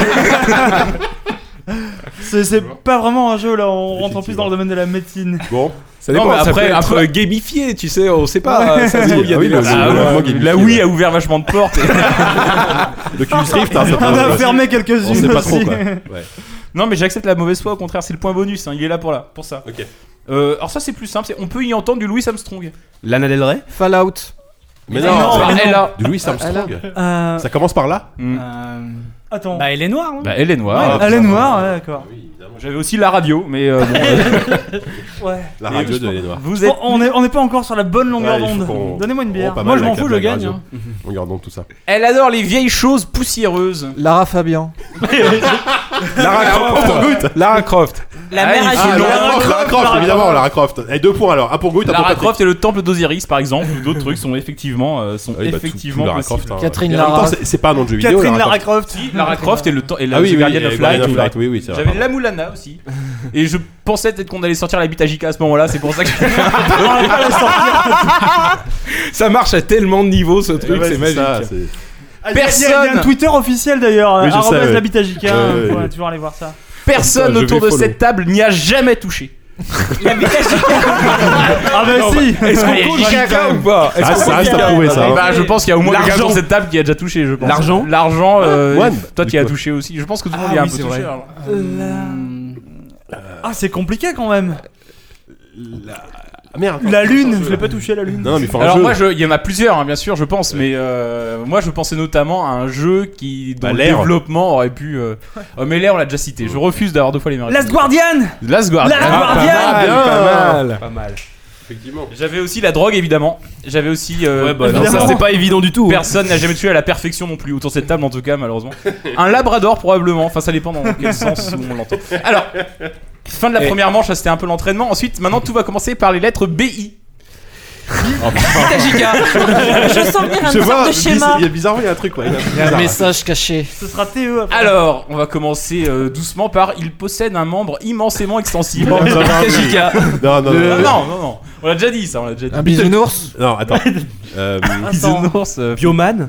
Speaker 3: C'est c'est pas vraiment un jeu là, on rentre en plus dans le domaine de la médecine.
Speaker 1: Bon,
Speaker 2: Ça
Speaker 4: Non,
Speaker 2: dépend,
Speaker 4: mais
Speaker 2: ça
Speaker 4: après, ah,
Speaker 2: peut être
Speaker 4: après-
Speaker 2: euh, gamifié, tu sais, on sait pas. ça se trouve, il y a
Speaker 1: Ah oui,
Speaker 2: des
Speaker 1: le-
Speaker 2: versions,
Speaker 1: le-
Speaker 2: euh,
Speaker 1: le-
Speaker 4: Ah,
Speaker 1: vraiment
Speaker 4: ouais,
Speaker 1: gamifié,
Speaker 4: la Wii
Speaker 1: ouais.
Speaker 4: a oculus ouvert vachement de portes.
Speaker 1: le Cubus Rift, hein, ça
Speaker 3: On a
Speaker 1: peut-
Speaker 3: fermé
Speaker 1: On
Speaker 3: quelques-unes
Speaker 1: sait pas
Speaker 3: aussi.
Speaker 1: trop, quoi. Ouais.
Speaker 4: non, mais j'accepte la mauvaise foi. Au contraire, c'est le point bonus. hein, Il est là pour là, pour ça.
Speaker 1: Ok.
Speaker 4: Euh, alors ça, c'est plus simple. c'est- On peut y entendre du Louis Armstrong.
Speaker 8: Lana Del Rey.
Speaker 5: Fallout.
Speaker 1: Mais
Speaker 3: non,
Speaker 1: non,
Speaker 4: par
Speaker 1: c'est-
Speaker 4: LA.
Speaker 1: du Louis Armstrong.
Speaker 3: Euh,
Speaker 1: Ça commence par là
Speaker 4: Mm.
Speaker 6: Euh,
Speaker 3: Attends.
Speaker 6: Bah, elle est noire. hein.
Speaker 4: Bah, elle est noire.
Speaker 1: Ouais.
Speaker 3: Elle est noire, ouais, d'accord.
Speaker 4: J'avais aussi la radio, mais euh, bon, euh,
Speaker 3: Ouais.
Speaker 1: La radio de Noir.
Speaker 4: vous êtes.
Speaker 3: Bon, Oh, on, est, on est pas encore sur la bonne longueur
Speaker 1: Ouais, il faut qu'on-
Speaker 3: d'onde. Donnez-moi une bière.
Speaker 1: pas
Speaker 3: Moi
Speaker 1: mal
Speaker 3: je m'en
Speaker 1: avec la
Speaker 3: fous, je
Speaker 1: blague
Speaker 3: gagne.
Speaker 1: radio.
Speaker 3: hein.
Speaker 1: Regardons tout ça.
Speaker 4: Elle adore les vieilles choses poussiéreuses.
Speaker 5: Lara Fabian.
Speaker 1: Lara Croft pour Gout
Speaker 2: Lara Croft.
Speaker 7: La
Speaker 4: Ah,
Speaker 7: mère euh,
Speaker 4: il
Speaker 7: à
Speaker 4: faut
Speaker 7: Jika.
Speaker 1: Ah, Lara Croft, Lara Croft, évidemment, Lara Croft. Et deux points alors, un pour Gout, un pour
Speaker 4: Lara
Speaker 1: Patrick.
Speaker 4: Croft et le temple d'Osiris, par exemple, ou d'autres trucs sont effectivement, euh, sont
Speaker 1: Ah oui, bah, tout-
Speaker 4: effectivement
Speaker 1: tout Lara
Speaker 4: possibles.
Speaker 1: Croft, hein.
Speaker 5: Catherine
Speaker 1: Et en même
Speaker 5: Lara.
Speaker 1: temps, c'est- C'est pas un nom de jeu vidéo.
Speaker 3: Catherine Lara
Speaker 1: Croft.
Speaker 3: Croft.
Speaker 4: Lara Croft et le temple et la
Speaker 1: Ah oui, oui,
Speaker 4: Guardian of
Speaker 1: et Guardian
Speaker 4: Light.
Speaker 1: of Light, oui, oui, c'est vrai.
Speaker 4: J'avais la Moulana aussi. Et je pensais peut-être qu'on allait sortir la bite à Jika à ce moment-là, c'est pour ça que.
Speaker 2: Ça marche à tellement de niveaux ce
Speaker 9: Euh,
Speaker 2: truc,
Speaker 1: Ouais,
Speaker 2: c'est
Speaker 1: c'est
Speaker 2: magique.
Speaker 1: ça, c'est-
Speaker 3: Ah, il y a- il y a- Il y a un
Speaker 4: Personne.
Speaker 3: Twitter officiel d'ailleurs,
Speaker 1: Oui, je sais,
Speaker 3: arrobase
Speaker 1: ouais.
Speaker 3: la bite à JK,
Speaker 1: Ouais, ouais,
Speaker 3: on
Speaker 1: ouais.
Speaker 3: pourra hein. toujours aller voir ça.
Speaker 4: Personne
Speaker 1: Putain, Ah, je
Speaker 4: autour
Speaker 1: vais
Speaker 4: de
Speaker 1: follow.
Speaker 4: cette table n'y a jamais touché.
Speaker 3: Ah bah si
Speaker 4: Est-ce qu'on compte Jika
Speaker 2: Jika ou pas Est-ce
Speaker 1: Ah,
Speaker 2: qu'on
Speaker 1: ça
Speaker 2: compte
Speaker 1: reste à
Speaker 2: Jika
Speaker 1: prouver,
Speaker 2: ou
Speaker 1: ça,
Speaker 2: pas
Speaker 1: hein.
Speaker 4: Bah, je pense qu'il y a au moins quelqu'un
Speaker 2: L'argent.
Speaker 4: sur cette table qui a déjà touché, je pense.
Speaker 2: L'argent
Speaker 4: L'argent, euh,
Speaker 1: Juan,
Speaker 4: toi
Speaker 1: du
Speaker 4: qui as
Speaker 1: coup.
Speaker 4: touché aussi. Je pense que tout le monde
Speaker 6: Ah
Speaker 4: y a
Speaker 6: oui,
Speaker 4: un peu
Speaker 6: c'est
Speaker 4: touché. hein.
Speaker 6: vrai.
Speaker 4: alors.
Speaker 3: Ah c'est compliqué quand même
Speaker 1: Ah, Merde.
Speaker 3: La lune, je l'ai pas touché la lune.
Speaker 1: Non, non, mais il faut un
Speaker 4: Alors
Speaker 1: jeu.
Speaker 4: moi, je- il y en a plusieurs, hein, bien sûr, je pense, mais euh, moi, je pensais notamment à un jeu qui, dont
Speaker 1: Bah,
Speaker 4: le
Speaker 1: l'air.
Speaker 4: développement aurait pu... euh, oh, mais l'air, on l'a déjà cité. Je refuse d'avoir deux fois les mêmes
Speaker 3: Last Guardian
Speaker 4: réponses. Last Guardian. Ah,
Speaker 3: Last
Speaker 2: Pas
Speaker 3: Guardian
Speaker 2: mal, pas mal.
Speaker 1: Effectivement.
Speaker 4: J'avais aussi la drogue, évidemment. J'avais aussi... euh,
Speaker 3: non,
Speaker 4: évidemment,
Speaker 3: ça, c'est
Speaker 8: pas évident du
Speaker 6: hein.
Speaker 8: tout.
Speaker 4: Personne n'a jamais tué à la perfection non plus, autour de cette table en tout cas, malheureusement. Un labrador probablement, enfin ça dépend dans quel sens où on l'entend. Alors, fin de la première manche, ça c'était un peu l'entraînement. Ensuite, maintenant tout va commencer par les lettres BI.
Speaker 7: Je sens venir un
Speaker 1: Je vois,
Speaker 7: sorte de schéma.
Speaker 1: il y a bizarrement, il y a un truc, ouais.
Speaker 5: Il y a un message caché.
Speaker 3: Ce sera TE après.
Speaker 4: Alors, on va commencer euh, doucement par il possède un membre immensément extensible.
Speaker 1: Non, non, non,
Speaker 4: Jika.
Speaker 1: Non,
Speaker 4: Non,
Speaker 1: non, non. non.
Speaker 4: non, non, non. on l'a déjà dit ça, on l'a déjà dit.
Speaker 5: Un bisounours.
Speaker 1: Non, attends. Euh,
Speaker 3: Attends.
Speaker 4: Bisounours, euh,
Speaker 8: Bioman.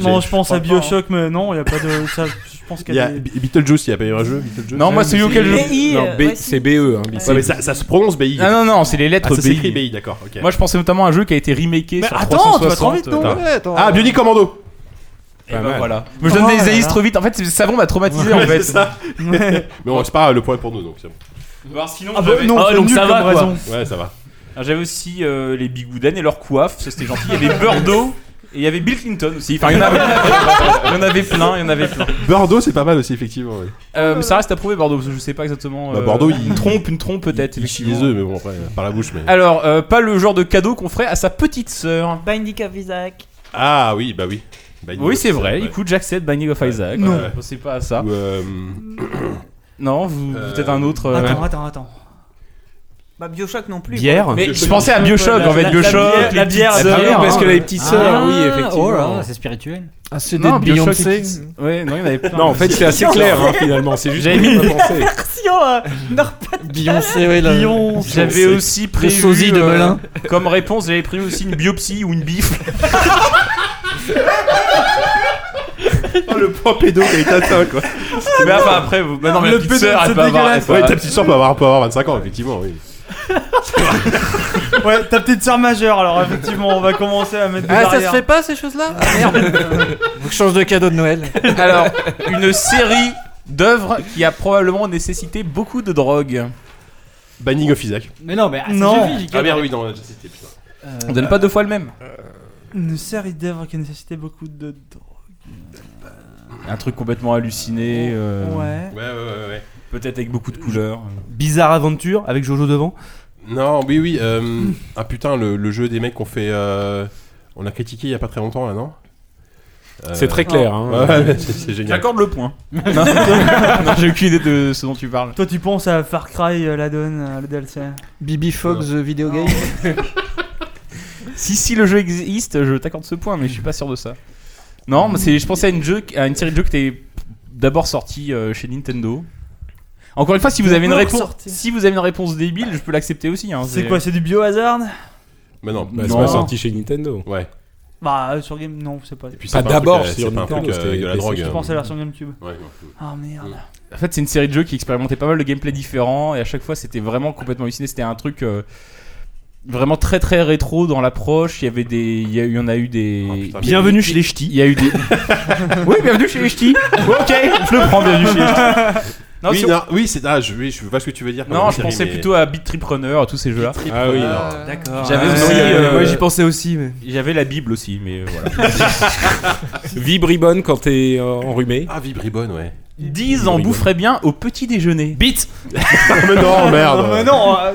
Speaker 3: Non,
Speaker 1: j'ai-
Speaker 3: je pense
Speaker 4: crois
Speaker 3: à Bioshock, mais non, il a pas de. Ça, je pense
Speaker 1: Il
Speaker 3: qu'il
Speaker 1: y
Speaker 3: y
Speaker 1: a
Speaker 3: a. des-
Speaker 1: B- Beetlejuice, il y a pas eu un jeu Beetlejuice
Speaker 4: Non, moi c'est auquel je.
Speaker 7: BI,
Speaker 2: Non,
Speaker 7: euh,
Speaker 2: B-
Speaker 7: ouais,
Speaker 2: c'est
Speaker 7: si.
Speaker 2: BE. hein,
Speaker 1: Ouais, mais
Speaker 2: BC.
Speaker 1: ça, ça se prononce BI.
Speaker 4: Ah non, non, c'est les
Speaker 1: Ah,
Speaker 4: lettres
Speaker 1: ça s'écrit
Speaker 4: BI.
Speaker 1: BI, d'accord. ok.
Speaker 4: Moi je pensais notamment à un jeu qui a été remaké
Speaker 3: Mais
Speaker 4: sur
Speaker 3: attends, tu vas trop
Speaker 4: 360,
Speaker 3: vite, non
Speaker 4: euh,
Speaker 1: Ah, Bionic Commando
Speaker 4: Et ben
Speaker 2: mal.
Speaker 4: voilà. Je donne
Speaker 3: Oh
Speaker 4: des
Speaker 3: là
Speaker 4: hélices
Speaker 3: là.
Speaker 4: trop vite. En fait, c'est- savon m'a traumatisé en fait.
Speaker 1: Mais on c'est pas le point pour nous donc c'est bon.
Speaker 4: sinon,
Speaker 3: Ah bah, non,
Speaker 4: Ah,
Speaker 3: c'est
Speaker 4: donc
Speaker 3: nul
Speaker 4: ça
Speaker 3: comme
Speaker 4: va quoi.
Speaker 3: raison.
Speaker 1: Ouais, ça va.
Speaker 4: Alors, J'avais aussi euh, les Bigouden et leur coiffe, ça c'était gentil. Il y avait Burdo et il y avait Bill Clinton aussi. Enfin, il y en avait, il y en avait plein, il y en avait plein.
Speaker 1: Bordeaux, c'est pas mal aussi, effectivement. ouais.
Speaker 4: Euh, mais ça reste à prouver Bordeaux, parce que je sais pas exactement.
Speaker 1: Bah,
Speaker 4: euh,
Speaker 1: Bordeaux, il-
Speaker 4: Une trompe, une trompe peut-être.
Speaker 1: Il chie les
Speaker 4: effectivement.
Speaker 1: œufs, mais bon, après, par la bouche. Mais...
Speaker 4: Alors, euh, pas le genre de cadeau qu'on ferait à sa petite sœur.
Speaker 7: Binding of Isaac.
Speaker 1: Ah oui, bah oui. Bah, il-
Speaker 4: Oui, c'est vrai.
Speaker 1: ouais.
Speaker 4: Écoute, j'accepte Binding of Isaac.
Speaker 1: Non.
Speaker 4: Euh, C'est pas à ça.
Speaker 1: Ou, euh,
Speaker 4: Non, vous,
Speaker 1: Euh,
Speaker 4: peut-être un autre. euh,
Speaker 3: Attends, attends, attends.
Speaker 7: Bah, Bioshock non plus.
Speaker 8: Bière.
Speaker 4: Mais je pensais à Bioshock, en fait, Bioshock.
Speaker 3: La bière,
Speaker 4: petites
Speaker 3: la
Speaker 4: sœurs, Ah,
Speaker 3: bière.
Speaker 2: parce que les petites sœurs, oui, effectivement.
Speaker 6: Oh là, c'est spirituel.
Speaker 5: Ah, c'est des
Speaker 4: Non, Bioshock,
Speaker 5: Beyoncé.
Speaker 4: c'est. Ouais, non, il y en avait plein.
Speaker 2: Non, en fait, c'est assez clair, hein, finalement. C'est juste
Speaker 4: J'avais
Speaker 2: que j'ai pas pensé.
Speaker 7: Version euh, Nord-
Speaker 5: Beyoncé, oui, là.
Speaker 4: J'avais aussi prévu. euh,
Speaker 5: sosie de Melun.
Speaker 4: Comme réponse, j'avais prévu aussi une biopsie ou une bif.
Speaker 1: Oh, le point pédo qui a été atteint, quoi.
Speaker 4: mais enfin, après, vous... mais non, mais
Speaker 3: Le
Speaker 4: la petite
Speaker 3: pédo,
Speaker 4: sœur, elle
Speaker 3: c'est
Speaker 4: peut avoir. elle peut
Speaker 1: Ouais,
Speaker 4: avoir-
Speaker 1: ta petite soeur peut avoir, peut avoir 25 ans, effectivement. Oui.
Speaker 3: Ouais, ta petite sœur majeure, alors effectivement, on va commencer à mettre des
Speaker 5: Ah, ça se
Speaker 3: barrières.
Speaker 5: fait pas ces choses-là Ah merde Faut que je change de cadeau de Noël.
Speaker 4: Alors, une série d'œuvres qui a probablement nécessité beaucoup de drogue.
Speaker 1: Banning of Isaac.
Speaker 6: Mais non, mais ah, ça
Speaker 3: Non.
Speaker 6: suffit, J.K.
Speaker 1: Ah merde, oui, non, j'ai cité, putain.
Speaker 4: On donne pas deux fois le même.
Speaker 3: Une série d'œuvres qui nécessitait beaucoup de drogue.
Speaker 4: Un truc complètement halluciné. euh,
Speaker 3: Ouais.
Speaker 1: Ouais, ouais, ouais, ouais.
Speaker 4: Peut-être avec beaucoup de couleurs.
Speaker 6: Bizarre aventure avec Jojo devant.
Speaker 1: Non, oui, oui. euh, ah putain, le, le jeu des mecs qu'on fait. euh, on a critiqué il y a pas très longtemps, là, non Euh,
Speaker 2: C'est très clair.
Speaker 1: Ouais,
Speaker 2: Hein.
Speaker 1: ouais, mais c'est c'est génial.
Speaker 4: J'accorde le point. non, non, j'ai aucune idée de ce dont tu parles.
Speaker 3: Toi, tu penses à Far Cry, euh, la donne, euh, le DLC.
Speaker 5: Bibi Fox euh, Video Game.
Speaker 4: Si, si le jeu existe, je t'accorde ce point, mais je suis pas sûr de ça. Non, mais c'est, je pensais à une, jeu, à une série de jeux qui était d'abord sortie euh, chez Nintendo. Encore une fois, si vous avez une
Speaker 3: Encore
Speaker 4: réponse,
Speaker 3: sortie.
Speaker 4: si vous avez une réponse débile, je peux l'accepter aussi. hein,
Speaker 3: C'est quoi, c'est du biohazard
Speaker 1: Mais non,
Speaker 2: Bah, c'est
Speaker 4: Non.
Speaker 2: pas sorti chez Nintendo.
Speaker 1: ouais.
Speaker 3: Bah, euh, sur Game. Non, c'est pas.
Speaker 1: Et puis
Speaker 2: Pas
Speaker 1: c'est pas un truc,
Speaker 2: d'abord,
Speaker 1: euh,
Speaker 2: sur
Speaker 1: c'est pas un
Speaker 2: Nintendo,
Speaker 1: truc euh,
Speaker 2: c'était
Speaker 1: avec de la
Speaker 2: PC.
Speaker 1: drogue.
Speaker 2: Je
Speaker 3: Je
Speaker 1: euh,
Speaker 3: pensais à la version Gamecube.
Speaker 1: Ouais, ouais.
Speaker 3: Ah merde.
Speaker 4: En fait, c'est une série de jeux qui expérimentait pas mal de gameplay différents et à chaque fois, c'était vraiment complètement halluciné. C'était un truc euh, vraiment très très rétro dans l'approche. Il y avait des, il y, a eu- il y en a eu des.
Speaker 1: Oh, putain, mais-
Speaker 4: bienvenue chez les ch'tis. Il y a eu des. oui, bienvenue chez les ch'tis. ok, je le prends. Bienvenue chez les ch'tis. Non,
Speaker 1: oui,
Speaker 4: sur-
Speaker 1: non, oui, c'est ah, je, oui, je vois ce que tu veux dire.
Speaker 4: Non, je pensais plutôt à Beat Trip Runner, à tous ces jeux-là.
Speaker 2: Ah oui.
Speaker 5: D'accord.
Speaker 4: J'avais
Speaker 8: Ah,
Speaker 4: aussi,
Speaker 8: ouais,
Speaker 4: euh,
Speaker 8: ouais,
Speaker 5: J'y pensais aussi, mais.
Speaker 4: j'avais la Bible aussi, mais voilà.
Speaker 2: Vibribonne quand t'es euh, enrhumé.
Speaker 1: Ah, Vibribonne, ouais.
Speaker 4: 10 en boufferait bien au petit déjeuner. Beat
Speaker 1: Ah, mais non, merde.
Speaker 3: Non, mais non euh,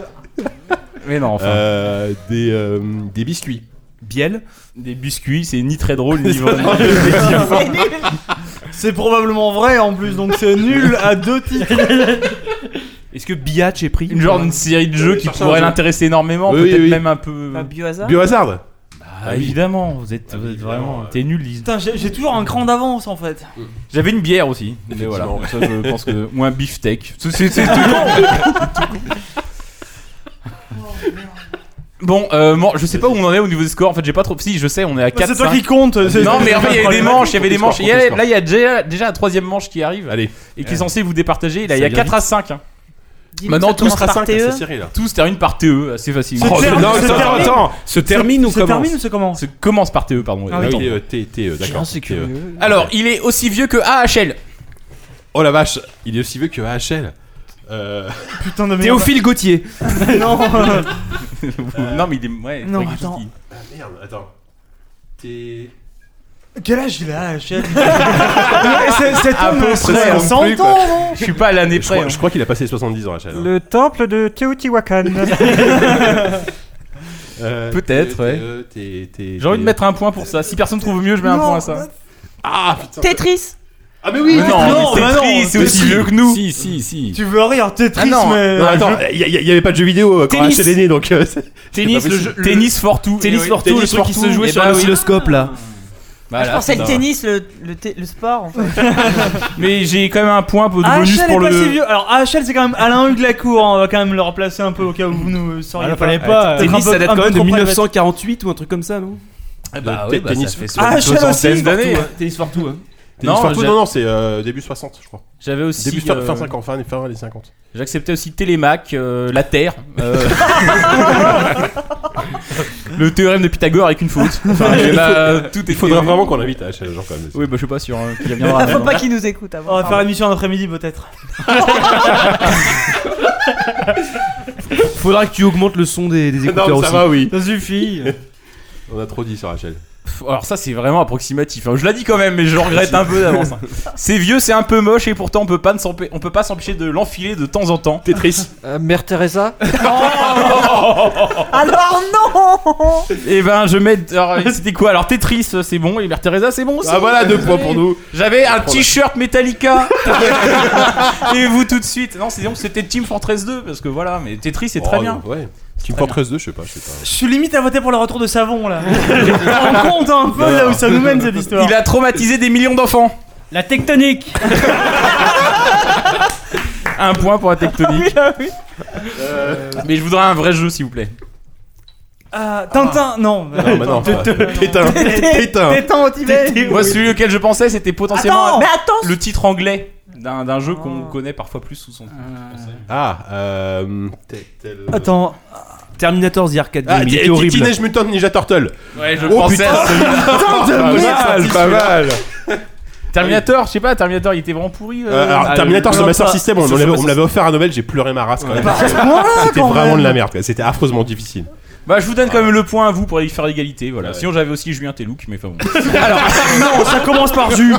Speaker 4: Mais non, enfin.
Speaker 1: Euh, des, euh, des biscuits.
Speaker 4: Biel Des biscuits, c'est ni très drôle, ni vrai.
Speaker 3: C'est probablement vrai en plus, donc c'est nul à deux titres.
Speaker 6: Est-ce que Biatch est pris
Speaker 4: Une genre une série de jeux qui
Speaker 1: Cherchez un
Speaker 4: pourrait
Speaker 1: jeu.
Speaker 4: l'intéresser énormément,
Speaker 1: Oui,
Speaker 4: peut-être
Speaker 1: oui, oui.
Speaker 4: même un peu.
Speaker 7: Bah, Biohazard.
Speaker 1: Biohazard
Speaker 4: Ah, évidemment, vous êtes, vous êtes vraiment. T'es nul, Lise.
Speaker 3: Putain, j'ai j'ai toujours un cran d'avance en fait.
Speaker 4: J'avais une bière aussi, mais voilà. Ça, je pense que. Ou un beefsteak. C'est- C'est c'est tout con. Bon, euh, bon, je sais pas où on en est au niveau des scores. En fait, j'ai pas trop. Si, je sais, on est à 4.
Speaker 3: Bah, C'est toi qui compte. c'est-
Speaker 4: Non, mais en fait, il y avait des manches, il y avait des
Speaker 1: Compte les
Speaker 4: manches.
Speaker 1: scores,
Speaker 4: Il y a-
Speaker 1: compte les scores.
Speaker 4: là, il y a déjà, déjà la troisième manche qui arrive.
Speaker 1: Allez.
Speaker 4: Et qui est censée vous départager. Là,
Speaker 1: Ça
Speaker 4: il y a
Speaker 1: vient
Speaker 4: 4 à 5. hein. Maintenant, tout sera
Speaker 7: par
Speaker 1: 5,
Speaker 7: TE.
Speaker 1: Ah, c'est serré là.
Speaker 4: Tout se termine par TE, assez facile.
Speaker 3: Se
Speaker 4: Oh,
Speaker 3: termine-
Speaker 2: Non,
Speaker 3: se
Speaker 2: attends,
Speaker 3: termine-
Speaker 2: attends. Se termine ou
Speaker 3: se termine
Speaker 2: commence
Speaker 3: ou se commence
Speaker 4: se commence par TE, pardon.
Speaker 3: Ah
Speaker 1: Ah
Speaker 3: oui.
Speaker 1: oui, TE, TE, TE, d'accord. E.
Speaker 5: c'est
Speaker 1: TE.
Speaker 5: curieux.
Speaker 4: Alors, il est aussi vieux que AHL.
Speaker 1: Oh la vache, il est aussi vieux que AHL. Euh,
Speaker 3: Putain de merde.
Speaker 6: Théophile Gauthier.
Speaker 3: Non. euh,
Speaker 4: non, mais il est. Ouais,
Speaker 3: Non,
Speaker 4: c'est quelque chose
Speaker 3: attends.
Speaker 4: qui-
Speaker 1: Ah merde, attends. T'es.
Speaker 3: Quel âge il a, chef C'est c'est
Speaker 4: À
Speaker 3: homme, euh,
Speaker 4: peu
Speaker 3: c'est
Speaker 4: près, hein.
Speaker 3: 100
Speaker 4: non plus, quoi.
Speaker 3: ans, non
Speaker 4: Je suis pas à l'année
Speaker 1: Je
Speaker 4: près.
Speaker 1: crois, je crois qu'il a passé 70 ans, AHL. hein.
Speaker 5: Le temple de Teotihuacan.
Speaker 1: Euh,
Speaker 4: Peut-être,
Speaker 1: TE,
Speaker 4: ouais.
Speaker 1: TE, TE, TE.
Speaker 4: J'ai envie de mettre un point pour ça. Si personne trouve mieux, je mets un
Speaker 3: Non,
Speaker 4: point à ça.
Speaker 1: Ah putain
Speaker 7: Tetris.
Speaker 1: Ah mais oui
Speaker 4: Mais non,
Speaker 3: non,
Speaker 4: mais
Speaker 3: bah
Speaker 4: c'est
Speaker 3: non,
Speaker 4: triste, c'est aussi
Speaker 2: Si,
Speaker 4: vieux que nous.
Speaker 2: Si, si, si.
Speaker 3: Tu veux rire, Tetris,
Speaker 4: Ah non,
Speaker 3: mais.
Speaker 1: Non, attends,
Speaker 9: Hein
Speaker 1: il y, a- il y avait pas de jeux vidéo euh, quand
Speaker 4: Tennis.
Speaker 1: AHL est né donc. euh, c'est-
Speaker 4: Tennis,
Speaker 1: C'est pas
Speaker 4: le jeu- tennis for two.
Speaker 6: Tennis
Speaker 4: Eh
Speaker 6: for
Speaker 4: oui,
Speaker 6: two, le truc
Speaker 4: for
Speaker 6: qui
Speaker 4: two.
Speaker 6: se jouait
Speaker 4: Eh
Speaker 6: sur
Speaker 4: bah oui.
Speaker 6: l'oscilloscope là.
Speaker 4: Voilà,
Speaker 7: je pensais le
Speaker 4: putain.
Speaker 7: tennis, le, le, thé- le sport en fait.
Speaker 4: Mais j'ai quand même un point pour de
Speaker 3: AHL
Speaker 4: bonus
Speaker 3: est
Speaker 4: pour
Speaker 3: Ah, pas si
Speaker 4: Ah, le.
Speaker 3: vieux. Alors AHL c'est quand même Alain Hugues Lacour, hein, on va quand même le replacer un peu au cas où vous nous seriez
Speaker 6: Voilà,
Speaker 3: pas.
Speaker 6: voilà.
Speaker 3: pas. euh,
Speaker 6: Tennis,
Speaker 3: un peu-
Speaker 6: ça date
Speaker 3: un
Speaker 6: quand
Speaker 3: peu
Speaker 6: même de
Speaker 3: trop près,
Speaker 6: 1948 ou un truc comme ça, non
Speaker 4: Ah
Speaker 1: bah ouais, bah ça
Speaker 4: fait
Speaker 3: Ah, AHL aussi,
Speaker 4: d'années.
Speaker 6: Tennis for two.
Speaker 1: Tennis
Speaker 4: Non,
Speaker 1: for two,
Speaker 4: j'ai-
Speaker 1: non, non, c'est euh, début 60, je crois.
Speaker 4: J'avais aussi.
Speaker 1: Début fin,
Speaker 4: euh,
Speaker 1: fin 50, fin, fin des 50.
Speaker 4: J'acceptais aussi Télémac, euh, la Terre. euh, Le théorème de Pythagore avec une faute. Enfin, il y en a- tout est
Speaker 1: Il faudra
Speaker 4: théorique.
Speaker 1: vraiment qu'on l'invite à HL, genre quand même.
Speaker 4: Oui, bah je suis pas sûr hein, qu'il y viendra.
Speaker 7: Faut pas qu'ils nous écoutent avant.
Speaker 3: On va faire
Speaker 7: Pardon.
Speaker 3: une mission d'après-midi peut-être.
Speaker 8: Faudra que tu augmentes le son des, des écouteurs
Speaker 1: Non, ça
Speaker 8: aussi.
Speaker 1: va, oui.
Speaker 3: Ça suffit.
Speaker 1: On a trop dit sur HL.
Speaker 4: Pff, Alors ça c'est vraiment approximatif. hein. Je la dis quand même, mais je le regrette un peu d'avance. C'est vieux, c'est un peu moche et pourtant on peut pas ne s'empê- on peut pas s'empêcher de l'enfiler de temps en temps.
Speaker 1: Tetris.
Speaker 5: Euh, Mère Teresa
Speaker 7: Alors non
Speaker 4: Et ben je mets. alors, C'était quoi Alors Tetris c'est bon et Mère Teresa c'est bon. aussi.
Speaker 1: Ah voilà, deux points pour nous.
Speaker 4: J'avais un t-shirt Metallica. et vous tout de suite. Non c'est donc c'était Team Fortress 2 parce que voilà. Mais Tetris c'est très
Speaker 1: Oh,
Speaker 4: bien.
Speaker 1: Ouais. Team Fortress 2, je sais pas, je sais pas.
Speaker 3: Je suis limite à voter pour le retour de savon là. On compte un peu là où ça nous mène cette histoire.
Speaker 4: Il a traumatisé des millions d'enfants.
Speaker 6: La tectonique
Speaker 4: Un point pour la tectonique. ah Euh, Mais je voudrais un vrai jeu s'il vous plaît.
Speaker 3: Ah, Tintin, non.
Speaker 4: bah
Speaker 1: Non, mais non. Tétin. Tétin.
Speaker 3: Tintin au Tibet.
Speaker 4: Moi celui auquel je pensais c'était potentiellement.
Speaker 7: Attends Mais attends
Speaker 4: le titre anglais d'un d'un jeu qu'on
Speaker 7: Oh.
Speaker 4: connaît parfois plus sous son
Speaker 1: Ah, euh. Tettel-
Speaker 3: Attends,
Speaker 8: Terminator The Arcade
Speaker 1: Ah,
Speaker 8: Game, il
Speaker 1: Ti-
Speaker 8: était
Speaker 1: Ti-
Speaker 8: horrible.
Speaker 1: Teenage Mutant Ninja Turtle. Ah,
Speaker 4: Ouais, je
Speaker 1: Oh,
Speaker 4: pensais à celui
Speaker 1: Pas mal, pas mal.
Speaker 4: Terminator, je sais pas, Terminator, il était vraiment pourri. euh.
Speaker 1: Euh, alors,
Speaker 4: Ah,
Speaker 1: Terminator
Speaker 4: le-
Speaker 1: sur Master System, on,
Speaker 4: sur
Speaker 1: on l'avait- on
Speaker 4: Master
Speaker 1: me l'avait offert à Noël, j'ai pleuré ma race quand même. C'était
Speaker 3: quand
Speaker 1: vraiment
Speaker 3: même.
Speaker 1: de la merde, quoi. c'était affreusement difficile.
Speaker 4: Bah, je vous donne quand même le point à vous pour y faire égalité, voilà.
Speaker 1: Ouais.
Speaker 4: Sinon, j'avais aussi Julien Telouk, mais enfin bon.
Speaker 3: alors, non, ça commence par Jus.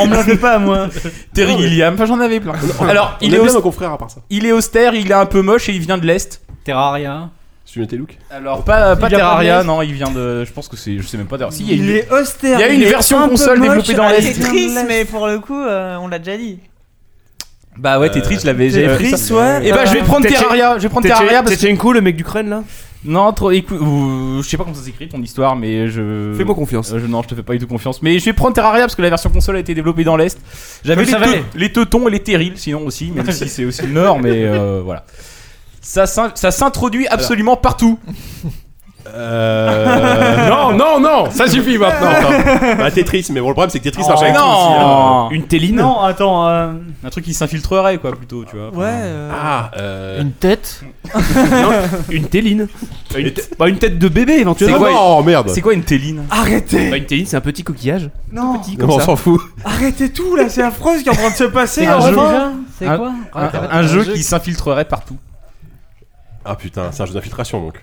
Speaker 3: On me l'a fait pas, moi.
Speaker 4: Terry Gilliam, enfin, j'en avais plein. Alors, il est,
Speaker 1: bien
Speaker 4: aus-
Speaker 1: nos confrères à part ça.
Speaker 4: il est austère, il est un peu moche et il vient de l'Est.
Speaker 6: Terraria.
Speaker 1: Tu tes look
Speaker 4: Alors, pas, pas
Speaker 6: vient pas de
Speaker 4: Terraria,
Speaker 6: l'Est.
Speaker 4: non, il vient de. Je pense que c'est. Je sais même pas d'ailleurs. Si, il y a
Speaker 3: Il
Speaker 4: une-
Speaker 3: est austère.
Speaker 4: Il y a une
Speaker 3: est
Speaker 4: version
Speaker 3: un peu
Speaker 4: console
Speaker 3: moche.
Speaker 4: développée dans l'Est.
Speaker 7: C'est triste, mais pour le coup, euh, on l'a déjà dit.
Speaker 4: Bah, ouais, Tetris, je l'avais j'avais pris.
Speaker 3: Tetris, ouais.
Speaker 6: Eh ben,
Speaker 4: Et bah, je vais prendre
Speaker 8: Tetris-
Speaker 4: Terraria, je vais prendre Terraria parce que.
Speaker 8: Tchetchenko, le mec d'Ukraine là
Speaker 4: Non, trop. Écoute, ou- je sais pas comment ça s'écrit ton histoire, mais je.
Speaker 8: Fais-moi confiance.
Speaker 4: Euh, je- non, je te fais pas du tout confiance. Mais je vais prendre Terraria parce que la version console a été développée dans l'Est. J'avais les,
Speaker 6: Je le savais.
Speaker 4: teu- les teutons et les terrils, sinon aussi, même si c'est aussi le Nord, mais euh, voilà. Ça, s'in- ça s'introduit absolument partout.
Speaker 1: Euh. non, non, non Ça suffit maintenant non. Bah, Tetris, mais bon, le problème c'est que Tetris marche avec tout aussi. hein.
Speaker 4: Oh, non Oh.
Speaker 8: Une téline
Speaker 3: Non, attends. euh,
Speaker 4: Un truc qui s'infiltrerait, quoi, plutôt, tu vois.
Speaker 3: Ouais. euh,
Speaker 1: Ah, euh.
Speaker 5: Une tête
Speaker 8: Une téline
Speaker 1: Une
Speaker 8: une, bah, une tête de bébé
Speaker 1: C'est
Speaker 8: éventuellement.
Speaker 1: quoi Oh merde
Speaker 4: C'est quoi une téline
Speaker 8: Bah, une téline, c'est un petit coquillage.
Speaker 3: Non,
Speaker 1: Non, On s'en fout.
Speaker 3: arrêtez tout là, c'est affreux ce qui est en train de se passer.
Speaker 4: un
Speaker 3: en
Speaker 4: jeu.
Speaker 3: vrai.
Speaker 5: C'est
Speaker 4: Un-
Speaker 5: quoi
Speaker 4: un, un jeu qui s'infiltrerait partout.
Speaker 1: Ah putain, c'est un jeu d'infiltration donc.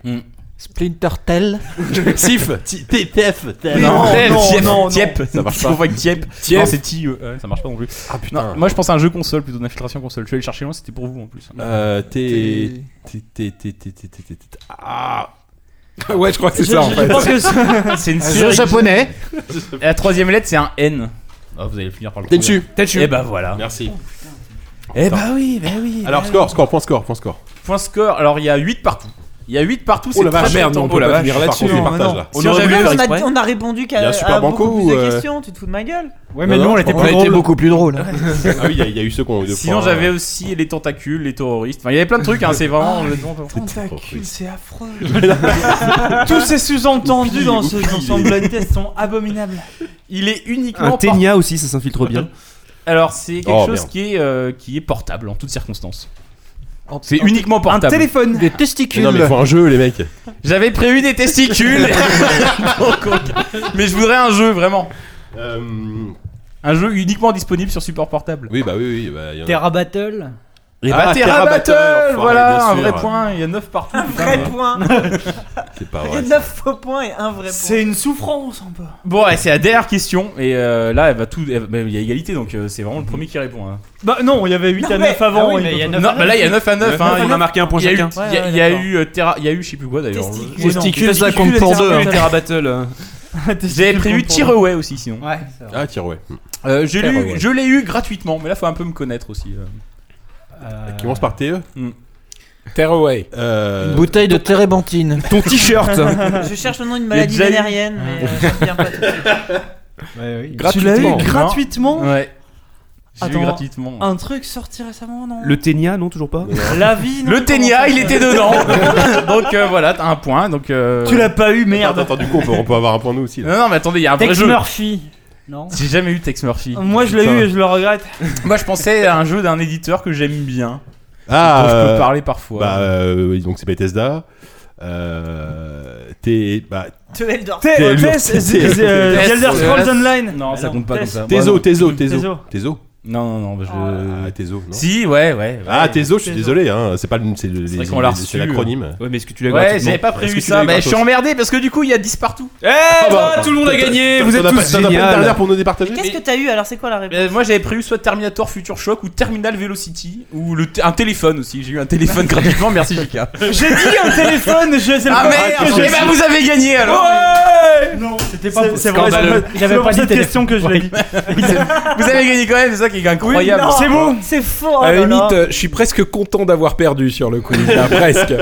Speaker 5: Splinter Tell
Speaker 1: Sif TF
Speaker 4: Non,
Speaker 3: non,
Speaker 4: Tiep,
Speaker 3: non, non.
Speaker 4: Tiep, ça marche pas. avec Tiep.
Speaker 8: Tiep.
Speaker 4: Non, c'est T, E ça marche pas non plus.
Speaker 1: Ah
Speaker 4: Non,
Speaker 1: putain
Speaker 4: moi je pense à un jeu console plutôt d'infiltration console. Je vais le chercher loin, c'était pour vous en plus.
Speaker 1: Euh. T'es. T'es. T'es. T'es. T'es. t'es- t'es- t'es- Ah
Speaker 2: ouais, je crois que c'est ça en fait.
Speaker 3: Je pense que c'est-
Speaker 4: C'est une
Speaker 5: Un jeu
Speaker 4: série.
Speaker 5: japonais
Speaker 4: La troisième lettre, c'est un N. Oh, vous allez finir par le trouver.
Speaker 1: Tenchu
Speaker 4: Eh bah voilà.
Speaker 1: Merci.
Speaker 4: Eh bah oui, bah oui.
Speaker 1: Ah, Alors, score, score, point score, point score.
Speaker 4: Point score, alors il y a 8 partout. Il y a 8 partout, c'est
Speaker 1: la
Speaker 4: très
Speaker 1: vache,
Speaker 4: bien.
Speaker 1: merde, non,
Speaker 4: Oh,
Speaker 1: on peut
Speaker 4: la
Speaker 1: pas
Speaker 4: vache.
Speaker 1: finir là-dessus, hein,
Speaker 3: Par
Speaker 1: les
Speaker 3: contre, non,
Speaker 1: partages
Speaker 3: non.
Speaker 1: là.
Speaker 4: Si on avait
Speaker 7: Non,
Speaker 4: voulu
Speaker 7: on,
Speaker 4: faire
Speaker 7: a, on a répondu
Speaker 1: Il y a
Speaker 7: qu'à
Speaker 1: un Super
Speaker 7: à
Speaker 1: Banco
Speaker 7: beaucoup plus
Speaker 1: ou, euh,
Speaker 7: de questions, tu te fous de ma gueule.
Speaker 6: Ouais, mais
Speaker 1: Non,
Speaker 6: nous
Speaker 1: non,
Speaker 6: on était
Speaker 1: on
Speaker 5: On
Speaker 6: plus
Speaker 5: a été
Speaker 6: drôle.
Speaker 5: beaucoup plus drôle. hein.
Speaker 1: Ah oui, il y a- il y, a eu ceux qui ont eu deux
Speaker 4: Sinon
Speaker 1: points,
Speaker 4: j'avais
Speaker 1: euh,
Speaker 4: aussi les tentacules, les terroristes. Enfin, il y avait plein de trucs, hein, c'est vraiment.
Speaker 1: Tentacule,
Speaker 3: c'est affreux. Tous ces sous-entendus dans ce, dans ce blind test sont abominables.
Speaker 4: Il est uniquement.
Speaker 8: Un
Speaker 4: par-
Speaker 8: ténia aussi, ça s'infiltre bien.
Speaker 4: Alors c'est quelque
Speaker 1: Oh,
Speaker 4: chose
Speaker 1: merde.
Speaker 4: qui est, euh, qui est portable en toutes circonstances. C'est uniquement portable.
Speaker 3: Téléphone.
Speaker 5: Des
Speaker 1: Mais
Speaker 5: testicules
Speaker 1: non, mais faut un jeu, les mecs.
Speaker 4: J'avais prévu des testicules. Donc, ok. mais je voudrais un jeu vraiment.
Speaker 1: Euh,
Speaker 4: Un jeu uniquement disponible sur support portable.
Speaker 1: oui, bah oui, oui. Bah, il y en a-
Speaker 6: Terra Battle.
Speaker 1: Et
Speaker 4: Ah, Terra
Speaker 1: bah, Terra
Speaker 4: Battle,
Speaker 1: Battle,
Speaker 4: voilà,
Speaker 1: bien
Speaker 4: un
Speaker 1: sûr.
Speaker 4: vrai point, il y a 9 partout. putain.
Speaker 7: Vrai point
Speaker 1: C'est pas
Speaker 7: Il y a
Speaker 1: vrai.
Speaker 7: 9 faux points et un vrai point.
Speaker 3: C'est une souffrance un peu.
Speaker 4: Bon, et c'est la dernière question, et euh, là, elle va tout, elle- bah, il y a égalité, donc euh, c'est vraiment le premier qui répond. hein.
Speaker 3: Bah non, il y avait 8
Speaker 7: Non,
Speaker 3: à
Speaker 7: mais-
Speaker 3: 9 avant.
Speaker 6: ah oui, mais il y a
Speaker 4: Non, bah là, il y a 9 à
Speaker 3: Ah,
Speaker 4: 9, hein,
Speaker 8: on a marqué un point
Speaker 4: il y a eu,
Speaker 8: chacun.
Speaker 4: il y a- il y a eu, euh, Terra, il y a eu, je sais plus quoi d'ailleurs.
Speaker 7: Testicule.
Speaker 3: Oui, non,
Speaker 8: Testicules, ça
Speaker 3: testicules,
Speaker 8: compte pour
Speaker 3: c'est
Speaker 8: deux.
Speaker 3: un
Speaker 8: hein.
Speaker 3: peu-
Speaker 8: Terra Battle. euh.
Speaker 4: J'avais prévu Tearaway aussi, sinon.
Speaker 6: Ouais,
Speaker 1: Ah, tire, ouais.
Speaker 4: Euh, je l'ai
Speaker 1: Tearaway.
Speaker 4: eu- je l'ai eu gratuitement, mais là, faut un peu me connaître aussi. euh.
Speaker 6: Euh,
Speaker 1: Qui commence par E TE
Speaker 2: Tearaway.
Speaker 1: euh...
Speaker 5: Une bouteille de térébenthine.
Speaker 8: Ton t-shirt.
Speaker 7: Je cherche le nom d'une maladie
Speaker 4: déjà eu-
Speaker 7: vénérienne, mais euh, je me souviens pas.
Speaker 3: Tu l'as eu
Speaker 4: Gratuitement.
Speaker 3: gratuitement
Speaker 4: Ouais. J'ai eu
Speaker 3: Attends.
Speaker 4: gratuitement.
Speaker 3: Un truc sorti récemment, non
Speaker 8: le ténia, non, toujours pas
Speaker 3: La vie. non,
Speaker 4: Le Ténia,
Speaker 3: comment
Speaker 4: il
Speaker 3: ça
Speaker 4: était dedans. donc euh, voilà, t'as un point. Donc euh,
Speaker 3: Tu l'as pas eu,
Speaker 1: Attends,
Speaker 3: merde.
Speaker 1: attends, du coup, on peut, on peut avoir un point nous aussi. Là.
Speaker 4: Non, non, mais attendez, il y a un vrai
Speaker 6: Tex
Speaker 4: jeu.
Speaker 6: Murphy. Non.
Speaker 4: J'ai jamais eu Tex Murphy.
Speaker 3: Moi je l'ai
Speaker 4: Putain.
Speaker 3: eu et je le regrette.
Speaker 4: Moi, je pensais à un jeu d'un éditeur que j'aime bien. dont
Speaker 1: Ah,
Speaker 4: je
Speaker 1: euh,
Speaker 4: peux parler parfois.
Speaker 1: Bah, euh, oui, donc c'est Bethesda. Euh, t'es bah,
Speaker 7: Dueldorf.
Speaker 3: T'es-
Speaker 1: T'es-
Speaker 3: t'es-
Speaker 1: t'es-
Speaker 3: The The Elder Scrolls Online
Speaker 4: Non, ça compte pas comme ça.
Speaker 1: Tezo, Tezo, Tezo,
Speaker 3: Tezo.
Speaker 1: Tezo.
Speaker 4: Non, non, non. Je...
Speaker 1: Ah, Tezo, non
Speaker 4: Si, ouais, ouais.
Speaker 1: Ah, Tezo, je suis
Speaker 3: Tezo.
Speaker 1: désolé, hein, c'est pas le, c'est le-
Speaker 4: vrai
Speaker 1: les-
Speaker 4: qu'on l'a
Speaker 1: les- c'est
Speaker 4: reçu,
Speaker 1: l'acronyme.
Speaker 4: Ouais, mais est-ce que tu l'as
Speaker 1: gratuitement
Speaker 4: Ouais, j'avais pas
Speaker 1: Est-ce que
Speaker 4: prévu
Speaker 1: tu l'as
Speaker 4: ça. Mais je
Speaker 1: gratos
Speaker 4: suis emmerdé parce que du coup, il y a 10 partout.
Speaker 8: Eh bah, tout le monde a gagné,
Speaker 1: T'en-
Speaker 8: vous
Speaker 1: t'en
Speaker 8: êtes
Speaker 1: as pas-
Speaker 8: tous
Speaker 1: t'en as pas une
Speaker 8: génial.
Speaker 1: dernière pour nous départager
Speaker 7: Qu'est-ce que t'as eu alors C'est quoi la réponse
Speaker 4: Euh, Moi, j'avais prévu soit Terminator Future Shock ou Terminal Velocity ou le t- un téléphone aussi. J'ai eu un téléphone gratuitement, merci JK.
Speaker 3: J'ai dit un téléphone, je sais
Speaker 4: Ah merde Eh ben, vous avez gagné alors
Speaker 3: Non, c'était pas
Speaker 6: C'est vrai,
Speaker 3: J'avais
Speaker 6: j'avais- j'avais
Speaker 3: pas
Speaker 6: pas dit
Speaker 3: cette
Speaker 6: téléphone.
Speaker 3: question que je l'ai dit.
Speaker 4: Vous avez gagné quand même, c'est ça qui est incroyable.
Speaker 7: non.
Speaker 3: C'est bon
Speaker 7: C'est faux.
Speaker 3: Ah,
Speaker 2: À la limite, euh, je suis presque content d'avoir perdu sur le quiz. là, presque.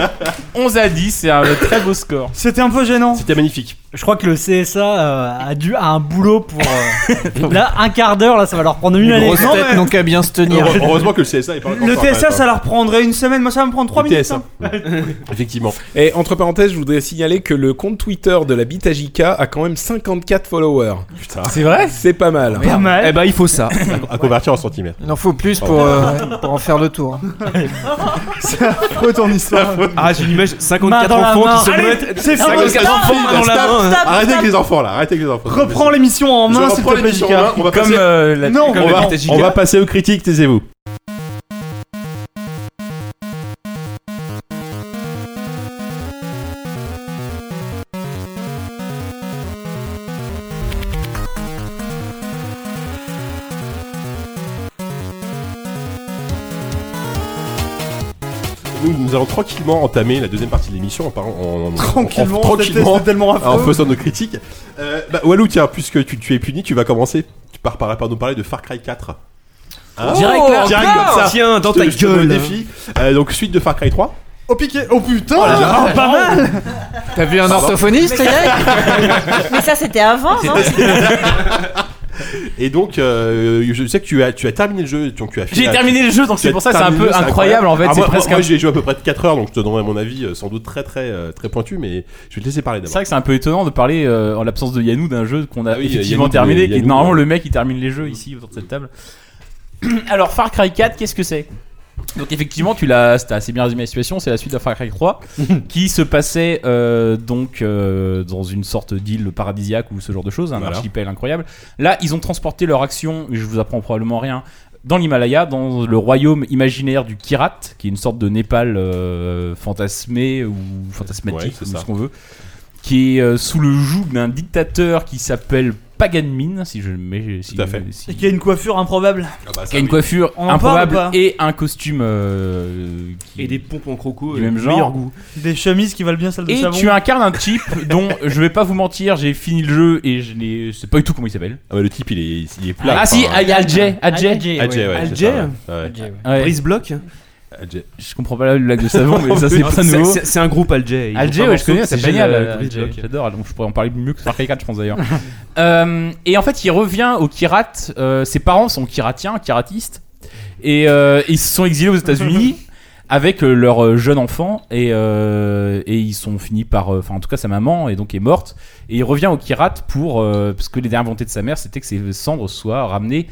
Speaker 4: 11 à 10, c'est un très beau score.
Speaker 3: C'était un peu gênant.
Speaker 1: C'était magnifique.
Speaker 6: Je crois que le CSA euh, a dû a un boulot pour euh, là un quart d'heure là ça va leur prendre une année.
Speaker 5: Grosse
Speaker 3: non,
Speaker 5: tête
Speaker 3: mais-
Speaker 5: n'ont qu'à bien se tenir.
Speaker 1: Heure- Heureusement que le CSA est pas
Speaker 3: Le TSA,
Speaker 1: hein.
Speaker 3: ça leur prendrait une semaine. Moi, ça va me prendre 3
Speaker 1: Le
Speaker 3: minutes.
Speaker 1: TSA.
Speaker 3: hein.
Speaker 1: Effectivement.
Speaker 2: Et entre parenthèses, je voudrais signaler que le compte Twitter de la Bitagika a quand même 54 followers.
Speaker 1: Putain,
Speaker 8: C'est vrai
Speaker 2: C'est pas mal.
Speaker 3: Pas mal.
Speaker 8: Eh bah, il faut ça.
Speaker 1: à convertir en centimètres.
Speaker 5: Il en faut plus pour, euh, pour en faire le tour.
Speaker 12: Quoi ton histoire
Speaker 8: Ah, j'ai une image
Speaker 3: Main
Speaker 8: 54
Speaker 3: dans la
Speaker 8: enfants
Speaker 3: main.
Speaker 8: qui se mettent.
Speaker 3: Allez, c'est fini.
Speaker 8: 54 enfants main dans la main.
Speaker 1: Arrêtez avec les enfants là, arrêtez avec les enfants.
Speaker 3: Reprends l'émission en
Speaker 1: Je
Speaker 3: main, s'il
Speaker 1: reprends
Speaker 3: te plaît,
Speaker 1: l'émission en main,
Speaker 3: Jika.
Speaker 1: on va
Speaker 4: Comme
Speaker 1: passer-
Speaker 4: euh, la
Speaker 3: Non,
Speaker 4: comme
Speaker 1: on
Speaker 4: la
Speaker 1: va,
Speaker 4: petite Giga.
Speaker 1: on va passer aux critiques, taisez-vous. Nous, nous allons tranquillement entamer la deuxième partie de l'émission en parlant en, en- en-
Speaker 12: Tranquillement,
Speaker 1: en-
Speaker 12: c'était-
Speaker 1: tranquillement,
Speaker 12: c'était tellement
Speaker 1: en
Speaker 12: affreux.
Speaker 1: faisant nos critiques. Euh, bah, Walou, tiens, puisque tu, tu es puni, tu vas commencer tu pars par, par nous parler de Far Cry 4. Hein
Speaker 8: Direct là,
Speaker 1: Direct
Speaker 8: encore.
Speaker 1: comme ça.
Speaker 8: Tiens, dans
Speaker 1: Je te-
Speaker 8: ta
Speaker 1: je te mets le
Speaker 8: gueule.
Speaker 1: défi. Euh, donc suite de Far Cry 3.
Speaker 12: Oh piqué Oh putain
Speaker 3: Pas mal.
Speaker 5: T'as vu un orthophoniste, les gars
Speaker 7: Mais ça, c'était avant, non
Speaker 1: Et donc, euh, je sais que tu as, tu as terminé le jeu. Donc tu as fini
Speaker 4: J'ai
Speaker 1: la-
Speaker 4: terminé le jeu, donc
Speaker 1: tu as
Speaker 4: c'est pour ça que c'est un
Speaker 1: terminé le
Speaker 4: peu
Speaker 1: jeu,
Speaker 4: incroyable en fait.
Speaker 1: Ah,
Speaker 4: C'est
Speaker 1: moi,
Speaker 4: presque
Speaker 1: moi,
Speaker 4: un-
Speaker 1: j'y ai joué à peu près de 4 heures, donc je te donnerai mon avis euh, sans doute très très euh, très pointu, mais je vais te laisser parler
Speaker 4: C'est
Speaker 1: d'abord.
Speaker 4: vrai que c'est un peu étonnant de parler euh, en l'absence de Yanou d'un jeu qu'on a
Speaker 1: Ah oui,
Speaker 4: effectivement
Speaker 1: Yanou,
Speaker 4: terminé,
Speaker 1: Yanou,
Speaker 4: qui est normalement
Speaker 1: ouais.
Speaker 4: le mec qui termine les jeux ici autour de cette table. Alors Far Cry 4, qu'est-ce que c'est donc effectivement, tu l'as, t'as assez bien résumé la situation. C'est la suite de Far Cry 3 qui se passait euh, donc euh, dans une sorte d'île paradisiaque ou ce genre de choses, un
Speaker 1: Voilà.
Speaker 4: archipel incroyable. Là, ils ont transporté leur action. Je vous apprends probablement rien dans l'Himalaya, dans le royaume imaginaire du Kirat, qui est une sorte de Népal euh, fantasmé ou
Speaker 1: Ouais,
Speaker 4: fantasmatique,
Speaker 1: c'est
Speaker 4: comme
Speaker 1: ça.
Speaker 4: ce qu'on veut, qui est euh, sous le joug d'un dictateur qui s'appelle Paganmin, si je le mets. Si,
Speaker 1: Tout à fait.
Speaker 4: si-
Speaker 3: Et qui a une coiffure improbable.
Speaker 1: Ah, bah,
Speaker 4: qui a une coiffure
Speaker 3: On en
Speaker 4: improbable
Speaker 3: parle ou pas
Speaker 4: et un costume euh, qui-
Speaker 8: Et des pompes en croco
Speaker 4: Du
Speaker 8: euh,
Speaker 4: même genre.
Speaker 8: meilleur goût.
Speaker 3: Des chemises qui valent bien celle de
Speaker 4: Et
Speaker 3: savon.
Speaker 4: tu incarnes un type dont je vais pas vous mentir, j'ai fini le jeu et je n'ai- je sais pas du tout comment il s'appelle.
Speaker 1: Ah, mais le type, il est, il est plat.
Speaker 4: Ah, si,
Speaker 1: Enfin,
Speaker 4: Adjay, Adjay.
Speaker 6: Adjay,
Speaker 1: Adjay, ouais, c'est
Speaker 8: Adjay
Speaker 1: ça, ouais. Ouais,
Speaker 4: Ouais.
Speaker 8: Brise bloc.
Speaker 1: Adjay.
Speaker 4: Je comprends pas la blague de savon, mais ça c'est pas nouveau.
Speaker 8: C'est c'est un groupe Alger. Ils ont
Speaker 4: Alger,
Speaker 8: pas un
Speaker 4: ouais, je
Speaker 8: morceau
Speaker 4: connais,
Speaker 8: qui
Speaker 4: c'est
Speaker 8: s'appelle, euh,
Speaker 4: génial. euh,
Speaker 8: Bridge
Speaker 4: Alger,
Speaker 8: Block.
Speaker 4: J'adore, donc je pourrais en parler mieux que Far Cry 4, je pense d'ailleurs. Euh, et en fait, il revient au Kirat. euh, ses parents sont kiratiens, kiratistes. Et euh, ils se sont exilés aux États-Unis avec euh, leur euh, jeune enfant. Et, euh, et ils sont finis par. euh, Enfin, en tout cas, sa maman est donc est morte. Et il revient au Kirat pour. euh, parce que les dernières volontés de sa mère, c'était que ses cendres soient ramenées.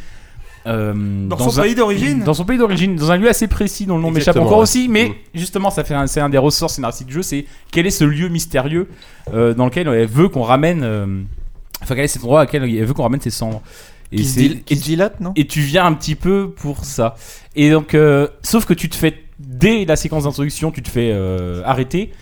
Speaker 4: euh,
Speaker 3: Dans son
Speaker 4: un-
Speaker 3: pays d'origine.
Speaker 4: dans son pays d'origine, dans un lieu assez précis dont le nom m'échappe
Speaker 1: Exactement,
Speaker 4: encore
Speaker 1: ouais.
Speaker 4: aussi, mais
Speaker 1: Mm.
Speaker 4: justement, ça fait un- c'est un des ressorts scénaristiques du jeu, c'est quel est ce lieu mystérieux euh, dans lequel elle veut qu'on ramène, euh, enfin quel est cet endroit à quel elle veut qu'on ramène ses cendres. Et
Speaker 5: Qui se
Speaker 4: c'est-
Speaker 5: dil-
Speaker 4: et
Speaker 5: qui se dilate, non
Speaker 4: et tu viens un petit peu pour ça. Et donc, euh, sauf que tu te fais, dès la séquence d'introduction, tu te fais euh, arrêter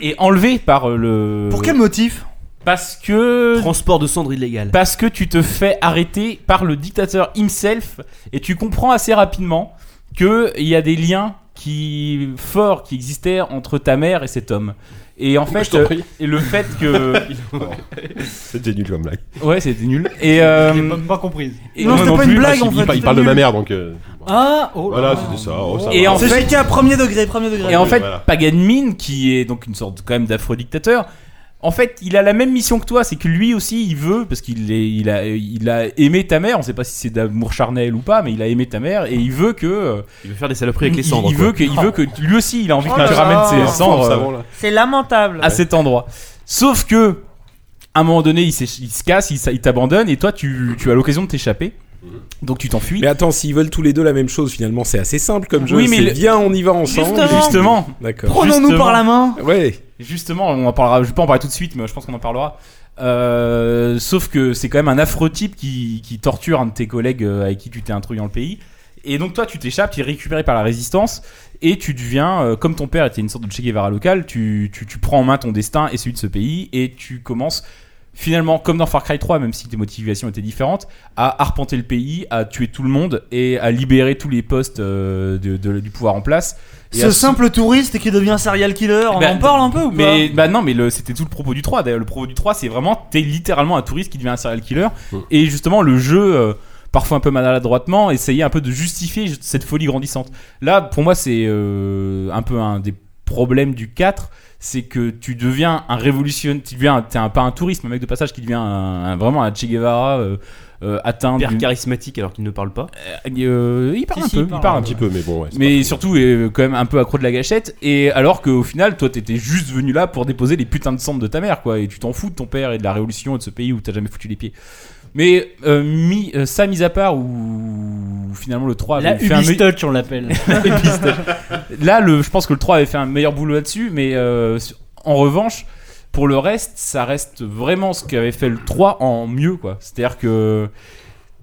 Speaker 4: et enlever par euh, le.
Speaker 3: Pour quel motif
Speaker 4: Parce que.
Speaker 8: Transport de cendres illégal.
Speaker 4: Parce que tu te fais arrêter par le dictateur himself et tu comprends assez rapidement que il y a des liens qui forts qui existaient entre ta mère et cet homme. Et en
Speaker 1: je
Speaker 4: fait,
Speaker 1: t'en
Speaker 4: euh,
Speaker 1: prie.
Speaker 4: et le fait que
Speaker 1: C'était nul comme blague.
Speaker 4: ouais, c'était nul. Et, euh,
Speaker 6: pas comprise.
Speaker 4: et-
Speaker 3: Non,
Speaker 4: moi
Speaker 3: c'était pas
Speaker 4: plus.
Speaker 3: une blague
Speaker 1: Il-
Speaker 3: en
Speaker 1: il,
Speaker 3: fait.
Speaker 1: il parle de ma mère, donc. euh,
Speaker 6: Ah oh là
Speaker 1: voilà,
Speaker 6: là.
Speaker 1: c'était ça. oh, ça
Speaker 4: Et
Speaker 1: va.
Speaker 4: en
Speaker 3: Ah bah, C'est
Speaker 4: fait-
Speaker 3: JK, premier degré, premier degré.
Speaker 4: Et en
Speaker 1: Oui,
Speaker 4: fait,
Speaker 1: voilà.
Speaker 4: Paganmin, qui est donc une sorte quand même d'aphrodictateur, en fait, il a la même mission que toi, c'est que lui aussi, il veut, parce qu'il est- il a, il a aimé ta mère, on sait pas si c'est d'amour charnel ou pas, mais il a aimé ta mère, et il veut que... euh,
Speaker 8: Il veut faire des saloperies avec les
Speaker 4: il-
Speaker 8: cendres.
Speaker 4: Il,
Speaker 8: quoi.
Speaker 4: veut que, il veut que lui aussi, il a envie
Speaker 7: Oh
Speaker 4: que tu
Speaker 7: là
Speaker 4: ramènes
Speaker 7: là.
Speaker 4: ses
Speaker 7: Enfant,
Speaker 4: cendres
Speaker 1: savon, là.
Speaker 7: C'est lamentable.
Speaker 4: euh,
Speaker 1: Ah,
Speaker 4: à cet endroit. Sauf que, à un moment donné, il, s'est- il se casse, il, s- il t'abandonne, et toi, tu, tu as l'occasion de t'échapper.
Speaker 8: Mhm.
Speaker 4: Donc tu t'enfuis.
Speaker 2: Mais attends, s'ils veulent tous les deux la même chose, finalement, c'est assez simple comme jeu.
Speaker 4: Oui, mais
Speaker 2: c'est
Speaker 4: le-
Speaker 2: viens, on y va ensemble.
Speaker 7: Justement.
Speaker 4: Justement,
Speaker 2: D'accord.
Speaker 3: Prenons-nous
Speaker 4: Justement.
Speaker 3: par la main.
Speaker 2: Ouais.
Speaker 4: Justement, on en parlera. Je vais pas en parler tout de suite, mais je pense qu'on en parlera. Euh, sauf que c'est quand même un affreux type qui, qui torture un de tes collègues euh, avec qui tu t'es introduit dans le pays. Et donc toi, tu t'échappes, tu es récupéré par la résistance et tu deviens, euh, comme ton père était une sorte de Che Guevara local, tu, tu, tu prends en main ton destin et celui de ce pays et tu commences finalement, comme dans Far Cry 3, même si tes motivations étaient différentes, à arpenter le pays, à tuer tout le monde et à libérer tous les postes euh, de- de- du pouvoir en place. Et
Speaker 3: Ce
Speaker 4: à
Speaker 3: simple touriste qui devient serial killer, on
Speaker 4: bah,
Speaker 3: en parle un peu ou pas
Speaker 4: mais, Bah non, mais le- c'était tout le propos du 3. D'ailleurs, le propos du 3, c'est vraiment, t'es littéralement un touriste qui devient un serial killer. Et justement, le jeu, euh, parfois un peu maladroitement, essayait un peu de justifier ju- cette folie grandissante. Là, pour moi, c'est euh, un peu un des problèmes du 4 c'est que tu deviens un révolutionnaire, tu deviens un- t'es un, pas un touriste, mais un mec de passage qui devient un, un- vraiment un Che Guevara euh, euh, atteint.
Speaker 8: Hyper
Speaker 4: du-
Speaker 8: charismatique alors qu'il ne parle pas.
Speaker 4: euh, il parle
Speaker 8: Si,
Speaker 4: un
Speaker 8: si,
Speaker 4: peu,
Speaker 8: il
Speaker 4: il
Speaker 8: parle,
Speaker 4: parle un
Speaker 8: ouais.
Speaker 4: petit
Speaker 1: peu, mais bon. ouais, c'est
Speaker 4: mais surtout, euh, quand même un peu accro de la gâchette. Et alors qu'au final, toi, t'étais juste venu là pour déposer les putains de cendres de ta mère, quoi. Et tu t'en fous de ton père et de la révolution et de ce pays où t'as jamais foutu les pieds. Mais euh, mis, euh, ça mis à part, où finalement le 3
Speaker 6: La
Speaker 4: avait fait un me-
Speaker 6: Ubistouch, on l'appelle.
Speaker 4: La Ubistouch. Là, le, je pense que le 3 avait fait un meilleur boulot là-dessus, mais euh, sur- en revanche, pour le reste, ça reste vraiment ce qu'avait fait le 3 en mieux, quoi. C'est-à-dire que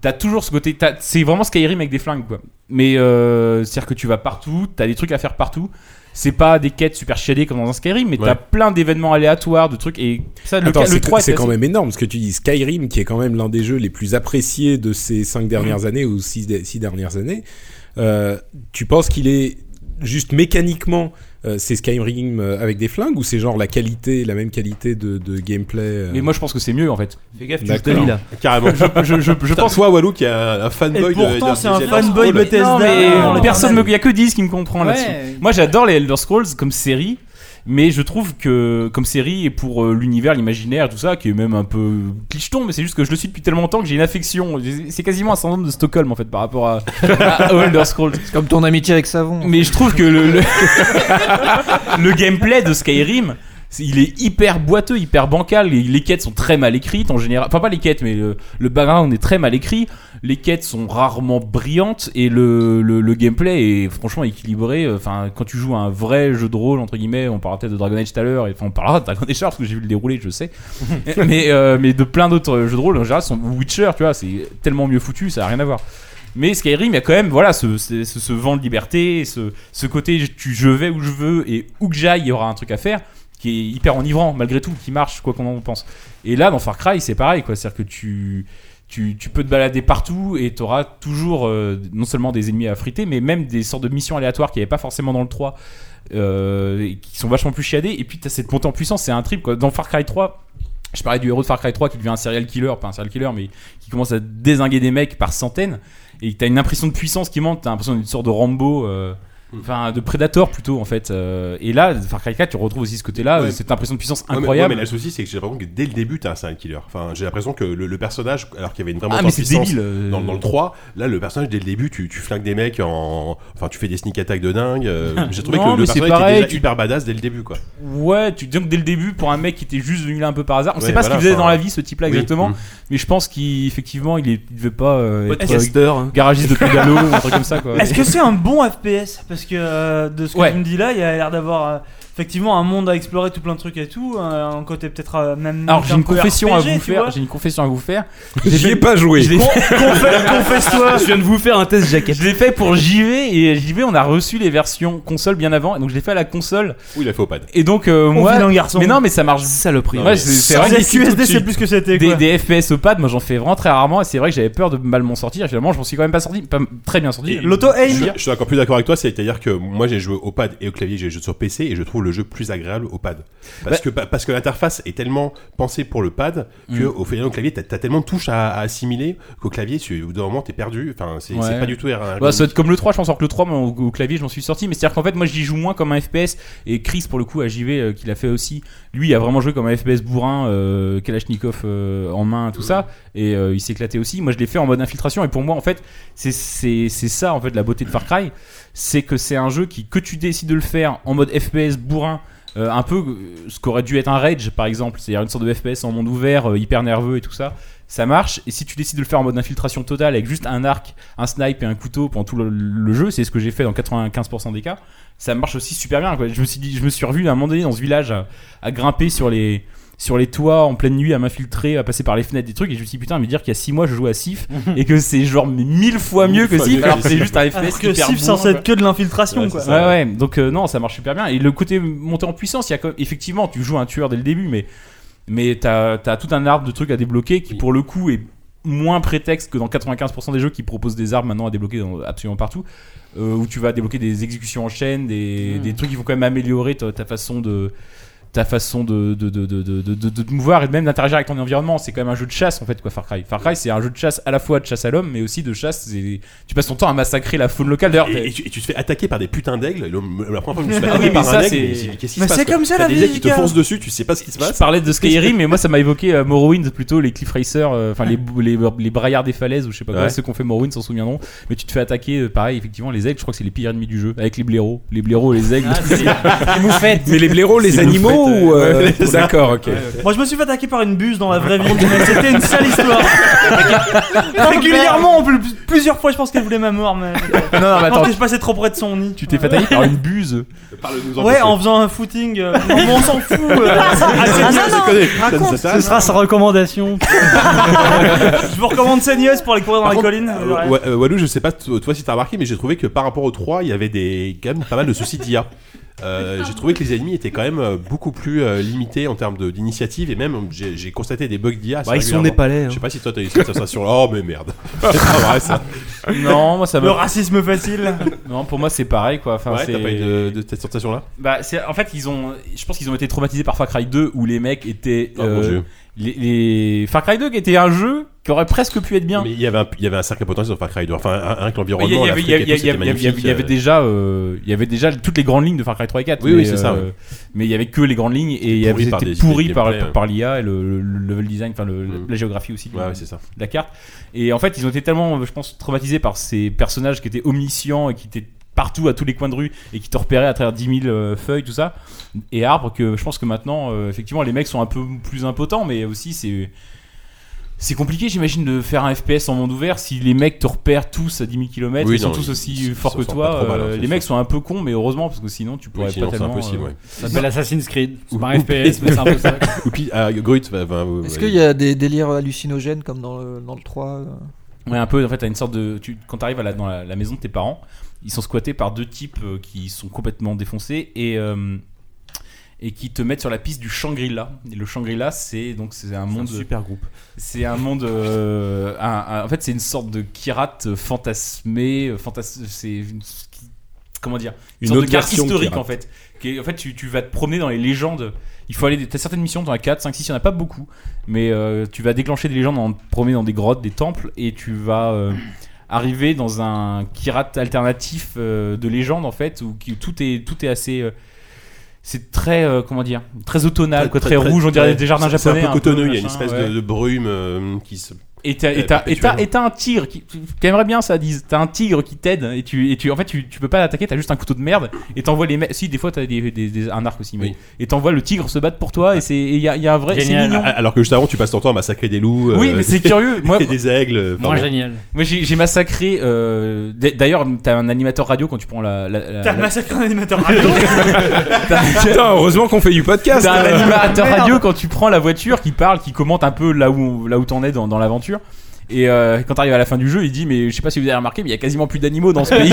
Speaker 4: t'as toujours ce côté, t'as- c'est vraiment Skyrim avec des flingues, quoi. Mais euh, c'est-à-dire que tu vas partout, t'as des trucs à faire partout. C'est pas des quêtes super chiadées comme dans un Skyrim, mais
Speaker 2: Ouais.
Speaker 4: t'as plein d'événements aléatoires, de trucs, et ça, le,
Speaker 2: Attends,
Speaker 4: ca- le
Speaker 2: c'est-
Speaker 4: 3
Speaker 2: c'est
Speaker 4: était
Speaker 2: quand
Speaker 4: assez-
Speaker 2: même énorme ce que tu dis. Skyrim, qui est quand même l'un des jeux les plus appréciés de ces cinq dernières années ou six, dé- six dernières années, euh, tu penses qu'il est juste mécaniquement euh, c'est Skyrim euh, avec des flingues ou c'est genre la qualité, la même qualité de, de gameplay euh
Speaker 4: Mais moi, je pense que c'est mieux en fait.
Speaker 8: Fais gaffe, tu
Speaker 2: D'accord.
Speaker 8: joues ta vie, là.
Speaker 1: Carrément.
Speaker 4: je, je, je, je
Speaker 1: Putain,
Speaker 4: pense.
Speaker 1: toi, Walou, qui est un, un fanboy
Speaker 3: Et pourtant,
Speaker 1: de- Oh, d'un
Speaker 3: c'est un
Speaker 1: des Elder
Speaker 3: fanboy
Speaker 1: Scrolls.
Speaker 3: Bethesda.
Speaker 4: Non, mais
Speaker 3: dans les
Speaker 4: personne
Speaker 3: Batman.
Speaker 4: me- y a que 10 qui me comprend
Speaker 3: Ouais.
Speaker 4: là-dessus. Moi, j'adore les Elder Scrolls comme série, mais je trouve que comme série et pour euh, l'univers, l'imaginaire, tout ça, qui est même un peu clicheton, mais c'est juste que je le suis depuis tellement longtemps que j'ai une affection. J'ai- C'est quasiment un syndrome de Stockholm en fait par rapport à, à aux Elder Scrolls.
Speaker 5: C'est comme ton amitié avec Savon.
Speaker 4: Mais je trouve que le, le, le gameplay de Skyrim, c'est- il est hyper boiteux, hyper bancal. Les, les quêtes sont très mal écrites en général. Enfin, pas les quêtes, mais le, le background est très mal écrit. Les quêtes sont rarement brillantes et le, le, le gameplay est franchement équilibré. Enfin, quand tu joues à un vrai jeu de rôle, entre guillemets, on parlera peut-être de Dragon Age tout à l'heure, et enfin, on parlera de Dragon Age parce que j'ai vu le déroulé, je sais. mais, euh, mais de plein d'autres jeux de rôle, en général, sont Witcher, tu vois, c'est tellement mieux foutu, ça a rien à voir. Mais Skyrim, il y a quand même voilà, ce, ce, ce- ce vent de liberté, ce, ce côté je- tu, je vais où je veux et où que j'aille, il y aura un truc à faire qui est hyper enivrant malgré tout, qui marche quoi qu'on en pense. Et là, dans Far Cry, c'est pareil, quoi. C'est-à-dire que tu, tu, tu peux te balader partout et tu auras toujours euh, non seulement des ennemis à friter, mais même des sortes de missions aléatoires qu'il n'y avait pas forcément dans le 3, euh, et qui sont vachement plus chiadées. Et puis tu as cette montée en puissance, c'est un trip. Quoi. Dans Far Cry 3, je parlais du héros de Far Cry 3 qui devient un serial killer, pas un serial killer, mais qui commence à désinguer des mecs par centaines. Et t'as une impression de puissance qui monte, t'as l'impression d'une sorte de Rambo, euh, enfin de Predator plutôt en fait. euh, et là, Far Cry 4, tu retrouves aussi ce côté-là,
Speaker 1: Ouais.
Speaker 4: cette impression de puissance
Speaker 1: Ouais, mais-
Speaker 4: incroyable.
Speaker 1: ouais, mais, le souci, c'est que j'ai l'impression que dès le début, t'as un serial killer. Enfin, j'ai l'impression que le, le personnage, alors qu'il y avait une vraiment
Speaker 4: Ah,
Speaker 1: grande
Speaker 4: mais c'est
Speaker 1: puissance
Speaker 4: débile, euh.
Speaker 1: Dans, dans le 3, là, le personnage, dès le début, tu, tu flingues des mecs en. Enfin, tu fais des sneak attacks de dingue. euh, j'ai trouvé
Speaker 4: Non,
Speaker 1: que le
Speaker 4: mais c'est
Speaker 1: personnage
Speaker 4: pareil,
Speaker 1: était déjà
Speaker 4: tu-
Speaker 1: hyper badass dès le début, quoi.
Speaker 4: Ouais, tu dis que dès le début, pour un mec qui était juste venu là un peu par hasard, on
Speaker 1: Ouais,
Speaker 4: sait pas ce
Speaker 1: voilà,
Speaker 4: qu'il faisait
Speaker 1: enfin,
Speaker 4: dans la vie, ce type-là
Speaker 1: oui.
Speaker 4: exactement,
Speaker 1: Mm.
Speaker 4: mais je pense qu'effectivement, il, est- il devait pas euh,
Speaker 1: Eh,
Speaker 4: être
Speaker 8: Podcaster,
Speaker 4: euh,
Speaker 8: hein.
Speaker 4: garagiste de pédalo ou un truc comme ça. Quoi.
Speaker 3: Est-ce que c'est un bon FPS Parce que euh, de ce que
Speaker 4: Ouais.
Speaker 3: tu me dis là, il y a l'air d'avoir euh, effectivement un monde à explorer, tout plein de trucs et tout, euh, un côté peut-être euh, même.
Speaker 4: Alors j'ai
Speaker 3: un
Speaker 4: une
Speaker 3: peu
Speaker 4: confession à
Speaker 3: RPG,
Speaker 4: vous
Speaker 3: tu vois.
Speaker 4: faire. J'ai une confession à vous faire.
Speaker 2: J'y ai pas joué.
Speaker 4: Je l'ai-
Speaker 3: Confesse- Confesse-toi.
Speaker 8: Je viens de vous faire un test jacket.
Speaker 4: Je l'ai fait pour JV et JV on a reçu les versions console bien avant et donc je l'ai fait à la console
Speaker 1: Ou il a fait au pad.
Speaker 4: et donc euh, moi
Speaker 3: vit un garçon.
Speaker 4: mais non mais ça marche
Speaker 8: Saloperie.
Speaker 4: Moi, c'est- c'est
Speaker 3: Sans
Speaker 4: vrai que
Speaker 3: SQSD, c'est plus que c'était.
Speaker 4: des,
Speaker 3: quoi.
Speaker 4: des FPS au pad moi j'en fais vraiment très rarement et c'est vrai que j'avais peur de mal m'en sortir et finalement je m'en suis quand même pas sorti pas très bien sorti
Speaker 1: Et
Speaker 3: L'auto
Speaker 1: Je,
Speaker 3: aim.
Speaker 1: je suis encore plus d'accord avec toi, c'est-à-dire que moi j'ai joué au pad et au clavier, j'ai joué sur PC et je trouve le jeu plus agréable au pad. Parce que, parce que l'interface est tellement pensée pour le pad que au final au clavier t'as as tellement de touches à, à assimiler qu'au clavier, tu, au bout d'un moment t'es perdu. Enfin, c'est
Speaker 4: Ouais.
Speaker 1: c'est pas du tout ergonomique.
Speaker 4: Bah, ça doit être comme le 3, je pense, alors que le 3, moi, au, au clavier, je m'en suis sorti. Mais c'est-à-dire qu'en fait, moi, j'y joue moins comme un FPS. Et Chris, pour le coup, à JV, euh, qui l'a fait aussi, lui, il a vraiment joué comme un FPS bourrin, euh, Kalachnikov euh, en main, tout ça. Et euh, il s'est éclaté aussi. Moi, je l'ai fait en mode infiltration. Et pour moi, en fait, c'est- c'est c'est ça, en fait, la beauté de Far Cry. C'est que c'est un jeu qui, que tu décides de le faire en mode FPS bourrin, euh, un peu euh, ce qu'aurait dû être un rage par exemple, c'est-à-dire une sorte de FPS en monde ouvert, euh, hyper nerveux et tout ça. Ça marche, et si tu décides de le faire en mode infiltration totale avec juste un arc, un snipe et un couteau pendant tout le, le jeu, c'est ce que j'ai fait dans 95% des cas, ça marche aussi super bien. Quoi. Je, me suis dit, je me suis revu à un moment donné dans ce village à, à grimper sur les, sur les toits en pleine nuit, à m'infiltrer, à passer par les fenêtres des trucs, et je me suis dit putain, mais dire qu'il y a 6 mois je jouais à Sif et que c'est genre mille fois mieux
Speaker 3: Mille
Speaker 4: que
Speaker 3: fois mieux
Speaker 4: Sif,
Speaker 3: que
Speaker 4: alors que c'est
Speaker 3: Sif.
Speaker 4: juste un FPS
Speaker 3: Alors que
Speaker 4: hyper
Speaker 3: Sif,
Speaker 4: bourrin,
Speaker 3: censé être
Speaker 4: quoi.
Speaker 3: que de l'infiltration,
Speaker 4: Ouais,
Speaker 3: quoi.
Speaker 4: c'est ça, ouais, ouais. donc euh, non, ça marche super bien. Et le côté montée en puissance, il y a quand même- effectivement, tu joues un tueur dès le début, mais mais t'as as tout un arbre de trucs à débloquer qui, pour le coup, est moins prétexte que dans 95% des jeux qui proposent des armes maintenant à débloquer dans- absolument partout, euh, où tu vas débloquer des exécutions en chaîne, des, des trucs qui vont quand même améliorer ta, ta façon de ta façon de, de, de, de, de, de- de te mouvoir et même d'interagir avec ton environnement. C'est quand même un jeu de chasse en fait, quoi, Far Cry. Far Cry, c'est un jeu de chasse à la fois de chasse à l'homme, mais aussi de chasse. c'est- Tu passes ton temps à massacrer la faune locale. D'ailleurs,
Speaker 1: Et, et tu, et tu te fais attaquer par des putains d'aigles. et le- La première fois que je me suis fait
Speaker 4: Ah
Speaker 1: attaquer
Speaker 4: oui, mais
Speaker 1: par
Speaker 4: ça,
Speaker 1: un aigle,
Speaker 4: c'est-
Speaker 1: je me suis dit, qu'est-ce qui
Speaker 4: Mais
Speaker 1: se passe
Speaker 4: c'est
Speaker 1: quoi
Speaker 4: comme ça,
Speaker 1: T'as
Speaker 4: la
Speaker 1: des
Speaker 4: vie,
Speaker 1: aigles qui te
Speaker 4: gars.
Speaker 1: foncent dessus, tu sais pas ce qui se
Speaker 4: Je
Speaker 1: passe.
Speaker 4: parlais de Skyrim, mais moi ça m'a évoqué euh, Morrowind plutôt, les cliffracers, euh, enfin les, bou- les, les braillards des falaises ou je sais pas quoi,
Speaker 1: Ouais.
Speaker 4: ceux qu'on fait Morrowind s'en souviendront. Mais tu te fais attaquer, euh, pareil, effectivement, les aigles, je crois que c'est les pires ennemis du jeu, avec les blaireaux. Les blaireaux et les aigles.
Speaker 6: vous faites.
Speaker 2: Mais Ah, les blaireaux, les
Speaker 4: C'est
Speaker 2: animaux
Speaker 4: moufette,
Speaker 2: ou.
Speaker 4: euh,
Speaker 2: euh,
Speaker 4: ouais.
Speaker 2: D'accord, ok.
Speaker 3: Moi, je me suis fait attaquer par une buse dans la vraie vie. C'était une sale histoire. Régulièrement, en plus- plusieurs fois, je pense qu'elle voulait ma mort. Mais...
Speaker 4: Non, non, mais
Speaker 3: je pense
Speaker 4: attends,
Speaker 3: que je passais trop près de son nid.
Speaker 4: tu t'es fait attaquer par une buse.
Speaker 3: Ouais, en faisant un footing. euh, bon, on s'en fout. euh, ah, c'est bien,
Speaker 1: Ça, c'est connu. Ça, ça, ça,
Speaker 6: Ce sera sa recommandation.
Speaker 3: Je vous recommande Seigneuse pour aller courir dans
Speaker 1: Par
Speaker 3: les
Speaker 1: contre,
Speaker 3: collines.
Speaker 1: euh,
Speaker 3: Ah, Ouais.
Speaker 1: Wa- euh, Walou, je sais pas t- toi si t'as remarqué, mais j'ai trouvé que par rapport aux 3, il y avait des, quand même pas mal de soucis d'IA. Euh, j'ai trouvé que les ennemis étaient quand même euh, beaucoup plus euh, limités en termes de- d'initiative et même j'ai j'ai constaté des bugs d'IA. assez
Speaker 12: Bah, ils sont
Speaker 1: régulièrement.
Speaker 12: des palais. hein.
Speaker 1: Je sais pas si toi t'as eu cette sensation. Oh mais merde. C'est pas
Speaker 4: Ah,
Speaker 1: vrai ça.
Speaker 4: Non, moi ça
Speaker 3: Le
Speaker 4: me.
Speaker 3: racisme facile.
Speaker 4: Non, pour moi c'est pareil quoi. Enfin,
Speaker 1: ouais,
Speaker 4: c'est-
Speaker 1: t'as pas eu de, de cette sensation là
Speaker 4: Bah, c'est- en fait, ils ont. Je pense qu'ils ont été traumatisés par Far Cry 2 où les mecs étaient.
Speaker 1: Oh, mon
Speaker 4: euh,
Speaker 1: Dieu.
Speaker 4: les, les- Far Cry 2 qui était un jeu qui aurait presque pu être bien.
Speaker 1: Mais il y avait un, il y avait un sacré potentiel dans Far Cry 2. Enfin, un- un que
Speaker 4: Il y,
Speaker 1: l'environnement,
Speaker 4: avait-
Speaker 1: l'Afrique
Speaker 4: il y avait-
Speaker 1: et
Speaker 4: il y
Speaker 1: tout, c'était
Speaker 4: avait- il y avait-
Speaker 1: magnifique.
Speaker 4: il y avait déjà, euh, il y avait déjà toutes les grandes lignes de Far Cry 3 et 4.
Speaker 1: Oui, oui,
Speaker 4: mais, euh,
Speaker 1: c'est ça, ouais.
Speaker 4: Mais il y avait que les grandes lignes et il y avait
Speaker 1: Pourri par
Speaker 4: c'était
Speaker 1: des idées de
Speaker 4: pourri par,
Speaker 1: gameplay,
Speaker 4: par,
Speaker 1: hein.
Speaker 4: l'IA et le, le level design, enfin le-
Speaker 1: Mm.
Speaker 4: la géographie aussi du-
Speaker 1: Ouais, ouais, c'est ça.
Speaker 4: de la carte. Et en fait, ils ont été tellement, je pense, traumatisés par ces personnages qui étaient omniscients et qui étaient partout à tous les coins de rue et qui te repéraient à travers 10 000 euh, feuilles, tout ça, et arbres, que je pense que maintenant, euh, effectivement, les mecs sont un peu plus impotents, mais aussi c'est. C'est compliqué, j'imagine, de faire un FPS en monde ouvert si les mecs te repèrent tous à 10 000 km,
Speaker 1: Oui,
Speaker 4: ils sont
Speaker 1: non,
Speaker 4: tous
Speaker 1: ils-
Speaker 4: aussi
Speaker 1: ils se
Speaker 4: forts que
Speaker 1: sortent pas
Speaker 4: toi.
Speaker 1: trop mal, hein,
Speaker 4: euh,
Speaker 1: c'est
Speaker 4: les
Speaker 1: sûr.
Speaker 4: mecs sont un peu cons, mais heureusement, parce que sinon tu pourrais
Speaker 1: Oui,
Speaker 4: pas
Speaker 1: sinon, c'est
Speaker 4: tellement.
Speaker 1: impossible.
Speaker 4: euh,
Speaker 1: ouais.
Speaker 6: Ça s'appelle Assassin's Creed. C'est pas un FPS, mais c'est un peu ça.
Speaker 1: Ou puis, ah, Grut, va- va- va-
Speaker 5: Est-ce qu'il y a des délires hallucinogènes comme dans le, dans le 3 euh
Speaker 4: Ouais, un peu. En fait, t'as une sorte de. Tu, quand t'arrives à la, dans la, la maison de tes parents, ils sont squattés par deux types euh, qui sont complètement défoncés et. euh, et qui te mettent sur la piste du Shangri-La. Et le Shangri-La, c'est donc c'est un monde
Speaker 8: groupe.
Speaker 4: c'est un monde. euh, un- un- en fait, c'est une sorte de kirate fantasmé. euh, fantas- c'est une- qui- comment dire
Speaker 2: Une
Speaker 4: sorte
Speaker 2: autre
Speaker 4: de carte
Speaker 2: version de
Speaker 4: historique
Speaker 2: Kirate.
Speaker 4: en fait. Qui est- en fait, tu, tu vas te promener dans les légendes. Il faut aller. T'as certaines missions dans la 4, 5, 6, il n'y en a pas beaucoup. Mais euh, tu vas déclencher des légendes en te promenant dans des grottes, des temples, et tu vas. euh, arriver dans un kirate alternatif euh, de légende en fait où, qui- tout est tout est assez euh, c'est très euh, comment dire très automnal quoi, très, rouge on dirait des jardins
Speaker 1: C'est
Speaker 4: japonais
Speaker 1: un peu cotonneux, il y a une
Speaker 4: machin,
Speaker 1: espèce
Speaker 4: ouais.
Speaker 1: de, de brume euh, qui se.
Speaker 4: Et t'as, et t'as-
Speaker 1: Euh,
Speaker 4: et t'as-
Speaker 1: perpétuellement.
Speaker 4: et t'as un tigre qui. T'aimerais bien ça, disent. T'as un tigre qui t'aide et tu, et tu. En fait, tu, tu peux pas l'attaquer, t'as juste un couteau de merde et t'envoies les mecs. Si, des fois t'as des, des- des- un arc aussi, mais.
Speaker 1: Oui.
Speaker 4: Et t'envoies le tigre se battre pour toi et c'est. Et y a, y a un vrai.
Speaker 6: Génial.
Speaker 4: C'est mignon.
Speaker 1: Ah, Alors que juste avant, tu passes ton temps à massacrer des loups.
Speaker 4: oui,
Speaker 1: euh,
Speaker 4: mais c'est curieux. Moi,
Speaker 1: et des aigles. euh,
Speaker 6: Moi,
Speaker 1: pardon.
Speaker 6: génial.
Speaker 4: moi, j'ai, j'ai massacré. euh, d'a- d'ailleurs, t'as un animateur radio quand tu prends la. la- la-
Speaker 3: T'as
Speaker 4: la-
Speaker 3: massacré un animateur radio.
Speaker 2: Putain, heureusement qu'on fait du podcast.
Speaker 4: T'as un
Speaker 2: euh.
Speaker 4: animateur radio quand tu prends la voiture qui parle, qui commente un peu là où, là où t'en es dans, dans l'aventure. Et euh, quand t'arrives à la fin du jeu, il dit Mais je sais pas si vous avez remarqué, mais il y a quasiment plus d'animaux dans ce pays.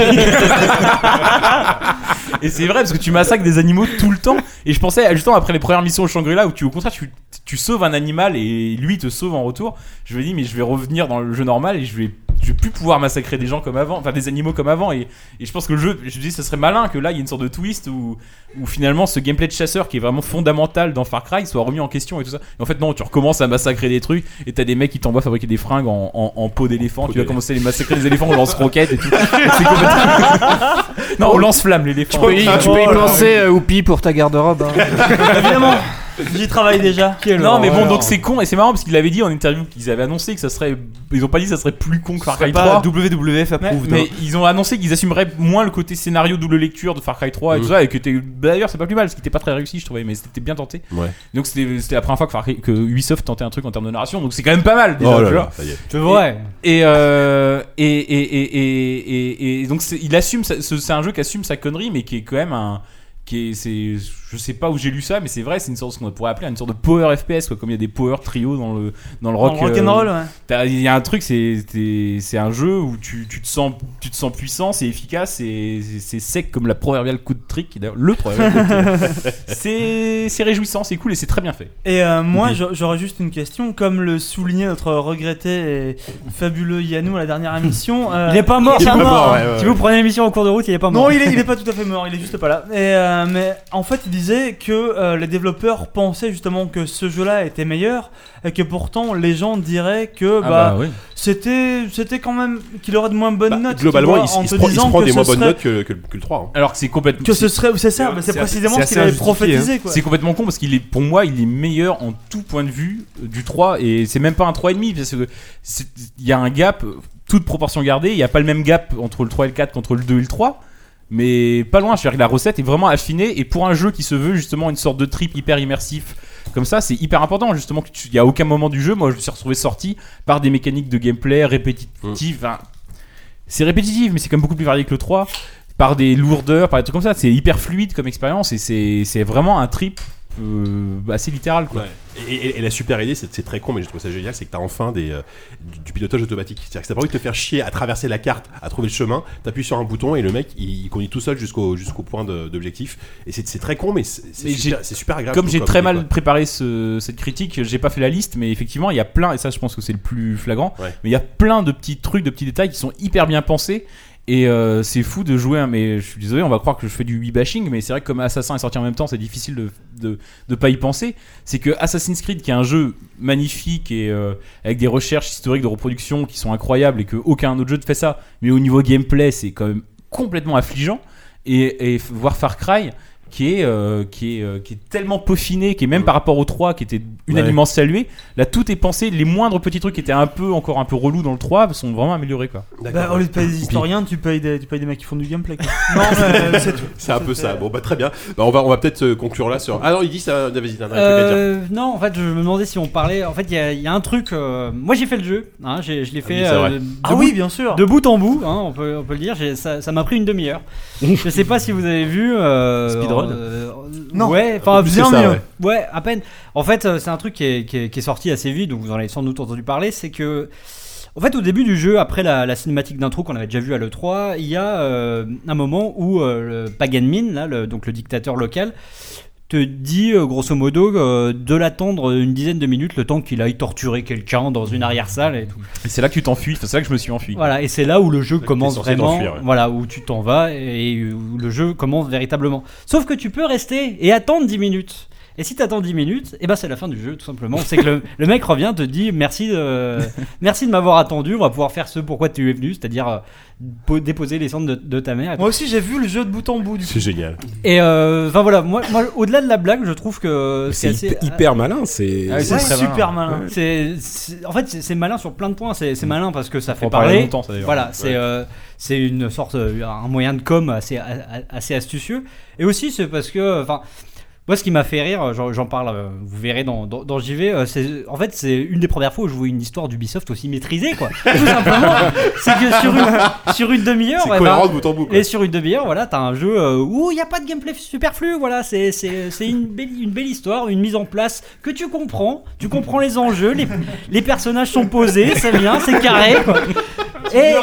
Speaker 4: et c'est vrai parce que tu massacres des animaux tout le temps. Et je pensais justement après les premières missions au Shangri-La où tu, au contraire, tu, tu sauves un animal et lui te sauve en retour. Je me dis Mais je vais revenir dans le jeu normal et je vais. Je vais plus pouvoir massacrer des gens comme avant, enfin des animaux comme avant, et, et je pense que le jeu, je me dis, ça serait malin que là il y ait une sorte de twist où, où finalement ce gameplay de chasseur qui est vraiment fondamental dans Far Cry soit remis en question et tout ça. Et en fait, non, tu recommences à massacrer des trucs et t'as des mecs qui t'envoient fabriquer des fringues en, en, en peau d'éléphant. Tu vas commencer à les massacrer des éléphants, on lance roquettes et tout. C'est complètement-
Speaker 5: Ah,
Speaker 4: non, on lance flamme l'éléphant.
Speaker 5: Oh, Tu peux y penser, euh, Oupi, pour ta garde-robe. hein.
Speaker 6: Évidemment.
Speaker 3: J'y travaille déjà.
Speaker 4: non, mais bon, donc c'est con et c'est marrant parce qu'ils l'avaient dit en interview qu'ils avaient annoncé que ça serait. Ils ont pas dit que ça serait plus con que Far
Speaker 9: Ce serait
Speaker 4: Cry
Speaker 9: pas
Speaker 4: 3.
Speaker 9: WWF approuve, non.
Speaker 4: mais ils ont annoncé qu'ils assumeraient moins le côté scénario double lecture de Far Cry 3 et tout
Speaker 9: Mm.
Speaker 4: ça. Et que t'es- d'ailleurs, c'est pas plus mal, ce qui était pas très réussi, je trouvais, mais c'était bien tenté.
Speaker 1: Ouais.
Speaker 4: Donc c'était c'était la première fois que, Far Cry- que Ubisoft tentait un truc en termes de narration, donc c'est quand même pas mal déjà.
Speaker 1: Oh là
Speaker 4: tu
Speaker 1: là,
Speaker 4: vois.
Speaker 1: ça y est.
Speaker 6: C'est vrai.
Speaker 4: Et, euh, et, et, et, et, et- et donc c'est- il assume, sa- ce- c'est un jeu qui assume sa connerie, mais qui est quand même un. Qui est, c'est, je sais pas où j'ai lu ça, mais c'est vrai, c'est une sorte, ce qu'on pourrait appeler une sorte de power FPS, quoi, comme il y a des power trio dans le, dans le rock. euh,
Speaker 3: Dans le rock'n'roll, ouais.
Speaker 4: t'as- Il y a un truc, c'est, t'es- c'est un jeu où tu, tu, te sens, tu te sens puissant, c'est efficace, et c'est, c'est sec comme la proverbiale coup de trick, et d'ailleurs, le proverbial coup de trick. c'est, c'est réjouissant, c'est cool et c'est très bien fait.
Speaker 3: Et euh, moi,
Speaker 4: Oui.
Speaker 3: j'a- j'aurais juste une question. Comme le soulignait notre regretté et fabuleux Yannou à la dernière émission, euh,
Speaker 6: Il est pas mort,
Speaker 3: il est pas
Speaker 6: Yannou.
Speaker 3: mort,
Speaker 6: hein.
Speaker 3: ouais, ouais,
Speaker 6: Si
Speaker 3: ouais.
Speaker 6: vous prenez l'émission en cours de route, il est pas mort.
Speaker 3: Non, il est, il est pas tout à fait mort, il est juste pas là. Et, euh, mais en fait, il disait que euh, les développeurs pensaient justement que ce jeu-là était meilleur et que pourtant les gens diraient que
Speaker 4: Ah
Speaker 3: bah,
Speaker 4: bah oui.
Speaker 3: c'était c'était quand même qu'il aurait de moins bonnes notes. tu
Speaker 1: Bah, Globalement,
Speaker 3: vois,
Speaker 1: il, se-
Speaker 3: en
Speaker 1: il
Speaker 3: te
Speaker 1: se prend, il se
Speaker 3: disant
Speaker 1: prend
Speaker 3: que
Speaker 1: des
Speaker 3: ce
Speaker 1: moins bonnes
Speaker 3: serait-
Speaker 1: notes que, que le- que le 3. hein.
Speaker 4: Alors que c'est complètement.
Speaker 3: Que ce serait, c'est ça, bah, c'est précisément ce qu'il avait prophétisé. Quoi.
Speaker 4: C'est complètement con parce qu'il est, pour moi, il est meilleur en tout point de vue euh, du 3 et c'est même pas un 3,5 parce que c'est- il y a un gap, euh, toute proportion gardée, il n'y a pas le même gap entre le 3 et le 4 qu'entre le 2 et le 3. Mais pas loin, c'est-à-dire que la recette est vraiment affinée et pour un jeu qui se veut justement une sorte de trip hyper immersif comme ça, c'est hyper important justement que tu- il y a aucun moment du jeu, moi je me suis retrouvé sorti par des mécaniques de gameplay répétitives, hein, c'est répétitif, mais c'est quand même beaucoup plus varié que le 3. Par des lourdeurs, par des trucs comme ça. C'est hyper fluide comme expérience et c'est c'est vraiment un trip euh, assez littéral. Quoi.
Speaker 1: Et, et- et la super idée, c'est c'est très con, mais je trouve ça génial, c'est que t'as enfin des, euh, du, du pilotage automatique. C'est-à-dire que t'as pas envie de te faire chier à traverser la carte, à trouver le chemin, t'appuies sur un bouton et le mec, il, il conduit tout seul jusqu'au jusqu'au point de- d'objectif. Et c'est c'est très con, mais c'est c'est
Speaker 4: Mais
Speaker 1: super,
Speaker 4: j'ai-
Speaker 1: c'est super agréable.
Speaker 4: Comme j'ai très mal
Speaker 1: idée,
Speaker 4: préparé ce- cette critique, j'ai pas fait la liste, mais effectivement, il y a plein, et ça je pense que c'est le plus flagrant,
Speaker 1: Ouais.
Speaker 4: mais il y a plein de petits trucs, de petits détails qui sont hyper bien pensés. Et euh, c'est fou de jouer, hein, mais je suis désolé, on va croire que je fais du Wii bashing, mais c'est vrai que comme Assassin est sorti en même temps, c'est difficile de, de, de pas y penser. C'est que Assassin's Creed, qui est un jeu magnifique et euh, avec des recherches historiques de reproduction qui sont incroyables et qu'aucun autre jeu ne fait ça, mais au niveau gameplay, c'est quand même complètement affligeant. Et, et f- voir Far Cry, qui est, euh, qui, est, euh, qui est tellement peaufiné, qui est même par rapport au 3, qui était unanimement salué, là tout est pensé, les moindres petits trucs qui étaient un peu, encore un peu relous dans le 3 sont vraiment améliorés. Quoi.
Speaker 3: Bah, au lieu de payer des historiens, tu payes des, tu payes des mecs qui font du gameplay. quoi. non, mais euh, c'est tout.
Speaker 1: C'est un peu
Speaker 3: C'était-
Speaker 1: ça. Bon, bah très bien. Bah, on va, on va peut-être euh, conclure là sur. Ah non, il dit ça, vas-y, t'as un truc à dire.
Speaker 6: Euh, non, en fait, je me demandais si on parlait. En fait, il y, a- il y a un truc. euh, moi, j'ai fait le jeu. hein, j'ai- je l'ai fait.
Speaker 1: oui, c'est vrai.
Speaker 6: de
Speaker 3: Ah
Speaker 6: bout-
Speaker 3: oui, bien sûr.
Speaker 6: De bout en bout, hein, on, peut, on peut le dire. J'ai- Ça ça m'a pris une demi-heure. je sais pas si vous avez vu. euh,
Speaker 4: Speedrun
Speaker 6: euh,
Speaker 3: Non.
Speaker 6: Ouais, enfin,
Speaker 1: Plus que
Speaker 6: bien
Speaker 1: ça,
Speaker 6: mieux.
Speaker 1: ouais.
Speaker 6: Ouais, à peine. En fait, euh, c'est un truc qui est, qui est- qui est sorti assez vite, donc vous en avez sans doute entendu parler. C'est que. En fait, au début du jeu, après la, la cinématique d'intro qu'on avait déjà vue à l'E3, il y a euh, un moment où euh, le Pagan Min, là, le- donc le dictateur local, te dit euh, grosso modo euh, de l'attendre une dizaine de minutes le temps qu'il aille torturer quelqu'un dans une arrière-salle et tout.
Speaker 4: Et c'est là que tu t'enfuis, enfin, c'est là que je me suis enfui.
Speaker 6: Voilà, et c'est là où le jeu commence
Speaker 1: censé
Speaker 6: vraiment,
Speaker 1: t'enfuir, ouais.
Speaker 6: voilà, où tu t'en vas et où le jeu commence véritablement. Sauf que tu peux rester et attendre 10 minutes. Et si t'attends 10 minutes, et ben c'est la fin du jeu tout simplement. C'est que le, le mec revient te dit merci de, merci de m'avoir attendu, on va pouvoir faire ce pourquoi tu es venu, c'est-à-dire euh, po- déposer les cendres de, de ta mère. Et
Speaker 3: Moi aussi, j'ai vu le jeu de bout en bout. Du coup.
Speaker 1: C'est génial.
Speaker 6: Et euh, enfin voilà, moi, moi, au-delà de la blague, je trouve que
Speaker 2: C'est
Speaker 6: c'est assez-
Speaker 2: hyper, hyper malin, c'est.
Speaker 4: Ah,
Speaker 3: C'est
Speaker 4: c'est très
Speaker 3: super malin.
Speaker 6: c'est- c'est- en fait, c'est c'est malin sur plein de points. C'est c'est malin parce que ça fait
Speaker 4: en parlait
Speaker 6: parler.
Speaker 4: longtemps, ça, d'ailleurs.
Speaker 6: voilà, c'est euh, c'est une sorte, euh, un moyen de com assez, a- a- assez astucieux. Et aussi, c'est parce que, enfin, moi, ce qui m'a fait rire, j'en j'en parle, euh, vous verrez dans, dans, dans JV. euh, c'est- En fait, c'est une des premières fois où je vois une histoire d'Ubisoft aussi maîtrisée, quoi. Tout simplement. c'est que sur une, sur une demi-heure,
Speaker 1: C'est
Speaker 6: eh ben,
Speaker 4: bah,
Speaker 1: cohérent de bout en bout. quoi.
Speaker 6: et sur une demi-heure, voilà, t'as un jeu euh, où il n'y a pas de gameplay superflu, voilà, c'est c'est- c'est une belle, une belle histoire, une mise en place que tu comprends, tu comprends les enjeux, les, les personnages sont posés, c'est bien, c'est carré, quoi. Et,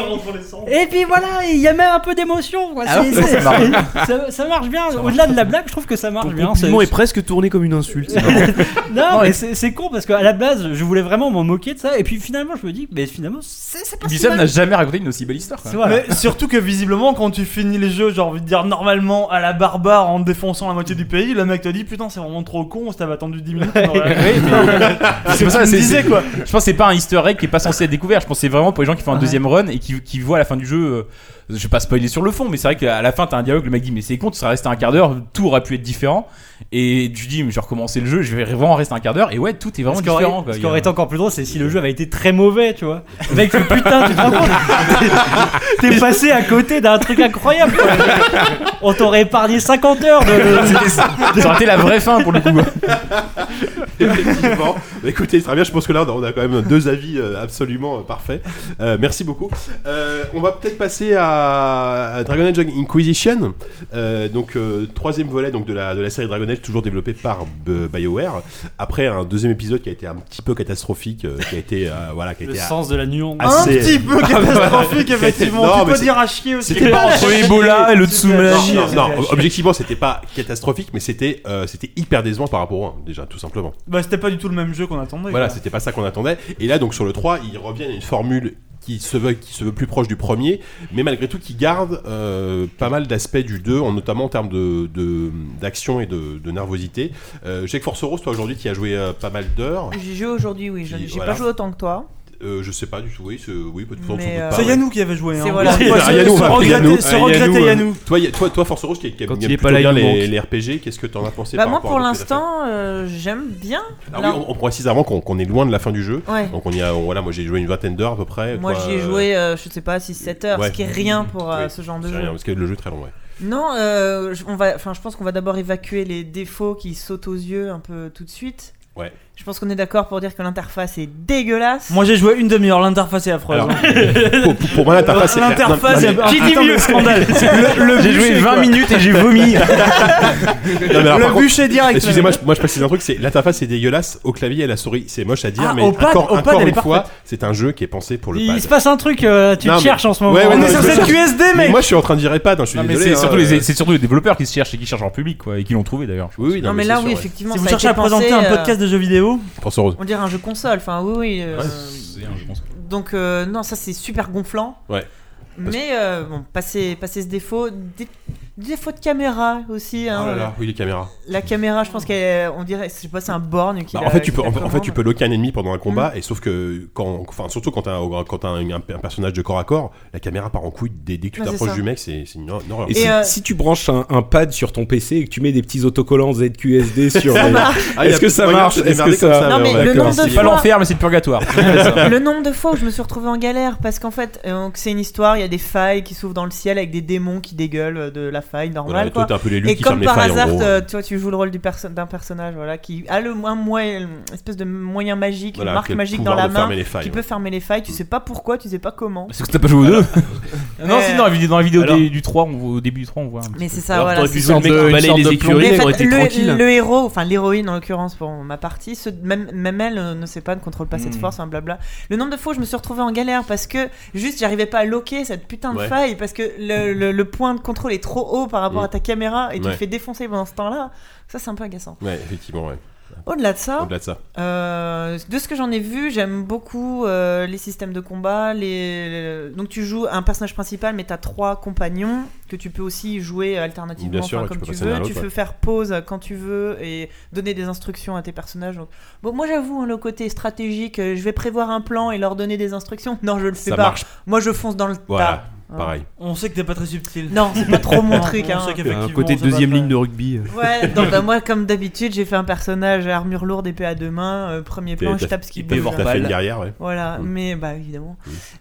Speaker 6: et puis voilà, il y a même un peu d'émotion, quoi.
Speaker 9: Ah
Speaker 6: c'est- c'est- c'est- ça, ça marche bien, au-delà de la blague, je trouve que ça marche
Speaker 9: Ton
Speaker 6: bien.
Speaker 9: compliment
Speaker 6: c'est-
Speaker 9: est presque tourné comme une insulte.
Speaker 6: non, mais c'est c'est con parce qu'à la base, je voulais vraiment m'en moquer de ça, et puis finalement, je me dis, mais finalement, c'est c'est pas si
Speaker 4: Ubisoft
Speaker 6: mal.
Speaker 4: n'a jamais raconté une aussi belle histoire. quoi.
Speaker 6: Voilà.
Speaker 3: Mais surtout que visiblement, quand tu finis les jeux, j'ai envie de dire normalement à la barbare en défonçant la moitié du pays, le mec te dit putain, c'est vraiment trop con, si t'avais attendu 10 minutes, on aurait-
Speaker 4: Oui, mais- Ah, c'est pour ça,
Speaker 3: Tu me
Speaker 4: c'est-
Speaker 3: disais,
Speaker 4: c'est-
Speaker 3: quoi.
Speaker 4: Je pense que c'est pas un easter egg qui est pas censé être découvert. Je pense que c'est vraiment pour les gens qui font un deuxième run et qui, qui voient à la fin du jeu euh, je vais pas spoiler sur le fond, mais c'est vrai qu'à la fin, t'as un dialogue, le mec dit, mais c'est con, tu serais resté un quart d'heure, tout aurait pu être différent. Et tu dis, mais je vais recommencer le jeu, je vais vraiment rester un quart d'heure. Et ouais, tout est vraiment
Speaker 6: Ce qui aurait,
Speaker 4: différent. quoi.
Speaker 6: ce
Speaker 4: Il
Speaker 6: qui
Speaker 4: y a-
Speaker 6: aurait été encore plus drôle, c'est si le jeu avait été très mauvais, tu vois. Le Mec, tu fais, putain, tu te rends compte T'es t'es passé à côté d'un truc incroyable. quoi. On t'aurait épargné 50 heures de.
Speaker 4: C'était ça. Ça aurait été la vraie fin pour le coup.
Speaker 1: Effectivement. Bah, écoutez, très bien. Je pense que là, on a quand même deux avis euh, absolument euh, parfaits. Euh, merci beaucoup. Euh, on va peut-être passer à, à Dragon Age Inquisition, Euh, donc euh, troisième volet donc de la de la série Dragon Age, toujours développé par B- BioWare. Après un deuxième épisode qui a été un petit peu catastrophique, euh, qui a été euh, voilà, qui a
Speaker 6: Le
Speaker 1: été a-
Speaker 6: sens de la nuance.
Speaker 1: assez-
Speaker 6: Un petit peu catastrophique, effectivement. Tu peux
Speaker 1: mais c'est-
Speaker 6: dire à chier aussi.
Speaker 1: C'était pas entre
Speaker 6: C'était-
Speaker 1: Ebola et le
Speaker 6: c'était à
Speaker 1: tsunami.
Speaker 6: chier,
Speaker 1: Non,
Speaker 6: c'était à
Speaker 1: non,
Speaker 6: chier.
Speaker 1: objectivement, c'était pas catastrophique, mais c'était euh, c'était hyper décevant par rapport au 1, déjà, tout simplement.
Speaker 3: Bah, c'était pas du tout le même jeu qu'on attendait.
Speaker 1: Voilà,
Speaker 3: quoi.
Speaker 1: c'était pas ça qu'on attendait. Et là, donc sur le 3, ils reviennent à une formule qui se veut, qui se veut plus proche du premier, mais malgré tout qui garde euh, pas mal d'aspects du 2, en, notamment en termes de, de- d'action et de, de nervosité. Euh, Jake Force Rose, toi aujourd'hui, qui a joué euh, pas mal d'heures.
Speaker 7: J'ai joué aujourd'hui, oui. Je
Speaker 1: Qui-
Speaker 7: J'ai
Speaker 1: voilà.
Speaker 7: pas joué autant que toi.
Speaker 1: Euh, je sais pas du tout, oui, c'est, oui peut-être sans doute
Speaker 7: Mais, euh,
Speaker 1: pas,
Speaker 7: C'est
Speaker 1: ouais.
Speaker 7: Yannou qui avait joué, hein. C'est voilà.
Speaker 1: Oui,
Speaker 7: Ouais,
Speaker 1: alors,
Speaker 7: se-
Speaker 1: Yannou,
Speaker 7: se
Speaker 1: ouais,
Speaker 7: regretter-
Speaker 1: Yannou.
Speaker 7: se regretter
Speaker 1: Yannou, ouais.
Speaker 7: Yannou.
Speaker 1: Toi, y- toi, toi, Force Rose, qui, qui aime
Speaker 9: Quand il
Speaker 1: bien
Speaker 9: est
Speaker 1: plutôt
Speaker 9: pas là,
Speaker 1: bien
Speaker 9: il nous
Speaker 1: les,
Speaker 9: manque.
Speaker 1: les RPG, qu'est-ce que t'en as pensé
Speaker 7: Bah,
Speaker 1: par
Speaker 7: moi,
Speaker 1: rapport
Speaker 7: pour
Speaker 1: à d'autres
Speaker 7: l'instant, euh, j'aime bien.
Speaker 1: Ah
Speaker 7: Là,
Speaker 1: oui, on, on précise avant qu'on, qu'on est loin de la fin du jeu.
Speaker 7: Ouais.
Speaker 1: Donc on y a, on- voilà, moi j'ai joué une vingtaine d'heures à peu près.
Speaker 7: Moi,
Speaker 1: Toi,
Speaker 7: j'y ai
Speaker 1: euh,
Speaker 7: joué, euh, je sais pas, 6-7 heures,
Speaker 1: ouais.
Speaker 7: ce qui est rien pour euh,
Speaker 1: Oui,
Speaker 7: ce genre de
Speaker 1: c'est
Speaker 7: jeu.
Speaker 1: rien, parce que le jeu est très long, ouais.
Speaker 7: Non, euh, je- on va, enfin, je pense qu'on va d'abord évacuer les défauts qui sautent aux yeux un peu tout de suite.
Speaker 1: Ouais.
Speaker 7: Je pense qu'on est d'accord pour dire que l'interface est dégueulasse.
Speaker 3: Moi j'ai joué une demi-heure, l'interface est affreuse.
Speaker 1: Alors,
Speaker 3: hein.
Speaker 1: pour- pour- pour moi, l'interface, c'est-
Speaker 3: L'interface
Speaker 1: non,
Speaker 3: est
Speaker 1: non,
Speaker 3: un
Speaker 1: mais-
Speaker 3: putain de scandale. Le- le
Speaker 1: J'ai
Speaker 3: bûcher,
Speaker 1: joué 20
Speaker 3: quoi.
Speaker 1: minutes et j'ai vomi. Non, mais alors,
Speaker 3: Le
Speaker 1: par contre,
Speaker 3: bûcher direct.
Speaker 1: Excusez-moi, je- moi je précise un truc, c'est l'interface est dégueulasse au clavier et à la souris, c'est moche à dire,
Speaker 6: Ah,
Speaker 1: mais
Speaker 6: au pad-
Speaker 1: encore,
Speaker 6: au pad,
Speaker 1: encore
Speaker 6: elle
Speaker 1: une
Speaker 6: est
Speaker 1: fois,
Speaker 6: parfaite.
Speaker 1: c'est un jeu qui est pensé pour le pad.
Speaker 6: Il se passe un truc, euh, tu
Speaker 1: Non,
Speaker 6: te
Speaker 1: mais-
Speaker 6: cherches en ce
Speaker 1: Ouais,
Speaker 6: moment.
Speaker 1: ouais, non, mais je-
Speaker 6: QSD,
Speaker 1: Mais Moi je suis en train d'y répandre, je suis
Speaker 4: Non, mais
Speaker 1: désolé.
Speaker 4: c'est
Speaker 1: hein,
Speaker 4: surtout, les-
Speaker 1: euh,
Speaker 4: c'est surtout les développeurs qui se cherchent et qui cherchent en public quoi, et qui l'ont trouvé d'ailleurs.
Speaker 1: Oui, oui,
Speaker 7: non, mais, là, oui, effectivement,
Speaker 3: Si vous
Speaker 7: ça a
Speaker 3: cherchez
Speaker 7: été
Speaker 3: à présenter
Speaker 7: pensé, euh,
Speaker 3: un podcast de jeux vidéo,
Speaker 1: Pense Rose.
Speaker 7: on dirait un jeu console. Enfin, oui, oui. euh,
Speaker 1: Ouais, c'est un jeu console.
Speaker 7: Donc, euh, non, ça c'est super gonflant.
Speaker 1: Ouais.
Speaker 7: Mais euh, bon, passer, passer ce défaut, des, défauts de caméra aussi. hein.
Speaker 1: Oh là là, oui, les caméras.
Speaker 7: La caméra, je pense qu'elle, on dirait, je sais pas, c'est un borgne qui.
Speaker 1: Bah,
Speaker 7: la-
Speaker 1: en fait, tu
Speaker 7: qui
Speaker 1: peux,
Speaker 7: la
Speaker 1: en, fait- en fait, tu
Speaker 7: commande.
Speaker 1: peux loquer un ennemi pendant un combat,
Speaker 7: Mm.
Speaker 1: et sauf que quand, enfin, surtout quand t'as, quand t'as un, un personnage de corps à corps, la caméra part en couille dès, dès que tu
Speaker 7: Ouais, c'est
Speaker 1: t'approches
Speaker 7: ça.
Speaker 1: du mec, c'est, c'est une, hor- une horreur.
Speaker 2: Et, si, si tu branches un, un pad sur ton PC et que tu mets des petits autocollants ZQSD sur.
Speaker 1: Ça
Speaker 2: les-
Speaker 1: marche. Ah, il y a
Speaker 2: Est-ce que ça
Speaker 1: plus moyen de
Speaker 2: marche
Speaker 1: se
Speaker 2: Est-ce que
Speaker 1: démerder comme
Speaker 2: ça.
Speaker 1: ça, Non, ouais, mais ouais, le d'accord. nombre de
Speaker 4: C'est pas
Speaker 1: fois-
Speaker 4: l'enfer, mais c'est le purgatoire.
Speaker 7: le nombre de fois où je me suis retrouvée en galère parce qu'en fait euh, donc c'est une histoire il y a des failles qui s'ouvrent dans le ciel avec des démons qui dégueulent euh, de la faille
Speaker 1: Voilà,
Speaker 7: normale
Speaker 1: et toi,
Speaker 7: quoi.
Speaker 1: t'es un peu l'élu
Speaker 7: et
Speaker 1: qui ferme
Speaker 7: comme
Speaker 1: les
Speaker 7: par
Speaker 1: failles, en
Speaker 7: hasard
Speaker 1: gros.
Speaker 7: euh, tu vois tu joues le rôle du perso- d'un personnage voilà qui a le moins moyen espèce de moyen magique
Speaker 1: Voilà,
Speaker 7: une marque
Speaker 1: qui a le
Speaker 7: magique dans
Speaker 1: pouvoir
Speaker 7: la
Speaker 1: de
Speaker 7: main
Speaker 1: fermer les failles,
Speaker 7: qui peut fermer les failles tu sais pas pourquoi tu sais pas comment
Speaker 4: Parce que t'as pas joué aux deux Non,
Speaker 7: Ouais.
Speaker 4: si, dans la vidéo, dans la vidéo
Speaker 7: Alors-
Speaker 4: des- du 3, on voit- au début du 3, on voit. un
Speaker 7: mais
Speaker 4: petit
Speaker 7: c'est
Speaker 4: peu.
Speaker 7: ça Ah, voilà c'est- Mais en fait, le- le héros enfin l'héroïne en l'occurrence pour ma partie ce- même, même elle euh, ne sait pas ne contrôle pas cette
Speaker 13: Mm.
Speaker 7: force un blabla le nombre de fois où je me suis retrouvé en galère parce que juste j'arrivais pas à loquer cette putain de
Speaker 13: Ouais.
Speaker 7: faille parce que le, le- le point de contrôle est trop haut par rapport
Speaker 1: Mm.
Speaker 7: à ta caméra et tu
Speaker 1: Ouais.
Speaker 7: te fais défoncer pendant ce temps là ça c'est un peu agaçant
Speaker 1: Ouais, effectivement, ouais.
Speaker 7: au-delà de ça,
Speaker 1: Au-delà de ça.
Speaker 7: euh, de ce que j'en ai vu, j'aime beaucoup euh, les systèmes de combat. Les... Donc tu joues un personnage principal, mais tu as trois compagnons que tu peux aussi jouer alternativement
Speaker 1: Bien sûr,
Speaker 7: enfin,
Speaker 1: ouais, tu
Speaker 7: comme
Speaker 1: peux
Speaker 7: tu,
Speaker 1: passer l'un à
Speaker 7: veux.
Speaker 1: l'autre,
Speaker 7: Tu peux
Speaker 1: ouais.
Speaker 7: faire pause quand tu veux et donner des instructions à tes personnages. Donc... Bon, moi j'avoue, hein, le côté stratégique, euh, je vais prévoir un plan et leur donner des instructions. Non, je le fais
Speaker 1: Ça
Speaker 7: pas.
Speaker 1: marche.
Speaker 7: Moi je fonce dans le tas.
Speaker 1: Voilà,
Speaker 7: Hein.
Speaker 1: pareil.
Speaker 3: On sait que t'es pas très subtil.
Speaker 7: Non, c'est pas trop mon
Speaker 3: On
Speaker 7: truc.
Speaker 3: sait
Speaker 7: hein.
Speaker 3: qu'effectivement,
Speaker 9: côté
Speaker 3: c'est pas
Speaker 9: deuxième
Speaker 3: très-
Speaker 9: ligne de rugby.
Speaker 7: Ouais, donc bah, moi, comme d'habitude, j'ai fait un personnage à armure lourde, épée à deux mains, euh, premier plan,
Speaker 1: T'as-
Speaker 7: je tape ce qui
Speaker 1: t'as fait
Speaker 7: bouge.
Speaker 1: une Vorpal. guerrière, ouais.
Speaker 7: Voilà,
Speaker 1: Mm.
Speaker 7: mais bah évidemment.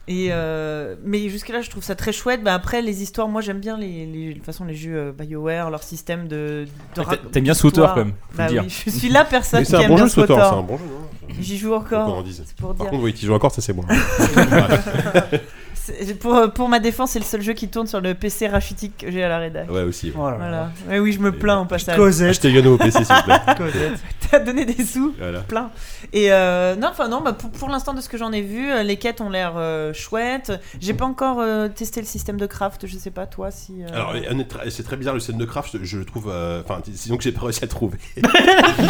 Speaker 7: Et euh, mais jusque-là, je trouve ça très chouette. Bah, après, les histoires, moi, j'aime bien les, les, de toute façon, les jeux euh, BioWare, leur système de.
Speaker 1: Ah,
Speaker 7: de
Speaker 4: Ouais,
Speaker 7: ra-
Speaker 4: t'a- t'aimes bien ce auteur,
Speaker 7: d'histoire.
Speaker 4: quand même, faut
Speaker 7: Bah
Speaker 4: le dire.
Speaker 7: oui, je suis la personne
Speaker 1: Mais
Speaker 7: qui
Speaker 1: c'est un
Speaker 7: aime
Speaker 1: bon
Speaker 7: bien
Speaker 1: jeu,
Speaker 7: ce
Speaker 1: Sauteur,
Speaker 7: auteur.
Speaker 1: c'est un bon jeu, hein, non
Speaker 7: J'y joue
Speaker 1: Faut qu'on en
Speaker 7: encore.
Speaker 1: dise.
Speaker 7: C'est pour
Speaker 1: Par
Speaker 7: dire.
Speaker 1: contre, oui, tu joues encore, ça c'est moi.
Speaker 7: C'est- Pour, pour ma défense, c'est le seul jeu qui tourne sur le PC rachitique que j'ai à la rédac.
Speaker 1: Ouais, aussi, ouais. Oh là bah, là.
Speaker 7: Voilà. Ouais, oui, je me plains en passage.
Speaker 1: Cosette. Achetez Yono au PC, s'il vous plaît. Cosette.
Speaker 7: T'as donné des sous
Speaker 1: Voilà.
Speaker 7: Plein. Et euh, non, enfin non, bah, pour, pour l'instant, de ce que j'en ai vu, euh, les quêtes ont l'air euh, chouettes. J'ai pas encore euh, testé le système de craft, je sais pas toi si. euh,
Speaker 1: Alors, euh, honnête- c'est très bizarre le scène de Craft, je le trouve. euh, Enfin, sinon que j'ai pas réussi à trouver.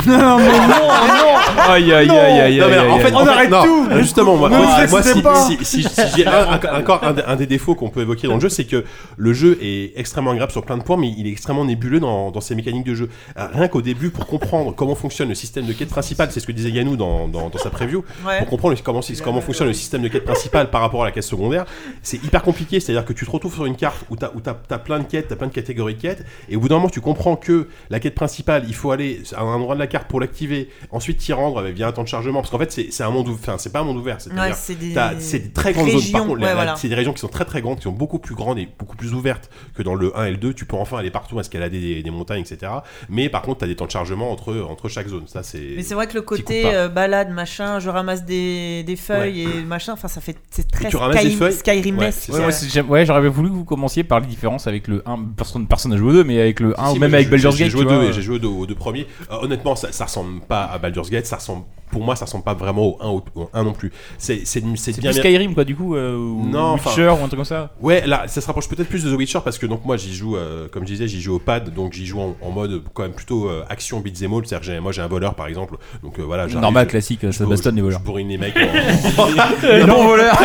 Speaker 3: Non, mais non, non
Speaker 1: Aïe
Speaker 3: aïe, Non. aïe, aïe,
Speaker 1: Non, mais
Speaker 3: aïe,
Speaker 1: en
Speaker 3: aïe,
Speaker 1: fait,
Speaker 3: aïe.
Speaker 1: en
Speaker 3: On
Speaker 1: fait,
Speaker 3: arrête
Speaker 1: non,
Speaker 3: tout.
Speaker 1: euh, Justement, moi,
Speaker 3: Ne nous
Speaker 1: moi, moi,
Speaker 3: excitez
Speaker 1: si,
Speaker 3: pas.
Speaker 1: si, si- si- si j'ai un- un- encore un, des- un des défauts qu'on peut évoquer dans le jeu, c'est que le jeu est extrêmement agréable sur plein de points, mais il est extrêmement nébuleux dans, dans ses mécaniques de jeu. Euh, Rien qu'au début, pour comprendre comment fonctionne le le système de quête principale. C'est ce que disait Yannou dans, dans, dans sa preview.
Speaker 7: Ouais.
Speaker 1: Pour comprendre comment, c'est- comment fonctionne le système de quête principale par rapport à la quête secondaire, c'est hyper compliqué. C'est-à-dire que tu te retrouves sur une carte où tu as, plein de quêtes, tu as plein de catégories de quêtes, et au bout d'un moment, tu comprends que la quête principale, il faut aller à un endroit de la carte pour l'activer, ensuite t'y rendre avec via un temps de chargement. Parce qu'en fait, c'est c'est un monde ouvert. Enfin, c'est pas un monde ouvert. C'est-à-dire,
Speaker 7: Ouais, c'est des
Speaker 1: t'as- c'est des très grandes zones. Par
Speaker 7: régions,
Speaker 1: contre, la-
Speaker 7: ouais,
Speaker 1: la-
Speaker 7: voilà.
Speaker 1: c'est des régions qui sont très très grandes, qui sont beaucoup plus grandes et beaucoup plus ouvertes que dans le 1 et le 2. Tu peux enfin aller partout, escalader des, des montagnes, etc. Mais par contre, tu as des temps de chargement entre, entre chaque zone. Ça, c'est.
Speaker 7: Mais c'est vrai que le
Speaker 1: t'y coupes
Speaker 7: côté
Speaker 1: pas.
Speaker 7: euh, balade, machin, je ramasse des, des feuilles et machin, enfin ça fait c'est très
Speaker 1: Et tu ramasses
Speaker 7: Sky-
Speaker 1: des feuilles Ouais,
Speaker 7: Skyrim-esque.
Speaker 1: c'est
Speaker 4: Ouais, moi, c'est- j'aime- ouais, j'aurais voulu que vous commenciez par les différences avec le 1. Personne, personne n'a joué au 2, mais avec le 1
Speaker 1: Si,
Speaker 4: Ah, ou même
Speaker 1: moi,
Speaker 4: avec
Speaker 1: j'ai-
Speaker 4: Baldur's
Speaker 1: j'ai-
Speaker 4: Gate.
Speaker 1: J'ai joué,
Speaker 4: tu
Speaker 1: aux deux,
Speaker 4: vois.
Speaker 1: et j'ai joué aux deux, aux deux premiers. Euh, honnêtement, ça, ça ressemble pas à Baldur's Gate. Ça ressemble, pour moi, ça ressemble pas vraiment au 1, au- au 1 non plus. C'est c'est c'est
Speaker 4: C'est
Speaker 1: bien
Speaker 4: plus Skyrim, quoi, du coup, euh, ou
Speaker 1: non, enfin,
Speaker 4: Witcher, ou un truc comme ça.
Speaker 1: Ouais, là, ça se rapproche peut-être plus de The Witcher parce que donc moi j'y joue, euh, comme je disais, j'y joue au pad, donc j'y joue en, en mode quand même plutôt euh, action beat'em all. C'est-à-dire, que j'ai- moi j'ai un voleur par exemple, donc euh, voilà. j'arrive,
Speaker 4: Normal,
Speaker 1: je-
Speaker 4: classique,
Speaker 1: je
Speaker 4: ça
Speaker 1: bourrine-
Speaker 4: bastonne les voleurs.
Speaker 1: Je bourrine les mecs.
Speaker 4: Le bon voleur.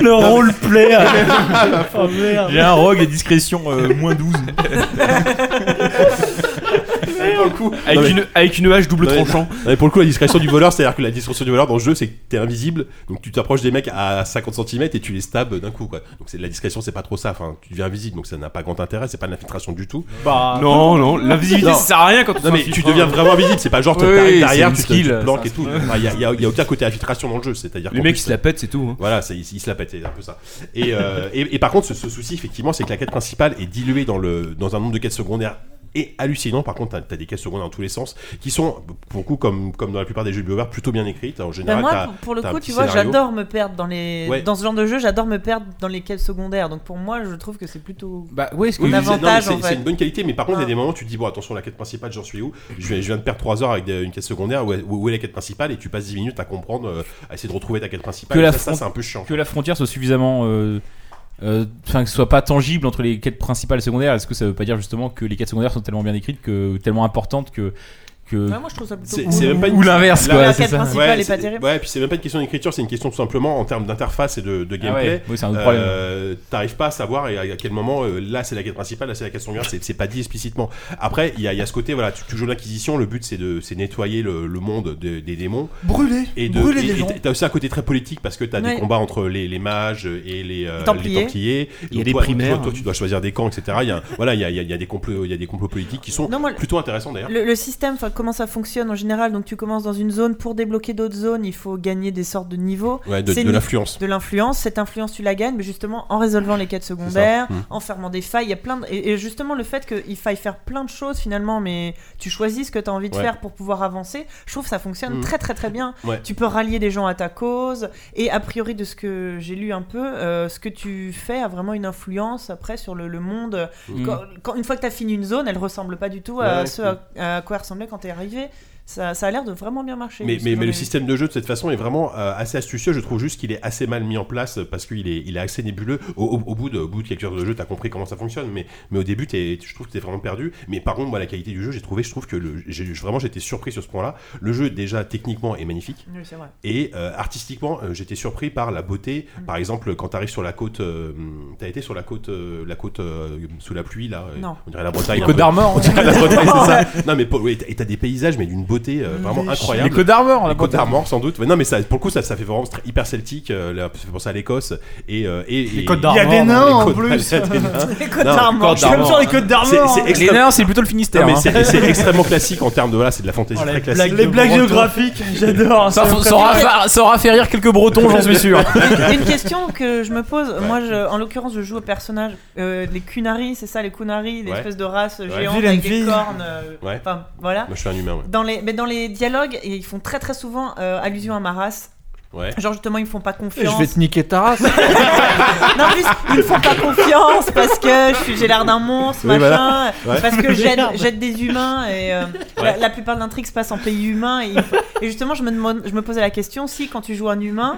Speaker 1: Le
Speaker 4: roleplay.
Speaker 1: Oh, merde.
Speaker 4: J'ai un rogue à discrétion euh, moins 12.
Speaker 1: Pour le coup,
Speaker 4: Avec
Speaker 1: non, mais-
Speaker 4: une- avec une hache double
Speaker 1: Non, mais-
Speaker 4: tranchant.
Speaker 1: non, mais pour le coup, la discrétion du voleur, c'est-à-dire que la discrétion du voleur dans le jeu, c'est que t'es invisible, donc tu t'approches des mecs à 50 cm et tu les stabs d'un coup. Quoi. Donc c'est la discrétion, c'est pas trop ça. Enfin, tu deviens invisible, donc ça n'a pas grand intérêt. C'est pas de l'infiltration du tout.
Speaker 4: Bah, Non, non, l'invisibilité, ça sert à rien quand on
Speaker 1: Non mais
Speaker 4: s'infiltre,
Speaker 1: tu deviens
Speaker 4: hein.
Speaker 1: vraiment invisible. C'est pas genre
Speaker 4: Oui,
Speaker 1: t'arrives
Speaker 4: c'est
Speaker 1: derrière,
Speaker 4: une
Speaker 1: tu te
Speaker 4: skill,
Speaker 1: tu te planques
Speaker 4: ça,
Speaker 1: et tout.
Speaker 4: c'est-
Speaker 1: Enfin, Il y, a- il y a il y a aucun côté infiltration dans le jeu. C'est-à-dire
Speaker 8: Les
Speaker 1: qu'en
Speaker 8: mecs,
Speaker 1: plus,
Speaker 8: ils se la pètent, c'est tout. hein.
Speaker 1: voilà, ça, ils, ils se la pètent, c'est un peu ça. Et, euh, et, et par contre, ce, ce souci, effectivement, c'est que la quête principale est diluée dans, le, dans un nombre de quêtes secondaires et hallucinant. Par contre, t'as as des quêtes secondaires dans tous les sens qui sont, pour le coup, comme, comme dans la plupart des jeux de BioWare, plutôt bien écrites. En
Speaker 7: Bah,
Speaker 1: général,
Speaker 7: moi,
Speaker 1: t'as-
Speaker 7: pour, pour le
Speaker 1: t'as un
Speaker 7: coup,
Speaker 1: petit
Speaker 7: tu vois,
Speaker 1: scénario.
Speaker 7: j'adore me perdre dans les
Speaker 1: Ouais.
Speaker 7: dans ce genre de jeu, j'adore me perdre dans les quêtes secondaires. Donc pour moi, je trouve que c'est plutôt
Speaker 4: bah, ouais,
Speaker 1: Oui,
Speaker 7: un
Speaker 1: mais c'est- non, mais
Speaker 7: avantage
Speaker 1: c'est
Speaker 7: en fait.
Speaker 1: c'est une bonne qualité, mais par contre, il y a
Speaker 7: Ah.
Speaker 1: des moments où tu te dis Bon, attention, la quête principale, j'en suis où je viens, je viens de perdre 3 heures avec des- une quête secondaire, où est, où est la quête principale Et tu passes 10 minutes à comprendre, euh, à essayer de retrouver ta quête principale.
Speaker 4: que
Speaker 1: Et
Speaker 4: la,
Speaker 1: ça, ça,
Speaker 4: fron-
Speaker 1: c'est un peu chiant.
Speaker 4: que la frontière soit suffisamment. euh, euh, Enfin, que ce soit pas tangible entre les quêtes principales et secondaires. Est-ce que ça veut pas dire justement que les quêtes secondaires sont tellement bien écrites, que tellement importantes que. que
Speaker 1: Euh, Ah
Speaker 7: Ouais, moi, je trouve ça plutôt
Speaker 4: c'est-
Speaker 7: cool.
Speaker 4: c'est même pas une-
Speaker 7: Ou
Speaker 4: l'inverse,
Speaker 7: La-
Speaker 4: quoi.
Speaker 7: la
Speaker 4: c'est
Speaker 7: quête
Speaker 4: ça.
Speaker 7: principale est pas
Speaker 1: c'est-
Speaker 7: terrible.
Speaker 1: Ouais, puis c'est même pas une question d'écriture, c'est une question tout simplement en termes d'interface et de, de
Speaker 4: Ah
Speaker 1: gameplay.
Speaker 4: ouais, oui, c'est un autre
Speaker 1: Euh, T'arrives pas à savoir et à, à quel moment euh, là c'est la quête principale, là c'est la quête secondaire, c'est c'est pas dit explicitement. Après, il y a, il y a ce côté, voilà, tu, tu joues l'acquisition, le but c'est de c'est nettoyer le, le monde de- des démons.
Speaker 12: Brûler,
Speaker 1: et de,
Speaker 12: brûler les
Speaker 1: et- et
Speaker 12: gens.
Speaker 1: T'as aussi un côté très politique parce que t'as
Speaker 12: Ouais.
Speaker 1: des combats entre les, les mages et les, euh,
Speaker 12: Templiers.
Speaker 1: les templiers.
Speaker 12: Il y a
Speaker 1: Donc
Speaker 12: des
Speaker 1: toi-
Speaker 12: primaires.
Speaker 1: Toi, toi, tu dois choisir des camps, etc. Il y a, un- voilà, il y a, il y a- il y a des complots, il y a des complots politiques qui sont
Speaker 7: Non, moi, le-
Speaker 1: plutôt intéressants d'ailleurs.
Speaker 7: Le, le système, enfin, comment ça fonctionne en général Donc tu commences dans une zone pour débloquer d'autres zones, il faut gagner des sortes de niveaux.
Speaker 1: Ouais, de-
Speaker 7: Ces
Speaker 1: de
Speaker 7: ni-
Speaker 1: l'influence.
Speaker 7: De l'influence, cette influence tu la gagnes, mais justement en résolvant les quêtes secondaires,
Speaker 1: C'est ça. Mm.
Speaker 7: en fermant des failles, il y a plein de... et, et justement le fait qu'il faille faire plein de choses finalement, mais tu choisis ce que tu as envie de
Speaker 1: Ouais.
Speaker 7: faire pour pouvoir avancer. Je trouve que ça fonctionne
Speaker 1: Mm.
Speaker 7: très très très bien.
Speaker 1: Ouais.
Speaker 7: Tu peux rallier des gens à ta cause et a priori de ce que j'ai lu un peu, euh, ce que tu fais a vraiment une influence après sur le, le monde.
Speaker 4: Mm.
Speaker 7: Quand- quand- une fois que tu as fini une zone, elle ressemble pas du tout à
Speaker 1: Ouais,
Speaker 7: ce à, à quoi elle ressemblait quand t'es arrivé. Ça, ça a l'air de vraiment bien marcher.
Speaker 1: Mais,
Speaker 7: de ce
Speaker 1: mais,
Speaker 7: que
Speaker 1: mais le
Speaker 7: j'en ai vu.
Speaker 1: système de jeu de cette façon est vraiment euh, assez astucieux. Je trouve juste qu'il est assez mal mis en place euh, parce qu'il est, il est assez nébuleux. Au, au- au bout de, au bout de quelques heures de jeu, t'as compris comment ça fonctionne, mais, mais au début, t'es- je trouve que t'es vraiment perdu. Mais par contre, moi, la qualité du jeu, j'ai trouvé, je trouve que le, j'ai- vraiment j'étais surpris sur ce point-là. Le jeu, déjà, techniquement, est magnifique.
Speaker 7: Oui, c'est vrai.
Speaker 1: Et euh, artistiquement, euh, j'étais surpris par la beauté. Par exemple, quand t'arrives sur la côte, euh, t'as été sur la côte, euh, la côte euh, sous la pluie là. euh,
Speaker 4: Non.
Speaker 1: On dirait la Bretagne.
Speaker 4: Les
Speaker 1: un
Speaker 4: Côtes
Speaker 1: peu.
Speaker 4: d'Armor,
Speaker 1: On dirait la
Speaker 4: ouais.
Speaker 1: Bretagne, c'est ça.
Speaker 4: Ouais.
Speaker 1: Non mais Paul, oui, t'as- et t'as des paysages mais d'une beauté euh, vraiment
Speaker 4: Les
Speaker 1: incroyable.
Speaker 4: Côtes d'Armor, la
Speaker 1: les Côtes
Speaker 4: Bretagne.
Speaker 1: d'Armor sans doute. Mais non mais ça, pour le coup, ça, ça fait vraiment très- hyper celtique. euh, là, ça fait penser à l'Écosse et, euh, et,
Speaker 4: Les
Speaker 1: et-
Speaker 4: Côtes d'Armor, Il y a des nains,
Speaker 1: les
Speaker 4: en
Speaker 1: Côtes-
Speaker 4: plus.
Speaker 1: il y a des nains.
Speaker 4: Les Côtes
Speaker 1: Non,
Speaker 4: d'Armor. Je suis même sur les Côtes d'Armor.
Speaker 1: C'est- c'est
Speaker 4: Les
Speaker 1: extrême-
Speaker 4: nains, c'est plutôt le Finistère,
Speaker 1: Non, mais
Speaker 4: hein.
Speaker 1: c'est- c'est extrêmement classique en termes de voilà, c'est de la fantaisie
Speaker 4: Oh, les
Speaker 1: très
Speaker 4: blagues
Speaker 1: classique.
Speaker 4: de Les blagues Breton. géographiques, j'adore, Ça c'est f- ça aura préféré. fa- ça aura fait rire quelques Bretons, j'en suis sûr.
Speaker 7: Une- Une question que je me pose, moi je, en l'occurrence je joue au personnage, euh, les Kunari, c'est ça, les Kunari,
Speaker 1: Ouais.
Speaker 7: l'espèce de race
Speaker 1: Ouais.
Speaker 7: géante
Speaker 1: Vilaine
Speaker 7: avec des
Speaker 1: fille.
Speaker 7: cornes. euh,
Speaker 1: Ouais.
Speaker 7: Enfin voilà.
Speaker 1: Moi, je suis un humain, ouais.
Speaker 7: Dans les, mais dans les dialogues, et ils font très très souvent euh, allusion à ma race.
Speaker 1: Ouais.
Speaker 7: Genre justement ils me font pas confiance.
Speaker 5: Je vais te niquer ta race.
Speaker 7: Non, en plus, ils me font pas confiance parce que je suis- j'ai l'air d'un monstre,
Speaker 5: Oui,
Speaker 7: machin,
Speaker 5: voilà. Ouais.
Speaker 7: parce que j'aide
Speaker 5: Merde.
Speaker 7: j'aide des humains et euh, la, la plupart de l'intrigue se passe en pays humain. Et, il faut- et justement, je me, demande, je me posais la question si quand tu joues un humain.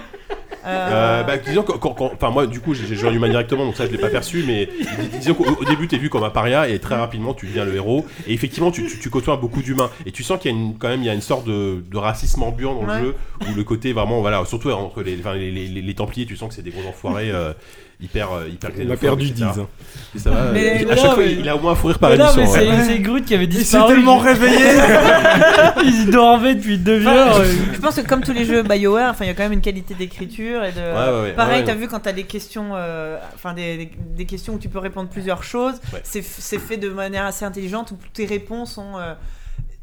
Speaker 7: euh,
Speaker 1: Euh, bah, disons que- quand- quand- enfin moi du coup j'ai j'ai joué en humain directement donc ça je l'ai pas perçu mais dis- disons qu'au au début t'es vu comme un paria et très rapidement tu deviens le héros et effectivement tu, tu, tu côtoies beaucoup d'humains et tu sens qu'il y a une, quand même il y a une sorte de, de racisme ambiant dans
Speaker 7: Ouais.
Speaker 1: le jeu où le côté vraiment voilà surtout entre les, enfin, les, les- les- les templiers tu sens que c'est des gros enfoirés euh, hyper, euh, hyper.
Speaker 2: On a perdu
Speaker 1: etc.
Speaker 2: 10, hein.
Speaker 1: Et ça va.
Speaker 2: Mais
Speaker 1: il-
Speaker 2: non,
Speaker 1: à chaque fois,
Speaker 2: mais-
Speaker 1: il a au moins un fou rire par
Speaker 3: Ah,
Speaker 2: Mais non,
Speaker 1: émission.
Speaker 2: mais
Speaker 1: ouais.
Speaker 6: C'est Grut qui avait
Speaker 3: s'est
Speaker 6: disparu.
Speaker 3: tellement réveillé.
Speaker 6: Il dormait depuis deux heures.
Speaker 3: euh,
Speaker 7: Je pense que comme tous les jeux BioWare, enfin, il y a quand même une qualité d'écriture et de.
Speaker 6: Ouais, ouais, ouais.
Speaker 7: Pareil,
Speaker 6: Ouais,
Speaker 7: t'as
Speaker 6: ouais.
Speaker 7: vu quand t'as des questions, euh, enfin des, des- des questions où tu peux répondre plusieurs choses.
Speaker 1: Ouais.
Speaker 7: C'est f- c'est fait de manière assez intelligente où tes réponses ont. euh,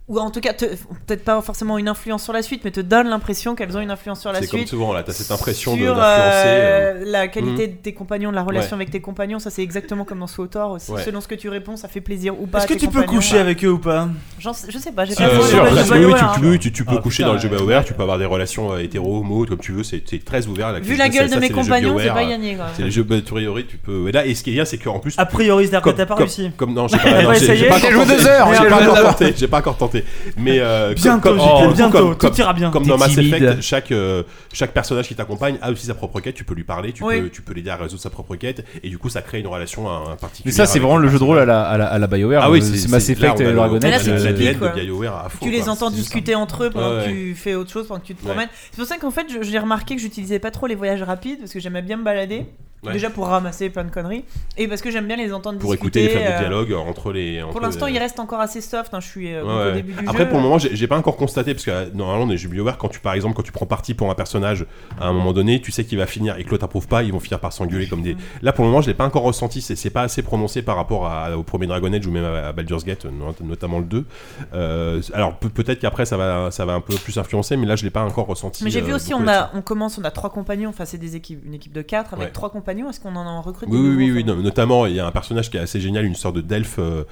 Speaker 7: ou en tout cas, te- peut-être pas forcément une influence sur la suite, mais te donne l'impression qu'elles ont une influence sur la
Speaker 1: C'est
Speaker 7: suite.
Speaker 1: comme souvent, là, t'as cette impression de-
Speaker 7: sur,
Speaker 1: d'influencer,
Speaker 7: euh,
Speaker 1: euh,
Speaker 7: la qualité
Speaker 1: Mhm.
Speaker 7: de tes compagnons, de la relation
Speaker 1: Ouais.
Speaker 7: avec tes compagnons, ça c'est exactement comme dans Sword aussi.
Speaker 1: Ouais.
Speaker 7: Selon ce que tu réponds, ça fait plaisir ou pas. bah.
Speaker 3: Est-ce que tu peux coucher avec eux ou pas
Speaker 7: J'en sais- Je sais pas, j'ai
Speaker 1: Euh,
Speaker 7: pas joué
Speaker 1: sûr,
Speaker 7: dans les
Speaker 1: parce
Speaker 7: jeux
Speaker 1: que oui,
Speaker 7: BioWare, hein.
Speaker 1: tu, oui, tu- tu peux
Speaker 3: Ah,
Speaker 1: coucher
Speaker 3: putain,
Speaker 1: dans le jeu
Speaker 3: ouais.
Speaker 1: BioWare, tu peux avoir des relations euh, hétéro, homo, comme tu veux, c'est c'est très ouvert.
Speaker 7: Vu la gueule de mes compagnons, c'est pas gagné, quand
Speaker 1: quoi
Speaker 7: même.
Speaker 1: C'est les jeux, bah, a priori, tu peux. Et là, et ce qui est bien, c'est qu'en plus.
Speaker 3: A priori, Star
Speaker 1: comme-
Speaker 3: Wars, t'as pas
Speaker 1: comme-
Speaker 3: réussi.
Speaker 1: Comme non, j'ai
Speaker 3: Elle
Speaker 1: pas,
Speaker 3: va
Speaker 1: non, j'ai- j'ai
Speaker 3: essayer.
Speaker 1: pas
Speaker 3: J'ai
Speaker 1: encore
Speaker 3: joué
Speaker 1: tenté,
Speaker 3: deux heures,
Speaker 1: j'ai
Speaker 3: j'ai
Speaker 1: pas
Speaker 3: joué
Speaker 1: encore
Speaker 3: deux heures.
Speaker 1: tenté, J'ai pas encore tenté. Mais euh, comme-
Speaker 3: Bientôt,
Speaker 1: comme-
Speaker 3: JK,
Speaker 1: oh, comme-
Speaker 3: bientôt,
Speaker 1: comme-
Speaker 3: tout ira bien.
Speaker 1: Comme dans
Speaker 3: T'es
Speaker 1: Mass Effect,
Speaker 3: timide.
Speaker 1: chaque euh, chaque personnage qui t'accompagne a aussi sa propre quête. Tu peux lui parler, tu
Speaker 7: Oui.
Speaker 1: peux tu peux l'aider à résoudre sa propre quête, et du coup, ça crée une relation à un particulier.
Speaker 13: Mais ça, c'est vraiment le jeu de rôle à la, à la, à la BioWare.
Speaker 1: Ah
Speaker 13: Euh,
Speaker 1: oui, c'est-
Speaker 13: c'est Mass
Speaker 1: c'est- là,
Speaker 13: Effect
Speaker 1: on a
Speaker 13: et
Speaker 1: le-
Speaker 13: Dragon
Speaker 1: on a
Speaker 13: Age.
Speaker 1: la- la
Speaker 13: euh,
Speaker 1: DL de BioWare à fond,
Speaker 7: Tu les
Speaker 1: quoi.
Speaker 7: entends discuter entre eux pendant
Speaker 1: Ouais,
Speaker 7: que
Speaker 1: ouais.
Speaker 7: tu fais autre chose, pendant que tu te
Speaker 1: Ouais.
Speaker 7: promènes. C'est pour ça qu'en fait, je- j'ai remarqué que j'utilisais pas trop les voyages rapides parce que j'aimais bien me balader.
Speaker 1: Ouais.
Speaker 7: Déjà pour ramasser plein de conneries et parce que j'aime bien les entendre
Speaker 1: pour
Speaker 7: discuter.
Speaker 1: écouter les fameux
Speaker 7: euh,
Speaker 1: dialogues entre les. entre
Speaker 7: Pour l'instant,
Speaker 1: les-
Speaker 7: il reste encore assez soft. hein, je suis euh,
Speaker 1: Ouais,
Speaker 7: donc au
Speaker 1: ouais.
Speaker 7: début du
Speaker 1: Après,
Speaker 7: jeu.
Speaker 1: pour le moment, j'ai j'ai pas encore constaté parce que euh, normalement, dans les jeux BioWare, quand tu par exemple, quand tu prends parti pour un personnage à un moment donné, tu sais qu'il va finir et que l'autre approuve pas, ils vont finir par s'engueuler comme
Speaker 7: Mm.
Speaker 1: des. Là, pour le moment, je l'ai pas encore ressenti. C'est c'est pas assez prononcé par rapport à- au premier Dragon Age ou même à, à Baldur's Gate, euh, not- notamment le 2. Euh, alors peut- peut-être qu'après, ça va, ça va un peu plus influencer, mais là, je l'ai pas encore ressenti.
Speaker 7: Mais j'ai
Speaker 1: euh,
Speaker 7: vu aussi,
Speaker 1: beaucoup
Speaker 7: on
Speaker 1: là-dessus.
Speaker 7: a, on commence, on a trois compagnons. Enfin, c'est des équipes, une équipe de quatre avec
Speaker 1: Ouais.
Speaker 7: trois compagnons. Est-ce qu'on en recrute
Speaker 1: Oui,
Speaker 7: des
Speaker 1: oui,
Speaker 7: nouveaux,
Speaker 1: oui,
Speaker 7: enfin
Speaker 1: oui, non, notamment il y a un personnage qui est assez génial, une sorte de Delphes euh,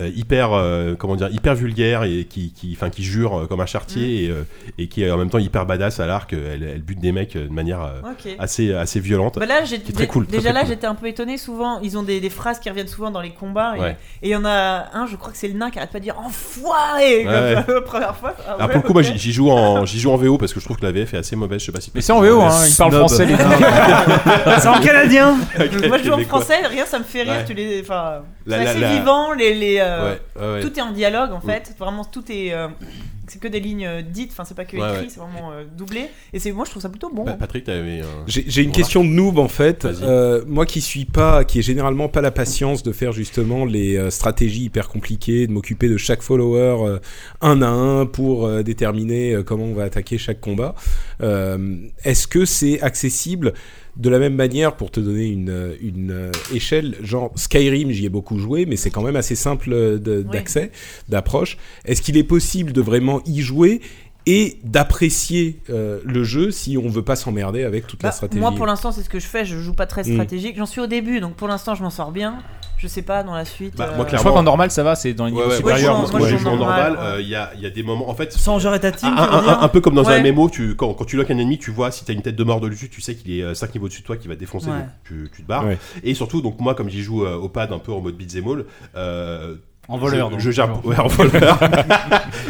Speaker 1: euh, hyper, euh, comment dire, hyper vulgaire et qui, qui, enfin, qui jure euh, comme un
Speaker 7: Mm.
Speaker 1: chartier et, euh, et qui est en même temps hyper badass à l'arc. euh, Elle, elle bute des mecs euh, de manière euh,
Speaker 7: Ok.
Speaker 1: assez, assez violente.
Speaker 7: Bah là, j'ai-
Speaker 1: C'est très
Speaker 7: dé-
Speaker 1: cool. très,
Speaker 7: déjà
Speaker 1: très
Speaker 7: là,
Speaker 1: cool.
Speaker 7: j'étais un peu étonné. Souvent, ils ont des, des phrases qui reviennent souvent dans les combats. et-
Speaker 1: Ouais.
Speaker 7: Et il y en a un, je crois que c'est le nain qui arrête pas de dire enfoiré comme
Speaker 1: Ouais, ouais.
Speaker 7: la première fois. Ah
Speaker 1: Alors
Speaker 7: ouais,
Speaker 1: pour le coup, moi
Speaker 7: ok.
Speaker 1: j'y j'y joue en j'y joue en VO parce que je trouve que la VF est assez mauvaise. Je sais pas si.
Speaker 13: Mais c'est en VO, hein, ils parlent français, les gars. C'est en canadien.
Speaker 7: Moi, je joue en
Speaker 1: Québécois.
Speaker 7: français, rien, ça me fait rire.
Speaker 1: Ouais.
Speaker 7: Tu les, enfin,
Speaker 1: La-
Speaker 7: c'est
Speaker 1: la-
Speaker 7: assez
Speaker 1: la-
Speaker 7: vivant. Les, les, euh,
Speaker 1: Ouais, ouais, ouais.
Speaker 7: Tout est en dialogue en
Speaker 1: Mm.
Speaker 7: fait. Vraiment, tout est. euh, c'est que des lignes euh, dites. Enfin, c'est pas que
Speaker 1: Ouais,
Speaker 7: écrit,
Speaker 1: ouais.
Speaker 7: c'est vraiment euh, doublé. Et c'est, moi, je trouve ça plutôt bon.
Speaker 1: Bah, Patrick, t'avais. un-
Speaker 2: J'ai j'ai une
Speaker 1: remarque
Speaker 2: question de noob en fait.
Speaker 1: Vas-y.
Speaker 2: Euh, moi qui suis pas, qui ai généralement pas la patience de faire justement les euh, stratégies hyper compliquées, de m'occuper de chaque follower euh, un à un pour euh, déterminer euh, comment on va attaquer chaque combat. Euh, Est-ce que c'est accessible de la même manière pour te donner une, euh, une euh, échelle Genre Skyrim, j'y ai beaucoup joué, mais c'est quand même assez simple euh, de- d'accès, d'approche. Est-ce qu'il est possible de vraiment y jouer et d'apprécier euh, le jeu si on veut pas s'emmerder avec toute la
Speaker 7: Bah,
Speaker 2: stratégie.
Speaker 7: Moi, pour l'instant, c'est ce que je fais. Je joue pas très
Speaker 2: Mm.
Speaker 7: stratégique. J'en suis au début, donc pour l'instant, je m'en sors bien. Je sais pas dans la suite.
Speaker 1: Bah,
Speaker 7: euh,
Speaker 1: moi,
Speaker 13: Je
Speaker 1: clairement.
Speaker 13: crois qu'en normal, ça va, c'est dans les
Speaker 1: Ouais,
Speaker 13: niveaux
Speaker 1: ouais,
Speaker 13: supérieurs.
Speaker 1: moi,
Speaker 13: parce
Speaker 1: je-
Speaker 13: que-
Speaker 1: moi, je joue en normal.
Speaker 7: ouais.
Speaker 1: euh, Il y, a, il y a des moments. En fait,
Speaker 3: Sans gérer ta
Speaker 1: Ah, Un,
Speaker 3: team, tu veux
Speaker 1: un-
Speaker 3: dire
Speaker 1: un- un peu comme dans un
Speaker 3: Ouais.
Speaker 1: MMO, tu, quand, quand tu lock un ennemi, tu vois si t'as une tête de mort de dessus, tu sais qu'il est 5 niveaux dessus de toi qui va te défoncer,
Speaker 3: Ouais.
Speaker 1: donc tu, tu te barres.
Speaker 2: Ouais.
Speaker 1: Et surtout, donc moi, comme j'y joue euh, au pad un peu en mode beat'em all, euh,
Speaker 6: En voleur,
Speaker 1: je,
Speaker 6: donc,
Speaker 1: je gère
Speaker 6: toujours.
Speaker 1: ouais, en voleur.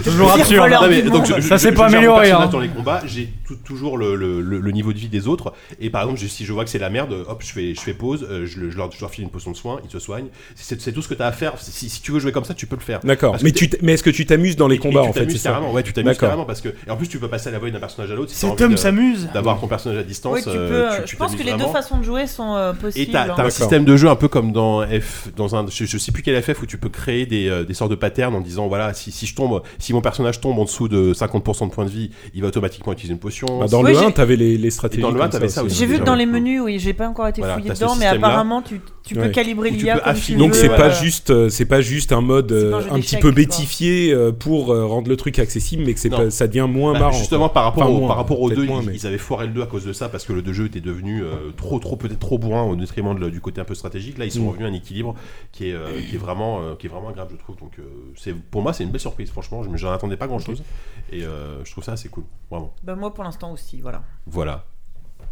Speaker 6: Toujours
Speaker 1: Je-
Speaker 6: absurde.
Speaker 1: Non, mais
Speaker 6: du
Speaker 1: donc,
Speaker 6: monde.
Speaker 1: je-
Speaker 6: Ça,
Speaker 1: je-
Speaker 6: c'est
Speaker 1: je
Speaker 6: pas
Speaker 1: gère mon
Speaker 6: amélioré,
Speaker 1: personnage
Speaker 6: hein.
Speaker 1: Dans les combats, j'ai tout- toujours le, le- le- le niveau de vie des autres. Et par exemple, je- si je vois que c'est la merde, hop, je fais, je fais pause, euh, je, le- je leur, je leur file une potion de soin, ils se soignent. C'est c'est tout ce que t'as à faire. Si, si tu veux jouer comme ça, tu peux le faire.
Speaker 2: D'accord.
Speaker 1: Parce que
Speaker 2: Mais,
Speaker 1: t'es-
Speaker 2: tu t- mais est-ce que tu t'amuses dans les
Speaker 1: et
Speaker 2: combats
Speaker 1: tu
Speaker 2: en fait
Speaker 1: t'amuses
Speaker 2: c'est ça
Speaker 1: carrément, ouais, tu t'amuses
Speaker 2: D'accord.
Speaker 1: carrément parce que et en plus tu peux passer à la voix d'un personnage à l'autre. Si
Speaker 3: Cet
Speaker 1: t'as envie
Speaker 3: homme
Speaker 1: de-
Speaker 3: s'amuse.
Speaker 1: D'avoir ton personnage à distance.
Speaker 7: Oui, tu peux.
Speaker 1: euh,
Speaker 7: euh, je pense
Speaker 1: t'amuses
Speaker 7: que les deux
Speaker 1: vraiment.
Speaker 7: façons de jouer sont euh,
Speaker 1: Et
Speaker 7: possibles.
Speaker 1: t'as
Speaker 7: hein.
Speaker 1: t'as un système de jeu un peu comme dans F, dans un, je, je sais plus quel FF où tu peux créer des, euh, des sortes de patterns en disant voilà si, si je tombe, si mon personnage tombe en dessous de 50% de points de vie, il va automatiquement utiliser une potion.
Speaker 2: Bah, dans
Speaker 7: Ouais,
Speaker 2: le
Speaker 7: j'ai-
Speaker 2: 1, t'avais les, les stratégies.
Speaker 1: hein. Et dans le
Speaker 2: comme
Speaker 1: 1, t'avais ça aussi.
Speaker 7: J'ai vu que
Speaker 1: Déjà,
Speaker 7: dans
Speaker 1: ouais.
Speaker 7: les menus, oui, j'ai pas encore été
Speaker 1: Voilà,
Speaker 7: fouillé
Speaker 1: t'as ce
Speaker 7: dedans, mais
Speaker 1: système-là.
Speaker 7: apparemment, tu, tu peux
Speaker 2: Ouais.
Speaker 7: calibrer
Speaker 1: Ou tu
Speaker 7: l'IA
Speaker 1: peux
Speaker 7: comme tu
Speaker 1: afficher.
Speaker 7: veux.
Speaker 2: Donc c'est
Speaker 7: euh,
Speaker 2: pas juste, euh, c'est pas juste un mode
Speaker 7: C'est pas un
Speaker 2: euh,
Speaker 7: jeu
Speaker 2: un petit
Speaker 7: d'échecs,
Speaker 2: peu
Speaker 7: quoi.
Speaker 2: bêtifié euh, pour euh, rendre le truc accessible, mais que c'est
Speaker 1: Non.
Speaker 2: pas- ça devient moins
Speaker 1: Bah,
Speaker 2: marrant.
Speaker 1: Justement,
Speaker 2: quoi.
Speaker 1: par rapport,
Speaker 2: Enfin,
Speaker 1: au,
Speaker 2: moins,
Speaker 1: par rapport aux
Speaker 2: peut-être
Speaker 1: deux,
Speaker 2: moins,
Speaker 1: ils,
Speaker 2: mais-
Speaker 1: ils avaient foiré le 2 à cause de ça parce que le 2 jeu était devenu euh, trop, trop, peut-être trop bourrin au détriment de la- du côté un peu stratégique. Là, ils sont
Speaker 2: Mm.
Speaker 1: revenus à un équilibre qui est, euh, qui est vraiment, euh, qui est vraiment agréable, je trouve. Donc, euh, c'est, pour moi, c'est une belle surprise. Franchement, je n'en attendais pas grand-chose et euh, je trouve ça assez cool, vraiment.
Speaker 7: Bah, moi, pour l'instant aussi, voilà.
Speaker 1: Voilà.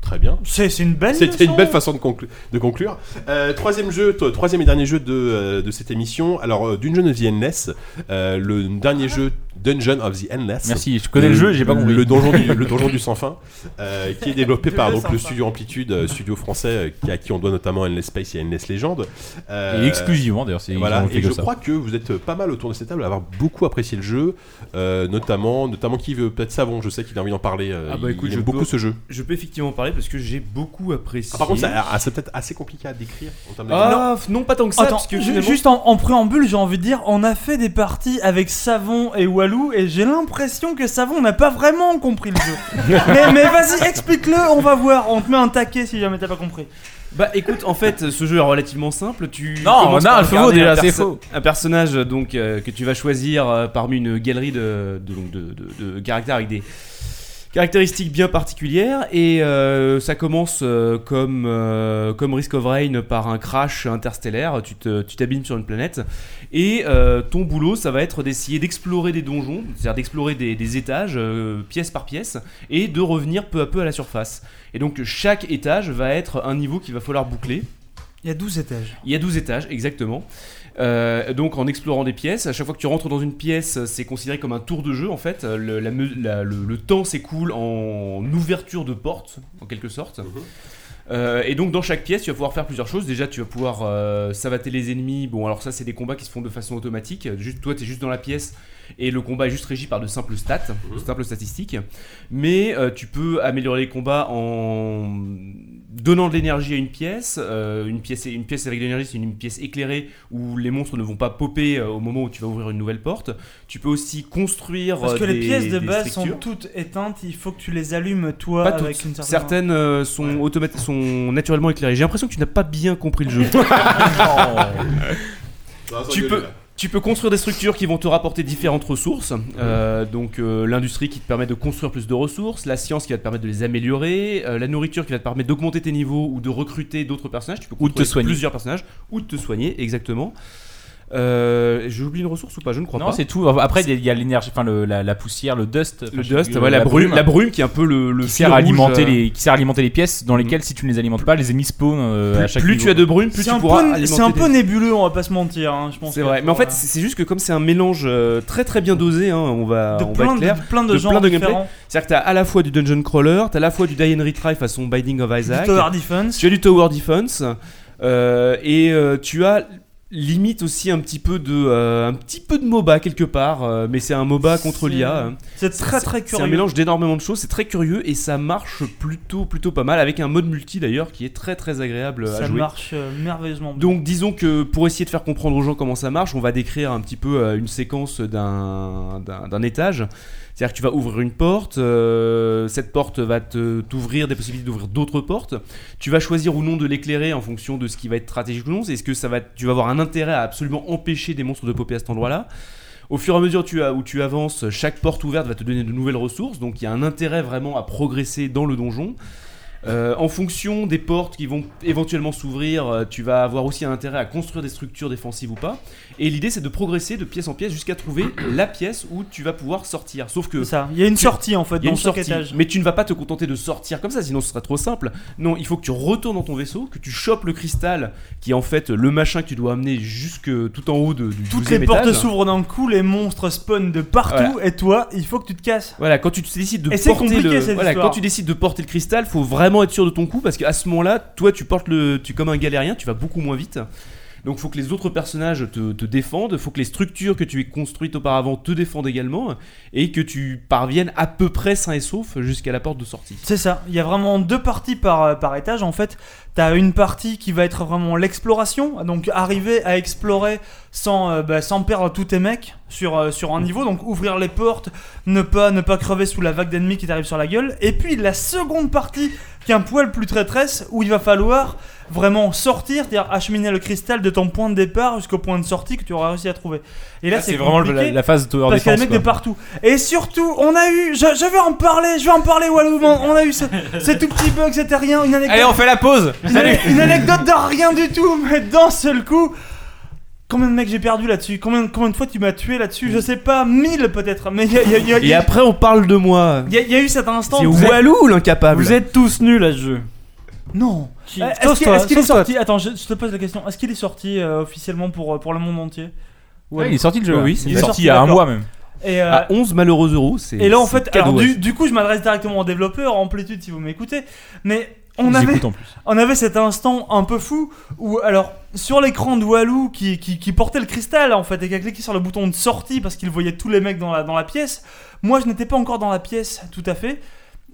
Speaker 1: Très bien.
Speaker 3: C'est c'est une belle.
Speaker 1: C'était une
Speaker 3: leçon.
Speaker 1: belle façon de, conclu- de conclure. Euh, troisième jeu, to- troisième et dernier jeu de, euh, de cette émission. Alors, euh, d'une jeune viennesse, euh, le dernier jeu Dungeon of the Endless.
Speaker 4: Merci, je connais le jeu, j'ai pas compris.
Speaker 1: Le donjon du, le donjon du sans fin, euh, qui est développé par donc, le studio Amplitude, euh, studio français euh, qui- à qui on doit notamment Endless Space et Endless Legend. Euh,
Speaker 4: Euh, Et exclusivement, d'ailleurs, c'est- ils
Speaker 1: Voilà,
Speaker 4: ont fait
Speaker 1: et
Speaker 4: que
Speaker 1: je
Speaker 4: ça.
Speaker 1: crois que vous êtes pas mal autour de cette table à avoir beaucoup apprécié le jeu, euh, notamment, notamment qui veut peut-être Savon, je sais qu'il a envie d'en parler. euh,
Speaker 9: Ah bah
Speaker 1: il-
Speaker 9: écoute,
Speaker 1: il
Speaker 9: je
Speaker 1: aime beaucoup
Speaker 9: peux-
Speaker 1: ce jeu.
Speaker 9: Je peux effectivement parler parce que j'ai beaucoup apprécié.
Speaker 1: Ah, par contre, ça- ah, c'est peut-être assez compliqué à décrire en termes de-
Speaker 9: Ah, f- non, pas tant que ça,
Speaker 3: Attends,
Speaker 9: parce que
Speaker 3: ju-
Speaker 9: finalement-
Speaker 3: Juste en, en préambule, j'ai envie de dire, on a fait des parties avec Savon et Walou, et j'ai l'impression que Savon n'a pas vraiment compris le jeu. mais mais vas-y, explique-le, on va voir, on te met un taquet si jamais t'as pas compris.
Speaker 9: Bah écoute, en fait, ce jeu est relativement simple. Tu
Speaker 3: Non,
Speaker 9: commences
Speaker 3: on a
Speaker 9: par
Speaker 3: un faux
Speaker 9: incarner
Speaker 3: déjà,
Speaker 9: un
Speaker 3: c'est
Speaker 9: perso-
Speaker 3: faux.
Speaker 9: Un personnage donc euh, que tu vas choisir euh, parmi une galerie de, de, donc, de- de- de caractères avec des caractéristiques bien particulières et euh, ça commence euh, comme euh, comme Risk of Rain par un crash interstellaire. Tu te- tu t'abîmes sur une planète et euh, ton boulot, ça va être d'essayer d'explorer des donjons, c'est-à-dire d'explorer des, des étages euh, pièce par pièce et de revenir peu à peu à la surface. Et donc chaque étage va être un niveau qu'il va falloir boucler.
Speaker 3: Il y a 12 étages.
Speaker 9: Il y a 12 étages, exactement. Euh, donc en explorant des pièces, à chaque fois que tu rentres dans une pièce, c'est considéré comme un tour de jeu en fait. Euh, Le, la me- la- le- le temps s'écoule en ouverture de porte, en quelque sorte.
Speaker 3: Mhm.
Speaker 9: Euh, et donc dans chaque pièce, tu vas pouvoir faire plusieurs choses. Déjà, tu vas pouvoir euh, savater les ennemis. Bon, alors ça, c'est des combats qui se font de façon automatique. Juste, toi, tu es juste dans la pièce et le combat est juste régi par de simples stats,
Speaker 3: Mhm.
Speaker 9: de simples statistiques. Mais euh, tu peux améliorer les combats en donnant de l'énergie à une pièce. Euh, une pièce, une pièce avec de l'énergie, c'est une pièce éclairée où les monstres ne vont pas popper euh, au moment où tu vas ouvrir une nouvelle porte. Tu peux aussi construire
Speaker 3: Parce que
Speaker 9: euh,
Speaker 3: les
Speaker 9: des-
Speaker 3: pièces de
Speaker 9: des
Speaker 3: base
Speaker 9: structures.
Speaker 3: sont toutes éteintes, il faut que tu les allumes toi
Speaker 9: Pas
Speaker 3: avec
Speaker 9: toutes.
Speaker 3: une certaine.
Speaker 9: Certaines euh, sont, automat- sont naturellement éclairées. J'ai l'impression que tu n'as pas bien compris le jeu. tu peux. Tu peux construire des structures qui vont te rapporter différentes ressources. Euh, donc euh, l'industrie qui te permet de construire plus de ressources, la science qui va te permettre de les améliorer, euh, la nourriture qui va te permettre d'augmenter tes niveaux ou de recruter d'autres personnages. Tu peux
Speaker 4: Ou de te
Speaker 9: contrôler
Speaker 4: soigner.
Speaker 9: plusieurs personnages ou de te soigner exactement. Euh, J'ai oublié une ressource ou pas Je ne crois
Speaker 4: Non,
Speaker 9: pas.
Speaker 4: c'est tout. Après, il y a l'énergie, enfin le- la, la poussière, le dust, enfin,
Speaker 9: Le
Speaker 4: je sais
Speaker 9: dust,
Speaker 4: plus,
Speaker 9: ouais, la brume- la brume qui est un peu le- le
Speaker 4: qui
Speaker 9: fil
Speaker 4: sert à
Speaker 9: rouge,
Speaker 4: alimenter
Speaker 9: euh,
Speaker 4: les, qui sert à alimenter les pièces dans lesquelles si tu ne les alimentes pas, les ennemis spawn euh, à chaque
Speaker 9: plus
Speaker 4: niveau.
Speaker 9: tu as de brume, plus
Speaker 3: C'est
Speaker 9: tu
Speaker 3: un,
Speaker 9: pourras
Speaker 3: peu,
Speaker 9: alimenter
Speaker 3: c'est un peu
Speaker 9: des-
Speaker 3: nébuleux, on va pas se mentir. hein, je pense
Speaker 9: C'est
Speaker 3: que-
Speaker 9: vrai, mais en fait, c'est c'est juste que comme c'est un mélange euh, très très bien dosé, hein, on
Speaker 3: euh,
Speaker 9: va,
Speaker 3: De
Speaker 9: on
Speaker 3: plein
Speaker 9: va être
Speaker 3: de-
Speaker 9: clair,
Speaker 3: de plein de genres
Speaker 9: gameplay.
Speaker 3: différents.
Speaker 9: C'est-à-dire que t'as à la fois du dungeon crawler, t'as à la fois du die and retry façon Binding of Isaac,
Speaker 3: tower defense.
Speaker 9: tu as du tower defense, euh, et euh, tu as limite aussi un petit peu de euh, un petit peu de MOBA quelque part, euh, mais c'est un MOBA contre
Speaker 3: C'est-
Speaker 9: l'IA. hein.
Speaker 3: c'est très, très
Speaker 9: C'est un
Speaker 3: curieux.
Speaker 9: mélange d'énormément de choses, c'est très curieux et ça marche plutôt plutôt pas mal avec un mode multi d'ailleurs qui est très très agréable à
Speaker 3: Ça
Speaker 9: jouer.
Speaker 3: marche euh, merveilleusement bien.
Speaker 9: Donc disons que pour essayer de faire comprendre aux gens comment ça marche, on va décrire un petit peu euh, une séquence d'un d'un- d'un étage. C'est-à-dire que tu vas ouvrir une porte, euh, cette porte va te- t'ouvrir des possibilités d'ouvrir d'autres portes. Tu vas choisir ou non de l'éclairer en fonction de ce qui va être stratégique ou non. Est-ce que ça va, tu vas avoir un intérêt à absolument empêcher des monstres de popper à cet endroit-là au fur et à mesure tu as- où tu avances, chaque porte ouverte va te donner de nouvelles ressources, donc il y a un intérêt vraiment à progresser dans le donjon. Euh, en fonction des portes qui vont éventuellement s'ouvrir, euh, tu vas avoir aussi un intérêt à construire des structures défensives ou pas. Et l'idée, c'est de progresser de pièce en pièce jusqu'à trouver la pièce où tu vas pouvoir sortir. Sauf que
Speaker 3: ça, il y a une sortie, en fait,
Speaker 9: euh, il y a
Speaker 3: dans
Speaker 9: une
Speaker 3: chaque
Speaker 9: sortie.
Speaker 3: étage.
Speaker 9: Mais tu ne vas pas te contenter de sortir comme ça, sinon ce serait trop simple. Non, il faut que tu retournes dans ton vaisseau, que tu chopes le cristal, qui est en fait le machin que tu dois amener jusque tout en haut de, du
Speaker 3: Toutes
Speaker 9: 12e
Speaker 3: les portes
Speaker 9: étage.
Speaker 3: s'ouvrent d'un coup, les monstres spawnent de partout, et toi, il faut que tu te casses.
Speaker 9: Voilà, quand tu décides de
Speaker 3: Et c'est
Speaker 9: porter
Speaker 3: compliqué,
Speaker 9: le,
Speaker 3: cette
Speaker 9: voilà,
Speaker 3: histoire.
Speaker 9: quand tu décides de porter le cristal, faut vraiment être sûr de ton coup parce qu'à ce moment-là, toi tu portes le tu comme un galérien, tu vas beaucoup moins vite. Donc faut que les autres personnages te, te défendent, faut que les structures que tu aies construites auparavant te défendent également et que tu parviennes à peu près sain et sauf jusqu'à la porte de sortie.
Speaker 3: C'est ça, il y a vraiment deux parties par, euh, par étage en fait. T'as une partie qui va être vraiment l'exploration, donc arriver à explorer sans, euh, bah, sans perdre tous tes mecs sur, euh, sur un niveau, donc ouvrir les portes, ne pas, ne pas crever sous la vague d'ennemis qui t'arrive sur la gueule. Et puis la seconde partie qui est un poil plus traîtresse, où il va falloir vraiment sortir, c'est-à-dire acheminer le cristal de ton point de départ jusqu'au point de sortie que tu auras réussi à trouver. Et là,
Speaker 4: Ah,
Speaker 3: c'est
Speaker 4: c'est vraiment le-
Speaker 3: compliqué
Speaker 4: la- la phase tower
Speaker 3: Parce qu'il y a des
Speaker 4: défense,
Speaker 3: mecs de
Speaker 4: quoi.
Speaker 3: partout. Et surtout, on a eu, je, je vais en parler, je vais en parler, Walou, on, on a eu ce, ce tout petit bug, c'était rien, une anecdote.
Speaker 4: Allez, on fait la pause.
Speaker 3: Une,
Speaker 4: Salut.
Speaker 3: ane- une anecdote de rien du tout, mais d'un seul coup. Combien de mecs j'ai perdu là-dessus combien, combien de fois tu m'as tué là-dessus Je sais pas, 1000 peut-être, mais il y a, il y a- il y a- il
Speaker 9: Et
Speaker 3: y a-
Speaker 9: après on parle de moi.
Speaker 3: il y a- il y a eu cet instant.
Speaker 9: C'est
Speaker 3: où vous êtes-
Speaker 9: Walou l'incapable.
Speaker 3: vous êtes
Speaker 9: tous nuls à ce jeu.
Speaker 3: Non
Speaker 9: Qui-
Speaker 3: Euh,
Speaker 9: Sauf
Speaker 3: Est-ce qu'il
Speaker 9: toi,
Speaker 3: est-ce qu'il est
Speaker 9: sauf toi.
Speaker 3: sorti Attends, je, je te pose la question. Est-ce qu'il est sorti euh, officiellement pour, euh, pour le monde entier Ou
Speaker 4: Ouais,
Speaker 3: alors
Speaker 4: il est sorti, le jeu, oui, c'est
Speaker 3: Il
Speaker 4: vrai.
Speaker 3: est
Speaker 4: sorti il y a un
Speaker 3: d'accord.
Speaker 4: mois, même.
Speaker 3: Et, euh,
Speaker 9: à 11 malheureux euros, c'est.
Speaker 3: Et là, en
Speaker 9: c'est
Speaker 3: fait,
Speaker 9: cadeau,
Speaker 3: alors,
Speaker 9: ouais.
Speaker 3: du, du coup, je m'adresse directement aux développeurs, Amplitude, si vous m'écoutez. Mais on
Speaker 9: Ils
Speaker 3: avait,
Speaker 9: écoutent en
Speaker 3: on avait cet instant un peu fou où, alors, sur l'écran de Walou qui, qui, qui portait le cristal, en fait, et qui a cliqué sur le bouton de sortie parce qu'il voyait tous les mecs dans la, dans la pièce, moi, je n'étais pas encore dans la pièce, tout à fait.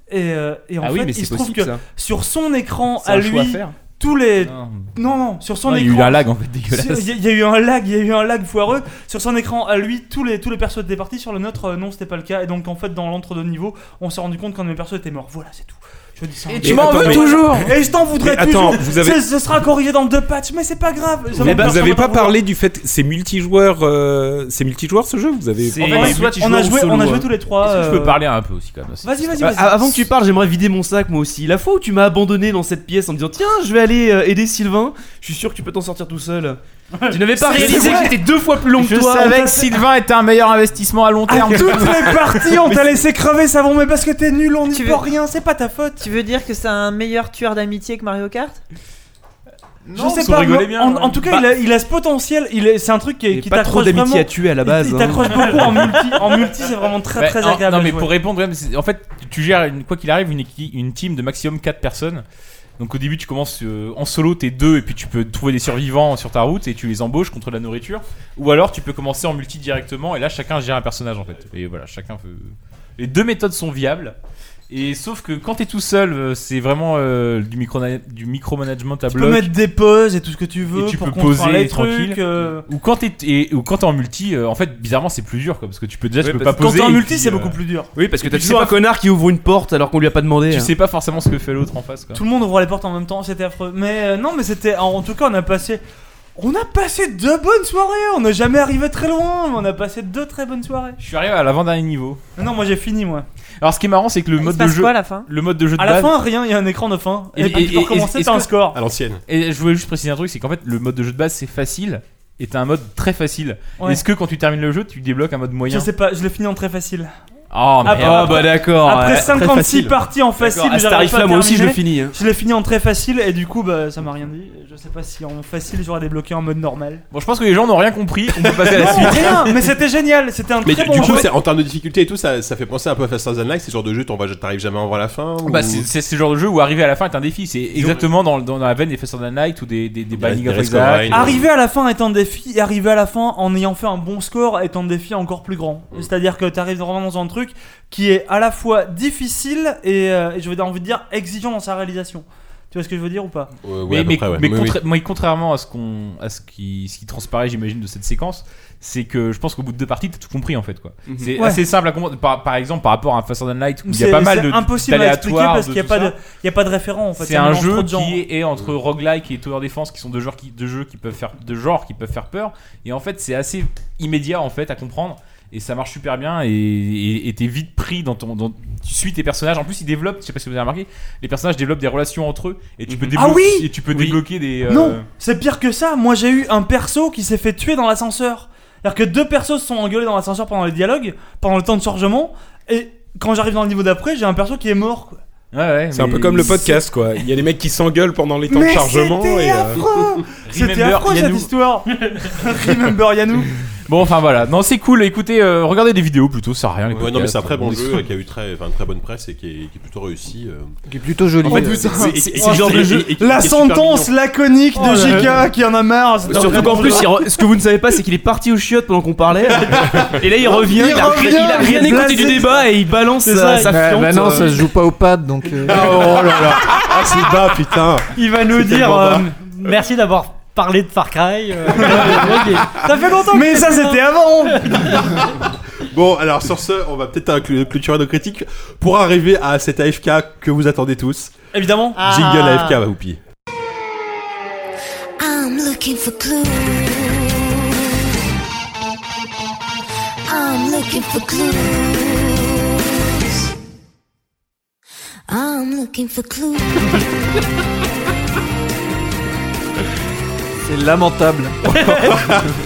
Speaker 3: Et, euh, et en
Speaker 9: Ah oui,
Speaker 3: fait,
Speaker 9: mais
Speaker 3: il
Speaker 9: c'est
Speaker 3: se trouve
Speaker 9: possible,
Speaker 3: que
Speaker 9: ça.
Speaker 3: sur son écran
Speaker 9: C'est
Speaker 3: à
Speaker 9: un choix
Speaker 3: lui,
Speaker 9: à faire. Ah.
Speaker 3: tous les.
Speaker 9: Non.
Speaker 3: Non, non, sur son
Speaker 13: Non, il y a
Speaker 3: écran.
Speaker 13: eu un lag, en fait, dégueulasse.
Speaker 3: Sur- Il y a- il y, a eu un lag, il y a eu un lag foireux. Sur son écran à lui, tous les, tous les persos étaient partis. Sur le nôtre, euh, non, c'était pas le cas. Et donc, en fait, dans l'entre-deux niveaux, on s'est rendu compte qu'un de mes persos était mort. Voilà, c'est tout. Je dis ça.
Speaker 13: Et tu m'en
Speaker 3: attends,
Speaker 13: veux
Speaker 3: mais-
Speaker 13: toujours
Speaker 3: Et je t'en voudrais
Speaker 2: Mais
Speaker 3: toujours
Speaker 2: attends, vous avez- bah,
Speaker 3: C'est- Ce sera corrigé dans deux patchs, mais c'est pas grave. Ça
Speaker 2: Vous
Speaker 3: va
Speaker 1: bah,
Speaker 3: me faire- ça
Speaker 2: avez
Speaker 3: va
Speaker 2: pas
Speaker 3: me faire-
Speaker 2: parlé du fait c'est multijoueur euh, c'est multijoueur ce jeu vous avez
Speaker 3: C'est- En fait, soit on a joué- on a joué tous les trois,
Speaker 4: Est-ce que je peux euh, parler un peu
Speaker 9: aussi quand même
Speaker 3: Vas-y, vas-y,
Speaker 9: Bah,
Speaker 3: vas-y.
Speaker 9: Avant que tu parles, j'aimerais vider mon sac moi aussi. La fois où tu m'as abandonné dans cette pièce en me disant Tiens, je vais aller euh, aider Sylvain, je suis sûr que tu peux t'en sortir tout seul. Tu n'avais pas
Speaker 13: C'est
Speaker 9: réalisé
Speaker 13: vrai.
Speaker 9: que j'étais deux fois plus long que
Speaker 13: Je
Speaker 9: toi.
Speaker 13: savais que Sylvain était un meilleur investissement à long
Speaker 9: Ah,
Speaker 13: terme.
Speaker 9: toutes les
Speaker 3: parties, on t'a laissé crever, savon, mais parce que t'es nul, on n'y
Speaker 7: peut
Speaker 3: rien, c'est pas ta faute.
Speaker 7: Tu veux dire que c'est un meilleur tueur d'amitié que Mario Kart
Speaker 3: je sais pas. moi, en, en tout cas, il, a, il a ce potentiel. Il est- c'est un truc qui, qui
Speaker 9: pas trop
Speaker 3: t'accroche
Speaker 9: d'amitié
Speaker 3: vraiment.
Speaker 9: à tuer à la
Speaker 3: Il-
Speaker 9: base,
Speaker 3: Il,
Speaker 9: hein.
Speaker 3: t'accroche beaucoup en multi. En multi, c'est vraiment très
Speaker 4: Bah,
Speaker 3: très
Speaker 4: non,
Speaker 3: agréable.
Speaker 4: Non,
Speaker 3: à
Speaker 4: mais
Speaker 3: jouer.
Speaker 4: pour répondre, quand même, c'est- en fait, tu gères une- quoi qu'il arrive une, équi- une team de maximum 4 personnes. Donc au début, tu commences euh, en solo, t'es deux, et puis tu peux trouver des survivants sur ta route et tu les embauches contre de la nourriture. Ou alors tu peux commencer en multi directement et là chacun gère un personnage en fait. Et voilà, chacun peut. Les deux méthodes sont viables. Et sauf que quand t'es tout seul, euh, c'est vraiment euh, du micro du micromanagement à
Speaker 3: Tu peux
Speaker 4: bloc.
Speaker 3: mettre des pauses et tout ce que tu veux
Speaker 4: Et tu
Speaker 3: pour
Speaker 4: peux
Speaker 3: qu'on te parle
Speaker 4: poser
Speaker 3: des trucs,
Speaker 4: tranquille.
Speaker 3: euh.
Speaker 4: Ou quand t'es et- ou quand t'es en multi, euh, en fait, bizarrement, c'est plus dur quoi, parce que tu peux déjà
Speaker 9: Ouais,
Speaker 4: tu peux pas
Speaker 9: parce que quand
Speaker 4: poser.
Speaker 9: t'es en
Speaker 4: et
Speaker 9: multi,
Speaker 4: puis,
Speaker 9: c'est
Speaker 4: euh,
Speaker 9: beaucoup plus dur.
Speaker 4: Oui, parce que
Speaker 9: Et
Speaker 4: t'as
Speaker 9: puis toujours un connard qui ouvre une porte alors qu'on lui a pas demandé.
Speaker 4: Tu
Speaker 9: hein.
Speaker 4: sais pas forcément ce que fait l'autre en face quoi.
Speaker 3: Tout le monde ouvre les portes en même temps, c'était affreux. Mais euh, non, mais c'était. En, en tout cas, on a passé. On a passé deux bonnes soirées. On n'est jamais arrivé très loin, mais on a passé deux très bonnes soirées.
Speaker 4: Je suis arrivé à l'avant-dernier niveau.
Speaker 3: Non, non, moi j'ai fini moi.
Speaker 4: Alors ce qui est marrant, c'est que le
Speaker 3: Il
Speaker 4: mode
Speaker 3: se
Speaker 4: de
Speaker 3: passe
Speaker 4: jeu,
Speaker 3: quoi, à la fin
Speaker 4: le mode de jeu de
Speaker 3: À la
Speaker 4: base-
Speaker 3: fin, rien, il y a un écran de fin. Et,
Speaker 4: Et-
Speaker 3: puis
Speaker 4: et-
Speaker 3: pour
Speaker 4: et-
Speaker 3: commencer,
Speaker 4: est-ce
Speaker 3: t'as un
Speaker 4: que- Ah,
Speaker 3: score.
Speaker 1: À l'ancienne.
Speaker 4: Et je voulais juste préciser un truc, c'est qu'en fait le mode de jeu de base c'est facile et t'as un mode très facile.
Speaker 3: Ouais.
Speaker 4: Est-ce que quand tu termines le jeu, tu débloques un mode moyen
Speaker 3: Je sais pas, je l'ai fini en très facile.
Speaker 4: Oh, merde. Ah, bah, d'accord,
Speaker 3: Après
Speaker 4: ouais, très
Speaker 3: 56
Speaker 4: facile.
Speaker 3: parties en
Speaker 4: D'accord,
Speaker 3: facile,
Speaker 4: à ce
Speaker 3: j'arrive
Speaker 4: tarif-là,
Speaker 3: pas à
Speaker 4: moi aussi, je le
Speaker 3: terminer.
Speaker 4: finis, hein.
Speaker 3: Je l'ai fini en très facile et du coup, bah ça m'a rien dit. Je sais pas si en facile j'aurais débloqué en mode normal.
Speaker 4: Bon, je pense que les gens n'ont rien compris. On peut passer à la
Speaker 3: Non,
Speaker 4: suite.
Speaker 3: rien, mais c'était génial, c'était un
Speaker 1: Mais
Speaker 3: très
Speaker 1: du,
Speaker 3: bon
Speaker 1: du coup,
Speaker 3: jeu.
Speaker 1: c'est- en termes de difficulté et tout, ça, ça fait penser un peu à Faster Than Light, c'est le genre de jeu, t'en vas- t'arrives jamais à en voir la fin. ou-
Speaker 4: Bah, c'est c'est ce genre de jeu où arriver à la fin est un défi. C'est exactement dans, dans la veine des Fast and Night ou des, des, des Binding of
Speaker 1: des
Speaker 4: Isaac.
Speaker 1: Rescovering.
Speaker 3: Arriver à la fin est un défi, et arriver à la fin en ayant fait un bon score est un défi encore plus grand. C'est-à-dire que t'arrives vraiment dans un truc qui est à la fois difficile et, euh, et je vais envie de dire exigeant dans sa réalisation. Tu vois ce que je veux dire ou pas
Speaker 2: Oh,
Speaker 1: Ouais, euh,
Speaker 4: mais,
Speaker 1: ouais, à peu
Speaker 4: mais-
Speaker 1: près, ouais.
Speaker 4: mais
Speaker 1: Oui,
Speaker 4: contra-
Speaker 1: oui.
Speaker 4: mais contrairement à ce qu'on à ce qui ce qui transparaît j'imagine de cette séquence c'est que je pense qu'au bout de deux parties t'as tout compris en fait quoi
Speaker 3: Mhm.
Speaker 4: c'est
Speaker 3: Ouais.
Speaker 4: assez simple à comprendre par, par exemple par rapport à un Fast and Light où il y
Speaker 3: C'est-
Speaker 4: a pas mal
Speaker 3: c'est
Speaker 4: de
Speaker 3: impossible à expliquer
Speaker 4: d'aléatoires,
Speaker 3: parce qu'il n'y a,
Speaker 4: tout
Speaker 3: pas
Speaker 4: ça.
Speaker 3: de- il y a pas de référent en fait.
Speaker 4: c'est
Speaker 3: ça
Speaker 4: un
Speaker 3: mélange trop
Speaker 4: jeu
Speaker 3: de genres.
Speaker 4: qui est, est entre roguelike et tower defense qui sont deux genres qui deux jeux qui peuvent faire deux genres qui peuvent faire peur et en fait c'est assez immédiat en fait à comprendre et ça marche super bien et- et et t'es vite pris dans ton dans tu suis tes personnages en plus ils développent je sais pas si vous avez remarqué les personnages développent des relations entre eux et
Speaker 2: Mhm.
Speaker 4: tu peux
Speaker 3: Ah
Speaker 4: débloquer
Speaker 3: oui
Speaker 4: et tu peux
Speaker 3: Oui.
Speaker 4: débloquer des euh,
Speaker 3: Non, c'est pire que ça. Moi, j'ai eu un perso qui s'est fait tuer dans l'ascenseur. C'est-à-dire que deux persos se sont engueulés dans l'ascenseur pendant les dialogues, pendant le temps de chargement, et quand j'arrive dans le niveau d'après, j'ai un perso qui est mort. Quoi.
Speaker 2: c'est un peu comme le podcast quoi il y a les mecs qui s'engueulent pendant les temps de
Speaker 3: Mais
Speaker 2: chargement
Speaker 3: c'était
Speaker 2: et euh,
Speaker 3: affreux C'était
Speaker 4: Remember
Speaker 3: affreux cette
Speaker 4: Yanou.
Speaker 3: histoire Remember Yanou
Speaker 4: Bon, enfin voilà. Non, c'est cool. Écoutez, euh, regardez des vidéos plutôt, ça sert à rien. les
Speaker 1: Ouais, non, mais c'est un
Speaker 4: podcasts.
Speaker 1: très bon jeu euh, qui a eu très, enfin, une très bonne presse et qui est, qui est plutôt réussi. euh.
Speaker 5: Qui est plutôt joli.
Speaker 1: En fait,
Speaker 5: Oh,
Speaker 1: c'est-
Speaker 5: putain.
Speaker 1: c'est- c'est-
Speaker 5: Oh,
Speaker 1: c'est le genre de
Speaker 5: c'est-
Speaker 1: jeu.
Speaker 5: et- et-
Speaker 3: La
Speaker 1: qui est super
Speaker 3: sentence
Speaker 1: mignon.
Speaker 3: laconique de
Speaker 9: Oh là là.
Speaker 3: JK qui en a marre c'est un
Speaker 9: Surtout
Speaker 3: très
Speaker 9: qu'en
Speaker 3: bon
Speaker 9: plus,
Speaker 3: jeu.
Speaker 9: il re- ce que vous ne savez pas, c'est qu'il est parti aux chiottes pendant qu'on parlait. Et là, il revient, il,
Speaker 3: Il
Speaker 9: a,
Speaker 3: revient,
Speaker 9: il a rien
Speaker 3: il est
Speaker 9: écouté du
Speaker 3: blasé.
Speaker 9: débat et il balance
Speaker 3: C'est
Speaker 9: sa,
Speaker 3: ça,
Speaker 9: sa
Speaker 5: Ouais,
Speaker 9: fiente,
Speaker 5: bah non, ça
Speaker 9: euh.
Speaker 5: se joue pas au pad donc. euh,
Speaker 1: oh là là Ah, c'est bas, putain
Speaker 6: Il va nous
Speaker 5: C'est
Speaker 6: dire
Speaker 5: tellement
Speaker 6: euh,
Speaker 5: bas.
Speaker 6: merci d'avoir parlé de Far Cry. euh,
Speaker 3: Ça fait longtemps que
Speaker 6: Mais
Speaker 3: c'est
Speaker 6: ça,
Speaker 3: pas
Speaker 6: c'était
Speaker 3: avant
Speaker 1: Bon, alors sur ce, on va peut-être euh, cl- clôturer nos critiques pour arriver à cet AFK que vous attendez tous.
Speaker 3: Évidemment
Speaker 6: Ah.
Speaker 1: Jingle AFK, va bah, Whoopi.
Speaker 14: I'm looking for clues. I'm looking for clues. I'm looking for clues.
Speaker 5: C'est lamentable.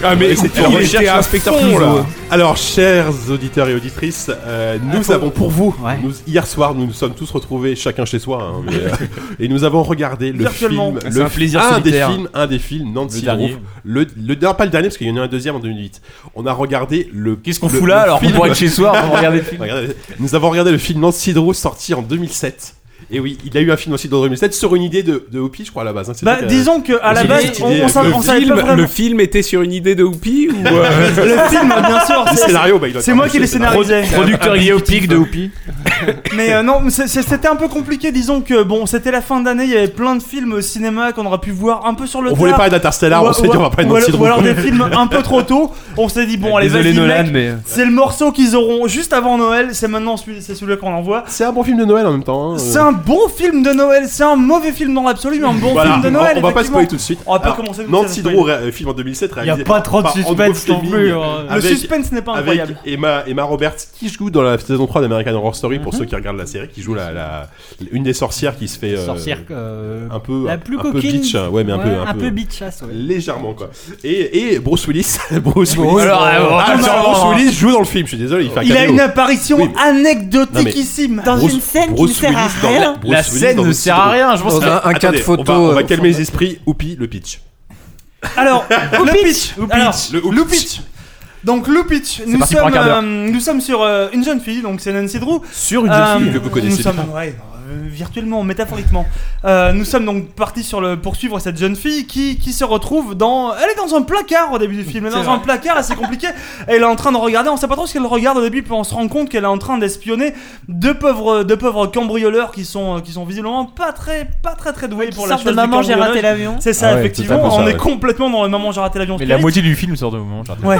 Speaker 1: Ah mais
Speaker 5: C'est
Speaker 1: il était à fond,
Speaker 3: hein.
Speaker 1: là. Alors chers auditeurs et auditrices, euh, nous avons pour vous, nous- hier soir nous nous sommes tous retrouvés chacun chez soi hein, mais, euh, et nous avons regardé le
Speaker 9: Virtuellement.
Speaker 1: film,
Speaker 9: C'est
Speaker 1: le
Speaker 9: un plaisir
Speaker 1: un des
Speaker 9: solitaire.
Speaker 1: films, un des films Nancy
Speaker 9: Le dernier.
Speaker 1: Drew. le, le non, pas le dernier parce qu'il y en a eu un deuxième en 2008. On a regardé le qu'est-ce
Speaker 4: qu'on fout là, alors qu'on pourrait être chez soi avant de regarder le film.
Speaker 1: Nous avons regardé le film Nancy Drew sorti en 2007. Et oui, il a eu un film Nancy Drew en 2007 sur une idée de, de Hopi, je crois à la base. hein, c'est
Speaker 3: Bah,
Speaker 1: ça qu'elle-
Speaker 3: disons que, à la
Speaker 1: C'est
Speaker 3: base,
Speaker 1: cette
Speaker 3: on-
Speaker 1: idée,
Speaker 3: on savait-
Speaker 1: euh,
Speaker 3: on savait pas vraiment.
Speaker 2: Le film était sur une idée de Whoopi ou euh,
Speaker 3: Le film, bien sûr.
Speaker 2: Le
Speaker 3: c'est-
Speaker 2: scénario, bah, il a
Speaker 3: C'est moi qui l'ai
Speaker 2: été scénarisé.
Speaker 3: scénarisé.
Speaker 2: Producteur
Speaker 5: biopic de Whoopi.
Speaker 3: Mais euh, non, mais c'est- c'est- c'était un peu compliqué, disons que bon, c'était la fin d'année, il y avait plein de films au cinéma qu'on aurait pu voir un peu sur le
Speaker 1: On voulait
Speaker 3: tard.
Speaker 1: parler d'Interstellar,
Speaker 3: Ou-
Speaker 1: on s'est dit,
Speaker 3: ou-
Speaker 1: on va pas être
Speaker 3: ou
Speaker 1: dans le
Speaker 3: alors-
Speaker 1: syndrome.
Speaker 3: Ou alors des films un peu trop tôt, on s'est dit, bon, allez,
Speaker 9: Désolé
Speaker 3: vas-y,
Speaker 9: Nolan,
Speaker 3: mec,
Speaker 9: mais-
Speaker 3: c'est le morceau qu'ils auront juste avant Noël, c'est maintenant celui- c'est celui-là qu'on envoie.
Speaker 1: C'est un bon film de Noël en même temps. hein,
Speaker 3: C'est
Speaker 1: euh.
Speaker 3: un bon film de Noël, c'est un mauvais film dans l'absolu, mais un bon
Speaker 1: Voilà,
Speaker 3: film de
Speaker 1: on-
Speaker 3: Noël.
Speaker 1: On va pas
Speaker 3: effectivement.
Speaker 1: spoiler tout de suite.
Speaker 3: On va pas
Speaker 1: Alors,
Speaker 3: commencer comme ça,
Speaker 1: Nancy
Speaker 3: le spoil.
Speaker 1: Drew, ré- euh, film en 2007, réalisé.
Speaker 3: Y a pas
Speaker 1: par-
Speaker 3: trop de
Speaker 1: par Andrew
Speaker 3: suspense non
Speaker 1: Fleming,
Speaker 3: plus, hein. Le
Speaker 1: avec-
Speaker 3: suspense n'est pas
Speaker 1: avec
Speaker 3: incroyable.
Speaker 1: Emma, Emma Roberts qui joue dans la saison 3 d'American Horror Story,
Speaker 3: Mhm.
Speaker 1: pour ceux qui regardent la série, qui joue la, la- une des sorcières qui se fait. euh,
Speaker 6: Sorcière, euh,
Speaker 1: un peu.
Speaker 6: la
Speaker 1: un-
Speaker 6: plus
Speaker 1: un peu
Speaker 6: coquine.
Speaker 1: bitch, hein, ouais, mais un
Speaker 6: Ouais,
Speaker 1: peu.
Speaker 6: un peu bitchasse, ouais.
Speaker 1: Légèrement, quoi. Et, et Bruce Willis. Bruce
Speaker 6: Bon,
Speaker 1: Willis.
Speaker 6: alors,
Speaker 2: euh,
Speaker 4: euh,
Speaker 1: Ah,
Speaker 6: alors,
Speaker 1: Bruce
Speaker 6: alors,
Speaker 1: Willis joue dans le film, je suis désolé. fait un
Speaker 3: Il a
Speaker 1: caméo.
Speaker 3: une apparition
Speaker 1: Oui, mais- Non, mais
Speaker 3: anecdotiquissime
Speaker 1: Bruce- Bruce Willis dans la- Bruce
Speaker 4: La
Speaker 1: Willis
Speaker 4: scène
Speaker 1: dans
Speaker 4: ne
Speaker 1: le
Speaker 4: sert à
Speaker 1: cidre.
Speaker 4: rien, je pense
Speaker 1: Dans
Speaker 4: que-
Speaker 1: un- un
Speaker 4: Attendez,
Speaker 1: cas de photo,
Speaker 4: on va-
Speaker 1: on va
Speaker 4: euh,
Speaker 1: calmer les
Speaker 4: fondamental.
Speaker 1: esprits. Oupi, le pitch.
Speaker 3: Alors, le pitch. Alors, le pitch. Donc le pitch, nous
Speaker 1: parti pour un
Speaker 3: sommes,
Speaker 1: quart d'heure.
Speaker 3: euh, nous sommes sur euh, une jeune fille, donc c'est Nancy Drew.
Speaker 1: Sur
Speaker 3: Euh,
Speaker 1: une jeune fille que vous connaissez
Speaker 3: Nous sommes,
Speaker 1: bien.
Speaker 3: ouais, euh, virtuellement, métaphoriquement. Euh, nous sommes donc partis sur le, poursuivre cette jeune fille qui, qui se retrouve dans... Elle est dans un placard au début du film, elle est dans
Speaker 6: C'est
Speaker 3: un placard, assez compliqué. Elle est en train de regarder, on sait pas trop ce qu'elle regarde au début, puis on se rend compte qu'elle est en train d'espionner deux pauvres, deux pauvres cambrioleurs qui sont, qui sont visiblement pas très, pas très, très doués pour la
Speaker 7: sortent de
Speaker 3: chose du
Speaker 7: Maman, j'ai raté
Speaker 3: cambriolage.
Speaker 7: l'avion.
Speaker 3: C'est ça,
Speaker 4: Ah ouais,
Speaker 3: effectivement,
Speaker 4: totalement ça,
Speaker 3: on est
Speaker 4: ouais.
Speaker 3: complètement dans le moment j'ai raté l'avion.
Speaker 4: Mais la
Speaker 3: spirit.
Speaker 4: moitié du film sort de moment. j'ai raté.
Speaker 3: Ouais.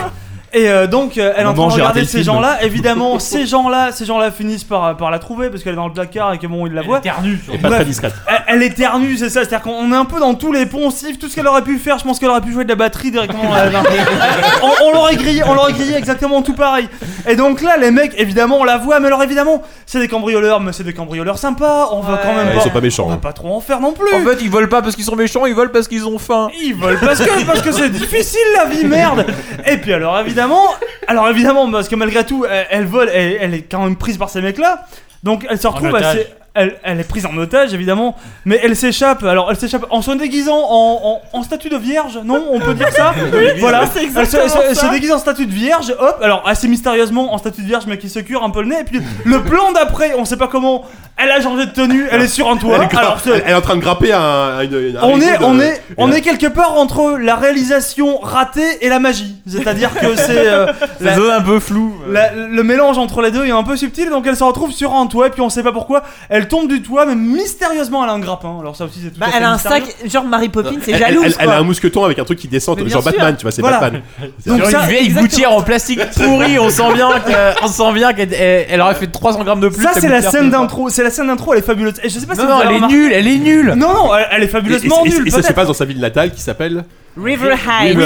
Speaker 3: Et euh, donc, euh, elle est en
Speaker 4: Maman,
Speaker 3: train de
Speaker 4: j'ai raté
Speaker 3: regarder
Speaker 4: le
Speaker 3: ces
Speaker 4: film.
Speaker 3: gens-là. Évidemment, ces gens-là, ces gens-là finissent par, euh, par la trouver parce qu'elle est dans le placard et que bon, ils la voient.
Speaker 4: éternue, surtout. Et pas
Speaker 3: Bref,
Speaker 4: très discrète.
Speaker 3: Elle, elle éternue, c'est ça. C'est-à-dire qu'on est un peu dans tous les poncifs, tout ce qu'elle aurait pu faire. Je pense qu'elle aurait pu jouer de la batterie directement. euh, dans- on on l'aurait grillé, on l'aurait grillé exactement tout pareil. Et donc là, les mecs, évidemment, on la voit, mais alors évidemment, c'est des cambrioleurs, mais c'est des cambrioleurs sympas. On va quand même
Speaker 1: Ouais,
Speaker 3: pas.
Speaker 1: Ils sont pas méchants. hein.
Speaker 3: pas trop en faire non plus.
Speaker 13: En fait, ils volent pas parce qu'ils sont méchants, ils volent parce qu'ils ont
Speaker 4: Hein.
Speaker 13: faim.
Speaker 3: Ils volent parce que parce que c'est difficile la vie merde. Et puis alors évidemment, alors évidemment parce que malgré tout elle, elle vole, elle, elle est quand même prise par ces mecs là. Donc elle se retrouve
Speaker 4: otage.
Speaker 3: assez- elle, elle est prise en otage évidemment, mais elle s'échappe. Alors elle s'échappe en se déguisant en, en- en statue de vierge, non On peut dire ça
Speaker 7: Oui,
Speaker 3: Voilà.
Speaker 7: c'est
Speaker 3: Elle se, elle se-
Speaker 7: exactement
Speaker 3: elle se
Speaker 7: ça.
Speaker 3: déguise en statue de vierge, hop. Alors assez mystérieusement en statue de vierge mais qui se cure un peu le nez. Et puis le plan d'après, on sait pas comment. Elle a changé de tenue, elle est sur un toit.
Speaker 1: Elle, gra-
Speaker 3: Alors, ce-
Speaker 1: elle- elle est en train de grapper un, un- une- un
Speaker 3: on
Speaker 1: réseau
Speaker 3: est,
Speaker 1: de-
Speaker 3: on est,
Speaker 1: une-
Speaker 3: on est quelque part entre la réalisation ratée et la magie. C'est-à-dire que c'est euh, la-
Speaker 4: La zone un peu floue.
Speaker 3: la- le mélange entre les deux est un peu subtil, donc elle se retrouve sur un toit et puis on sait pas pourquoi. Elle tombe du toit, mais mystérieusement elle a un grappin. Alors ça aussi c'est tout.
Speaker 7: Bah,
Speaker 3: à fait
Speaker 7: elle a un
Speaker 3: mystérieux.
Speaker 7: sac, genre Mary Poppins, c'est
Speaker 1: elle,
Speaker 7: jalouse.
Speaker 1: elle- elle
Speaker 7: quoi.
Speaker 1: a un mousqueton avec un truc qui descend,
Speaker 7: Mais bien
Speaker 1: genre
Speaker 7: sûr.
Speaker 1: Batman, tu vois, c'est
Speaker 7: Voilà.
Speaker 1: Batman.
Speaker 4: Sur une vieille gouttière en plastique pourri, on sent bien que- on sent bien qu'elle elle- elle aurait fait 300 grammes de plus.
Speaker 3: Ça
Speaker 4: sa
Speaker 3: c'est la
Speaker 4: gouttière,
Speaker 3: scène
Speaker 4: c'est pas-
Speaker 3: d'intro. C'est la scène d'intro. Elle est fabuleuse. Et je sais pas si
Speaker 4: Non,
Speaker 3: vous
Speaker 4: non,
Speaker 3: avez
Speaker 4: elle est
Speaker 3: remarqué-
Speaker 4: nulle, elle est nulle.
Speaker 3: Non, non, elle, elle
Speaker 1: Et-
Speaker 3: est
Speaker 1: et-
Speaker 3: fabuleusement
Speaker 1: et- et-
Speaker 3: nulle.
Speaker 1: et ça se
Speaker 3: peut-être.
Speaker 1: passe dans sa ville natale qui s'appelle
Speaker 7: Riverhead.
Speaker 1: voilà, une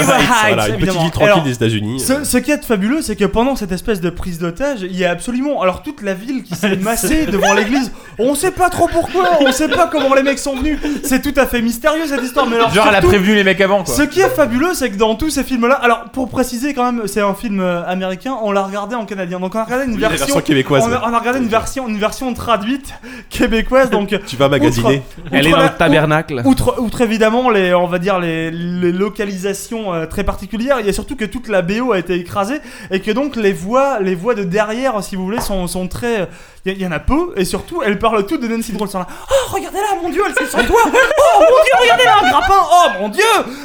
Speaker 1: petite
Speaker 3: évidemment.
Speaker 1: ville tranquille
Speaker 3: Alors,
Speaker 1: des États-Unis.
Speaker 3: Ce, ce qui est fabuleux, c'est que pendant cette espèce de prise d'otage, il y a absolument. Alors, toute la ville qui s'est massée devant l'église, on sait pas trop pourquoi, on sait pas comment les mecs sont venus. C'est tout à fait mystérieux cette histoire, mais alors.
Speaker 4: Genre, elle a
Speaker 3: surtout,
Speaker 4: prévenu les mecs avant, quoi.
Speaker 3: Ce qui est fabuleux, c'est que dans tous ces films-là, alors pour préciser quand même, c'est un film euh, américain, on l'a regardé en canadien, donc on a regardé une
Speaker 1: Oui, la
Speaker 3: version,
Speaker 1: version québécoise,
Speaker 3: on a,
Speaker 1: ouais.
Speaker 3: on a regardé une version, une version traduite québécoise, donc
Speaker 1: Tu vas magasiner. Elle est dans
Speaker 3: la-
Speaker 1: le tabernacle.
Speaker 3: Outre, outre évidemment les, on va dire les, les localisations euh, très particulières, il y a surtout que toute la BO a été écrasée et que donc les voix, les voix de derrière, si vous voulez, sont, sont très, euh, il y, a- il y en a peu et surtout elles parlent toutes de Nancy Drew. Elles sont là, oh regardez là, mon dieu, elle s'est sur toi, oh mon dieu, regardez là un grappin, oh mon dieu,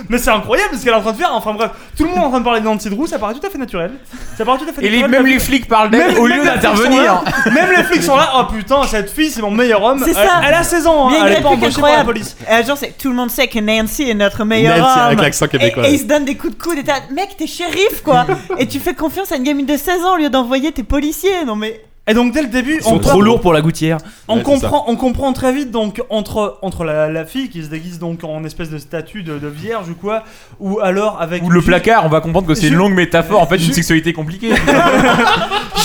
Speaker 3: mais c'est incroyable ce qu'elle est en train de faire. Enfin bref, tout le monde est en train de parler de Nancy Drew, ça paraît tout à fait naturel, ça paraît tout à fait.
Speaker 4: Et les-
Speaker 3: naturel,
Speaker 4: même
Speaker 3: la-
Speaker 4: les flics parlent d'elle
Speaker 3: Même-
Speaker 4: au
Speaker 3: même
Speaker 4: lieu
Speaker 3: les flics sont
Speaker 4: d'intervenir.
Speaker 3: là. Même les flics sont là. Oh putain, cette fille, c'est mon meilleur homme.
Speaker 7: C'est
Speaker 3: Elle-
Speaker 7: ça.
Speaker 3: Elle, a 16 ans. hein,
Speaker 7: Bien
Speaker 3: Elle est pas embauchée par la
Speaker 7: incroyable.
Speaker 3: police.
Speaker 7: Et genre, c'est tout le monde sait que Nancy est notre meilleure
Speaker 3: Nancy,
Speaker 7: homme.
Speaker 3: avec l'accent québécois.
Speaker 7: Et, et ils se donnent des coups de coude. Et t'as, mec, t'es shérif quoi. et tu fais confiance à une gamine de 16 ans au lieu d'envoyer tes policiers. Non mais
Speaker 3: Et donc dès le début,
Speaker 9: Ils sont trop
Speaker 3: comprend-
Speaker 9: lourds pour la gouttière.
Speaker 3: On
Speaker 9: Ouais, c'est
Speaker 3: comprend, on comprend très vite donc entre entre la, la fille qui se déguise donc en espèce de statue de, de vierge ou quoi, ou alors avec
Speaker 4: Ou le
Speaker 3: juste-
Speaker 4: placard, on va comprendre que c'est une
Speaker 3: Ju-
Speaker 4: longue métaphore en fait d'une
Speaker 3: Ju-
Speaker 4: sexualité compliquée.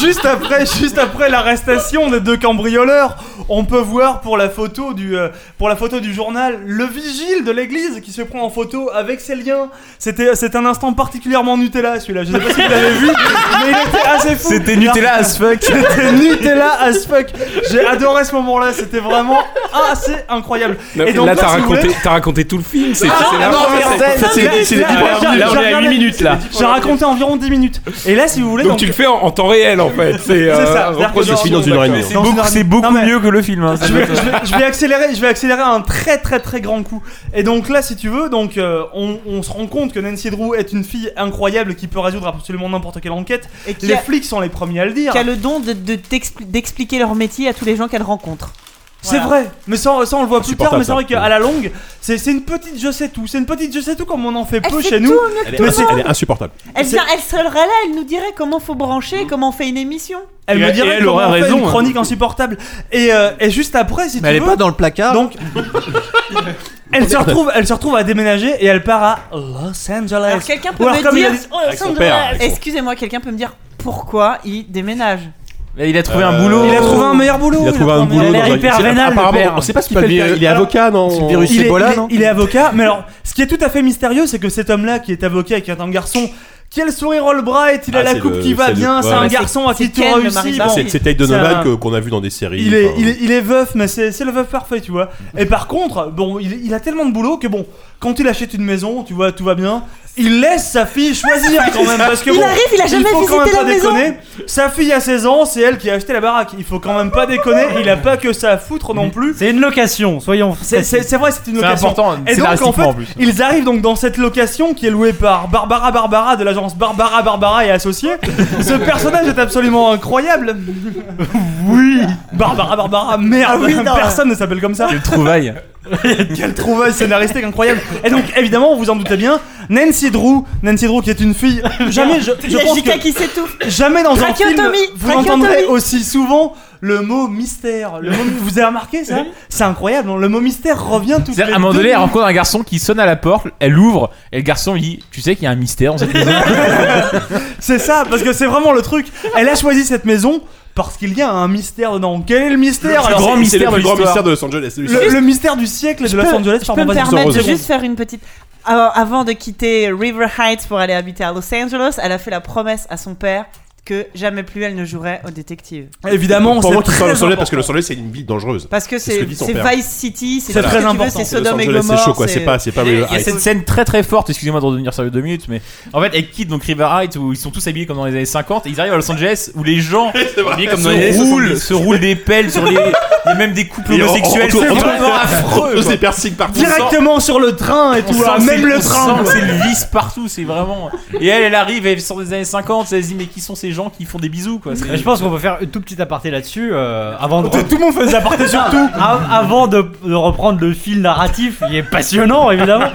Speaker 3: juste après, juste après l'arrestation des deux cambrioleurs, on peut voir pour la photo du, euh, pour la photo du journal le vigile de l'église qui se prend en photo avec ses liens. C'était, c'est un instant particulièrement Nutella celui-là. Je sais pas si vous l'avez vu, mais il était assez fou.
Speaker 4: C'était Nutella as fuck.
Speaker 3: C'était Nutella as fuck. J'ai adoré ce moment-là. C'était vraiment assez incroyable.
Speaker 2: Non, là, t'as raconté, t'as raconté tout le film. C'est
Speaker 3: Ah,
Speaker 2: c'est la
Speaker 3: non,
Speaker 2: fin,
Speaker 3: merde,
Speaker 2: c'est-
Speaker 3: ça,
Speaker 2: c'est-
Speaker 3: là,
Speaker 2: c'est- c'est les
Speaker 3: là,
Speaker 2: dix
Speaker 3: là,
Speaker 2: premières
Speaker 3: j'ai-
Speaker 2: minutes.
Speaker 3: j'ai regardé- J'ai raconté environ 10 minutes. Et là, si vous voulez,
Speaker 2: Donc, tu le fais en, en temps réel en fait. C'est euh,
Speaker 3: C'est ça, c'est-à-dire que genre- C'est beaucoup- c'est beaucoup
Speaker 4: mieux que le film.
Speaker 9: hein,
Speaker 3: je vais, je vais- je vais accélérer, je vais accélérer un très très très grand coup. Et donc là, si tu veux, donc euh, on, on se rend compte que Nancy Drew est une fille incroyable qui peut résoudre absolument n'importe quelle enquête.
Speaker 7: Et qui
Speaker 3: les
Speaker 7: a-
Speaker 3: flics sont les premiers à le dire.
Speaker 7: Qui a le don de- de t'expli- d'expliquer leur métier à tous les gens qu'elle rencontre.
Speaker 3: C'est vrai, mais ça, ça, on le voit plus tard,
Speaker 7: Insupportable,
Speaker 3: mais c'est vrai
Speaker 7: ça.
Speaker 3: qu'à la longue, c'est c'est une petite je sais tout, c'est une petite je sais tout comme on en fait peu
Speaker 7: fait
Speaker 3: chez nous.
Speaker 7: tout, mieux que Elle est- tout le
Speaker 3: c'est-
Speaker 7: monde. elle est
Speaker 1: insupportable.
Speaker 7: Elle,
Speaker 3: C'est- Mmh.
Speaker 7: vient, elle serait là, elle nous dirait comment faut brancher, comment on fait une émission.
Speaker 3: Elle me dirait comment on fait
Speaker 4: raison,
Speaker 3: une
Speaker 4: hein.
Speaker 3: chronique insupportable. Et, euh, et juste après, si tu
Speaker 5: Mais elle est
Speaker 3: veux,
Speaker 5: pas dans le placard.
Speaker 3: Donc, elle se retrouve, elle se retrouve à déménager et elle part à Los Angeles.
Speaker 7: Alors quelqu'un peut
Speaker 3: Ou alors
Speaker 7: me
Speaker 3: comme il
Speaker 7: dire,
Speaker 3: a dit-
Speaker 7: Oh, Sandra, excusez-moi, quelqu'un peut me dire pourquoi il déménage
Speaker 4: il a
Speaker 1: trouvé un boulot.
Speaker 3: Il a
Speaker 7: Oh.
Speaker 3: trouvé un meilleur boulot.
Speaker 1: Il a trouvé un
Speaker 3: meilleur
Speaker 1: boulot
Speaker 3: Il a
Speaker 1: dans
Speaker 3: l'air
Speaker 1: un-
Speaker 3: hyper
Speaker 1: c'est-
Speaker 3: vénal. le
Speaker 1: apparemment,
Speaker 3: père.
Speaker 1: on sait pas ce qu'il fait, le père. Il est avocat, non C'est le virus
Speaker 3: il est,
Speaker 1: Ebola,
Speaker 3: il est-
Speaker 1: non
Speaker 3: il est avocat, mais alors, ce qui est tout à fait mystérieux, c'est que cet homme-là, qui est avocat et qui est un garçon, qui a le sourire all bright, il a
Speaker 1: Ah,
Speaker 3: la
Speaker 1: c'est
Speaker 3: coupe
Speaker 1: le-
Speaker 3: qui va
Speaker 1: c'est le-
Speaker 3: bien, c'est
Speaker 1: ouais.
Speaker 3: un
Speaker 1: Ouais, c'est-
Speaker 3: garçon à
Speaker 7: c'est
Speaker 3: qui tout
Speaker 7: Ken, le mari
Speaker 3: réussit.
Speaker 7: de
Speaker 3: bon.
Speaker 7: Barbie.
Speaker 1: C'est c'est Tate
Speaker 3: C'est un-
Speaker 1: Donovan que- qu'on a vu dans des séries.
Speaker 3: il est,
Speaker 1: enfin,
Speaker 6: euh.
Speaker 3: il, est, il est veuf, mais c'est c'est le veuf parfait, tu vois. Et par contre, bon, il, il a tellement de boulot que bon, quand il achète une maison, tu vois, tout va bien. Il laisse sa fille choisir
Speaker 6: Ah,
Speaker 3: quand même parce que
Speaker 7: Il
Speaker 3: bon,
Speaker 7: arrive, il a jamais
Speaker 3: faut quand même
Speaker 7: visité
Speaker 3: pas
Speaker 7: la maison.
Speaker 3: déconner. Sa fille a 16 ans, c'est elle qui a acheté la baraque. Il faut quand même pas déconner. Il a pas que ça à foutre non plus.
Speaker 6: C'est une location, soyons.
Speaker 3: C'est c'est- c'est vrai, c'est une
Speaker 6: C'est
Speaker 3: location.
Speaker 6: important,
Speaker 3: Et
Speaker 6: c'est
Speaker 3: donc en fait,
Speaker 6: drastiquement, en plus.
Speaker 3: ils arrivent donc dans cette location qui est louée par Barbara Barbara de l'agence Barbara Barbara et associés. Ce personnage est absolument incroyable. Oui, Barbara Barbara, merde,
Speaker 4: Ah oui, non.
Speaker 3: personne ne s'appelle comme ça.
Speaker 4: Quelle trouvaille.
Speaker 3: Quelle trouvaille scénaristique incroyable. Et donc évidemment, vous vous en doutez bien, Nancy Drew, Nancy Drew qui est une fille jamais je, je
Speaker 7: La
Speaker 3: pense
Speaker 7: Jika
Speaker 3: que
Speaker 7: qui s'étouffe.
Speaker 3: jamais dans un film
Speaker 7: Trachéotomie,
Speaker 3: vous
Speaker 7: trachéotomie.
Speaker 3: entendrez aussi souvent le mot mystère. Le mot- vous avez remarqué ça C'est incroyable. non le mot mystère revient tout
Speaker 4: C'est-à-dire, à un moment donné, elle rencontre un garçon qui sonne à la porte, elle ouvre, et le garçon lui dit Tu sais qu'il y a un mystère dans cette maison
Speaker 3: C'est ça, parce que c'est vraiment le truc. Elle a choisi cette maison parce qu'il y a un mystère dedans. Quel est le mystère
Speaker 1: Le plus
Speaker 3: Alors,
Speaker 1: grand
Speaker 3: c'est-
Speaker 1: mystère
Speaker 3: c'est le
Speaker 1: de
Speaker 3: plus grand
Speaker 1: l'histoire.
Speaker 3: mystère
Speaker 1: de Los Angeles.
Speaker 3: Le,
Speaker 1: Juste-
Speaker 3: le mystère du siècle de Los Angeles,
Speaker 7: je peux
Speaker 3: pardon,
Speaker 7: me
Speaker 3: vas-y.
Speaker 7: permettre de
Speaker 3: Jérôme.
Speaker 7: juste faire une petite. Alors, avant de quitter River Heights pour aller habiter à Los Angeles, elle a fait la promesse à son père que jamais plus elle ne jouerait au détective.
Speaker 1: pour moi, qui sort Los Angeles parce que Los Angeles c'est une ville dangereuse.
Speaker 7: Parce que
Speaker 1: C'est ce
Speaker 7: c'est
Speaker 1: dit son
Speaker 7: c'est
Speaker 1: père.
Speaker 7: Vice City, c'est
Speaker 1: C'est
Speaker 7: tout ce
Speaker 1: très
Speaker 7: que tu veux,
Speaker 1: important.
Speaker 7: c'est
Speaker 1: C'est Los
Speaker 7: Sodome et
Speaker 1: Angeles, c'est
Speaker 7: Gomorre.
Speaker 1: chaud, quoi, c'est pas- c'est pas ah,
Speaker 4: Il y a
Speaker 1: River Heights.
Speaker 4: cette scène très très forte, excusez-moi de revenir sur les deux minutes, mais en fait, elle quitte donc River Heights où ils sont tous habillés comme dans les années 50 et ils arrivent à Los Angeles où les gens habillés comme dans les années
Speaker 1: Se roulent.
Speaker 4: 70, se roulent des pelles sur les. Il y a même des couples
Speaker 1: Et on-
Speaker 4: homosexuels,
Speaker 1: on- on-
Speaker 4: c'est
Speaker 1: on-
Speaker 4: vraiment
Speaker 1: on-
Speaker 4: affreux.
Speaker 1: on- on-
Speaker 4: quoi.
Speaker 1: des piercings partout.
Speaker 3: Directement sur le train et
Speaker 4: On
Speaker 3: tout,
Speaker 4: sent
Speaker 3: hein,
Speaker 4: que
Speaker 3: même
Speaker 4: c'est-
Speaker 3: le
Speaker 4: on
Speaker 3: train.
Speaker 4: sent que c'est le vice partout, c'est vraiment. Et elle, elle arrive, elle sort des années 50, elle se dit mais qui sont ces gens qui font des bisous quoi
Speaker 6: Je pense qu'on peut faire une toute petite aparté là-dessus euh, avant de.
Speaker 3: Tout le monde fait des apartés sur tout.
Speaker 6: A- Avant de, de reprendre le fil narratif, il est passionnant évidemment.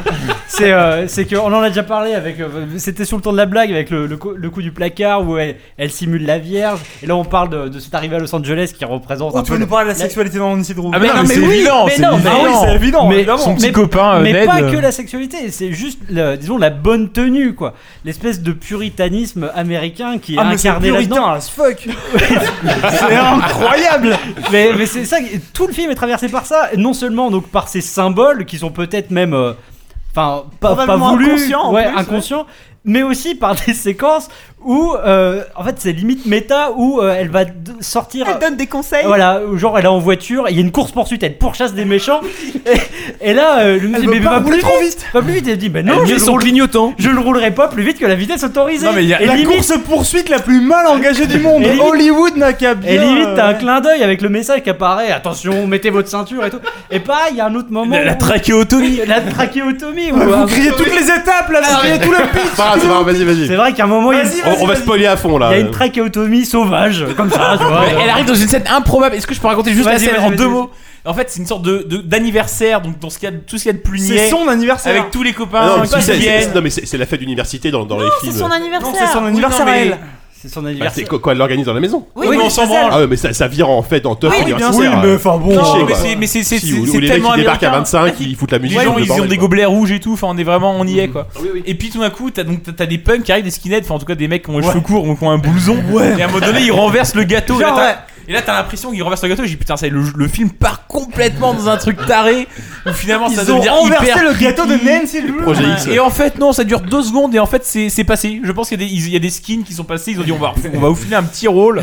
Speaker 6: C'est euh, c'est que on en a déjà parlé avec. euh, C'était sur le tour de la blague avec le, le coup, le coup du placard où elle, elle simule la Vierge. Et là on parle de, de cette arrivée à Los Angeles qui représente. un
Speaker 3: Oh, tu
Speaker 6: peu
Speaker 3: veux nous
Speaker 6: le-
Speaker 3: parler de la sexualité dans Nancy Drew
Speaker 6: Ah, mais non, mais oui, mais non, mais
Speaker 3: Ah oui,
Speaker 6: non.
Speaker 3: c'est évident.
Speaker 6: Mais
Speaker 3: évidemment.
Speaker 6: son petit copain, euh, Mais pas que la sexualité, c'est juste, le- disons, la bonne tenue, quoi. L'espèce de puritanisme américain qui est
Speaker 3: Ah, mais c'est
Speaker 6: incarné
Speaker 3: puritain
Speaker 6: là-dedans.
Speaker 3: as fuck. C'est incroyable.
Speaker 6: Mais, mais c'est ça, qui- tout le film est traversé par ça. Et Non seulement donc par ces symboles qui sont peut-être même, euh, enfin, pas, pas
Speaker 7: Probablement
Speaker 6: voulus,
Speaker 7: inconscients, en
Speaker 6: ouais,
Speaker 7: plus, ouais.
Speaker 6: inconscients, mais aussi par des séquences où, euh, en fait, c'est limite méta où euh, elle va d- sortir. euh,
Speaker 7: Elle donne des conseils.
Speaker 6: Voilà, genre elle est en voiture, il y a une course poursuite, elle pourchasse des méchants. Et, et là, euh, je me dis,
Speaker 3: veut
Speaker 6: mais va
Speaker 3: pas rouler
Speaker 6: plus
Speaker 3: trop
Speaker 6: vite, va plus vite. Elle dit, mais non,
Speaker 4: Elle
Speaker 6: je
Speaker 4: met
Speaker 6: le,
Speaker 4: son
Speaker 6: roule-
Speaker 4: clignotant.
Speaker 6: je le roulerai pas plus vite que la vitesse autorisée.
Speaker 4: Non, mais il y a-
Speaker 6: et
Speaker 4: la
Speaker 6: limite,
Speaker 3: Course poursuite la plus mal engagée du monde.
Speaker 6: Et limite-
Speaker 3: Hollywood n'a qu'à
Speaker 6: et
Speaker 3: bien.
Speaker 6: limite,
Speaker 3: euh,
Speaker 6: t'as un clin d'œil avec le message qui apparaît attention, mettez votre ceinture et tout. Et pareil, il y a un autre moment.
Speaker 4: La- la
Speaker 6: où-
Speaker 4: trachéotomie.
Speaker 6: La trachéotomie.
Speaker 3: Ouais,
Speaker 6: où-
Speaker 3: vous criez toutes les étapes là, vous criez tout le pitch.
Speaker 1: Pas grave, c'est pas grave, vas-y, vas-y.
Speaker 6: C'est vrai qu'à un moment, il y
Speaker 1: On-
Speaker 6: a-
Speaker 1: on va spoiler à fond
Speaker 6: il y
Speaker 1: là.
Speaker 6: a une trachéotomie sauvage, comme ça, tu vois.
Speaker 4: Ouais, Euh. elle arrive dans une scène improbable. Est-ce que je peux raconter juste la
Speaker 6: Vas-y,
Speaker 4: scène
Speaker 6: vas-y,
Speaker 4: en
Speaker 6: vas-y,
Speaker 4: deux
Speaker 6: vas-y.
Speaker 4: mots En fait, c'est une sorte de de- d'anniversaire, donc dans ce qu'il y a de- tout ce qu'il y a de plus niais.
Speaker 3: C'est son anniversaire.
Speaker 4: Avec tous les
Speaker 1: Ah
Speaker 4: copains
Speaker 1: non, mais
Speaker 4: qui
Speaker 1: c'est- c'est-
Speaker 4: viennent.
Speaker 1: non, mais c'est c'est la fête d'université dans, dans les
Speaker 7: C'est
Speaker 1: films.
Speaker 7: son anniversaire.
Speaker 3: Non, c'est son anniversaire
Speaker 4: non,
Speaker 3: à
Speaker 4: mais-
Speaker 3: elle.
Speaker 6: C'est son
Speaker 1: Bah,
Speaker 6: anniversaire.
Speaker 1: c'est quoi, quoi, elle l'organise dans la maison
Speaker 6: Oui, Oui, mais on s'en
Speaker 1: branle
Speaker 6: branle.
Speaker 1: Ah ouais, mais ça, ça vire en fait en teuf
Speaker 6: Oui,
Speaker 1: anniversaire.
Speaker 6: bien sûr. Oui, mais enfin, bon,
Speaker 1: Cliché,
Speaker 6: euh,
Speaker 1: quoi.
Speaker 6: c'est- mais c'est- c'est-
Speaker 1: Si, ou-
Speaker 6: c'est
Speaker 1: ou les mecs
Speaker 6: tellement
Speaker 1: qui débarquent à
Speaker 6: américain.
Speaker 1: 25, ils foutent la musique.
Speaker 4: les gens, ils
Speaker 1: le
Speaker 4: ont
Speaker 1: bordel,
Speaker 4: des
Speaker 1: quoi.
Speaker 4: gobelets rouges et tout. Enfin, on est vraiment, on y est quoi. Et puis tout d'un coup, t'as donc t'as des punks qui arrivent, des skinheads, enfin en tout cas des mecs qui ont les cheveux courts, donc qui ont un blouson.
Speaker 13: Ouais.
Speaker 4: Et à un moment donné, ils renversent le gâteau.
Speaker 13: Genre,
Speaker 4: et là, t'as-
Speaker 13: ouais.
Speaker 4: et là, t'as l'impression qu'ils renversent le gâteau. J'ai dit putain, ça y est, le, le film part complètement dans un truc taré où finalement Bah, ça
Speaker 13: Ils
Speaker 4: devient
Speaker 13: ont renversé
Speaker 4: hyper
Speaker 13: le gâteau de
Speaker 4: creepy.
Speaker 13: Nancy Drew. Projet X, ouais.
Speaker 4: Et en fait, non, ça dure deux secondes et en fait, c'est c'est passé. Je pense qu'il y, a des- il y a des skins qui sont passés. Ils ont dit on va, on va vous filer un petit rôle.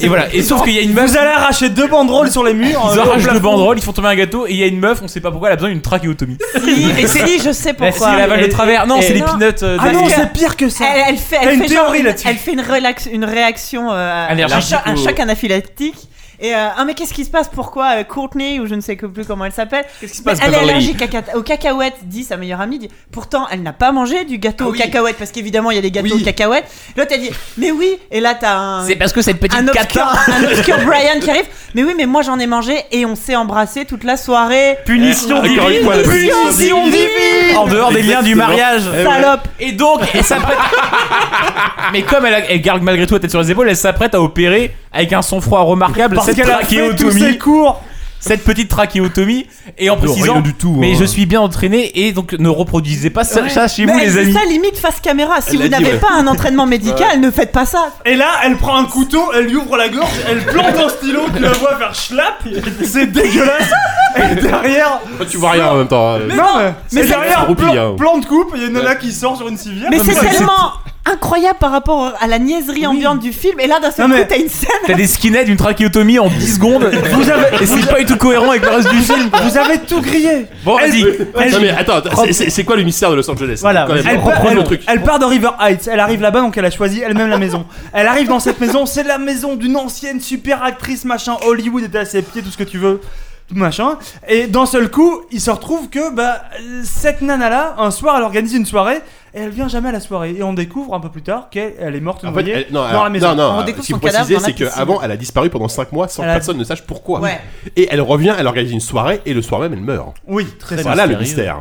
Speaker 4: Et voilà. Et sauf qu'il y a une meuf.
Speaker 3: Vous allez arracher deux banderoles sur les
Speaker 13: hein,
Speaker 3: murs.
Speaker 4: Ils
Speaker 3: euh, au
Speaker 4: arrachent
Speaker 3: plafond.
Speaker 4: le banderole, ils font tomber un gâteau et il y a une meuf, on sait pas pourquoi, elle a besoin d'une trachéotomie.
Speaker 7: Si, si, je sais
Speaker 4: Bah,
Speaker 7: pourquoi.
Speaker 4: si, elle avale le travers. Non,
Speaker 7: Et-
Speaker 4: c'est les peanuts. euh,
Speaker 13: Ah
Speaker 4: des-
Speaker 7: pire que ça. Elle, elle fait,
Speaker 4: T'as
Speaker 7: elle
Speaker 4: une
Speaker 7: fait genre
Speaker 4: théorie
Speaker 7: une-
Speaker 4: là-dessus.
Speaker 7: Elle fait une, relax- une réaction, euh, à-
Speaker 4: Allergique
Speaker 7: un, choc- un
Speaker 4: au-
Speaker 7: choc anaphylactique. Et euh, ah mais qu'est-ce qui se passe Pourquoi euh, Courtney ou je ne sais que plus comment elle s'appelle
Speaker 4: Qu'est-ce qui se passe,
Speaker 7: Elle est
Speaker 4: Beverly
Speaker 7: allergique à cat- aux cacahuètes, dit sa meilleure amie. dit, Pourtant elle n'a pas mangé du gâteau
Speaker 4: Ah
Speaker 7: aux cacahuètes parce qu'évidemment il y a des gâteaux aux cacahuètes. L'autre elle dit mais oui et là t'as un
Speaker 4: C'est parce que cette petite
Speaker 7: un obscur,
Speaker 4: cata-
Speaker 7: un obscur Brian qui arrive. Mais oui mais moi j'en ai mangé et on s'est embrassé toute la soirée.
Speaker 4: Punition divine. Punition divine. En dehors des liens du mariage.
Speaker 6: Euh,
Speaker 7: Salope.
Speaker 4: Et donc elle s'apprête. Mais comme elle, a- elle garde malgré tout la tête sur les épaules, elle s'apprête à opérer avec un sang-froid remarquable
Speaker 13: Parce
Speaker 4: cette
Speaker 13: qu'elle a fait tous
Speaker 4: trachéotomie.
Speaker 13: ses
Speaker 4: cours. Cette petite trachéotomie et en
Speaker 13: Non,
Speaker 4: précisant
Speaker 13: rien du tout,
Speaker 4: mais
Speaker 13: hein.
Speaker 4: je suis bien entraîné et donc ne reproduisez pas ça,
Speaker 7: Ouais.
Speaker 4: ça chez
Speaker 7: Mais
Speaker 4: vous
Speaker 7: elle
Speaker 4: les
Speaker 7: dit
Speaker 4: amis.
Speaker 7: ça limite face caméra. Si
Speaker 4: Elle
Speaker 7: vous
Speaker 4: l'a dit,
Speaker 7: n'avez
Speaker 4: ouais.
Speaker 7: pas un entraînement médical, ne faites pas ça.
Speaker 13: Et là, elle prend un couteau, elle lui ouvre la gorge, elle plante un stylo, tu la vois faire schlapp, c'est dégueulasse. Et derrière,
Speaker 1: Toi, Tu vois rien en même temps. hein.
Speaker 13: mais non, mais
Speaker 1: c'est- c'est
Speaker 13: derrière,
Speaker 1: roupie,
Speaker 13: plan,
Speaker 1: hein.
Speaker 13: plan de coupe, il y a une nana qui sort sur une civière.
Speaker 7: Mais c'est tellement incroyable par rapport à la niaiserie ambiante du film. Et là, d'un seul
Speaker 4: Non, mais-
Speaker 7: coup, t'as une scène.
Speaker 4: T'as des skinheads, une trachéotomie en 10 secondes.
Speaker 13: Vous avez-
Speaker 4: Et c'est pas du tout cohérent avec le reste du film.
Speaker 13: Vous avez tout grillé.
Speaker 4: Bon, vas-y.
Speaker 1: Non, mais attends, attends, c'est- c'est c'est quoi le mystère de Los Angeles
Speaker 3: Voilà,
Speaker 1: Quand même,
Speaker 3: elle, part,
Speaker 1: reprendre
Speaker 3: elle-
Speaker 1: le truc.
Speaker 3: elle part de River Heights, elle arrive là-bas donc elle a choisi elle-même la maison. Elle arrive dans cette maison, c'est la maison d'une ancienne super actrice machin Hollywood et à ses pieds tout ce que tu veux, tout machin. Et d'un seul coup, il se retrouve que bah cette nana là, un soir elle organise une soirée et elle vient jamais à la soirée et on découvre un peu plus tard qu'elle elle est morte
Speaker 1: En fait,
Speaker 3: noyée
Speaker 1: elle- non,
Speaker 3: dans
Speaker 1: alors-
Speaker 3: la maison.
Speaker 1: non, non, alors, ce qu'il faut préciser, c'est qu'avant, elle a disparu pendant 5 mois sans
Speaker 3: Elle
Speaker 1: que
Speaker 3: a-
Speaker 1: personne ne sache pourquoi.
Speaker 3: Ouais.
Speaker 1: Et elle revient, elle organise une soirée, et le soir même, elle meurt.
Speaker 3: Oui, très
Speaker 1: Voilà le
Speaker 3: mystérieux.
Speaker 1: mystère.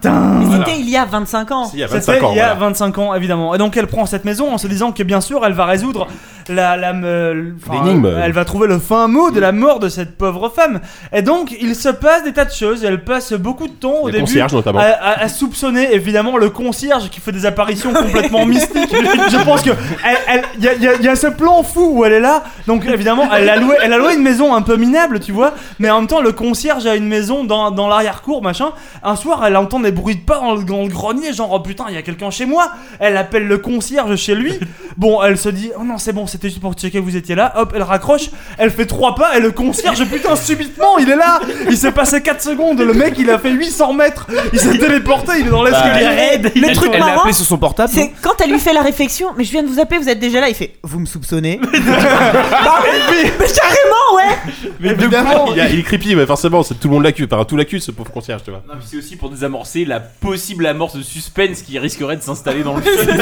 Speaker 3: Tintin.
Speaker 1: Voilà.
Speaker 7: C'était il y a 25 ans.
Speaker 1: Il y a
Speaker 3: Ça
Speaker 1: 25
Speaker 3: fait
Speaker 1: ans.
Speaker 3: il y a
Speaker 1: voilà.
Speaker 3: 25 ans, évidemment. Et donc elle prend cette maison en se disant que bien sûr elle va résoudre la, la me- enfin,
Speaker 1: L'énigme.
Speaker 3: euh, Elle va trouver le fin mot de la mort de cette pauvre femme. Et donc il se passe des tas de choses. Elle passe beaucoup de temps au
Speaker 1: Le
Speaker 3: début
Speaker 1: concierge, notamment.
Speaker 3: à, à- à soupçonner évidemment le concierge qui fait des apparitions complètement mystiques. Je pense que elle- elle- il y, a- il y a- il y a ce plan fou où elle est là. Donc évidemment elle a loué, elle a loué une maison un peu minable, tu vois. Mais en même temps le concierge a une maison dans, dans l'arrière-cour, machin. Un soir elle entend des bruits de pas dans le, dans le grenier, genre oh putain il y a quelqu'un chez moi. Elle appelle le concierge chez lui. Bon elle se dit oh non c'est bon c'était juste pour checker que vous étiez là. Hop elle raccroche. Elle fait trois pas et le concierge putain subitement il est là. Il s'est passé 4 secondes. Le mec il a fait 800 mètres. Il s'est téléporté. Il est dans
Speaker 4: Bah,
Speaker 3: l'escalier.
Speaker 7: Le truc marrant,
Speaker 9: son portable.
Speaker 7: c'est quand elle lui fait la réflexion. Mais je viens de vous appeler, vous êtes déjà là. Il fait Vous me soupçonnez
Speaker 3: Ah, mais-
Speaker 7: Mais carrément, ouais
Speaker 1: Mais évidemment, il, a- il est creepy, mais forcément, c'est tout le monde l'accuse, par tout l'accuse, ce pauvre concierge, tu vois.
Speaker 4: Non, mais c'est aussi pour désamorcer la possible amorce de suspense qui risquerait de s'installer dans le film.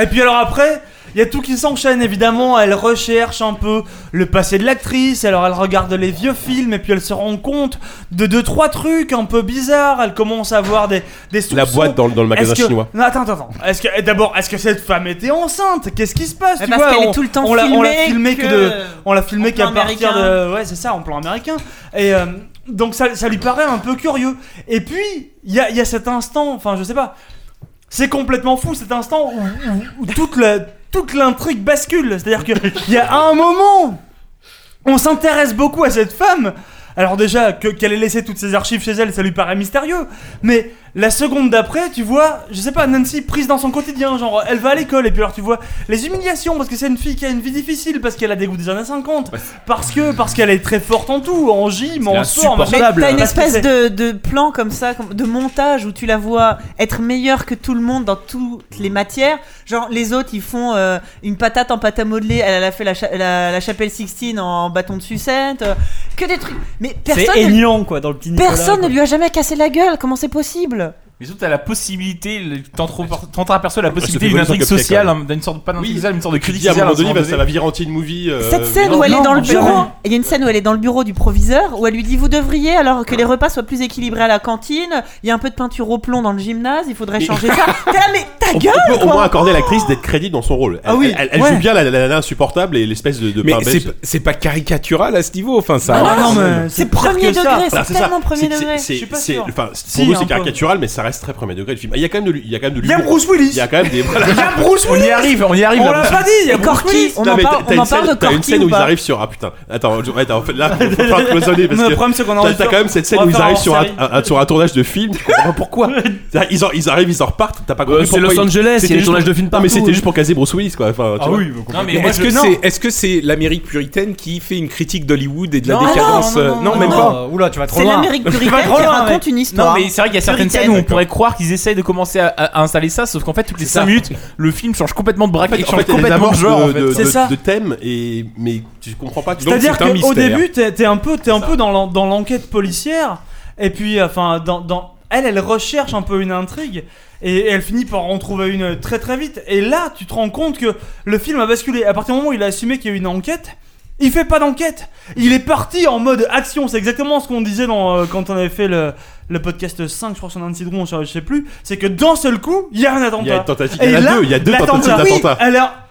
Speaker 3: Et puis alors après, il y a tout qui s'enchaîne évidemment. Elle recherche un peu le passé de l'actrice. Alors elle regarde les vieux films et puis elle se rend compte de deux trois trucs un peu bizarres. Elle commence à voir des des soupçons.
Speaker 1: La boîte dans le- dans le magasin
Speaker 3: Est-ce que-
Speaker 1: chinois.
Speaker 3: Non attends attends. attends. Est-ce que eh, d'abord est-ce que cette femme était enceinte Qu'est-ce qui se passe
Speaker 7: Mais
Speaker 3: tu
Speaker 7: parce
Speaker 3: vois,
Speaker 7: qu'elle est
Speaker 3: on-
Speaker 7: tout le temps
Speaker 3: on l'a- On l'a
Speaker 7: filmée
Speaker 3: filmé que,
Speaker 7: que-
Speaker 3: de, on l'a filmé
Speaker 7: en
Speaker 3: qu'à
Speaker 7: plan
Speaker 3: partir
Speaker 7: américain.
Speaker 3: de ouais c'est ça en plan américain. Et euh, donc ça, ça lui paraît un peu curieux. Et puis il y a, il y a cet instant, enfin je sais pas, c'est complètement fou cet instant où, où- où toute la toute l'intrigue bascule. C'est-à-dire qu'il y a un moment, on s'intéresse beaucoup à cette femme. Alors déjà que- qu'elle ait laissé toutes ses archives chez elle, ça lui paraît mystérieux. Mais la seconde d'après, tu vois, je sais pas, Nancy prise dans son quotidien, genre elle va à l'école et puis alors tu vois les humiliations parce que c'est une fille qui a une vie difficile, parce qu'elle a des goûts des années 50, parce que parce qu'elle est très forte en tout, en gym, en sport,
Speaker 7: Mais
Speaker 3: machin.
Speaker 7: T'as une
Speaker 3: Parce que
Speaker 7: espèce
Speaker 3: c'est-
Speaker 7: de, de plan comme ça, comme- de montage où tu la vois être meilleure que tout le monde dans toutes les matières. Genre les autres ils font euh, une patate en pâte à modeler, elle elle a fait la, cha- la- la chapelle Sixtine en bâton de sucette, euh, que des trucs. Mais
Speaker 6: C'est
Speaker 7: personne, ne,
Speaker 6: aignant quoi dans le petit Nicolas,
Speaker 7: personne
Speaker 6: quoi.
Speaker 7: ne lui a jamais cassé la gueule. Comment c'est possible
Speaker 4: Mais surtout, t'as la possibilité, le- t'entre- t'entreaperçois la
Speaker 1: fait
Speaker 4: possibilité d'une
Speaker 1: voler
Speaker 4: intrigue
Speaker 1: son cupcake,
Speaker 4: sociale,
Speaker 1: quand
Speaker 4: hein, d'une sorte, pas d'intrigue sociale, mais une sorte de
Speaker 1: Tu
Speaker 4: critique
Speaker 1: dis à un
Speaker 4: sociale.
Speaker 1: moment
Speaker 4: à un
Speaker 1: donné, bah,
Speaker 4: moment
Speaker 1: ça va virer en teen movie. euh,
Speaker 7: Cette scène
Speaker 1: non,
Speaker 7: où elle est
Speaker 1: non,
Speaker 7: dans le
Speaker 1: mais
Speaker 7: bureau,
Speaker 1: non.
Speaker 7: il y a une scène où elle est dans le bureau du proviseur, où elle lui dit Vous devriez, alors que les repas soient plus équilibrés à la cantine, il y a un peu de peinture au plomb dans le gymnase, il faudrait changer ça. T'es là, mais ta ta
Speaker 1: on,
Speaker 7: gueule
Speaker 1: on peut au
Speaker 7: quoi.
Speaker 1: moins accorder à l'actrice d'être crédite dans son rôle. Elle,
Speaker 2: Ah oui,
Speaker 1: elle, elle
Speaker 2: ouais.
Speaker 1: joue bien la la- la nana insupportable et l'espèce de, de
Speaker 2: Mais
Speaker 1: pain
Speaker 2: c'est
Speaker 1: belge.
Speaker 2: p- c'est pas caricatural à ce niveau, enfin
Speaker 3: Ah
Speaker 2: ça.
Speaker 1: Non, non, mais
Speaker 7: c'est premier degré,
Speaker 1: Voilà,
Speaker 7: c'est
Speaker 1: ça.
Speaker 7: tellement premier
Speaker 1: C'est- c'est-
Speaker 7: degré.
Speaker 1: c'est-
Speaker 7: Je suis pas
Speaker 1: c'est-
Speaker 7: sûr.
Speaker 1: enfin, c'est-
Speaker 7: Si,
Speaker 1: pour nous,
Speaker 7: un
Speaker 1: c'est
Speaker 7: peu.
Speaker 1: caricatural, mais ça reste très premier degré le film. Il y a quand même de, l'hu- il y a quand même de
Speaker 13: Il y a
Speaker 1: l'humour.
Speaker 13: Bruce Willis.
Speaker 1: Il y a quand même des. voilà.
Speaker 13: Bruce Willis. On l'a pas dit. Il y a
Speaker 7: Et Corky,
Speaker 13: Bruce Willis.
Speaker 7: on
Speaker 1: Non,
Speaker 7: en
Speaker 1: mais
Speaker 7: parle,
Speaker 1: t'as- t'as
Speaker 7: on en
Speaker 1: une scène-
Speaker 7: parle de
Speaker 1: T'as une
Speaker 7: Corky
Speaker 1: scène
Speaker 7: ou
Speaker 1: où ils
Speaker 7: pas
Speaker 1: arrivent sur. Ah putain, attends, je- ouais, t'as- en fait, là, faut pas cloisonner parce
Speaker 3: Le
Speaker 1: que
Speaker 3: problème, c'est qu'on en
Speaker 1: t'as-
Speaker 3: revient-
Speaker 1: T'as quand même cette scène
Speaker 3: on va
Speaker 1: où ils
Speaker 3: faire
Speaker 1: arrivent
Speaker 3: hors
Speaker 1: sur un,
Speaker 3: série.
Speaker 1: un- sur un tournage de film, tu comprends pas pourquoi. C'est-à-dire, Ils en- ils arrivent, ils en repartent, t'as pas compris.
Speaker 9: c'est Los Angeles, il y a des tournages de films
Speaker 1: pas Mais
Speaker 9: partout,
Speaker 1: c'était
Speaker 9: oui.
Speaker 1: juste pour caser Bruce Willis quoi. Enfin, tu vois.
Speaker 2: mais hein. est-ce que c'est est-ce que c'est l'Amérique puritaine qui fait une critique d'Hollywood et de la
Speaker 3: Non, non,
Speaker 4: ah
Speaker 2: décadence
Speaker 3: non,
Speaker 2: euh,
Speaker 3: non, non,
Speaker 2: même
Speaker 3: non.
Speaker 2: pas.
Speaker 3: Oula, tu vas
Speaker 7: trop C'est loin. l'Amérique puritaine
Speaker 4: Tu vas trop
Speaker 7: qui
Speaker 4: loin,
Speaker 7: raconte
Speaker 4: ouais.
Speaker 7: une histoire.
Speaker 4: Non, mais c'est vrai qu'il y a certaines
Speaker 7: Puritaine.
Speaker 4: scènes où on pourrait croire qu'ils essayent de commencer à, à- à installer ça, sauf qu'en fait, toutes les 5 minutes, le film change complètement de braquet,
Speaker 1: En fait, en
Speaker 4: change
Speaker 1: fait, il y a des
Speaker 4: complètement de
Speaker 1: amorces
Speaker 4: genre. en
Speaker 1: de,
Speaker 4: fait.
Speaker 1: de,
Speaker 4: C'est
Speaker 1: de-
Speaker 4: ça.
Speaker 1: de thèmes et mais tu comprends pas.
Speaker 3: C'est-à-dire qu'au début, t'es t'es un peu, t'es un peu dans l'en- dans l'enquête policière, et puis, enfin, dans, dans- elle, elle recherche un peu une intrigue, et, elle finit par en trouver une très très vite. Et là, tu te rends compte que le film a basculé. À partir du moment où il a assumé qu'il y a eu une enquête. Il fait pas d'enquête, il est parti en mode action. C'est exactement ce qu'on disait dans, euh, quand on avait fait le, le podcast 5, je crois, sur Nancy Drew, on cherchait- je sais plus. C'est que d'un seul coup, il y a un attentat.
Speaker 1: Il y a une tentative- il y en
Speaker 3: Et
Speaker 1: a
Speaker 3: là,
Speaker 1: deux, il y a deux
Speaker 3: l'attentat-
Speaker 1: tentatives
Speaker 3: oui,
Speaker 1: d'attentat.
Speaker 3: elle a-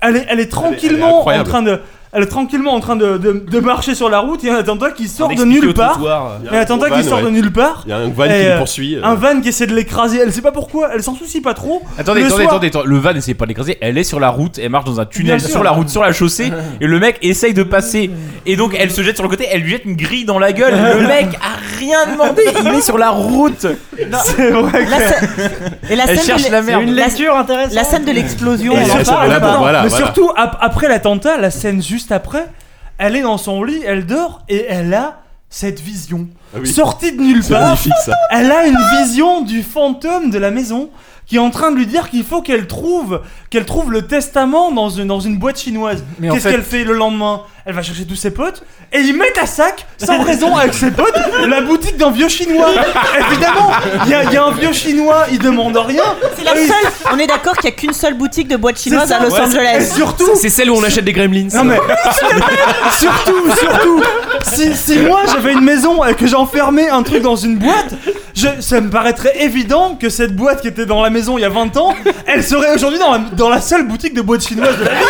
Speaker 3: elle est, elle est tranquillement en
Speaker 1: incroyable.
Speaker 3: train de. Elle est tranquillement en train de, de, de marcher sur la route. Il y a un attentat qui sort de
Speaker 1: explique
Speaker 3: nulle
Speaker 1: au
Speaker 3: part.
Speaker 1: trottoir.
Speaker 3: Il y a un attentat
Speaker 1: Van,
Speaker 3: qui sort
Speaker 1: ouais.
Speaker 3: de nulle part.
Speaker 1: Il y a un van
Speaker 3: Et,
Speaker 1: qui le
Speaker 3: euh,
Speaker 1: poursuit, euh.
Speaker 3: Un van qui essaie de l'écraser. Elle sait pas pourquoi. Elle s'en soucie pas trop.
Speaker 4: Attendez,
Speaker 3: Le
Speaker 4: attendez,
Speaker 3: soir-
Speaker 4: attendez, attendez, le van essaie pas de l'écraser, elle est sur la route, elle marche dans un tunnel
Speaker 3: Bien
Speaker 4: sur
Speaker 3: sûr.
Speaker 4: la route, sur la chaussée, et le mec essaye de passer, et donc elle se jette sur le côté, elle lui jette une grille dans la gueule, le mec a rien demandé, il est sur la route C'est vrai
Speaker 7: La scène- Et la
Speaker 4: Elle
Speaker 7: scène
Speaker 4: cherche
Speaker 7: de
Speaker 4: la merde. Une
Speaker 7: lecture intéressante. La scène de l'explosion.
Speaker 3: Et
Speaker 7: on en
Speaker 3: surtout-
Speaker 7: parle
Speaker 3: non,
Speaker 7: pas.
Speaker 3: non,
Speaker 1: voilà,
Speaker 3: mais
Speaker 1: voilà.
Speaker 3: surtout, ap- après l'attentat, la scène juste après, elle est dans son lit, elle dort et elle a cette vision.
Speaker 1: Ah oui.
Speaker 3: Sortie de nulle
Speaker 1: C'est
Speaker 2: Bah,
Speaker 3: part,
Speaker 1: magnifique, ça.
Speaker 3: elle a une vision du fantôme de la maison qui est en train de lui dire qu'il faut qu'elle trouve, qu'elle trouve le testament dans une, dans une boîte chinoise.
Speaker 5: Mais en
Speaker 3: Qu'est-ce
Speaker 5: fait-
Speaker 3: qu'elle fait le lendemain Elle va chercher tous ses potes et ils mettent à sac, sans raison, avec ses potes, la boutique d'un vieux chinois. Évidemment, il y, a- il y a un vieux chinois, il demande rien.
Speaker 7: C'est la
Speaker 3: Et-
Speaker 7: seule. On est d'accord qu'il n'y a qu'une seule boutique de boîtes chinoises
Speaker 3: ça.
Speaker 7: à Los
Speaker 3: Ouais,
Speaker 7: Angeles.
Speaker 3: et surtout-
Speaker 9: C'est celle où on achète des gremlins.
Speaker 3: Non mais surtout, surtout, si, si moi j'avais une maison et que j'enfermais un truc dans une boîte, je- ça me paraîtrait évident que cette boîte qui était dans la maison il y a 20 ans, elle serait aujourd'hui dans la, dans la seule boutique de boîtes chinoises de la ville.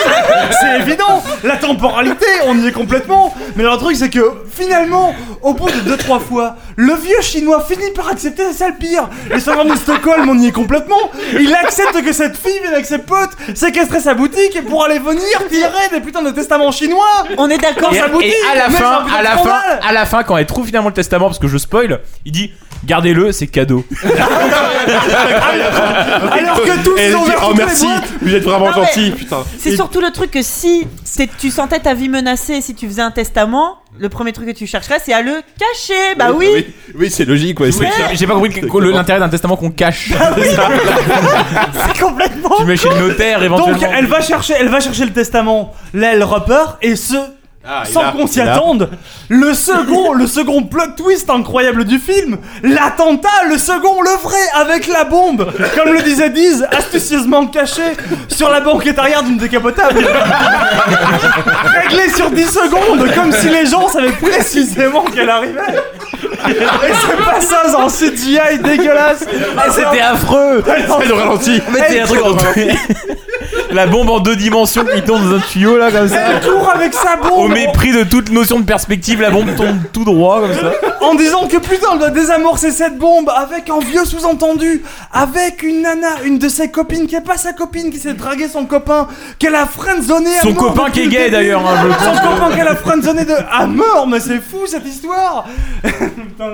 Speaker 3: C'est évident, la temporalité, on y est complètement. Mais le truc c'est que finalement, au bout de 2-3 fois, le vieux chinois finit par accepter, c'est ça le pire. Le syndrome de Stockholm, on y est complètement. Il accepte que cette fille vienne avec ses potes séquestrer sa boutique et pour aller venir tirer des putains de testaments chinois.
Speaker 7: On est d'accord.
Speaker 4: Et,
Speaker 3: Dans sa
Speaker 4: et
Speaker 3: boutique,
Speaker 4: à la
Speaker 3: mais c'est un
Speaker 4: fin,
Speaker 3: putain
Speaker 4: à
Speaker 3: de
Speaker 4: la fin,
Speaker 3: scandale.
Speaker 4: à la fin, quand elle trouve finalement le testament, parce que je spoil, il dit gardez-le, c'est cadeau.
Speaker 3: Alors que tous
Speaker 1: Et
Speaker 3: ils
Speaker 1: elle
Speaker 3: ont
Speaker 1: dit,
Speaker 3: ouvert
Speaker 1: Oh
Speaker 3: toutes les
Speaker 1: merci,
Speaker 3: boîtes. Ah,
Speaker 1: vous êtes vraiment
Speaker 7: Non, mais-
Speaker 1: gentil, putain.
Speaker 7: C'est surtout le truc que si c'est- tu sentais ta vie menacée, si tu faisais un testament, le premier truc que tu chercherais, c'est à le cacher. Bah oui.
Speaker 1: Euh, Oui, oui, c'est logique, ouais. c'est-
Speaker 4: J'ai- J'ai pas compris que- que le- l'intérêt d'un testament qu'on cache.
Speaker 3: Ah C'est complètement.
Speaker 4: Tu mets chez le notaire éventuellement.
Speaker 3: Donc elle va chercher, elle va chercher le testament. Là elle repart et ce.
Speaker 1: Ah, il
Speaker 3: Sans
Speaker 1: a-
Speaker 3: qu'on s'y
Speaker 1: il a-
Speaker 3: attende, le second, le second plot twist incroyable du film, l'attentat, le second, le vrai, avec la bombe, comme le disait Diz, astucieusement caché sur la banquette arrière d'une décapotable. Réglé sur 10 secondes, comme si les gens savaient précisément qu'elle arrivait. Et c'est pas ça, c'est en CGI dégueulasse. Et
Speaker 4: C'était affreux.
Speaker 1: C'est le ralenti.
Speaker 4: En fait, c'est un truc en La bombe en deux dimensions qui tombe dans un tuyau là comme ça.
Speaker 3: Elle court avec sa
Speaker 4: Au
Speaker 3: bombe
Speaker 4: mépris de toute notion de perspective, la bombe tombe tout droit comme ça.
Speaker 3: en disant que putain elle doit désamorcer cette bombe avec un vieux sous-entendu, avec une nana, une de ses copines qui est pas sa copine, qui s'est dragué son copain, qu'elle a friendzoné à
Speaker 4: Son
Speaker 3: mort
Speaker 4: copain
Speaker 3: depuis
Speaker 4: qui est
Speaker 3: le
Speaker 4: gay,
Speaker 3: début.
Speaker 4: d'ailleurs, hein, je pense
Speaker 3: Son
Speaker 4: que-
Speaker 3: copain qu'elle a friendzoné de... à mort, mais c'est fou cette histoire Putain,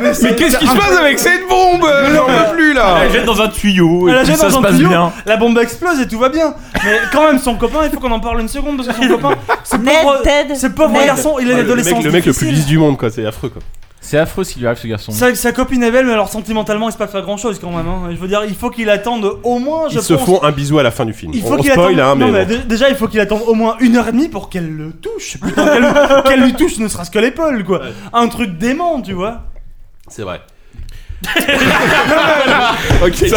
Speaker 3: le- c'est-
Speaker 4: avec cette bombe
Speaker 2: euh,
Speaker 4: J'en peux plus là Elle la jette dans un tuyau et
Speaker 3: Elle la
Speaker 4: puis
Speaker 3: jette
Speaker 4: ça
Speaker 3: dans
Speaker 4: se
Speaker 3: un
Speaker 4: passe
Speaker 3: tuyau,
Speaker 4: bien.
Speaker 3: la bombe explose et tout va bien. Mais quand même, son copain, il faut qu'on en parle une seconde parce que son copain, ce
Speaker 7: Ned,
Speaker 3: pauvre,
Speaker 7: Ted,
Speaker 3: ce pauvre
Speaker 7: Ned.
Speaker 3: garçon, il est
Speaker 1: Ah, le
Speaker 3: adolescent.
Speaker 1: mec, le mec le plus lisse du monde, quoi. C'est affreux, quoi.
Speaker 3: Oh,
Speaker 4: C'est affreux ce qui lui arrive ce garçon.
Speaker 3: Sa, sa copine est belle, mais alors sentimentalement, il se passe pas grand chose quand même. hein. Je veux dire, il faut qu'il attende au moins, je
Speaker 1: Ils se
Speaker 3: pense.
Speaker 1: font un bisou à la fin du film.
Speaker 3: Il faut
Speaker 1: On
Speaker 3: qu'il
Speaker 1: spoil, hein,
Speaker 3: attende- non,
Speaker 1: mais.
Speaker 3: mais
Speaker 1: bon.
Speaker 3: dé- déjà, il faut qu'il attende au moins une heure et demie pour qu'elle le touche. Putain, qu'elle qu'elle lui touche, ne serait-ce que l'épaule, quoi. Un truc dément, tu vois.
Speaker 1: C'est vrai. Ok, qu'est-ce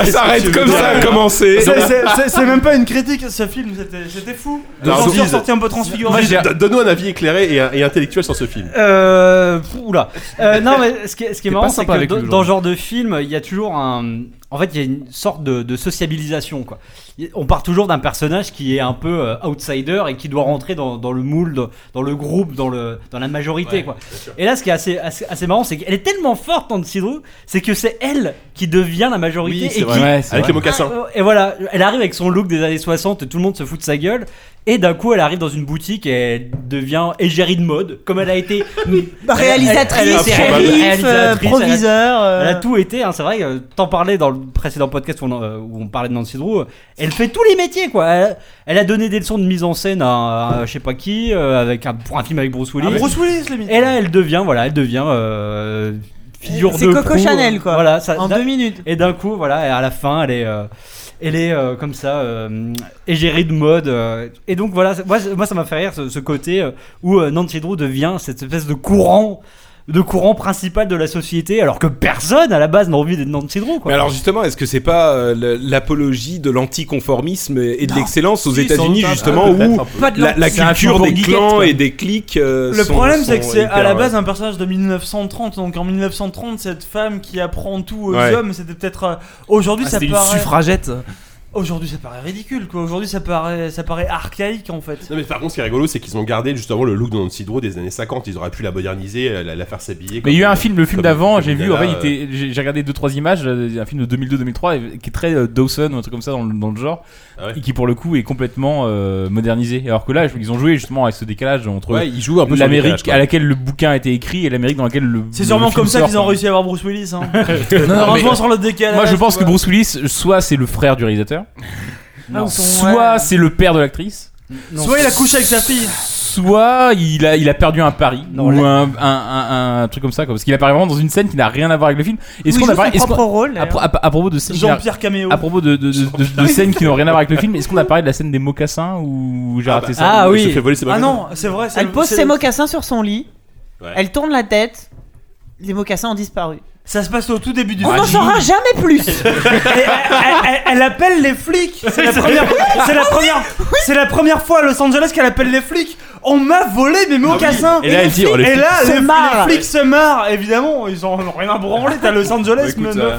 Speaker 1: que tu veux dire
Speaker 2: commencer.
Speaker 3: C'est- C'est c'est- c'est même pas une critique, ce film, c'était- c'était fou.
Speaker 1: Alors,
Speaker 3: J'en suis
Speaker 1: Ziz,
Speaker 3: ressorti un peu transfiguré.
Speaker 1: Ziz, don- Donne-nous un avis éclairé et, et intellectuel sur ce film.
Speaker 6: Euh, pff, oula. Euh, non, mais ce qui, est- ce qui est
Speaker 9: T'es
Speaker 6: marrant,
Speaker 9: pas
Speaker 6: c'est
Speaker 9: sympa
Speaker 6: que
Speaker 9: avec
Speaker 6: dans
Speaker 9: nous,
Speaker 6: dans ce genre de film, il y a toujours un, en fait, il y a une sorte de, de sociabilisation. Quoi. Y- On part toujours d'un personnage qui est un peu euh, outsider et qui doit rentrer dans, dans le moule, dans, dans le groupe, dans, le, dans la majorité.
Speaker 13: Ouais,
Speaker 6: quoi.
Speaker 13: bien sûr.
Speaker 6: Et là, ce qui est assez, assez, assez marrant, c'est qu'elle est tellement forte en Sidrou, c'est que c'est elle qui devient la majorité.
Speaker 1: Oui, c'est
Speaker 6: et
Speaker 1: vrai.
Speaker 6: qui-
Speaker 1: Ouais, c'est Avec vrai. les mocassins.
Speaker 6: Ah, Et voilà, elle arrive avec son look des années 60, tout le monde se fout de sa gueule. Et d'un coup, elle arrive dans une boutique et elle devient égérie de mode, comme elle a été
Speaker 7: Réalisatrice,
Speaker 6: Elle- elle- elle- elle-
Speaker 7: shérif,
Speaker 6: réalisatrice,
Speaker 7: euh,
Speaker 6: elle a-
Speaker 7: proviseur, euh.
Speaker 6: Elle a tout été, hein, c'est vrai. euh, T'en parlais dans le précédent podcast où on, euh, où on parlait de Nancy Drew. euh, Elle fait tous les métiers, quoi. Elle, elle a donné des leçons de mise en scène à, à je sais pas qui, euh, avec un, pour un film avec Bruce Willis.
Speaker 13: Ah, Bruce Willis, le mythe.
Speaker 6: Et là, elle devient, voilà, elle devient. euh, Figure
Speaker 7: C'est
Speaker 6: de
Speaker 7: Coco
Speaker 6: proue,
Speaker 7: Chanel, quoi,
Speaker 6: Voilà, ça,
Speaker 7: en
Speaker 6: d'un-
Speaker 7: deux minutes.
Speaker 6: Et d'un coup, voilà, et à la fin, elle est, euh, elle est euh, comme ça, euh, égérie de mode. euh, et donc voilà, ça- moi, ça- moi, ça m'a fait rire ce, ce côté euh, où euh, Nancy Drew devient cette espèce de courant, de courant principal de la société, alors que personne à la base n'a envie d'être Nancy Drew. Quoi.
Speaker 2: Mais alors justement, est-ce que c'est pas euh, le- l'apologie de l'anticonformisme et de
Speaker 6: Non.
Speaker 2: l'excellence aux
Speaker 6: Si, sans
Speaker 2: États-Unis
Speaker 6: doute, un-
Speaker 2: justement
Speaker 6: un peu,
Speaker 2: où
Speaker 6: peut-être un peu. Pas de
Speaker 2: la, la
Speaker 6: l'anti-
Speaker 2: culture
Speaker 6: c'est un
Speaker 2: des
Speaker 6: peu
Speaker 2: clans
Speaker 6: guiguette,
Speaker 2: et des cliques euh,
Speaker 3: Le
Speaker 2: sont-
Speaker 3: problème, c'est
Speaker 2: sont
Speaker 3: que c'est à
Speaker 2: hyper, euh,
Speaker 3: la
Speaker 2: ouais.
Speaker 3: base un personnage de 1930. Donc en 1930, cette femme qui apprend tout aux
Speaker 2: Ouais.
Speaker 3: hommes, c'était peut-être. euh, Aujourd'hui,
Speaker 9: Ah,
Speaker 3: ça
Speaker 9: c'était une
Speaker 3: paraît.
Speaker 9: suffragette.
Speaker 3: Aujourd'hui, ça paraît ridicule, quoi. Aujourd'hui, ça paraît, ça paraît archaïque, en fait.
Speaker 1: Non, mais par contre, ce qui est rigolo, c'est qu'ils ont gardé justement le look de Nancy Drew des années 50. Ils auraient pu la moderniser, euh, la, la faire s'habiller.
Speaker 4: Mais il y a eu un film, le film d'avant, j'ai vu, en fait, il
Speaker 1: était
Speaker 4: était- j'ai j'ai regardé deux trois images, euh, un film de 2002-2003 euh, qui est très euh, Dawson ou un truc comme ça dans le, dans le genre,
Speaker 1: Ah
Speaker 4: et qui pour le coup est complètement euh, modernisé. Alors que là, je- ils ont joué justement avec ce décalage entre
Speaker 1: Ouais, ils jouent un peu sur le décalage,
Speaker 4: l'Amérique
Speaker 1: quoi.
Speaker 4: à laquelle le bouquin a été écrit et l'Amérique dans laquelle le
Speaker 3: C'est
Speaker 4: le
Speaker 3: sûrement
Speaker 4: film
Speaker 3: comme ça
Speaker 4: sort,
Speaker 3: qu'ils ont
Speaker 4: quoi.
Speaker 3: réussi à avoir Bruce Willis. Hein.
Speaker 4: Non, non,
Speaker 3: en
Speaker 4: mais-
Speaker 3: jouant sur le décalage.
Speaker 4: Moi, je pense
Speaker 3: tu
Speaker 4: que
Speaker 3: vois.
Speaker 4: Bruce Willis, soit c'est le frère du réalisateur,
Speaker 3: Non.
Speaker 4: soit c'est le père de l'actrice.
Speaker 3: Non. Soit il a couché avec sa fille.
Speaker 4: Soit il a, il a perdu un pari ou un, un, un- un truc comme ça, quoi. parce qu'il apparaît vraiment dans une scène qui n'a rien à voir avec le film.
Speaker 3: Où il
Speaker 4: a
Speaker 3: joue son propre
Speaker 7: Ah,
Speaker 3: rôle,
Speaker 4: à, pro- à- à propos de scènes qui n'a-
Speaker 3: Jean-Pierre Caméo.
Speaker 4: à propos de, de- de- de- de scènes qui n'ont rien à voir avec le film, est-ce qu'on a parlé de la scène des mocassins ou j'ai raté ça
Speaker 7: Ah oui.
Speaker 3: Ah non, c'est vrai. c'est
Speaker 7: Elle
Speaker 3: le-
Speaker 7: pose
Speaker 3: c'est
Speaker 7: ses
Speaker 3: le-
Speaker 7: mocassins sur son lit.
Speaker 1: Ouais.
Speaker 7: Elle tourne la tête. Les mocassins ont disparu.
Speaker 3: Ça se passe au tout début du
Speaker 9: Ah.
Speaker 7: On n'en
Speaker 3: film.
Speaker 7: saura jamais plus.
Speaker 3: Et elle, elle- elle appelle les flics. C'est la
Speaker 7: C'est-
Speaker 3: première, c'est la première, c'est la première fois à Los Angeles qu'elle appelle les flics. On m'a volé mes mocassins.
Speaker 1: Et là, elle dit, oh, les
Speaker 3: Et
Speaker 1: flics
Speaker 3: là,
Speaker 1: se
Speaker 3: les, les
Speaker 1: marrent.
Speaker 3: flics se marrent. Évidemment, ils en ont rien à branler. T'as Los Angeles,
Speaker 9: Bah, écoute,
Speaker 3: meuf.
Speaker 9: euh,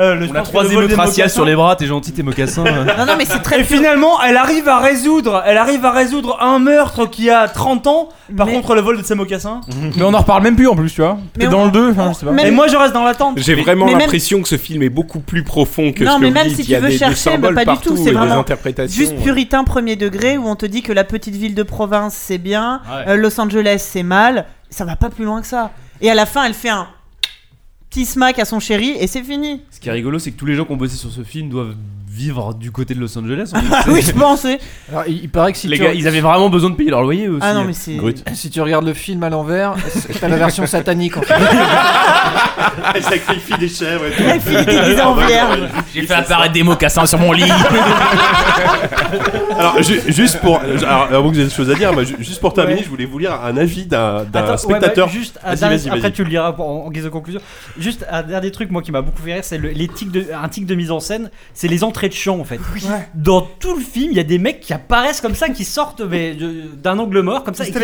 Speaker 3: Euh, le- je
Speaker 9: On a
Speaker 3: pense que
Speaker 9: trois
Speaker 3: le vol des
Speaker 9: émeutes raciales
Speaker 3: mocassins-
Speaker 9: sur les bras, t'es gentil, t'es mocassin. hein.
Speaker 7: Non, non, mais c'est très.
Speaker 3: Et finalement, elle arrive à résoudre, elle arrive à résoudre un meurtre qui a 30 ans. Par contre, le vol de ses mocassins.
Speaker 4: Mais on en reparle même plus en plus, tu vois.
Speaker 3: Mais
Speaker 4: T'es
Speaker 3: on-
Speaker 4: dans le 2, enfin, je sais pas.
Speaker 3: même- Et moi, je reste dans l'attente.
Speaker 2: J'ai
Speaker 3: Mais-
Speaker 2: vraiment
Speaker 3: mais même-
Speaker 2: l'impression que ce film est beaucoup plus profond que
Speaker 7: non,
Speaker 2: ce que
Speaker 7: mais
Speaker 2: vous
Speaker 7: même
Speaker 2: dites.
Speaker 7: si
Speaker 2: Il y
Speaker 7: tu
Speaker 2: a
Speaker 7: veux
Speaker 2: des, des
Speaker 7: chercher, mais
Speaker 2: symboles
Speaker 7: pas du
Speaker 2: partout
Speaker 7: tout. C'est
Speaker 2: et des
Speaker 7: vraiment
Speaker 2: interprétations. euh,
Speaker 7: juste puritain premier degré où on te dit que la petite ville de province c'est bien,
Speaker 2: Ouais.
Speaker 7: euh, Los Angeles c'est mal. Ça va pas plus loin que ça. Et à la fin, elle fait un petit smack à son chéri et c'est fini.
Speaker 9: Ce qui est rigolo, c'est que tous les gens qui ont bossé sur ce film doivent vivre du côté de Los Angeles.
Speaker 7: Ah oui, je pense. oui.
Speaker 5: Alors, il, il paraît que si
Speaker 9: Les
Speaker 5: tu-
Speaker 9: gars, ils avaient vraiment besoin de payer leur loyer eux aussi. hein.
Speaker 5: Ah non,
Speaker 7: mais c'est-
Speaker 5: Brut. Si tu regardes le film à l'envers, c'est- t'as la version satanique en fait.
Speaker 1: Elle Ah, sacrifie des chèvres et tout.
Speaker 7: Ah, bah,
Speaker 4: J'ai fait apparaître des mocassins sur mon lit.
Speaker 1: Alors, ju- juste pour. euh, Alors, avant que j'ai des choses à dire, mais ju- juste pour terminer,
Speaker 6: Ouais.
Speaker 1: je voulais vous lire un avis d'un d'un
Speaker 6: Attends, ouais,
Speaker 1: spectateur.
Speaker 6: bah, juste, un
Speaker 1: Vas-y,
Speaker 6: dernier-
Speaker 1: vas-y, vas-y.
Speaker 6: après tu le liras pour- en, en guise de conclusion. Juste un dernier truc, moi qui m'a beaucoup fait rire, c'est le- les tics de, un tic de mise en scène, c'est les entrées de champ en fait. Dans tout le film, il y a des mecs qui apparaissent comme ça, qui sortent mais, de- d'un angle mort comme ça, et qui,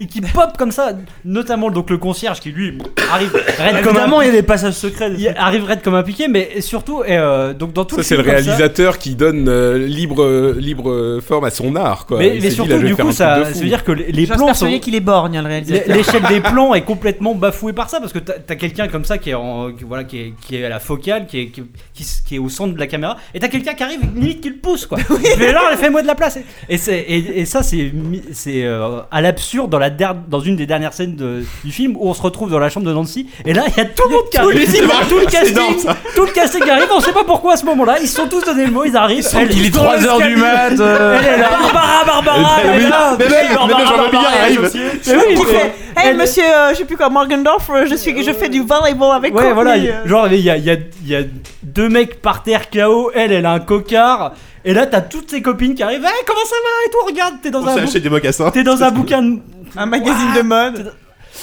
Speaker 6: et qui pop comme ça. Notamment donc le concierge qui lui arrive raide comme
Speaker 3: Évidemment,
Speaker 6: un,
Speaker 3: il y a des passages secrets.
Speaker 6: il arrive raide comme un piqué, mais surtout et, euh, donc dans tout
Speaker 2: Ça,
Speaker 6: le
Speaker 2: c'est
Speaker 6: film.
Speaker 2: le
Speaker 6: comme ça,
Speaker 2: réalisateur qui donne euh, libre, euh, libre euh, forme à son art. Quoi. Il
Speaker 6: Mais- mais
Speaker 2: s'est dit,
Speaker 6: surtout,
Speaker 2: là, je vais
Speaker 6: du
Speaker 2: faire
Speaker 6: coup,
Speaker 2: un
Speaker 6: ça-
Speaker 2: truc de fou.
Speaker 6: ça veut dire que les- les
Speaker 7: J'espère
Speaker 6: plans
Speaker 7: celui
Speaker 6: sont-
Speaker 7: qui les borgne, hein, le réalisateur.
Speaker 6: L'échelle des plans est complètement bafouée par ça parce que t'as t'as quelqu'un comme ça qui est, en- qui- voilà, qui est, qui est à la focale, qui est, qui, qui s- qui est au centre de la caméra, et t'as quelqu'un qui arrive et limite qui le pousse quoi. Mais là, fais-moi de la place. Et, c'est- et- et ça, c'est mi- c'est euh, à l'absurde dans, la der- dans une des dernières scènes de- du film où on se retrouve dans la chambre de Nancy, et là, il y a tout le monde qui
Speaker 13: Tout
Speaker 6: arrive,
Speaker 13: le film,
Speaker 6: tout le
Speaker 13: c'est
Speaker 6: casting,
Speaker 13: énorme, ça.
Speaker 6: tout le casting qui arrive, on sait pas pourquoi à ce moment-là, ils se sont tous donné le mot, ils arrivent.
Speaker 13: sont-
Speaker 6: elle-
Speaker 13: il est
Speaker 6: dans
Speaker 13: 3 heures
Speaker 6: l'escalier,
Speaker 13: du mat, euh.
Speaker 6: Elle est là, Barbara, Barbara, elle est là.
Speaker 13: Mais même-
Speaker 6: Barbara,
Speaker 13: même Jean-Baptiste
Speaker 6: Barbara, elle est
Speaker 13: arrive.
Speaker 6: associée.
Speaker 7: Qui
Speaker 6: Mais oui,
Speaker 7: fait,
Speaker 6: mais-
Speaker 7: hey, monsieur, euh, je sais plus quoi, Morgendorf, euh, je, suis, je fais du volleyball avec
Speaker 6: Ouais,
Speaker 7: Courtney,
Speaker 6: voilà,
Speaker 7: euh.
Speaker 6: y- genre il y a, il y a- il y a deux mecs par terre KO, elle, elle a un cocard, et là t'as toutes ses copines qui arrivent, Eh, hey, comment ça va et tout, regarde, t'es dans
Speaker 1: On
Speaker 6: un
Speaker 1: s'est
Speaker 6: bou-
Speaker 1: acheté des mocassins.
Speaker 6: t'es dans un bouquin, de-
Speaker 7: un magazine de mode.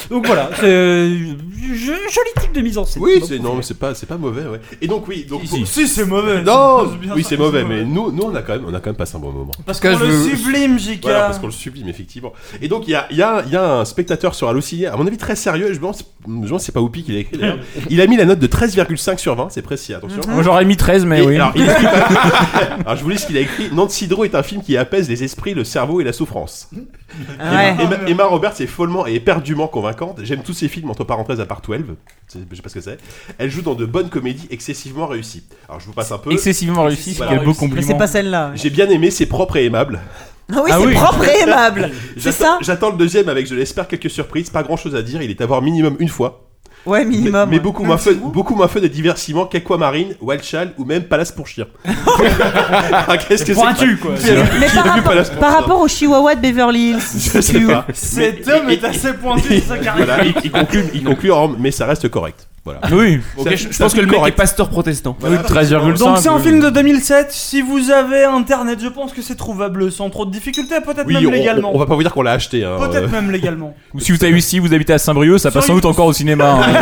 Speaker 6: Donc voilà, c'est euh, je- joli type de mise en scène.
Speaker 1: Oui,
Speaker 6: Donc,
Speaker 1: c'est non, mais c'est pas, c'est pas mauvais, ouais. Et donc oui, donc
Speaker 6: si. Si, c'est mauvais.
Speaker 1: Non,
Speaker 6: C'est bien
Speaker 1: oui,
Speaker 6: ça,
Speaker 1: c'est
Speaker 6: c'est
Speaker 1: mauvais,
Speaker 6: mauvais.
Speaker 1: mais nous, nous, on a quand même, on a quand même passé un bon moment.
Speaker 3: Parce qu'on le sublime, JK.
Speaker 1: Voilà, parce qu'on le sublime effectivement. Et donc il y a, il y a- il y a un spectateur sur Allociné, à mon avis très sérieux. Je pense, je pense que c'est pas Oupi qui l'a écrit. d'ailleurs. Il a mis la note de 13,5 sur 20, c'est précis. Attention.
Speaker 6: Mm-hmm.
Speaker 13: Mhm. Moi, j'aurais mis 13,
Speaker 6: Eh
Speaker 13: mais
Speaker 1: Et
Speaker 13: oui.
Speaker 1: Alors, il a- alors, je vous lis ce qu'il a écrit. Nantes Cidro est un film qui apaise les esprits, le cerveau et la souffrance.
Speaker 7: Ouais.
Speaker 1: Emma, Emma- Emma Roberts est follement et éperdument convaincante. J'aime tous ses films, entre parenthèses, à part 12. C'est- Je sais pas ce que c'est. Elle joue dans de bonnes comédies excessivement réussies. Alors, je vous passe un peu.
Speaker 4: Excessivement réussies, c'est quel beau compliment. Mais c'est pas
Speaker 7: celle-là.
Speaker 1: J'ai bien aimé, c'est propre et aimable.
Speaker 7: Ah oui, Ah c'est oui. propre et aimable. C'est
Speaker 1: J'attends- J'attends le deuxième avec, je l'espère, quelques surprises. Pas grand chose à dire, il est à voir minimum une fois.
Speaker 7: Ouais, minimum.
Speaker 1: Mais, mais beaucoup, moins fun, beaucoup moins fun et divertissement qu'Aquamarine, Wild Child ou même Palace pour Chien. Ah, Qu'est-ce que c'est
Speaker 13: Pointu,
Speaker 1: que-
Speaker 13: quoi.
Speaker 1: Qui a-
Speaker 13: Mais
Speaker 1: qui
Speaker 7: Mais
Speaker 1: a
Speaker 7: par
Speaker 1: vu
Speaker 7: rapport,
Speaker 1: Palace pour
Speaker 7: par
Speaker 1: Chien
Speaker 7: rapport au Chihuahua de Beverly Hills,
Speaker 1: Je sais
Speaker 7: tu-
Speaker 1: pas.
Speaker 13: Cet
Speaker 1: Mais-
Speaker 13: homme
Speaker 1: et-
Speaker 13: est assez pointu dans sa carrière.
Speaker 1: Voilà, il, il conclut, il conclut en mais ça reste correct. Voilà.
Speaker 13: Oui.
Speaker 1: C'est
Speaker 9: Ok,
Speaker 1: un-
Speaker 9: je-
Speaker 1: c'est
Speaker 9: je
Speaker 1: un
Speaker 9: pense que
Speaker 1: film
Speaker 9: le mec
Speaker 1: correct.
Speaker 9: est pasteur Bah protestant.
Speaker 4: Ah,
Speaker 1: Voilà.
Speaker 3: Donc c'est un film de 2007. Si vous avez internet, je pense que c'est trouvable sans trop de difficultés, peut-être
Speaker 1: Oui,
Speaker 3: même
Speaker 1: on,
Speaker 3: légalement.
Speaker 1: on- on va pas vous dire qu'on l'a acheté. hein.
Speaker 3: Peut-être même légalement.
Speaker 13: Ou si vous avez si vous habitez à Saint-Brieuc, ça passe sans doute encore au cinéma. hein.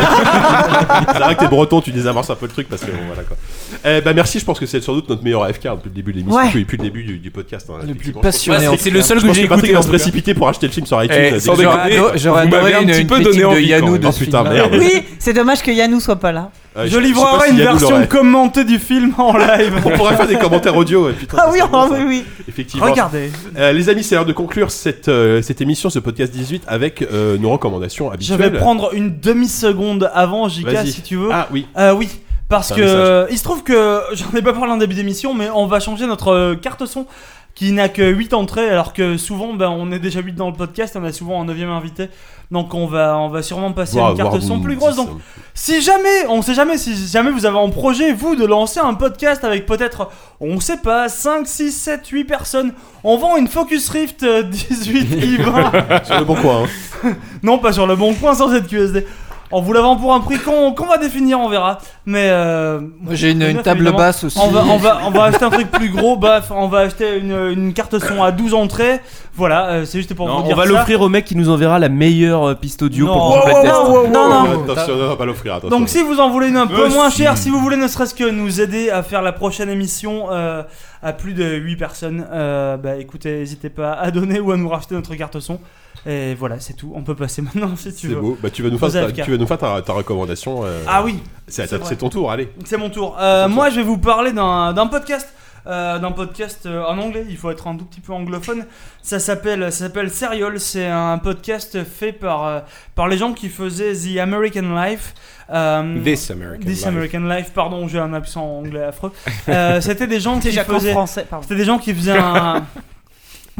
Speaker 1: C'est vrai que t'es breton, tu désamorces un peu le truc parce que bon, voilà quoi. Eh ben merci, je pense que c'est sans doute notre meilleur AFK depuis le début de l'émission,
Speaker 13: Ouais.
Speaker 1: depuis, depuis le début du, du podcast. hein, effectivement.
Speaker 13: passionné,
Speaker 1: Je pense
Speaker 13: en tout
Speaker 1: que-
Speaker 13: cas.
Speaker 1: je pense
Speaker 13: Je pense que
Speaker 1: Patrick
Speaker 13: Patrick
Speaker 1: va
Speaker 13: en
Speaker 1: se
Speaker 13: tout cas.
Speaker 1: préciter pour acheter le film sur iTunes.
Speaker 13: Eh,
Speaker 1: euh,
Speaker 13: sans
Speaker 1: dès-
Speaker 13: déconner,
Speaker 1: dès-
Speaker 13: j'aurais- j'aurais
Speaker 1: Vous
Speaker 13: adoré
Speaker 1: m'avez un
Speaker 13: une-
Speaker 1: petit
Speaker 13: une
Speaker 1: peu
Speaker 13: critique
Speaker 1: donné
Speaker 13: de
Speaker 1: envie,
Speaker 13: Yannou
Speaker 1: quand même.
Speaker 13: de
Speaker 1: Oh,
Speaker 13: ce
Speaker 1: putain,
Speaker 13: film-là.
Speaker 1: merde.
Speaker 7: Oui, c'est dommage que Yannou soit pas là.
Speaker 1: Euh,
Speaker 3: je
Speaker 1: sais pas
Speaker 3: livrerai
Speaker 1: si
Speaker 3: une
Speaker 1: Yannou
Speaker 3: version
Speaker 1: l'aurait.
Speaker 3: commentée du film en live.
Speaker 1: On pourrait faire des commentaires audio. ouais, putain,
Speaker 7: Ah
Speaker 1: ça
Speaker 7: oui,
Speaker 1: serait
Speaker 7: ah
Speaker 1: bon, ça.
Speaker 7: oui, oui.
Speaker 1: Effectivement.
Speaker 3: Regardez.
Speaker 1: Euh, les amis, c'est l'heure de conclure cette, euh, cette émission, ce podcast 18, avec euh, nos recommandations
Speaker 3: Je
Speaker 1: habituelles.
Speaker 3: vais prendre une demi-seconde avant, JK,
Speaker 1: Vas-y.
Speaker 3: si tu veux.
Speaker 1: Ah oui.
Speaker 3: Euh, oui. Parce
Speaker 1: C'est un
Speaker 3: que
Speaker 1: message.
Speaker 3: euh, il se trouve que j'en ai pas parlé en début d'émission, mais on va changer notre euh, carte son qui n'a que 8 entrées, alors que souvent ben, on est déjà 8 dans le podcast, on a souvent un 9 invité. Donc on va, on va sûrement passer à
Speaker 1: Voire-
Speaker 3: une carte
Speaker 1: voire
Speaker 3: son
Speaker 1: une
Speaker 3: plus grosse. Donc si jamais, on sait jamais, si jamais vous avez en projet, vous, de lancer un podcast avec peut-être, on sait pas, 5, 6, 7, 8 personnes, on vend une Focus Rift euh, 18 i20
Speaker 1: Sur le bon coin. hein.
Speaker 3: non, pas sur le bon coin sans être QSD. En vous l'avant pour un prix qu'on qu'on va définir, on verra. Mais euh,
Speaker 5: j'ai une- une
Speaker 3: neuf,
Speaker 5: table
Speaker 3: évidemment.
Speaker 5: basse aussi.
Speaker 3: On va, on va, on va acheter un truc plus gros, baf, on va acheter une, une carte son à 12 entrées. Voilà, euh, c'est juste pour
Speaker 9: Non,
Speaker 3: vous
Speaker 9: on
Speaker 3: dire
Speaker 9: va
Speaker 3: ça.
Speaker 9: l'offrir au mec qui nous enverra la meilleure euh, piste audio
Speaker 3: Non.
Speaker 9: pour
Speaker 3: Wow,
Speaker 9: qu'on
Speaker 3: wow,
Speaker 9: la teste.
Speaker 3: wow, wow, Non, non.
Speaker 1: Attention, non, on va pas l'offrir. attention.
Speaker 3: Donc si vous en voulez une un peu
Speaker 1: Euh,
Speaker 3: moins
Speaker 1: si.
Speaker 3: chère, si vous voulez ne serait-ce que nous aider à faire la prochaine émission euh, à plus de 8 personnes, euh, bah écoutez, n'hésitez pas à donner ou à nous racheter notre carte son. Et voilà, c'est tout. On peut passer maintenant si tu
Speaker 1: C'est
Speaker 3: veux.
Speaker 1: beau. Bah, tu vas nous faire,
Speaker 3: Aux
Speaker 1: ta,
Speaker 3: AFK.
Speaker 1: tu vas nous faire ta, ta recommandation. euh,
Speaker 3: Ah oui.
Speaker 1: C'est à
Speaker 3: C'est
Speaker 1: ta-
Speaker 3: vrai.
Speaker 1: c'est ton tour, allez.
Speaker 3: C'est mon tour. Euh, moi, je vais vous parler d'un d'un podcast. euh, d'un podcast euh, en anglais, il faut être un tout petit peu anglophone. Ça s'appelle ça s'appelle Serial, c'est un podcast fait par euh, par les gens qui faisaient The American Life. euh,
Speaker 2: This American
Speaker 3: This
Speaker 2: Life.
Speaker 3: American Life, pardon, j'ai un accent anglais affreux. Euh, c'était des gens qui
Speaker 7: Déjà qu'en
Speaker 3: faisaient
Speaker 7: français, pardon.
Speaker 3: c'était des gens qui faisaient un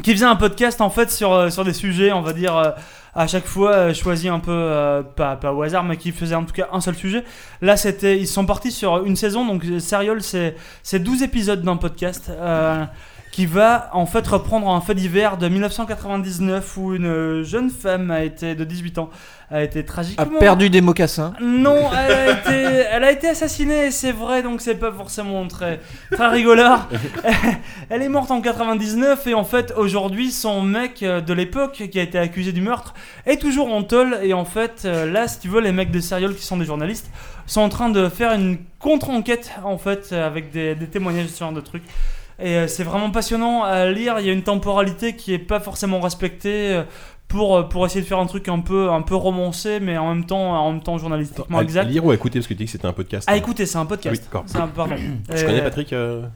Speaker 3: qui faisait un podcast en fait sur, euh, sur des sujets, on va dire, euh, à chaque fois euh, choisi un peu, euh, pas, pas au hasard, mais qui faisait en tout cas un seul sujet. Là, c'était, ils sont partis sur une saison, donc euh, Serial, c'est c'est 12 épisodes d'un podcast. euh, qui va en fait reprendre un fait divers de 1999 où une jeune femme a été de 18 ans a été
Speaker 5: A
Speaker 3: tragiquement
Speaker 5: perdu des mocassins.
Speaker 3: non, elle a été, elle a été assassinée, c'est vrai, donc c'est pas forcément très, très rigolard. Elle est morte en 99 et en fait aujourd'hui son mec euh, de l'époque qui a été accusé du meurtre est toujours en tôle et en fait euh, là si tu veux les mecs de Serial qui sont des journalistes sont en train de faire une contre-enquête en fait euh, avec des, des témoignages ce genre de trucs. Et euh, c'est vraiment passionnant à lire, il y a une temporalité qui est pas forcément respectée. euh, pour, euh, pour essayer de faire un truc un peu, un peu romancé, mais en même temps, en même temps journalistiquement
Speaker 1: À
Speaker 3: exact.
Speaker 1: lire ou à écouter parce que tu dis que c'était un podcast.
Speaker 3: À
Speaker 1: hein.
Speaker 3: écouter, c'est un podcast.
Speaker 1: Oui, d'accord.
Speaker 3: C'est un- pardon.
Speaker 1: Je
Speaker 3: Euh,
Speaker 1: connais Patrick. euh,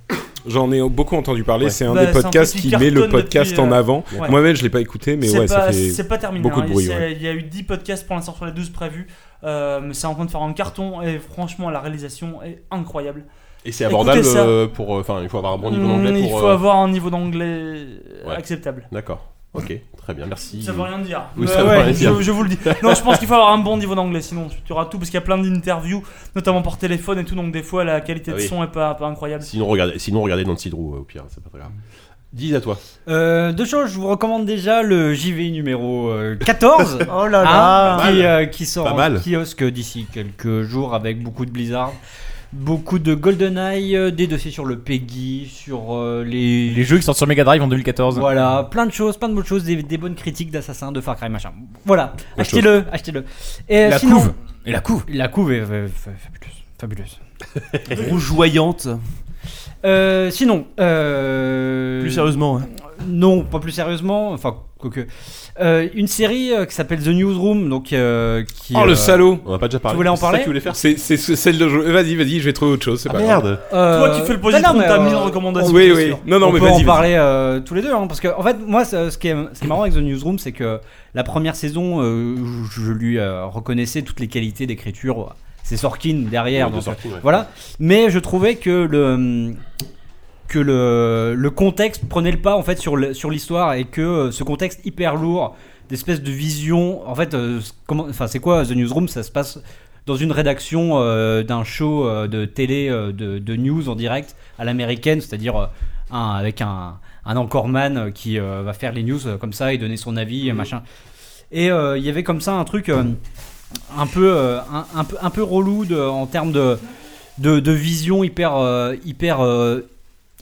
Speaker 2: J'en ai beaucoup entendu parler.
Speaker 1: Ouais.
Speaker 2: C'est un
Speaker 3: Bah,
Speaker 2: des
Speaker 3: c'est un
Speaker 2: podcasts
Speaker 3: truc
Speaker 2: qui,
Speaker 3: qui
Speaker 2: met le
Speaker 3: cartonne
Speaker 2: podcast
Speaker 3: depuis,
Speaker 2: en
Speaker 3: euh,
Speaker 2: avant.
Speaker 3: ouais.
Speaker 2: Moi-même, je l'ai pas écouté, mais
Speaker 3: c'est
Speaker 2: ouais,
Speaker 3: pas,
Speaker 2: ça fait
Speaker 3: c'est pas terminé.
Speaker 2: beaucoup
Speaker 3: hein.
Speaker 2: de bruit.
Speaker 3: Il
Speaker 2: ouais.
Speaker 3: s'est- Il y a eu 10 podcasts pour l'instant sur les 12 prévus. Euh, mais c'est en train de faire un carton et franchement, la réalisation est incroyable.
Speaker 1: Et c'est abordable
Speaker 3: Écoutez ça.
Speaker 1: euh, pour. euh, Enfin, il faut avoir un bon niveau
Speaker 3: Mm,
Speaker 1: d'anglais pour.
Speaker 3: Il faut
Speaker 1: euh,
Speaker 3: avoir un niveau d'anglais euh,
Speaker 1: ouais.
Speaker 3: acceptable.
Speaker 1: D'accord. Ok, très bien, merci.
Speaker 3: Ça veut rien dire.
Speaker 1: Oui,
Speaker 3: Mais
Speaker 1: ça veut
Speaker 3: ouais,
Speaker 1: rien dire.
Speaker 3: Je, je vous le dis. Non, je pense qu'il faut avoir un bon niveau d'anglais, sinon tu auras tout, parce qu'il y a plein d'interviews, notamment par téléphone et tout, donc des fois la qualité
Speaker 1: Ah
Speaker 3: de
Speaker 1: oui.
Speaker 3: son est pas, pas incroyable.
Speaker 1: Sinon, regardez, sinon, regardez dans le cidrou, euh, au pire, c'est pas très grave. Dis à toi.
Speaker 6: Euh, deux choses, je vous recommande déjà le JV numéro euh, 14.
Speaker 7: Oh là là.
Speaker 5: Ah.
Speaker 6: hein,
Speaker 1: Pas
Speaker 6: qui,
Speaker 1: mal.
Speaker 6: euh, qui sort
Speaker 1: Pas
Speaker 6: en
Speaker 1: mal.
Speaker 6: kiosque d'ici quelques jours avec beaucoup de blizzard. beaucoup de GoldenEye, euh, des dossiers sur le PEGI, sur euh, les...
Speaker 4: Les jeux qui sortent sur Mega Drive en 2014.
Speaker 6: Voilà, plein de choses, plein de bonnes choses, des, des bonnes critiques d'Assassin, de Far Cry, machin. Voilà, achetez-le, achetez-le. Et euh,
Speaker 4: La
Speaker 6: sinon-
Speaker 4: couve. Et la couve.
Speaker 6: La couve est, est- est fabuleuse, fabuleuse.
Speaker 9: Rougeoyante.
Speaker 6: Euh, sinon, euh,
Speaker 9: Plus sérieusement, hein.
Speaker 6: Non, pas plus sérieusement. Enfin, quoique. Euh, une série euh, qui s'appelle The Newsroom, donc euh, qui.
Speaker 2: Oh
Speaker 6: euh,
Speaker 2: le salaud
Speaker 1: On va pas déjà
Speaker 6: Tu voulais en parler
Speaker 2: C'est c'est- c'est celle de. Vas-y, vas-y, je vais trouver autre chose. c'est
Speaker 6: Ah,
Speaker 2: pas
Speaker 6: merde.
Speaker 2: grave.
Speaker 6: Euh,
Speaker 13: Toi qui fais le positif,
Speaker 6: non, non, mais,
Speaker 13: t'as
Speaker 6: euh,
Speaker 13: mille recommandations,
Speaker 2: Oui,
Speaker 13: bien
Speaker 2: oui.
Speaker 13: sûr.
Speaker 2: Non, non,
Speaker 6: on
Speaker 2: mais
Speaker 6: peut en
Speaker 2: vas-y. vas-y.
Speaker 6: parler euh, tous les deux, hein, parce que en fait, moi, ce ce qui est, ce qui est marrant avec The Newsroom, c'est que la première saison, euh, je, je lui euh, reconnaissais toutes les qualités d'écriture. C'est Sorkin derrière,
Speaker 9: Oui, de
Speaker 6: donc, euh,
Speaker 9: Sorkin, ouais.
Speaker 6: voilà. Mais je trouvais que le que le, le contexte prenait le pas en fait sur le- sur l'histoire et que euh, ce contexte hyper lourd d'espèce de vision en fait euh, c- comment enfin c'est quoi The Newsroom ça se passe dans une rédaction euh, d'un show euh, de télé euh, de, de news en direct à l'américaine c'est-à-dire euh, un- avec un un anchorman euh, qui euh, va faire les news euh, comme ça et donner son avis et machin et euh, il y avait comme ça un truc euh, un peu euh, un, un peu un peu relou de- en termes de de, de vision hyper euh, hyper euh,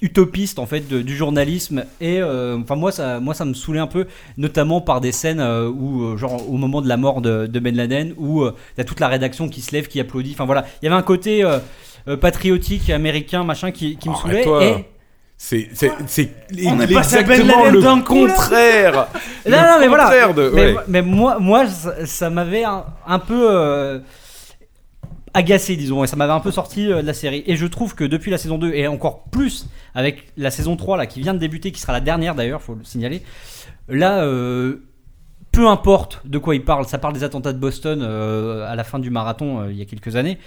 Speaker 6: utopiste en fait de- du journalisme et euh, enfin moi ça moi ça me saoulait un peu notamment par des scènes euh, où euh, genre au moment de la mort de, de Ben Laden où euh, t'as toute la rédaction qui se lève qui applaudit enfin voilà il y avait un côté euh, euh, patriotique américain machin qui, qui me saoulait
Speaker 2: Arrête-toi.
Speaker 6: et
Speaker 2: C'est c'est- c'est
Speaker 6: On est passé à Ben
Speaker 2: exactement
Speaker 6: Laden
Speaker 2: le
Speaker 6: d'un coup, là.
Speaker 2: contraire. Le
Speaker 6: non, non, mais
Speaker 2: contraire
Speaker 6: voilà.
Speaker 2: de-
Speaker 6: mais,
Speaker 2: ouais.
Speaker 6: mais moi, moi, ça, ça m'avait un, un peu euh, agacé, disons, et ça m'avait un peu sorti euh, de la série. Et je trouve que depuis la saison 2, et encore plus avec la saison 3 là, qui vient de débuter, qui sera la dernière d'ailleurs, faut le signaler, là, euh, peu importe de quoi il parle, ça parle des attentats de Boston euh, à la fin du marathon euh, il y a quelques années,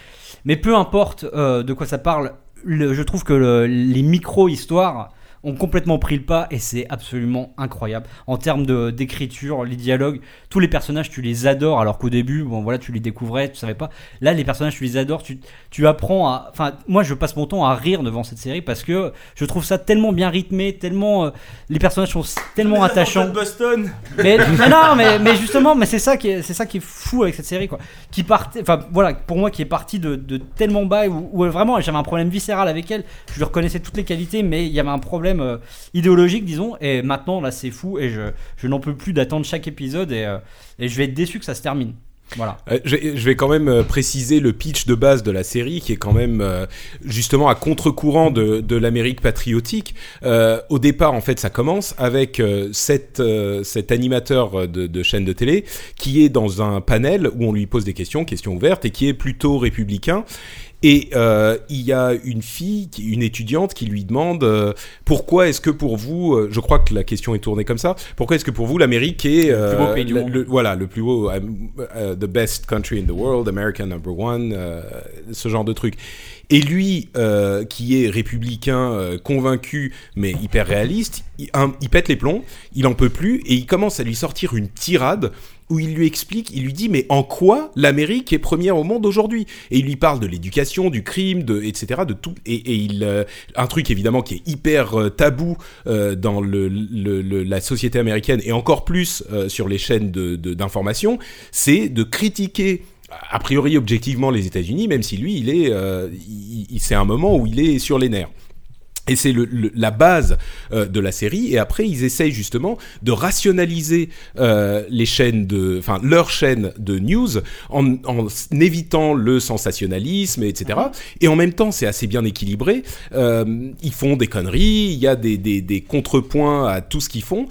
Speaker 6: mais peu importe euh, de quoi ça parle, le- je trouve que le- les micro-histoires ont complètement pris le pas et c'est absolument incroyable. En termes de- d'écriture, les dialogues, tous les personnages, tu les adores alors qu'au début, bon voilà, tu les découvrais, tu savais pas. Là, les personnages, tu les adores, tu, tu apprends à... Enfin, moi, je passe mon temps à rire devant cette série parce que je trouve ça tellement bien rythmé, tellement... euh, les personnages sont tellement attachants.
Speaker 13: de Boston.
Speaker 6: Mais, mais non, mais, mais justement, mais c'est ça qui est, c'est ça qui est fou avec cette série quoi. Qui partait, enfin voilà, pour moi qui est partie de, de tellement bas où, où vraiment j'avais un problème viscéral avec elle. Je lui reconnaissais toutes les qualités, mais il y avait un problème euh, idéologique disons. Et maintenant là c'est fou et je, je n'en peux plus d'attendre chaque épisode et, euh, et je vais être déçu que ça se termine. Voilà.
Speaker 2: Euh, je, je vais quand même euh, préciser le pitch de base de la série qui est quand même euh, justement à contre-courant de, de l'Amérique patriotique. Euh, au départ, en fait, ça commence avec euh, cette, euh, cet animateur de, de chaîne de télé qui est dans un panel où on lui pose des questions, questions ouvertes, et qui est plutôt républicain. Et euh, il y a une fille, qui- une étudiante, qui lui demande euh, pourquoi est-ce que pour vous, euh, je crois que la question est tournée comme ça, pourquoi est-ce que pour vous l'Amérique est euh,
Speaker 9: Le plus beau pays du
Speaker 2: la-
Speaker 9: monde.
Speaker 2: le- voilà, le plus haut, euh, euh, the best country in the world, American number one, euh, ce genre de truc. Et lui, euh, qui est républicain, euh, convaincu, mais hyper réaliste, il, un- il pète les plombs, il en peut plus, et il commence à lui sortir une tirade où il lui explique, il lui dit, mais en quoi l'Amérique est première au monde aujourd'hui Et il lui parle de l'éducation, du crime, de, etc., de tout. Et, et il, euh, un truc évidemment qui est hyper euh, tabou euh, dans le, le- le- la société américaine, et encore plus euh, sur les chaînes de- de- d'information, c'est de critiquer a priori objectivement les États-Unis, même si lui, il est, euh, il- il- c'est un moment où il est sur les nerfs. Et c'est le- le- la base euh, de la série. Et après, ils essayent justement de rationaliser euh, les chaînes de, enfin leur chaîne de news en, en s- évitant le sensationnalisme, etc.
Speaker 6: Mhm.
Speaker 2: Et en même temps, c'est assez bien équilibré. Euh, ils font des conneries. Il y a des, des- des contrepoints à tout ce qu'ils font.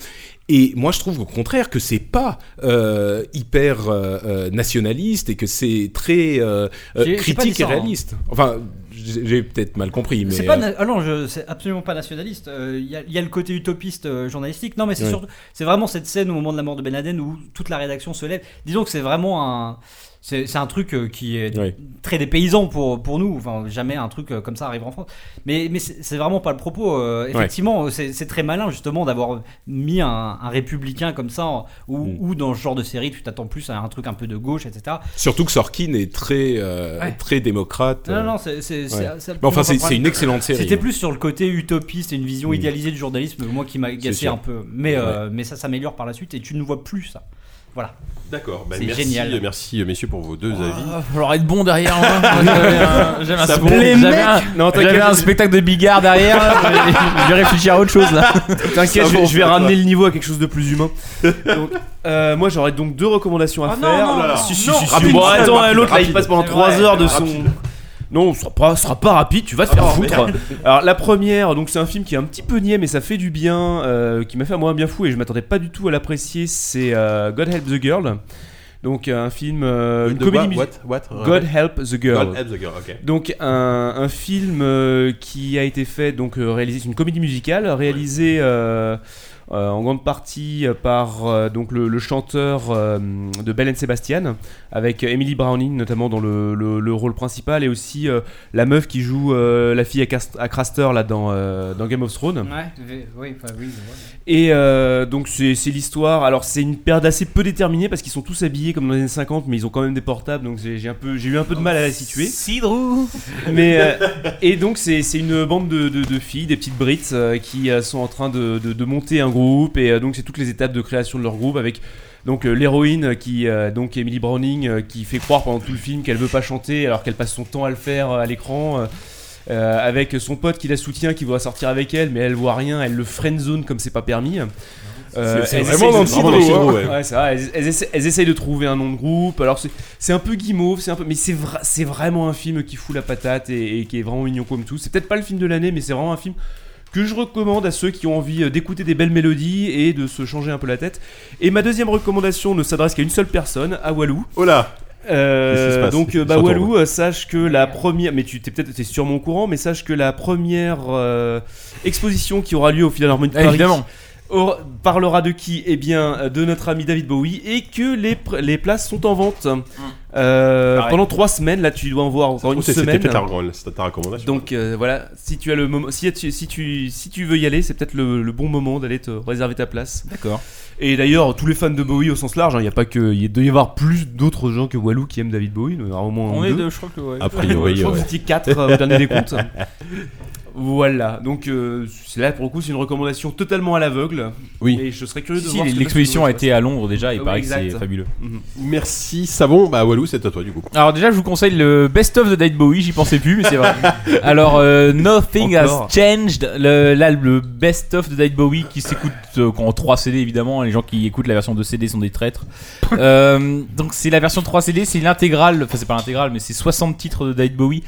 Speaker 2: Et moi, je trouve au contraire que c'est pas euh, hyper euh, euh, nationaliste et que c'est très euh, euh,
Speaker 6: J'ai- j'ai pas dit
Speaker 2: critique et
Speaker 6: ça, hein.
Speaker 2: réaliste. Enfin, j'ai j'ai peut-être mal compris, mais
Speaker 6: C'est pas,
Speaker 2: euh,
Speaker 6: na- ah non, je- c'est absolument pas nationaliste. Euh, Il y, a- il y a le côté utopiste euh, journalistique. Non, mais c'est
Speaker 2: Ouais.
Speaker 6: surtout, c'est vraiment cette scène au moment de la mort de Ben Laden où toute la rédaction se lève. Disons que c'est vraiment un, c'est c'est un truc euh, qui est
Speaker 2: Ouais.
Speaker 6: très dépaysant pour pour nous. Enfin, jamais un truc euh, comme ça arrive en France. Mais mais c'est c'est vraiment pas le propos. Euh, effectivement, c'est c'est très malin justement d'avoir mis un, un républicain comme ça en- ou
Speaker 2: Mm.
Speaker 6: ou dans ce genre de série, tu t'attends plus à un truc un peu de gauche, etc.
Speaker 2: Surtout que Sorkin est très, euh,
Speaker 6: Ouais.
Speaker 2: très démocrate.
Speaker 6: Non, non, c'est- c'est c'est-
Speaker 2: Euh, Ouais.
Speaker 6: ça-
Speaker 2: Mais enfin, c'est- c'est une excellente série,
Speaker 6: C'était
Speaker 2: hein.
Speaker 6: plus sur le côté utopiste et une vision
Speaker 2: Mm.
Speaker 6: idéalisée du journalisme, moi qui m'a
Speaker 2: C'est
Speaker 6: agacé
Speaker 2: sûr.
Speaker 6: un peu. Mais, euh, mais ça s'améliore par la suite et tu ne vois plus ça. Voilà.
Speaker 1: D'accord, bah,
Speaker 6: c'est
Speaker 1: merci,
Speaker 6: génial.
Speaker 1: euh, merci euh, messieurs pour vos deux avis.
Speaker 4: Ah, va falloir être bon derrière. hein. Moi, j'avais un- J'avais un,
Speaker 1: Ça
Speaker 4: spectacle-
Speaker 1: bon, les
Speaker 4: j'avais
Speaker 1: mecs
Speaker 4: un-
Speaker 1: Non, t'inquiète,
Speaker 4: j'avais un
Speaker 1: je-
Speaker 4: spectacle de Bigard derrière. je, vais- je vais réfléchir à autre chose là.
Speaker 9: T'inquiète,
Speaker 4: Ça
Speaker 9: je, vais-
Speaker 4: va,
Speaker 9: je vais
Speaker 4: en fait,
Speaker 9: ramener
Speaker 4: ouais.
Speaker 9: le niveau à quelque chose de plus humain. Donc, euh, moi, j'aurais donc deux recommandations à
Speaker 4: Ah non,
Speaker 9: faire.
Speaker 4: non, non,
Speaker 9: Si, si,
Speaker 4: non,
Speaker 9: si, si.
Speaker 4: rapide,
Speaker 9: Bon,
Speaker 4: rapide,
Speaker 9: attends,
Speaker 4: rapide,
Speaker 9: l'autre là, il
Speaker 4: rapide.
Speaker 9: passe pendant
Speaker 4: C'est
Speaker 9: 3
Speaker 4: vrai,
Speaker 9: heures de son.
Speaker 4: rapide.
Speaker 9: Non, ce sera pas, ce sera pas rapide, tu vas te faire
Speaker 4: Oh,
Speaker 9: foutre.
Speaker 4: merde.
Speaker 9: Alors, la première, donc c'est un film qui est un petit peu niais, mais ça fait du bien, euh, qui m'a fait moi un bien fou et je m'attendais pas du tout à l'apprécier. C'est euh, God Help the Girl. Donc, un film. euh, une
Speaker 1: De
Speaker 9: comédie
Speaker 1: what-
Speaker 9: musi-
Speaker 1: what- what
Speaker 9: God Help the Girl.
Speaker 1: God Help the Girl, ok.
Speaker 9: Donc un, un film euh, qui a été fait, donc euh, réalisé, c'est une comédie musicale, réalisée euh, euh, en grande partie euh, par euh, donc le, le chanteur euh, de Belle and Sebastian, avec Emily Browning notamment dans le, le- le rôle principal, et aussi euh, la meuf qui joue euh, la fille à, Cast- à Craster là dans, euh, dans Game of Thrones.
Speaker 6: Ouais, oui, enfin, oui,
Speaker 9: Et euh, donc c'est c'est l'histoire. Alors c'est une période assez peu déterminée parce qu'ils sont tous habillés comme dans les années 50, mais ils ont quand même des portables, donc j'ai j'ai un peu- j'ai eu un peu de mal à la situer.
Speaker 4: Cidrou.
Speaker 9: Mais euh, et donc c'est c'est une bande de, de- de filles, des petites Brits euh, qui euh, sont en train de, de- de monter un groupe et euh, donc c'est toutes les étapes de création de leur groupe avec donc euh, l'héroïne qui euh, donc Emily Browning euh, qui fait croire pendant tout le film qu'elle veut pas chanter alors qu'elle passe son temps à le faire euh, à l'écran. euh, euh, avec son pote qui la soutient, qui voit sortir avec elle, mais elle voit rien, elle le friendzone comme c'est pas permis. Euh,
Speaker 2: C'est- c'est
Speaker 9: elles
Speaker 2: vraiment
Speaker 9: essayent
Speaker 2: dans le
Speaker 9: de-
Speaker 2: cidre, hein.
Speaker 9: Ouais, ouais, c'est vrai, elles, elles essa- elles essayent de trouver un nom de groupe. Alors c'est- c'est un peu guimauve, c'est un peu, mais c'est vra- c'est vraiment un film qui fout la patate et, et qui est vraiment mignon comme tout. C'est peut-être pas le film de l'année, mais c'est vraiment un film que je recommande à ceux qui ont envie euh, d'écouter des belles mélodies et de se changer un peu la tête. Et ma deuxième recommandation ne s'adresse qu'à une seule personne, à Walou.
Speaker 1: Oh là Qu'est-ce qui se passe
Speaker 9: donc euh,
Speaker 1: Il
Speaker 9: bah
Speaker 1: s'entoure.
Speaker 9: Walou, euh, sache que la première, mais tu t'es peut-être t'es sûrement au courant, mais sache que la première euh, exposition qui aura lieu au Philharmonie de
Speaker 1: Eh,
Speaker 4: Ah,
Speaker 9: Paris,
Speaker 4: évidemment.
Speaker 9: aura- parlera de qui Eh bien, euh, de notre ami David Bowie et que les, pr- les places sont en vente Euh,
Speaker 1: Mm. Pareil.
Speaker 9: pendant trois semaines. Là, tu dois en voir encore une
Speaker 1: Oh, c'est-
Speaker 9: semaine.
Speaker 1: C'était peut-être la recommandation- c'était ta recommandation.
Speaker 9: Donc euh, voilà, si tu as le moment, si tu, si tu, si tu veux y aller, c'est peut-être le, le bon moment d'aller te réserver ta place.
Speaker 4: D'accord.
Speaker 9: Et d'ailleurs, tous les fans de Bowie au sens large, hein, il y a pas que, il doit y avoir plus d'autres gens que Walou qui aiment David Bowie, mais à un moment
Speaker 4: On
Speaker 9: ou
Speaker 4: est
Speaker 9: deux.
Speaker 4: deux, je crois que, ouais.
Speaker 9: Je
Speaker 4: A priori,
Speaker 9: crois que
Speaker 4: ouais.
Speaker 9: vous étiez quatre euh, au dernier des comptes. Voilà, donc euh, c'est là pour le coup, c'est une recommandation totalement à l'aveugle.
Speaker 1: Oui.
Speaker 9: Et je serais curieux de
Speaker 4: Si,
Speaker 9: voir. ce que
Speaker 4: l'exposition
Speaker 9: d'autres
Speaker 4: a été à Londres déjà, il
Speaker 9: Oui,
Speaker 4: paraît que
Speaker 9: exact.
Speaker 4: c'est fabuleux.
Speaker 9: Mhm.
Speaker 1: Merci Savon, bah Walou, c'est à toi du coup.
Speaker 4: Alors déjà, je vous conseille le Best of de David Bowie. J'y pensais plus, mais c'est vrai. Alors euh, Nothing
Speaker 9: Encore.
Speaker 4: Has Changed, le, là, le Best of de David Bowie qui s'écoute euh, en 3 CD évidemment. Les gens qui écoutent la version 2 CD sont des traîtres. Euh, donc c'est la version 3 CD, c'est l'intégrale. Enfin, c'est pas l'intégrale, mais c'est 60 titres de David Bowie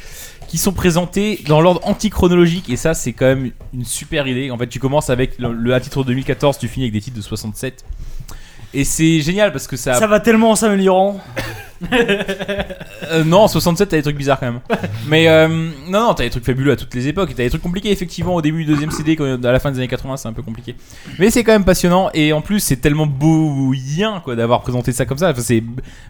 Speaker 4: qui sont présentés dans l'ordre antichronologique. Et ça, c'est quand même une super idée. En fait, tu commences avec le, le à titre 2014, tu finis avec des titres de 67. Et c'est génial parce que ça.
Speaker 3: Ça va tellement en s'améliorant.
Speaker 4: Euh, non, en 67, t'as des trucs bizarres quand même. Mais euh, non, non, t'as des trucs fabuleux à toutes les époques. et T'as des trucs compliqués, effectivement, au début du deuxième CD, quand, à la fin des années 80, c'est un peu compliqué. Mais c'est quand même passionnant. Et en plus, c'est tellement bouillant quoi, d'avoir présenté ça comme ça. Enfin, c'est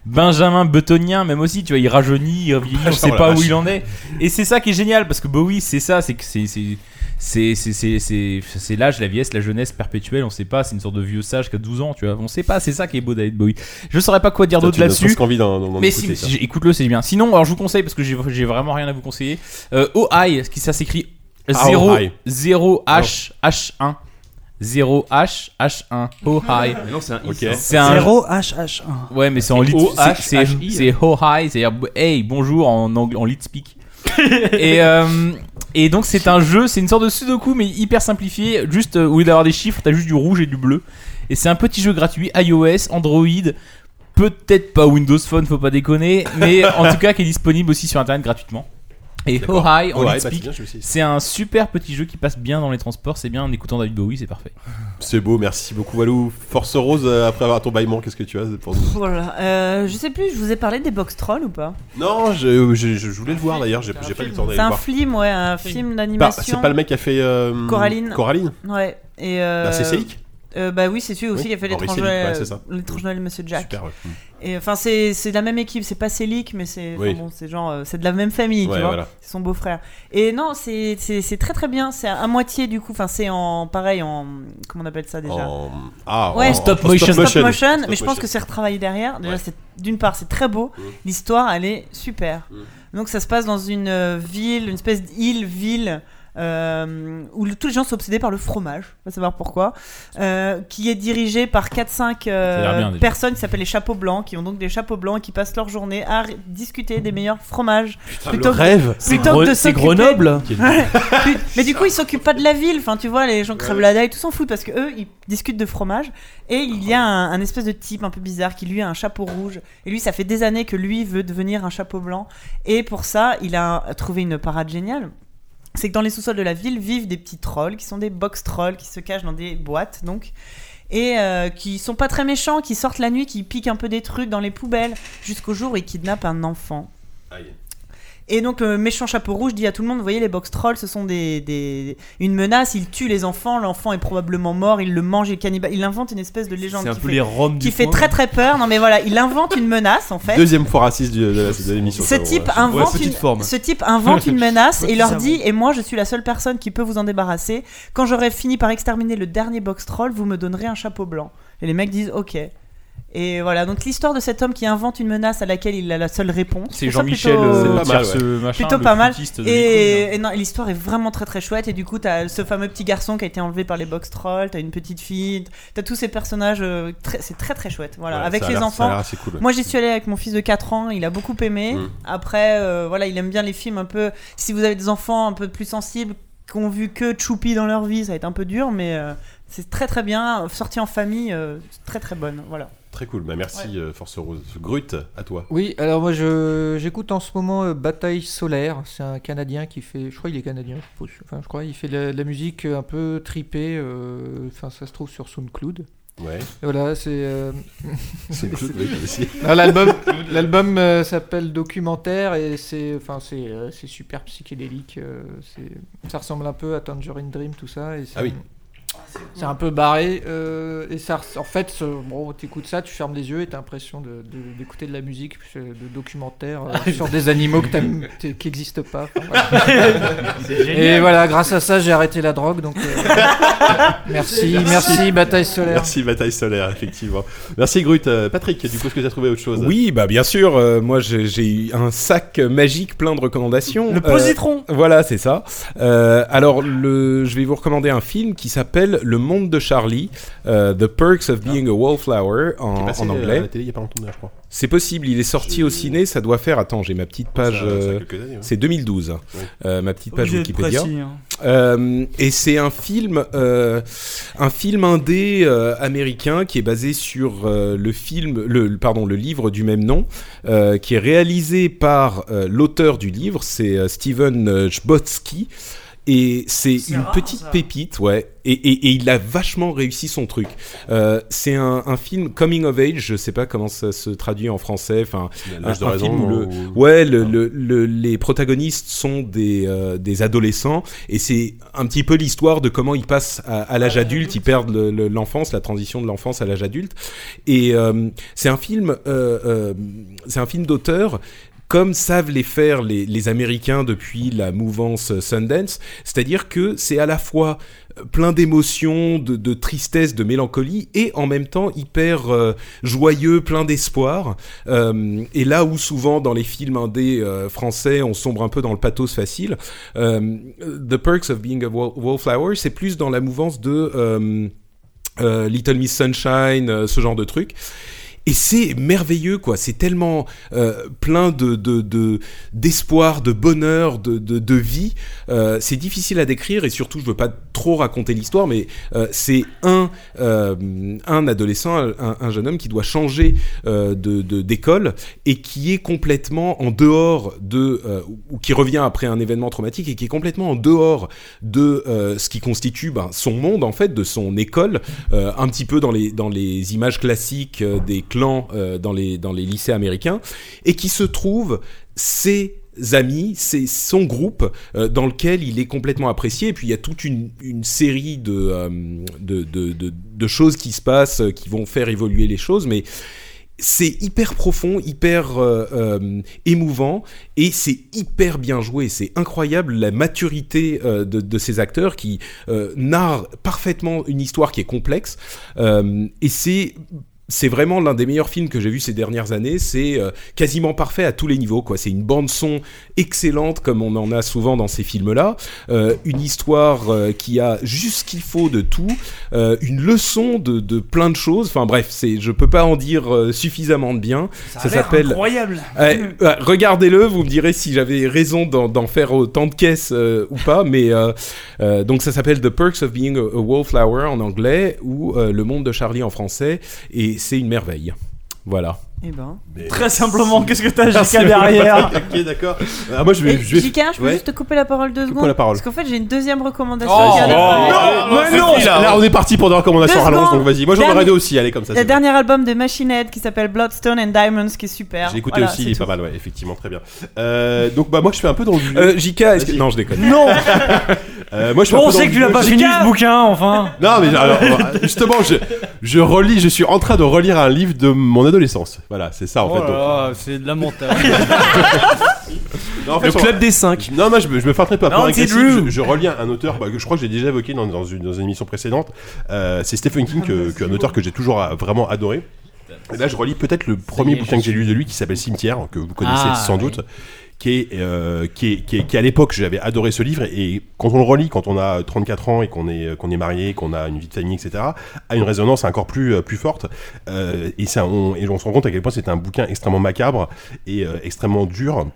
Speaker 4: Benjamin Buttonien, même aussi. Tu vois, il rajeunit, il vieillit, on
Speaker 1: Oh
Speaker 4: sait
Speaker 1: la
Speaker 4: pas
Speaker 1: vache.
Speaker 4: où il en est. Et c'est ça qui est génial, parce que Bowie, c'est ça, c'est que c'est. c'est- c'est c'est- c'est- c'est- c'est l'âge, la vieillesse, la jeunesse perpétuelle, on sait pas, c'est une sorte de vieux sage qui a 12 ans, tu vois, on sait pas, c'est ça qui est beau David Bowie. Je saurais pas quoi dire
Speaker 1: Putain,
Speaker 4: d'autre
Speaker 1: tu me donnes
Speaker 4: là-dessus.
Speaker 1: presque envie d'en- d'en
Speaker 4: Mais si,
Speaker 1: écouter, ça.
Speaker 4: si, écoute-le, c'est bien. Sinon, alors je vous conseille parce que j'ai j'ai vraiment rien à vous conseiller. Euh, OI, ce qui ça s'écrit
Speaker 1: Ah,
Speaker 4: 0
Speaker 1: OI.
Speaker 4: 0 H H1 0 H H1 OI.
Speaker 9: Mais non, c'est un I,
Speaker 4: Ok.
Speaker 9: ça.
Speaker 4: C'est un
Speaker 3: 0 HH1.
Speaker 4: Ouais, mais c'est en lit.
Speaker 9: O-H-H-I,
Speaker 4: C'est
Speaker 9: hein.
Speaker 4: c'est OI, c'est-à-dire hey, bonjour en anglais en lit speak. et, euh, et donc c'est un jeu, c'est une sorte de sudoku mais hyper simplifié. Juste euh, au lieu d'avoir des chiffres, t'as juste du rouge et du bleu. Et c'est un petit jeu gratuit iOS, Android, peut-être pas Windows Phone, faut pas déconner, mais en tout cas qui est disponible aussi sur internet gratuitement. Et
Speaker 1: D'accord.
Speaker 4: Ohai en lead
Speaker 1: Ohai, bah, c'est
Speaker 4: speak,
Speaker 1: bien, je le sais.
Speaker 4: c'est un super petit jeu qui passe bien dans les transports, c'est bien en écoutant David Bowie, c'est parfait.
Speaker 1: C'est beau, merci beaucoup Walou. Force Rose, euh, après avoir ton bâillement, qu'est-ce que tu as pour nous
Speaker 7: Voilà. Euh, je sais plus, je vous ai parlé des box trolls ou pas
Speaker 1: Non, je, je- je voulais le voir d'ailleurs, j'ai j'ai pas eu le temps d'aller
Speaker 7: C'est
Speaker 1: le
Speaker 7: un
Speaker 1: voir.
Speaker 7: film, ouais, un film d'animation.
Speaker 1: Bah, c'est pas le mec qui a fait euh,
Speaker 7: Coraline.
Speaker 1: Coraline
Speaker 7: Ouais. Et euh,
Speaker 1: Bah, c'est Selick
Speaker 7: euh, Bah oui, c'est celui aussi
Speaker 1: Oui,
Speaker 7: qui a fait
Speaker 1: Henri
Speaker 7: l'étranger, euh,
Speaker 1: Selick, ouais, c'est ça.
Speaker 7: l'étranger et le Monsieur Jack.
Speaker 1: Super, ouais. Mm.
Speaker 7: Et enfin, c'est c'est de la même équipe, c'est pas Célic, mais c'est enfin,
Speaker 1: Oui.
Speaker 7: bon, c'est genre, euh, c'est de la même famille,
Speaker 1: Ouais,
Speaker 7: tu vois.
Speaker 1: voilà.
Speaker 7: C'est son beau-frère. Et non, c'est c'est- c'est très très bien. C'est à moitié du coup, enfin, c'est en pareil en comment on appelle ça déjà
Speaker 1: En- ah,
Speaker 7: Ouais.
Speaker 1: en- en Stop stop motion. motion.
Speaker 7: Stop motion,
Speaker 1: Stop
Speaker 7: mais je pense
Speaker 1: motion.
Speaker 7: que c'est retravaillé derrière. Déjà,
Speaker 1: Ouais.
Speaker 14: Mm.
Speaker 7: c'est d'une part, c'est très beau. L'histoire, elle est super. Donc ça se passe dans une euh, ville, une espèce d'île-ville. euh, où le- tous les gens sont obsédés par le fromage, on va savoir pourquoi, euh, qui est dirigée par 4-5
Speaker 14: Ça a l'air bien, déjà.
Speaker 7: personnes qui s'appellent les chapeaux blancs, qui ont donc des chapeaux blancs et qui passent leur journée à r- discuter des meilleurs fromages.
Speaker 9: le
Speaker 7: Plutôt que-
Speaker 9: rêve. C'est
Speaker 7: plutôt que
Speaker 9: Gre-
Speaker 7: de
Speaker 9: c'est
Speaker 7: s'occuper-
Speaker 9: Grenoble
Speaker 7: Ouais. Puis- Mais du coup, ils s'occupent pas de la ville. Enfin, tu vois, les gens crèvent la dalle, tout s'en foutent parce que eux, ils discutent de fromage. Et il y a un, un espèce de type un peu bizarre qui lui a un chapeau rouge. Et lui, ça fait des années que lui veut devenir un chapeau blanc. Et pour ça, il a trouvé une parade géniale c'est que dans les sous-sols de la ville vivent des petits trolls qui sont des box trolls qui se cachent dans des boîtes donc et euh, qui sont pas très méchants, qui sortent la nuit, qui piquent un peu des trucs dans les poubelles jusqu'au jour où ils kidnappent un enfant. Et donc le méchant chapeau rouge dit à tout le monde, vous voyez les box trolls, ce sont des, des- une menace, ils tuent les enfants, l'enfant est probablement mort, il le mange, il cannibale, il invente une espèce de légende
Speaker 1: C'est un
Speaker 7: qui
Speaker 1: peu
Speaker 7: fait,
Speaker 1: les Roms du
Speaker 7: qui fait
Speaker 1: coin.
Speaker 7: très très peur. Non mais voilà, il invente une menace en fait.
Speaker 1: Deuxième fois raciste du- de, la- de l'émission.
Speaker 7: Ce
Speaker 1: ça,
Speaker 7: type, ah,
Speaker 1: ouais.
Speaker 7: invente
Speaker 1: Ouais, petite
Speaker 7: une,
Speaker 1: forme.
Speaker 7: ce type invente une menace et
Speaker 1: Petit
Speaker 7: leur
Speaker 1: savon.
Speaker 7: dit Et moi, je suis la seule personne qui peut vous en débarrasser. Quand j'aurai fini par exterminer le dernier box troll, vous me donnerez un chapeau blanc. Et les mecs disent Ok. Et voilà, donc l'histoire de cet homme qui invente une menace à laquelle il a la seule réponse.
Speaker 14: C'est
Speaker 7: Je trouve ça
Speaker 14: Jean-Michel,
Speaker 7: plutôt-
Speaker 14: euh, C'est pas mal, tierce, ouais. machin,
Speaker 7: Plutôt
Speaker 14: le
Speaker 7: pas mal.
Speaker 14: flûtiste de
Speaker 7: Et, et non, et l'histoire est vraiment très très chouette. Et du coup, t'as ce fameux petit garçon qui a été enlevé par les box trolls, t'as une petite fille, t'as tous ces personnages. euh, très- C'est très très chouette. Voilà,
Speaker 1: Ouais,
Speaker 7: avec
Speaker 1: ça a
Speaker 7: les
Speaker 1: l'air- ça a
Speaker 7: enfants.
Speaker 1: l'air assez cool, ouais.
Speaker 7: Moi, j'y suis allée avec mon fils de 4 ans, il a beaucoup aimé.
Speaker 1: Mm.
Speaker 7: Après, euh, voilà, il aime bien les films un peu. Si vous avez des enfants un peu plus sensibles, qui ont vu que Choupi dans leur vie, ça va être un peu dur, mais euh, c'est très très bien. Sortie en famille, euh, très très bonne. Voilà.
Speaker 1: Très cool. Bah, merci, euh, Force Rose. Grut, à toi.
Speaker 5: Oui, alors moi je j'écoute en ce moment euh, Bataille Solaire. C'est un Canadien qui fait, je crois il est canadien, je suppose. Enfin, je crois il fait de la, de la musique euh, un peu tripée. euh, Enfin, ça se trouve sur SoundCloud.
Speaker 1: Ouais.
Speaker 5: Et Voilà, c'est. euh,
Speaker 1: SoundCloud, oui, aussi.
Speaker 5: Non, l'album, l'album euh, s'appelle Documentaire et c'est, enfin c'est, euh, c'est super psychédélique. euh, c'est, ça ressemble un peu à Tangerine Dream, tout ça. Et c'est-
Speaker 1: Ah oui.
Speaker 5: C'est un peu barré euh, et ça, res- en fait, ce- bon, t'écoutes ça, tu fermes les yeux et t'as l'impression de, de- d'écouter de la musique, euh, de documentaire euh,
Speaker 12: Ah,
Speaker 5: sur
Speaker 12: oui.
Speaker 5: des animaux que t'aimes- t- qui n'existent pas. Enfin, voilà.
Speaker 12: C'est
Speaker 5: et
Speaker 12: génial.
Speaker 5: voilà, grâce à ça, j'ai arrêté la drogue. Donc euh, merci, merci, bataille solaire.
Speaker 1: Merci, Bataille Solaire, effectivement. Merci, Grut. Euh, Patrick, du coup, est-ce que tu as trouvé autre chose
Speaker 2: Oui, bah bien sûr. euh, moi, j'ai j'ai eu un sac magique plein de recommandations.
Speaker 1: Le positron.
Speaker 2: Euh, Voilà, c'est ça. Euh, alors, le, je vais vous recommander un film qui s'appelle Le Monde de Charlie, euh, The Perks of Being a Wallflower
Speaker 1: Qui est
Speaker 2: en,
Speaker 1: passé euh,
Speaker 2: en
Speaker 1: à
Speaker 2: anglais.
Speaker 1: la télé il y a pas longtemps, d'ailleurs, je crois.
Speaker 2: C'est possible, il est sorti au ciné, ça doit faire. Attends, j'ai ma petite page.
Speaker 1: Ça- ça a
Speaker 2: euh,
Speaker 1: quelques années, ouais.
Speaker 2: C'est 2012, euh, ma petite page
Speaker 3: Obligé d'être
Speaker 2: Wikipédia.
Speaker 3: précis, hein.
Speaker 2: Euh, et c'est un film, euh, un film indé euh, américain qui est basé sur euh, le film, le, le- pardon, le livre du même nom, euh, qui est réalisé par euh, l'auteur du livre, c'est euh, Steven euh, Chbosky. Et c'est
Speaker 12: C'est
Speaker 2: une
Speaker 12: rare,
Speaker 2: petite
Speaker 12: ça.
Speaker 2: pépite pépite, ouais. Et, et- et il a vachement réussi son truc. Euh, c'est un, un film coming of age, je sais pas comment ça se traduit en français. Enfin, un,
Speaker 1: L'âge de
Speaker 2: un
Speaker 1: raison,
Speaker 2: film où le,
Speaker 1: ou-
Speaker 2: ouais, le- le- le- les protagonistes sont des, euh, des adolescents et c'est un petit peu l'histoire de comment ils passent à, à l'âge adulte, ils perdent le- le- l'enfance, la transition de l'enfance à l'âge adulte. Et euh, c'est un film, euh, euh, c'est un film d'auteur comme savent les faire les, les Américains depuis la mouvance Sundance, c'est-à-dire que c'est à la fois euh, plein d'émotions, de, de tristesse, de mélancolie, et en même temps hyper euh, joyeux, plein d'espoir. Euh, et là où souvent dans les films indés euh, français on sombre un peu dans le pathos facile, euh, The Perks of Being a Wall- Wallflower, c'est plus dans la mouvance de... euh, euh, Little Miss Sunshine, euh, ce genre de truc. Et c'est merveilleux, quoi. C'est tellement euh, plein de de- de- d'espoir, de, bonheur, de, de, de vie. Euh, c'est difficile à décrire et surtout, je veux pas trop raconter l'histoire, mais euh, c'est un euh, un adolescent, un, un jeune homme qui doit changer euh, de de- d'école et qui est complètement en dehors de euh, ou qui revient après un événement traumatique et qui est complètement en dehors de euh, ce qui constitue ben, son monde en fait, de son école, euh, un petit peu dans les dans les images classiques euh, des clans euh, dans les dans les lycées américains et qui se trouve ses amis, c'est son groupe euh, dans lequel il est complètement apprécié. Et puis il y a toute une, une série de, euh, de, de, de- de choses qui se passent, euh, qui vont faire évoluer les choses. Mais c'est hyper profond, hyper euh, euh, émouvant et c'est hyper bien joué. C'est incroyable la maturité euh, de, de ces acteurs qui euh, narrent parfaitement une histoire qui est complexe. Euh, et c'est c'est vraiment l'un des meilleurs films que j'ai vu ces dernières années. C'est euh, quasiment parfait à tous les niveaux. Quoi. C'est une bande son excellente comme on en a souvent dans ces films-là. Euh, une histoire euh, qui a juste ce qu'il faut de tout. Euh, une leçon de, de plein de choses. Enfin bref, c'est, je peux pas en dire euh, suffisamment de bien.
Speaker 3: Ça a l'air incroyable.
Speaker 2: Ouais, ouais, Regardez-le, vous me direz si j'avais raison d'en d'en faire autant de caisses euh, ou pas. Mais euh, euh, donc ça s'appelle The Perks of Being a, a Wallflower en anglais ou euh, Le Monde de Charlie en français, et c'est une merveille. Voilà.
Speaker 7: Eh ben.
Speaker 3: Très simplement, qu'est-ce que t'as
Speaker 1: Merci.
Speaker 3: jusqu'à derrière
Speaker 1: Ok, d'accord. Ah, moi, je vais.
Speaker 7: Et
Speaker 1: je vais-
Speaker 7: JK, Eh, je peux
Speaker 1: Ouais.
Speaker 7: juste te couper la parole deux secondes
Speaker 1: la parole.
Speaker 7: Parce qu'en fait, j'ai une deuxième recommandation.
Speaker 1: Oh,
Speaker 7: Regarde.
Speaker 1: non, mais non Là, on est parti pour des recommandations
Speaker 7: Deux
Speaker 1: à rallonge,
Speaker 7: secondes.
Speaker 1: donc vas-y. Moi, j'en
Speaker 7: Dernier-
Speaker 1: aurais deux aussi, allez, comme ça.
Speaker 7: Le
Speaker 1: c'est bon.
Speaker 7: dernier album de Machine Head qui s'appelle Bloodstone and Diamonds, qui est super.
Speaker 1: J'ai écouté
Speaker 7: Voilà,
Speaker 1: aussi,
Speaker 7: c'est
Speaker 1: il est
Speaker 7: tout.
Speaker 1: pas mal, ouais, effectivement, très bien. Euh, donc, bah, moi, je fais un peu dans le. vieux.
Speaker 2: Euh, JK, est-ce que-
Speaker 1: Vas-y.
Speaker 2: Non, je déconne.
Speaker 3: Non
Speaker 1: Euh, moi, je fais un
Speaker 3: On
Speaker 1: peu dans
Speaker 3: sait que
Speaker 1: le
Speaker 3: tu l'as
Speaker 1: vieux.
Speaker 3: pas fini ce bouquin, enfin
Speaker 1: Non, mais alors, euh, justement, je, je relis, je suis en train de relire un livre de mon adolescence. Voilà, c'est
Speaker 6: Oh
Speaker 1: ça en fait. donc.
Speaker 13: c'est lamentable.
Speaker 1: Non, en fait,
Speaker 9: Le
Speaker 1: sur-
Speaker 9: club des 5.
Speaker 1: Non, non, je, me- je me ferai pas
Speaker 13: Non,
Speaker 1: pour
Speaker 13: c'est
Speaker 1: agressif.
Speaker 13: Drew.
Speaker 1: Je, je relis un auteur bah, que je crois que j'ai déjà évoqué dans, dans une, dans une émission précédente. Euh, c'est Stephen King, que- que- un auteur que j'ai toujours euh, vraiment adoré. Et là, je relis peut-être le premier bouquin que j'ai lu de lui qui s'appelle Cimetière, que vous connaissez
Speaker 6: Ah,
Speaker 1: sans
Speaker 6: oui.
Speaker 1: doute. Qui, est, euh, qui, est- qui, est- qui, à l'époque j'avais adoré ce livre et quand on le relit quand on a 34 ans et qu'on est, qu'on est marié qu'on a une vie de famille etc a une résonance encore plus, euh, plus forte Euh, et, ça, on, et on se rend compte à quel point c'est un bouquin extrêmement macabre et euh, extrêmement dur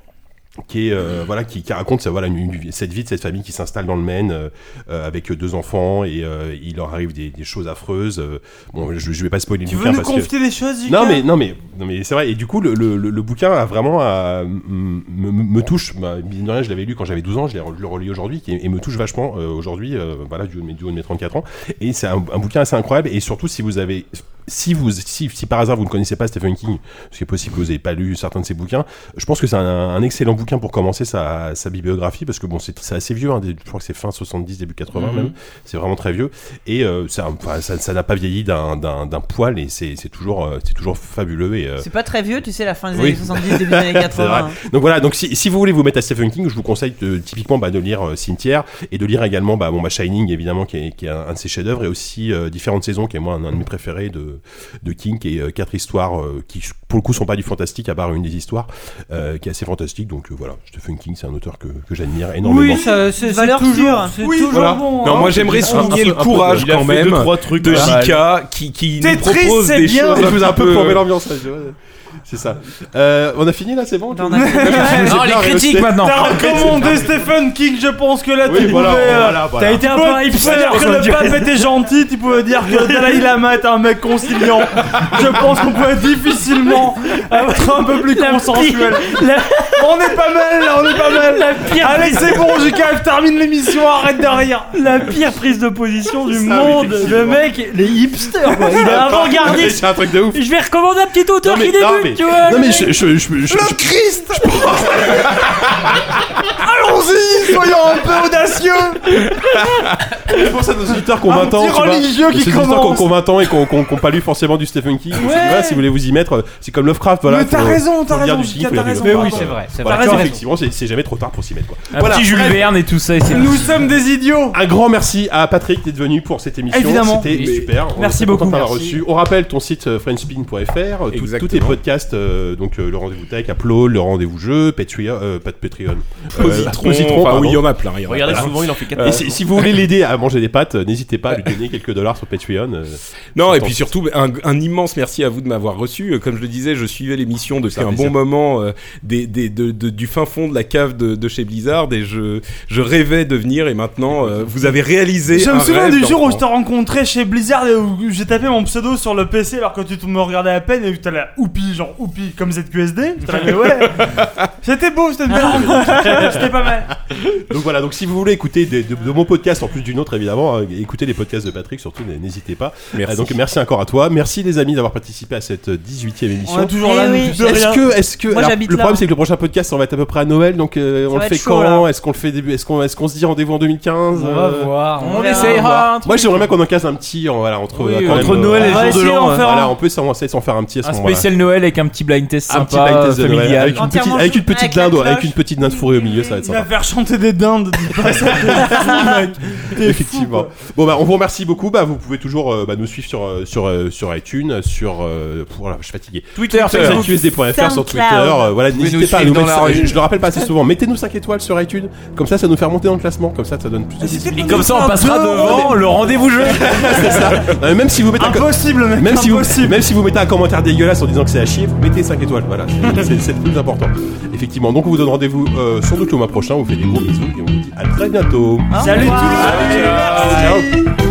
Speaker 1: qui est, euh, voilà qui, qui raconte ça, voilà une- une- cette vie de cette famille qui s'installe dans le Maine euh, euh, avec deux enfants et euh, il leur arrive des, des choses affreuses euh, bon je, je vais pas spoiler
Speaker 3: Tu
Speaker 1: le
Speaker 3: veux
Speaker 1: bouquin
Speaker 3: nous
Speaker 1: parce que
Speaker 3: confier des choses, JK
Speaker 1: non mais non mais non mais c'est vrai et du coup le, le, le- le bouquin a vraiment à- m- me, me- me touche Bah, mine de rien je l'avais lu quand j'avais 12 ans je, l'ai re- je le relis aujourd'hui qui- et me touche vachement euh, aujourd'hui euh, voilà du haut, de mes, du haut de mes 34 ans et c'est un, un bouquin assez incroyable et surtout si vous avez si vous si, si par hasard vous ne connaissez pas Stephen King parce qu'il est possible que vous n'ayez pas lu certains de ses bouquins je pense que c'est un, un excellent bouquin pour commencer sa, sa bibliographie parce que bon c'est c'est assez vieux hein, des- je crois que c'est fin 70 début 80
Speaker 9: Mhm.
Speaker 1: même c'est vraiment très vieux et euh, ça, enfin, ça ça n'a pas vieilli d'un- d'un d'un poil et c'est c'est toujours euh, c'est toujours fabuleux et euh,
Speaker 7: C'est pas très vieux, tu sais, la fin des
Speaker 1: oui.
Speaker 7: années 70, début des années
Speaker 1: C'est
Speaker 7: 80.
Speaker 1: vrai. Donc voilà, donc si, si vous voulez vous mettre à Stephen King, je vous conseille de- typiquement bah, de lire euh, Cimetière et de lire également bah, bon, bah, Shining, évidemment, qui est, qui est un, un de ses chefs-d'œuvre, et aussi euh, Différentes Saisons, qui est moi un, un de mes préférés de, de King, et euh, quatre histoires euh, qui, pour le coup, sont pas du fantastique, à part une des histoires, euh, qui est assez fantastique. Donc euh, voilà, Stephen King, c'est un auteur que, que j'admire énormément.
Speaker 6: Oui, ça- c'est c'est
Speaker 7: Valeur
Speaker 6: toujours,
Speaker 7: sûre.
Speaker 6: c'est
Speaker 3: Oui,
Speaker 6: toujours
Speaker 2: voilà.
Speaker 6: bon.
Speaker 2: Non,
Speaker 6: hein.
Speaker 2: moi j'aimerais
Speaker 1: un- un-
Speaker 2: souligner le
Speaker 1: un peu-
Speaker 2: courage
Speaker 9: il a
Speaker 2: quand
Speaker 9: fait
Speaker 2: même
Speaker 9: deux, trois trucs
Speaker 2: de
Speaker 9: pas
Speaker 2: JK qui, qui nous
Speaker 3: Tetris,
Speaker 2: propose
Speaker 3: c'est
Speaker 2: des
Speaker 3: bien.
Speaker 2: choses
Speaker 1: Je vous ai un peu
Speaker 2: pour
Speaker 1: plombé l'ambiance. là, je- ouais. C'est ça. Euh, on a fini là, c'est bon
Speaker 7: On a fini.
Speaker 1: Non, les critiques
Speaker 12: maintenant.
Speaker 3: T'as recommandé Stephen King, je pense que là,
Speaker 1: Oui,
Speaker 3: tu
Speaker 1: voilà,
Speaker 3: pouvais, euh,
Speaker 1: voilà, voilà.
Speaker 3: T'as été un peu un hipster, que le pape était gentil, tu pouvais dire que Dalai Lama est un mec conciliant. Je pense qu'on peut difficilement être un peu plus consensuel. On est pas mal, là, on est pas mal. Allez, c'est bon, JK, termine l'émission, arrête de rire.
Speaker 6: La pire prise de position du
Speaker 1: Ça, oui,
Speaker 6: monde. Le
Speaker 1: effectivement.
Speaker 6: mec, les hipsters, quoi. Il est avant-gardiste.
Speaker 1: C'est un truc de ouf.
Speaker 6: Je vais recommander un petit auteur
Speaker 1: Non mais,
Speaker 6: qui débute,
Speaker 1: non, mais,
Speaker 6: tu vois.
Speaker 1: non,
Speaker 6: le
Speaker 1: mais
Speaker 6: mec.
Speaker 1: je, je, je, je- je-
Speaker 12: Allons-y, soyons un peu audacieux.
Speaker 1: je pense à nos auditeurs qui ont
Speaker 12: Un
Speaker 1: 20 ans.
Speaker 12: petit
Speaker 1: tu vois.
Speaker 12: religieux qui
Speaker 1: Ces auditeurs ont-
Speaker 12: commence.
Speaker 1: qui ont 20 ans et qui ont- qui ont qui ont pas lu forcément du Stephen King. Donc, c'est vrai, si vous voulez vous y mettre, euh, c'est comme Lovecraft. Voilà,
Speaker 12: Mais t'as
Speaker 1: faut-
Speaker 12: raison, t'as
Speaker 1: faut lire
Speaker 12: raison,
Speaker 1: du King,
Speaker 12: Jika,
Speaker 1: faut lire
Speaker 12: t'as
Speaker 1: du
Speaker 12: raison.
Speaker 1: Lovecraft,
Speaker 6: Mais oui,
Speaker 1: voilà.
Speaker 6: c'est vrai, c'est
Speaker 1: Voilà,
Speaker 6: vrai.
Speaker 1: donc,
Speaker 6: T'as raison.
Speaker 1: Effectivement, c'est c'est jamais trop tard pour s'y mettre. quoi.
Speaker 4: Un
Speaker 1: Voilà.
Speaker 4: petit Jules
Speaker 1: Bref,
Speaker 4: Verne et tout ça. Et c'est
Speaker 13: Nous sommes des idiots.
Speaker 1: Un grand merci à Patrick d'être venu pour cette émission.
Speaker 3: Évidemment.
Speaker 1: C'était
Speaker 3: Oui.
Speaker 1: super. On
Speaker 3: Merci
Speaker 1: est content
Speaker 3: beaucoup.
Speaker 1: d'avoir
Speaker 3: Merci.
Speaker 1: reçu. On rappelle ton site euh, frenchspin.fr, euh, tout- tous tes
Speaker 2: Exactement.
Speaker 1: podcasts, euh, donc euh, le rendez-vous tech, Upload, le rendez-vous jeu, Patreon, euh, pas de Patreon, euh, Positron,
Speaker 2: enfin,
Speaker 1: pardon.
Speaker 2: oui, il y en a plein. il y en a
Speaker 9: Regardez,
Speaker 2: plein.
Speaker 9: souvent il en fait 4
Speaker 1: Et si, si vous voulez l'aider à manger des pâtes, euh, n'hésitez pas à lui donner quelques dollars sur Patreon. euh,
Speaker 2: Non, et
Speaker 1: Attends.
Speaker 2: puis surtout, un, un immense merci à vous de m'avoir reçu. Euh, Comme je le disais, je suivais
Speaker 3: Ah,
Speaker 2: l'émission depuis
Speaker 1: C'est un
Speaker 2: un,
Speaker 1: plaisir.
Speaker 2: bon moment euh, des, des- de- de- du fin fond de la cave de, de chez Blizzard et je, je rêvais de venir et maintenant, euh, vous avez réalisé.
Speaker 3: Je
Speaker 2: un
Speaker 3: me souviens
Speaker 2: rêve
Speaker 3: du jour où je
Speaker 2: d'enfant.
Speaker 3: t'ai rencontré chez Blizzard et où j'ai tapé mon pseudo sur le PC alors que tu me regardais à peine et que t'as la oupi, genre oupi comme ZQSD. J'étais là, mais ouais. C'était beau, c'était une belle rencontre. C'était pas mal.
Speaker 1: Donc voilà, donc si vous voulez écouter des- de, de mon podcast en plus d'une autre évidemment, hein, écoutez les podcasts de Patrick surtout, n- n'hésitez pas.
Speaker 2: Merci.
Speaker 1: Euh, donc merci encore à toi, merci les amis d'avoir participé à cette euh, 18e
Speaker 3: On est
Speaker 1: émission.
Speaker 3: toujours
Speaker 7: Eh
Speaker 3: là,
Speaker 7: oui.
Speaker 3: nous, de
Speaker 1: Est-ce
Speaker 3: rien.
Speaker 1: que, est-ce que,
Speaker 7: Moi,
Speaker 1: alors,
Speaker 7: j'habite
Speaker 1: le
Speaker 7: là.
Speaker 1: problème c'est que le prochain podcast on va être à peu près à Noël, donc euh, on
Speaker 7: va
Speaker 1: le
Speaker 7: être
Speaker 1: fait
Speaker 7: chaud,
Speaker 1: quand
Speaker 7: là.
Speaker 1: Est-ce qu'on le fait début, est-ce qu'on, est-ce qu'on se dit rendez-vous en 2015
Speaker 6: On
Speaker 1: euh,
Speaker 6: va voir.
Speaker 7: On verra.
Speaker 4: essayera.
Speaker 1: Moi j'aimerais bien qu'on en casse un petit, on- voilà, entre,
Speaker 4: Oui,
Speaker 1: quand
Speaker 4: entre
Speaker 1: même,
Speaker 4: Noël
Speaker 1: euh,
Speaker 4: et
Speaker 3: On va
Speaker 4: jour de
Speaker 3: essayer d'en
Speaker 4: l'an.
Speaker 3: faire
Speaker 1: voilà,
Speaker 3: un.
Speaker 1: on peut s'en- on essaie de s'en faire un petit à ce
Speaker 4: Un
Speaker 1: moment-là.
Speaker 4: spécial Noël avec un petit blind test
Speaker 1: un
Speaker 4: sympa,
Speaker 1: petit blind test de Noël,
Speaker 4: familial.
Speaker 1: avec une petite,
Speaker 7: Entièrement
Speaker 1: avec une petite
Speaker 7: avec la
Speaker 1: dinde,
Speaker 7: cloche.
Speaker 1: avec une petite dinde fourrée au milieu, ça va être sympa. va
Speaker 3: faire chanter des dindes. dis pas ça, t'es fou, mec. T'es fou,
Speaker 1: Effectivement.
Speaker 3: quoi.
Speaker 1: bon, bah, on vous remercie beaucoup. Bah, vous pouvez toujours euh, bah, nous suivre sur, euh, sur, euh, sur iTunes, sur. euh, voilà, je suis fatigué.
Speaker 4: Twitter, Facebook,
Speaker 1: ZQSD.fr, sur Twitter.
Speaker 4: SoundCloud.
Speaker 1: euh, voilà,
Speaker 4: Vous pouvez
Speaker 1: n'hésitez
Speaker 4: nous
Speaker 1: pas à
Speaker 4: suivre
Speaker 1: nous
Speaker 4: dans
Speaker 1: mettre.
Speaker 4: la
Speaker 1: ça-
Speaker 4: rue.
Speaker 1: je, je le rappelle pas assez souvent. Mettez-nous 5 étoiles sur iTunes. Comme ça, ça nous fait remonter dans le classement. Comme ça, ça donne plus de
Speaker 4: Et
Speaker 1: visibilité.
Speaker 4: comme ça, on passera devant le rendez-vous jeu.
Speaker 1: C'est ça. Euh, même si vous mettez
Speaker 3: impossible,
Speaker 1: même si vous même si vous mettez un commentaire dégueulasse en disant que c'est à chier, vous mettez 5 étoiles. Voilà, c'est c'est le plus important. Effectivement. Donc on vous donne rendez-vous euh, sans doute le mois prochain. On vous fait des gros bisous et on vous dit à très bientôt.
Speaker 3: Salut tout le
Speaker 1: Ciao.
Speaker 3: monde. Merci.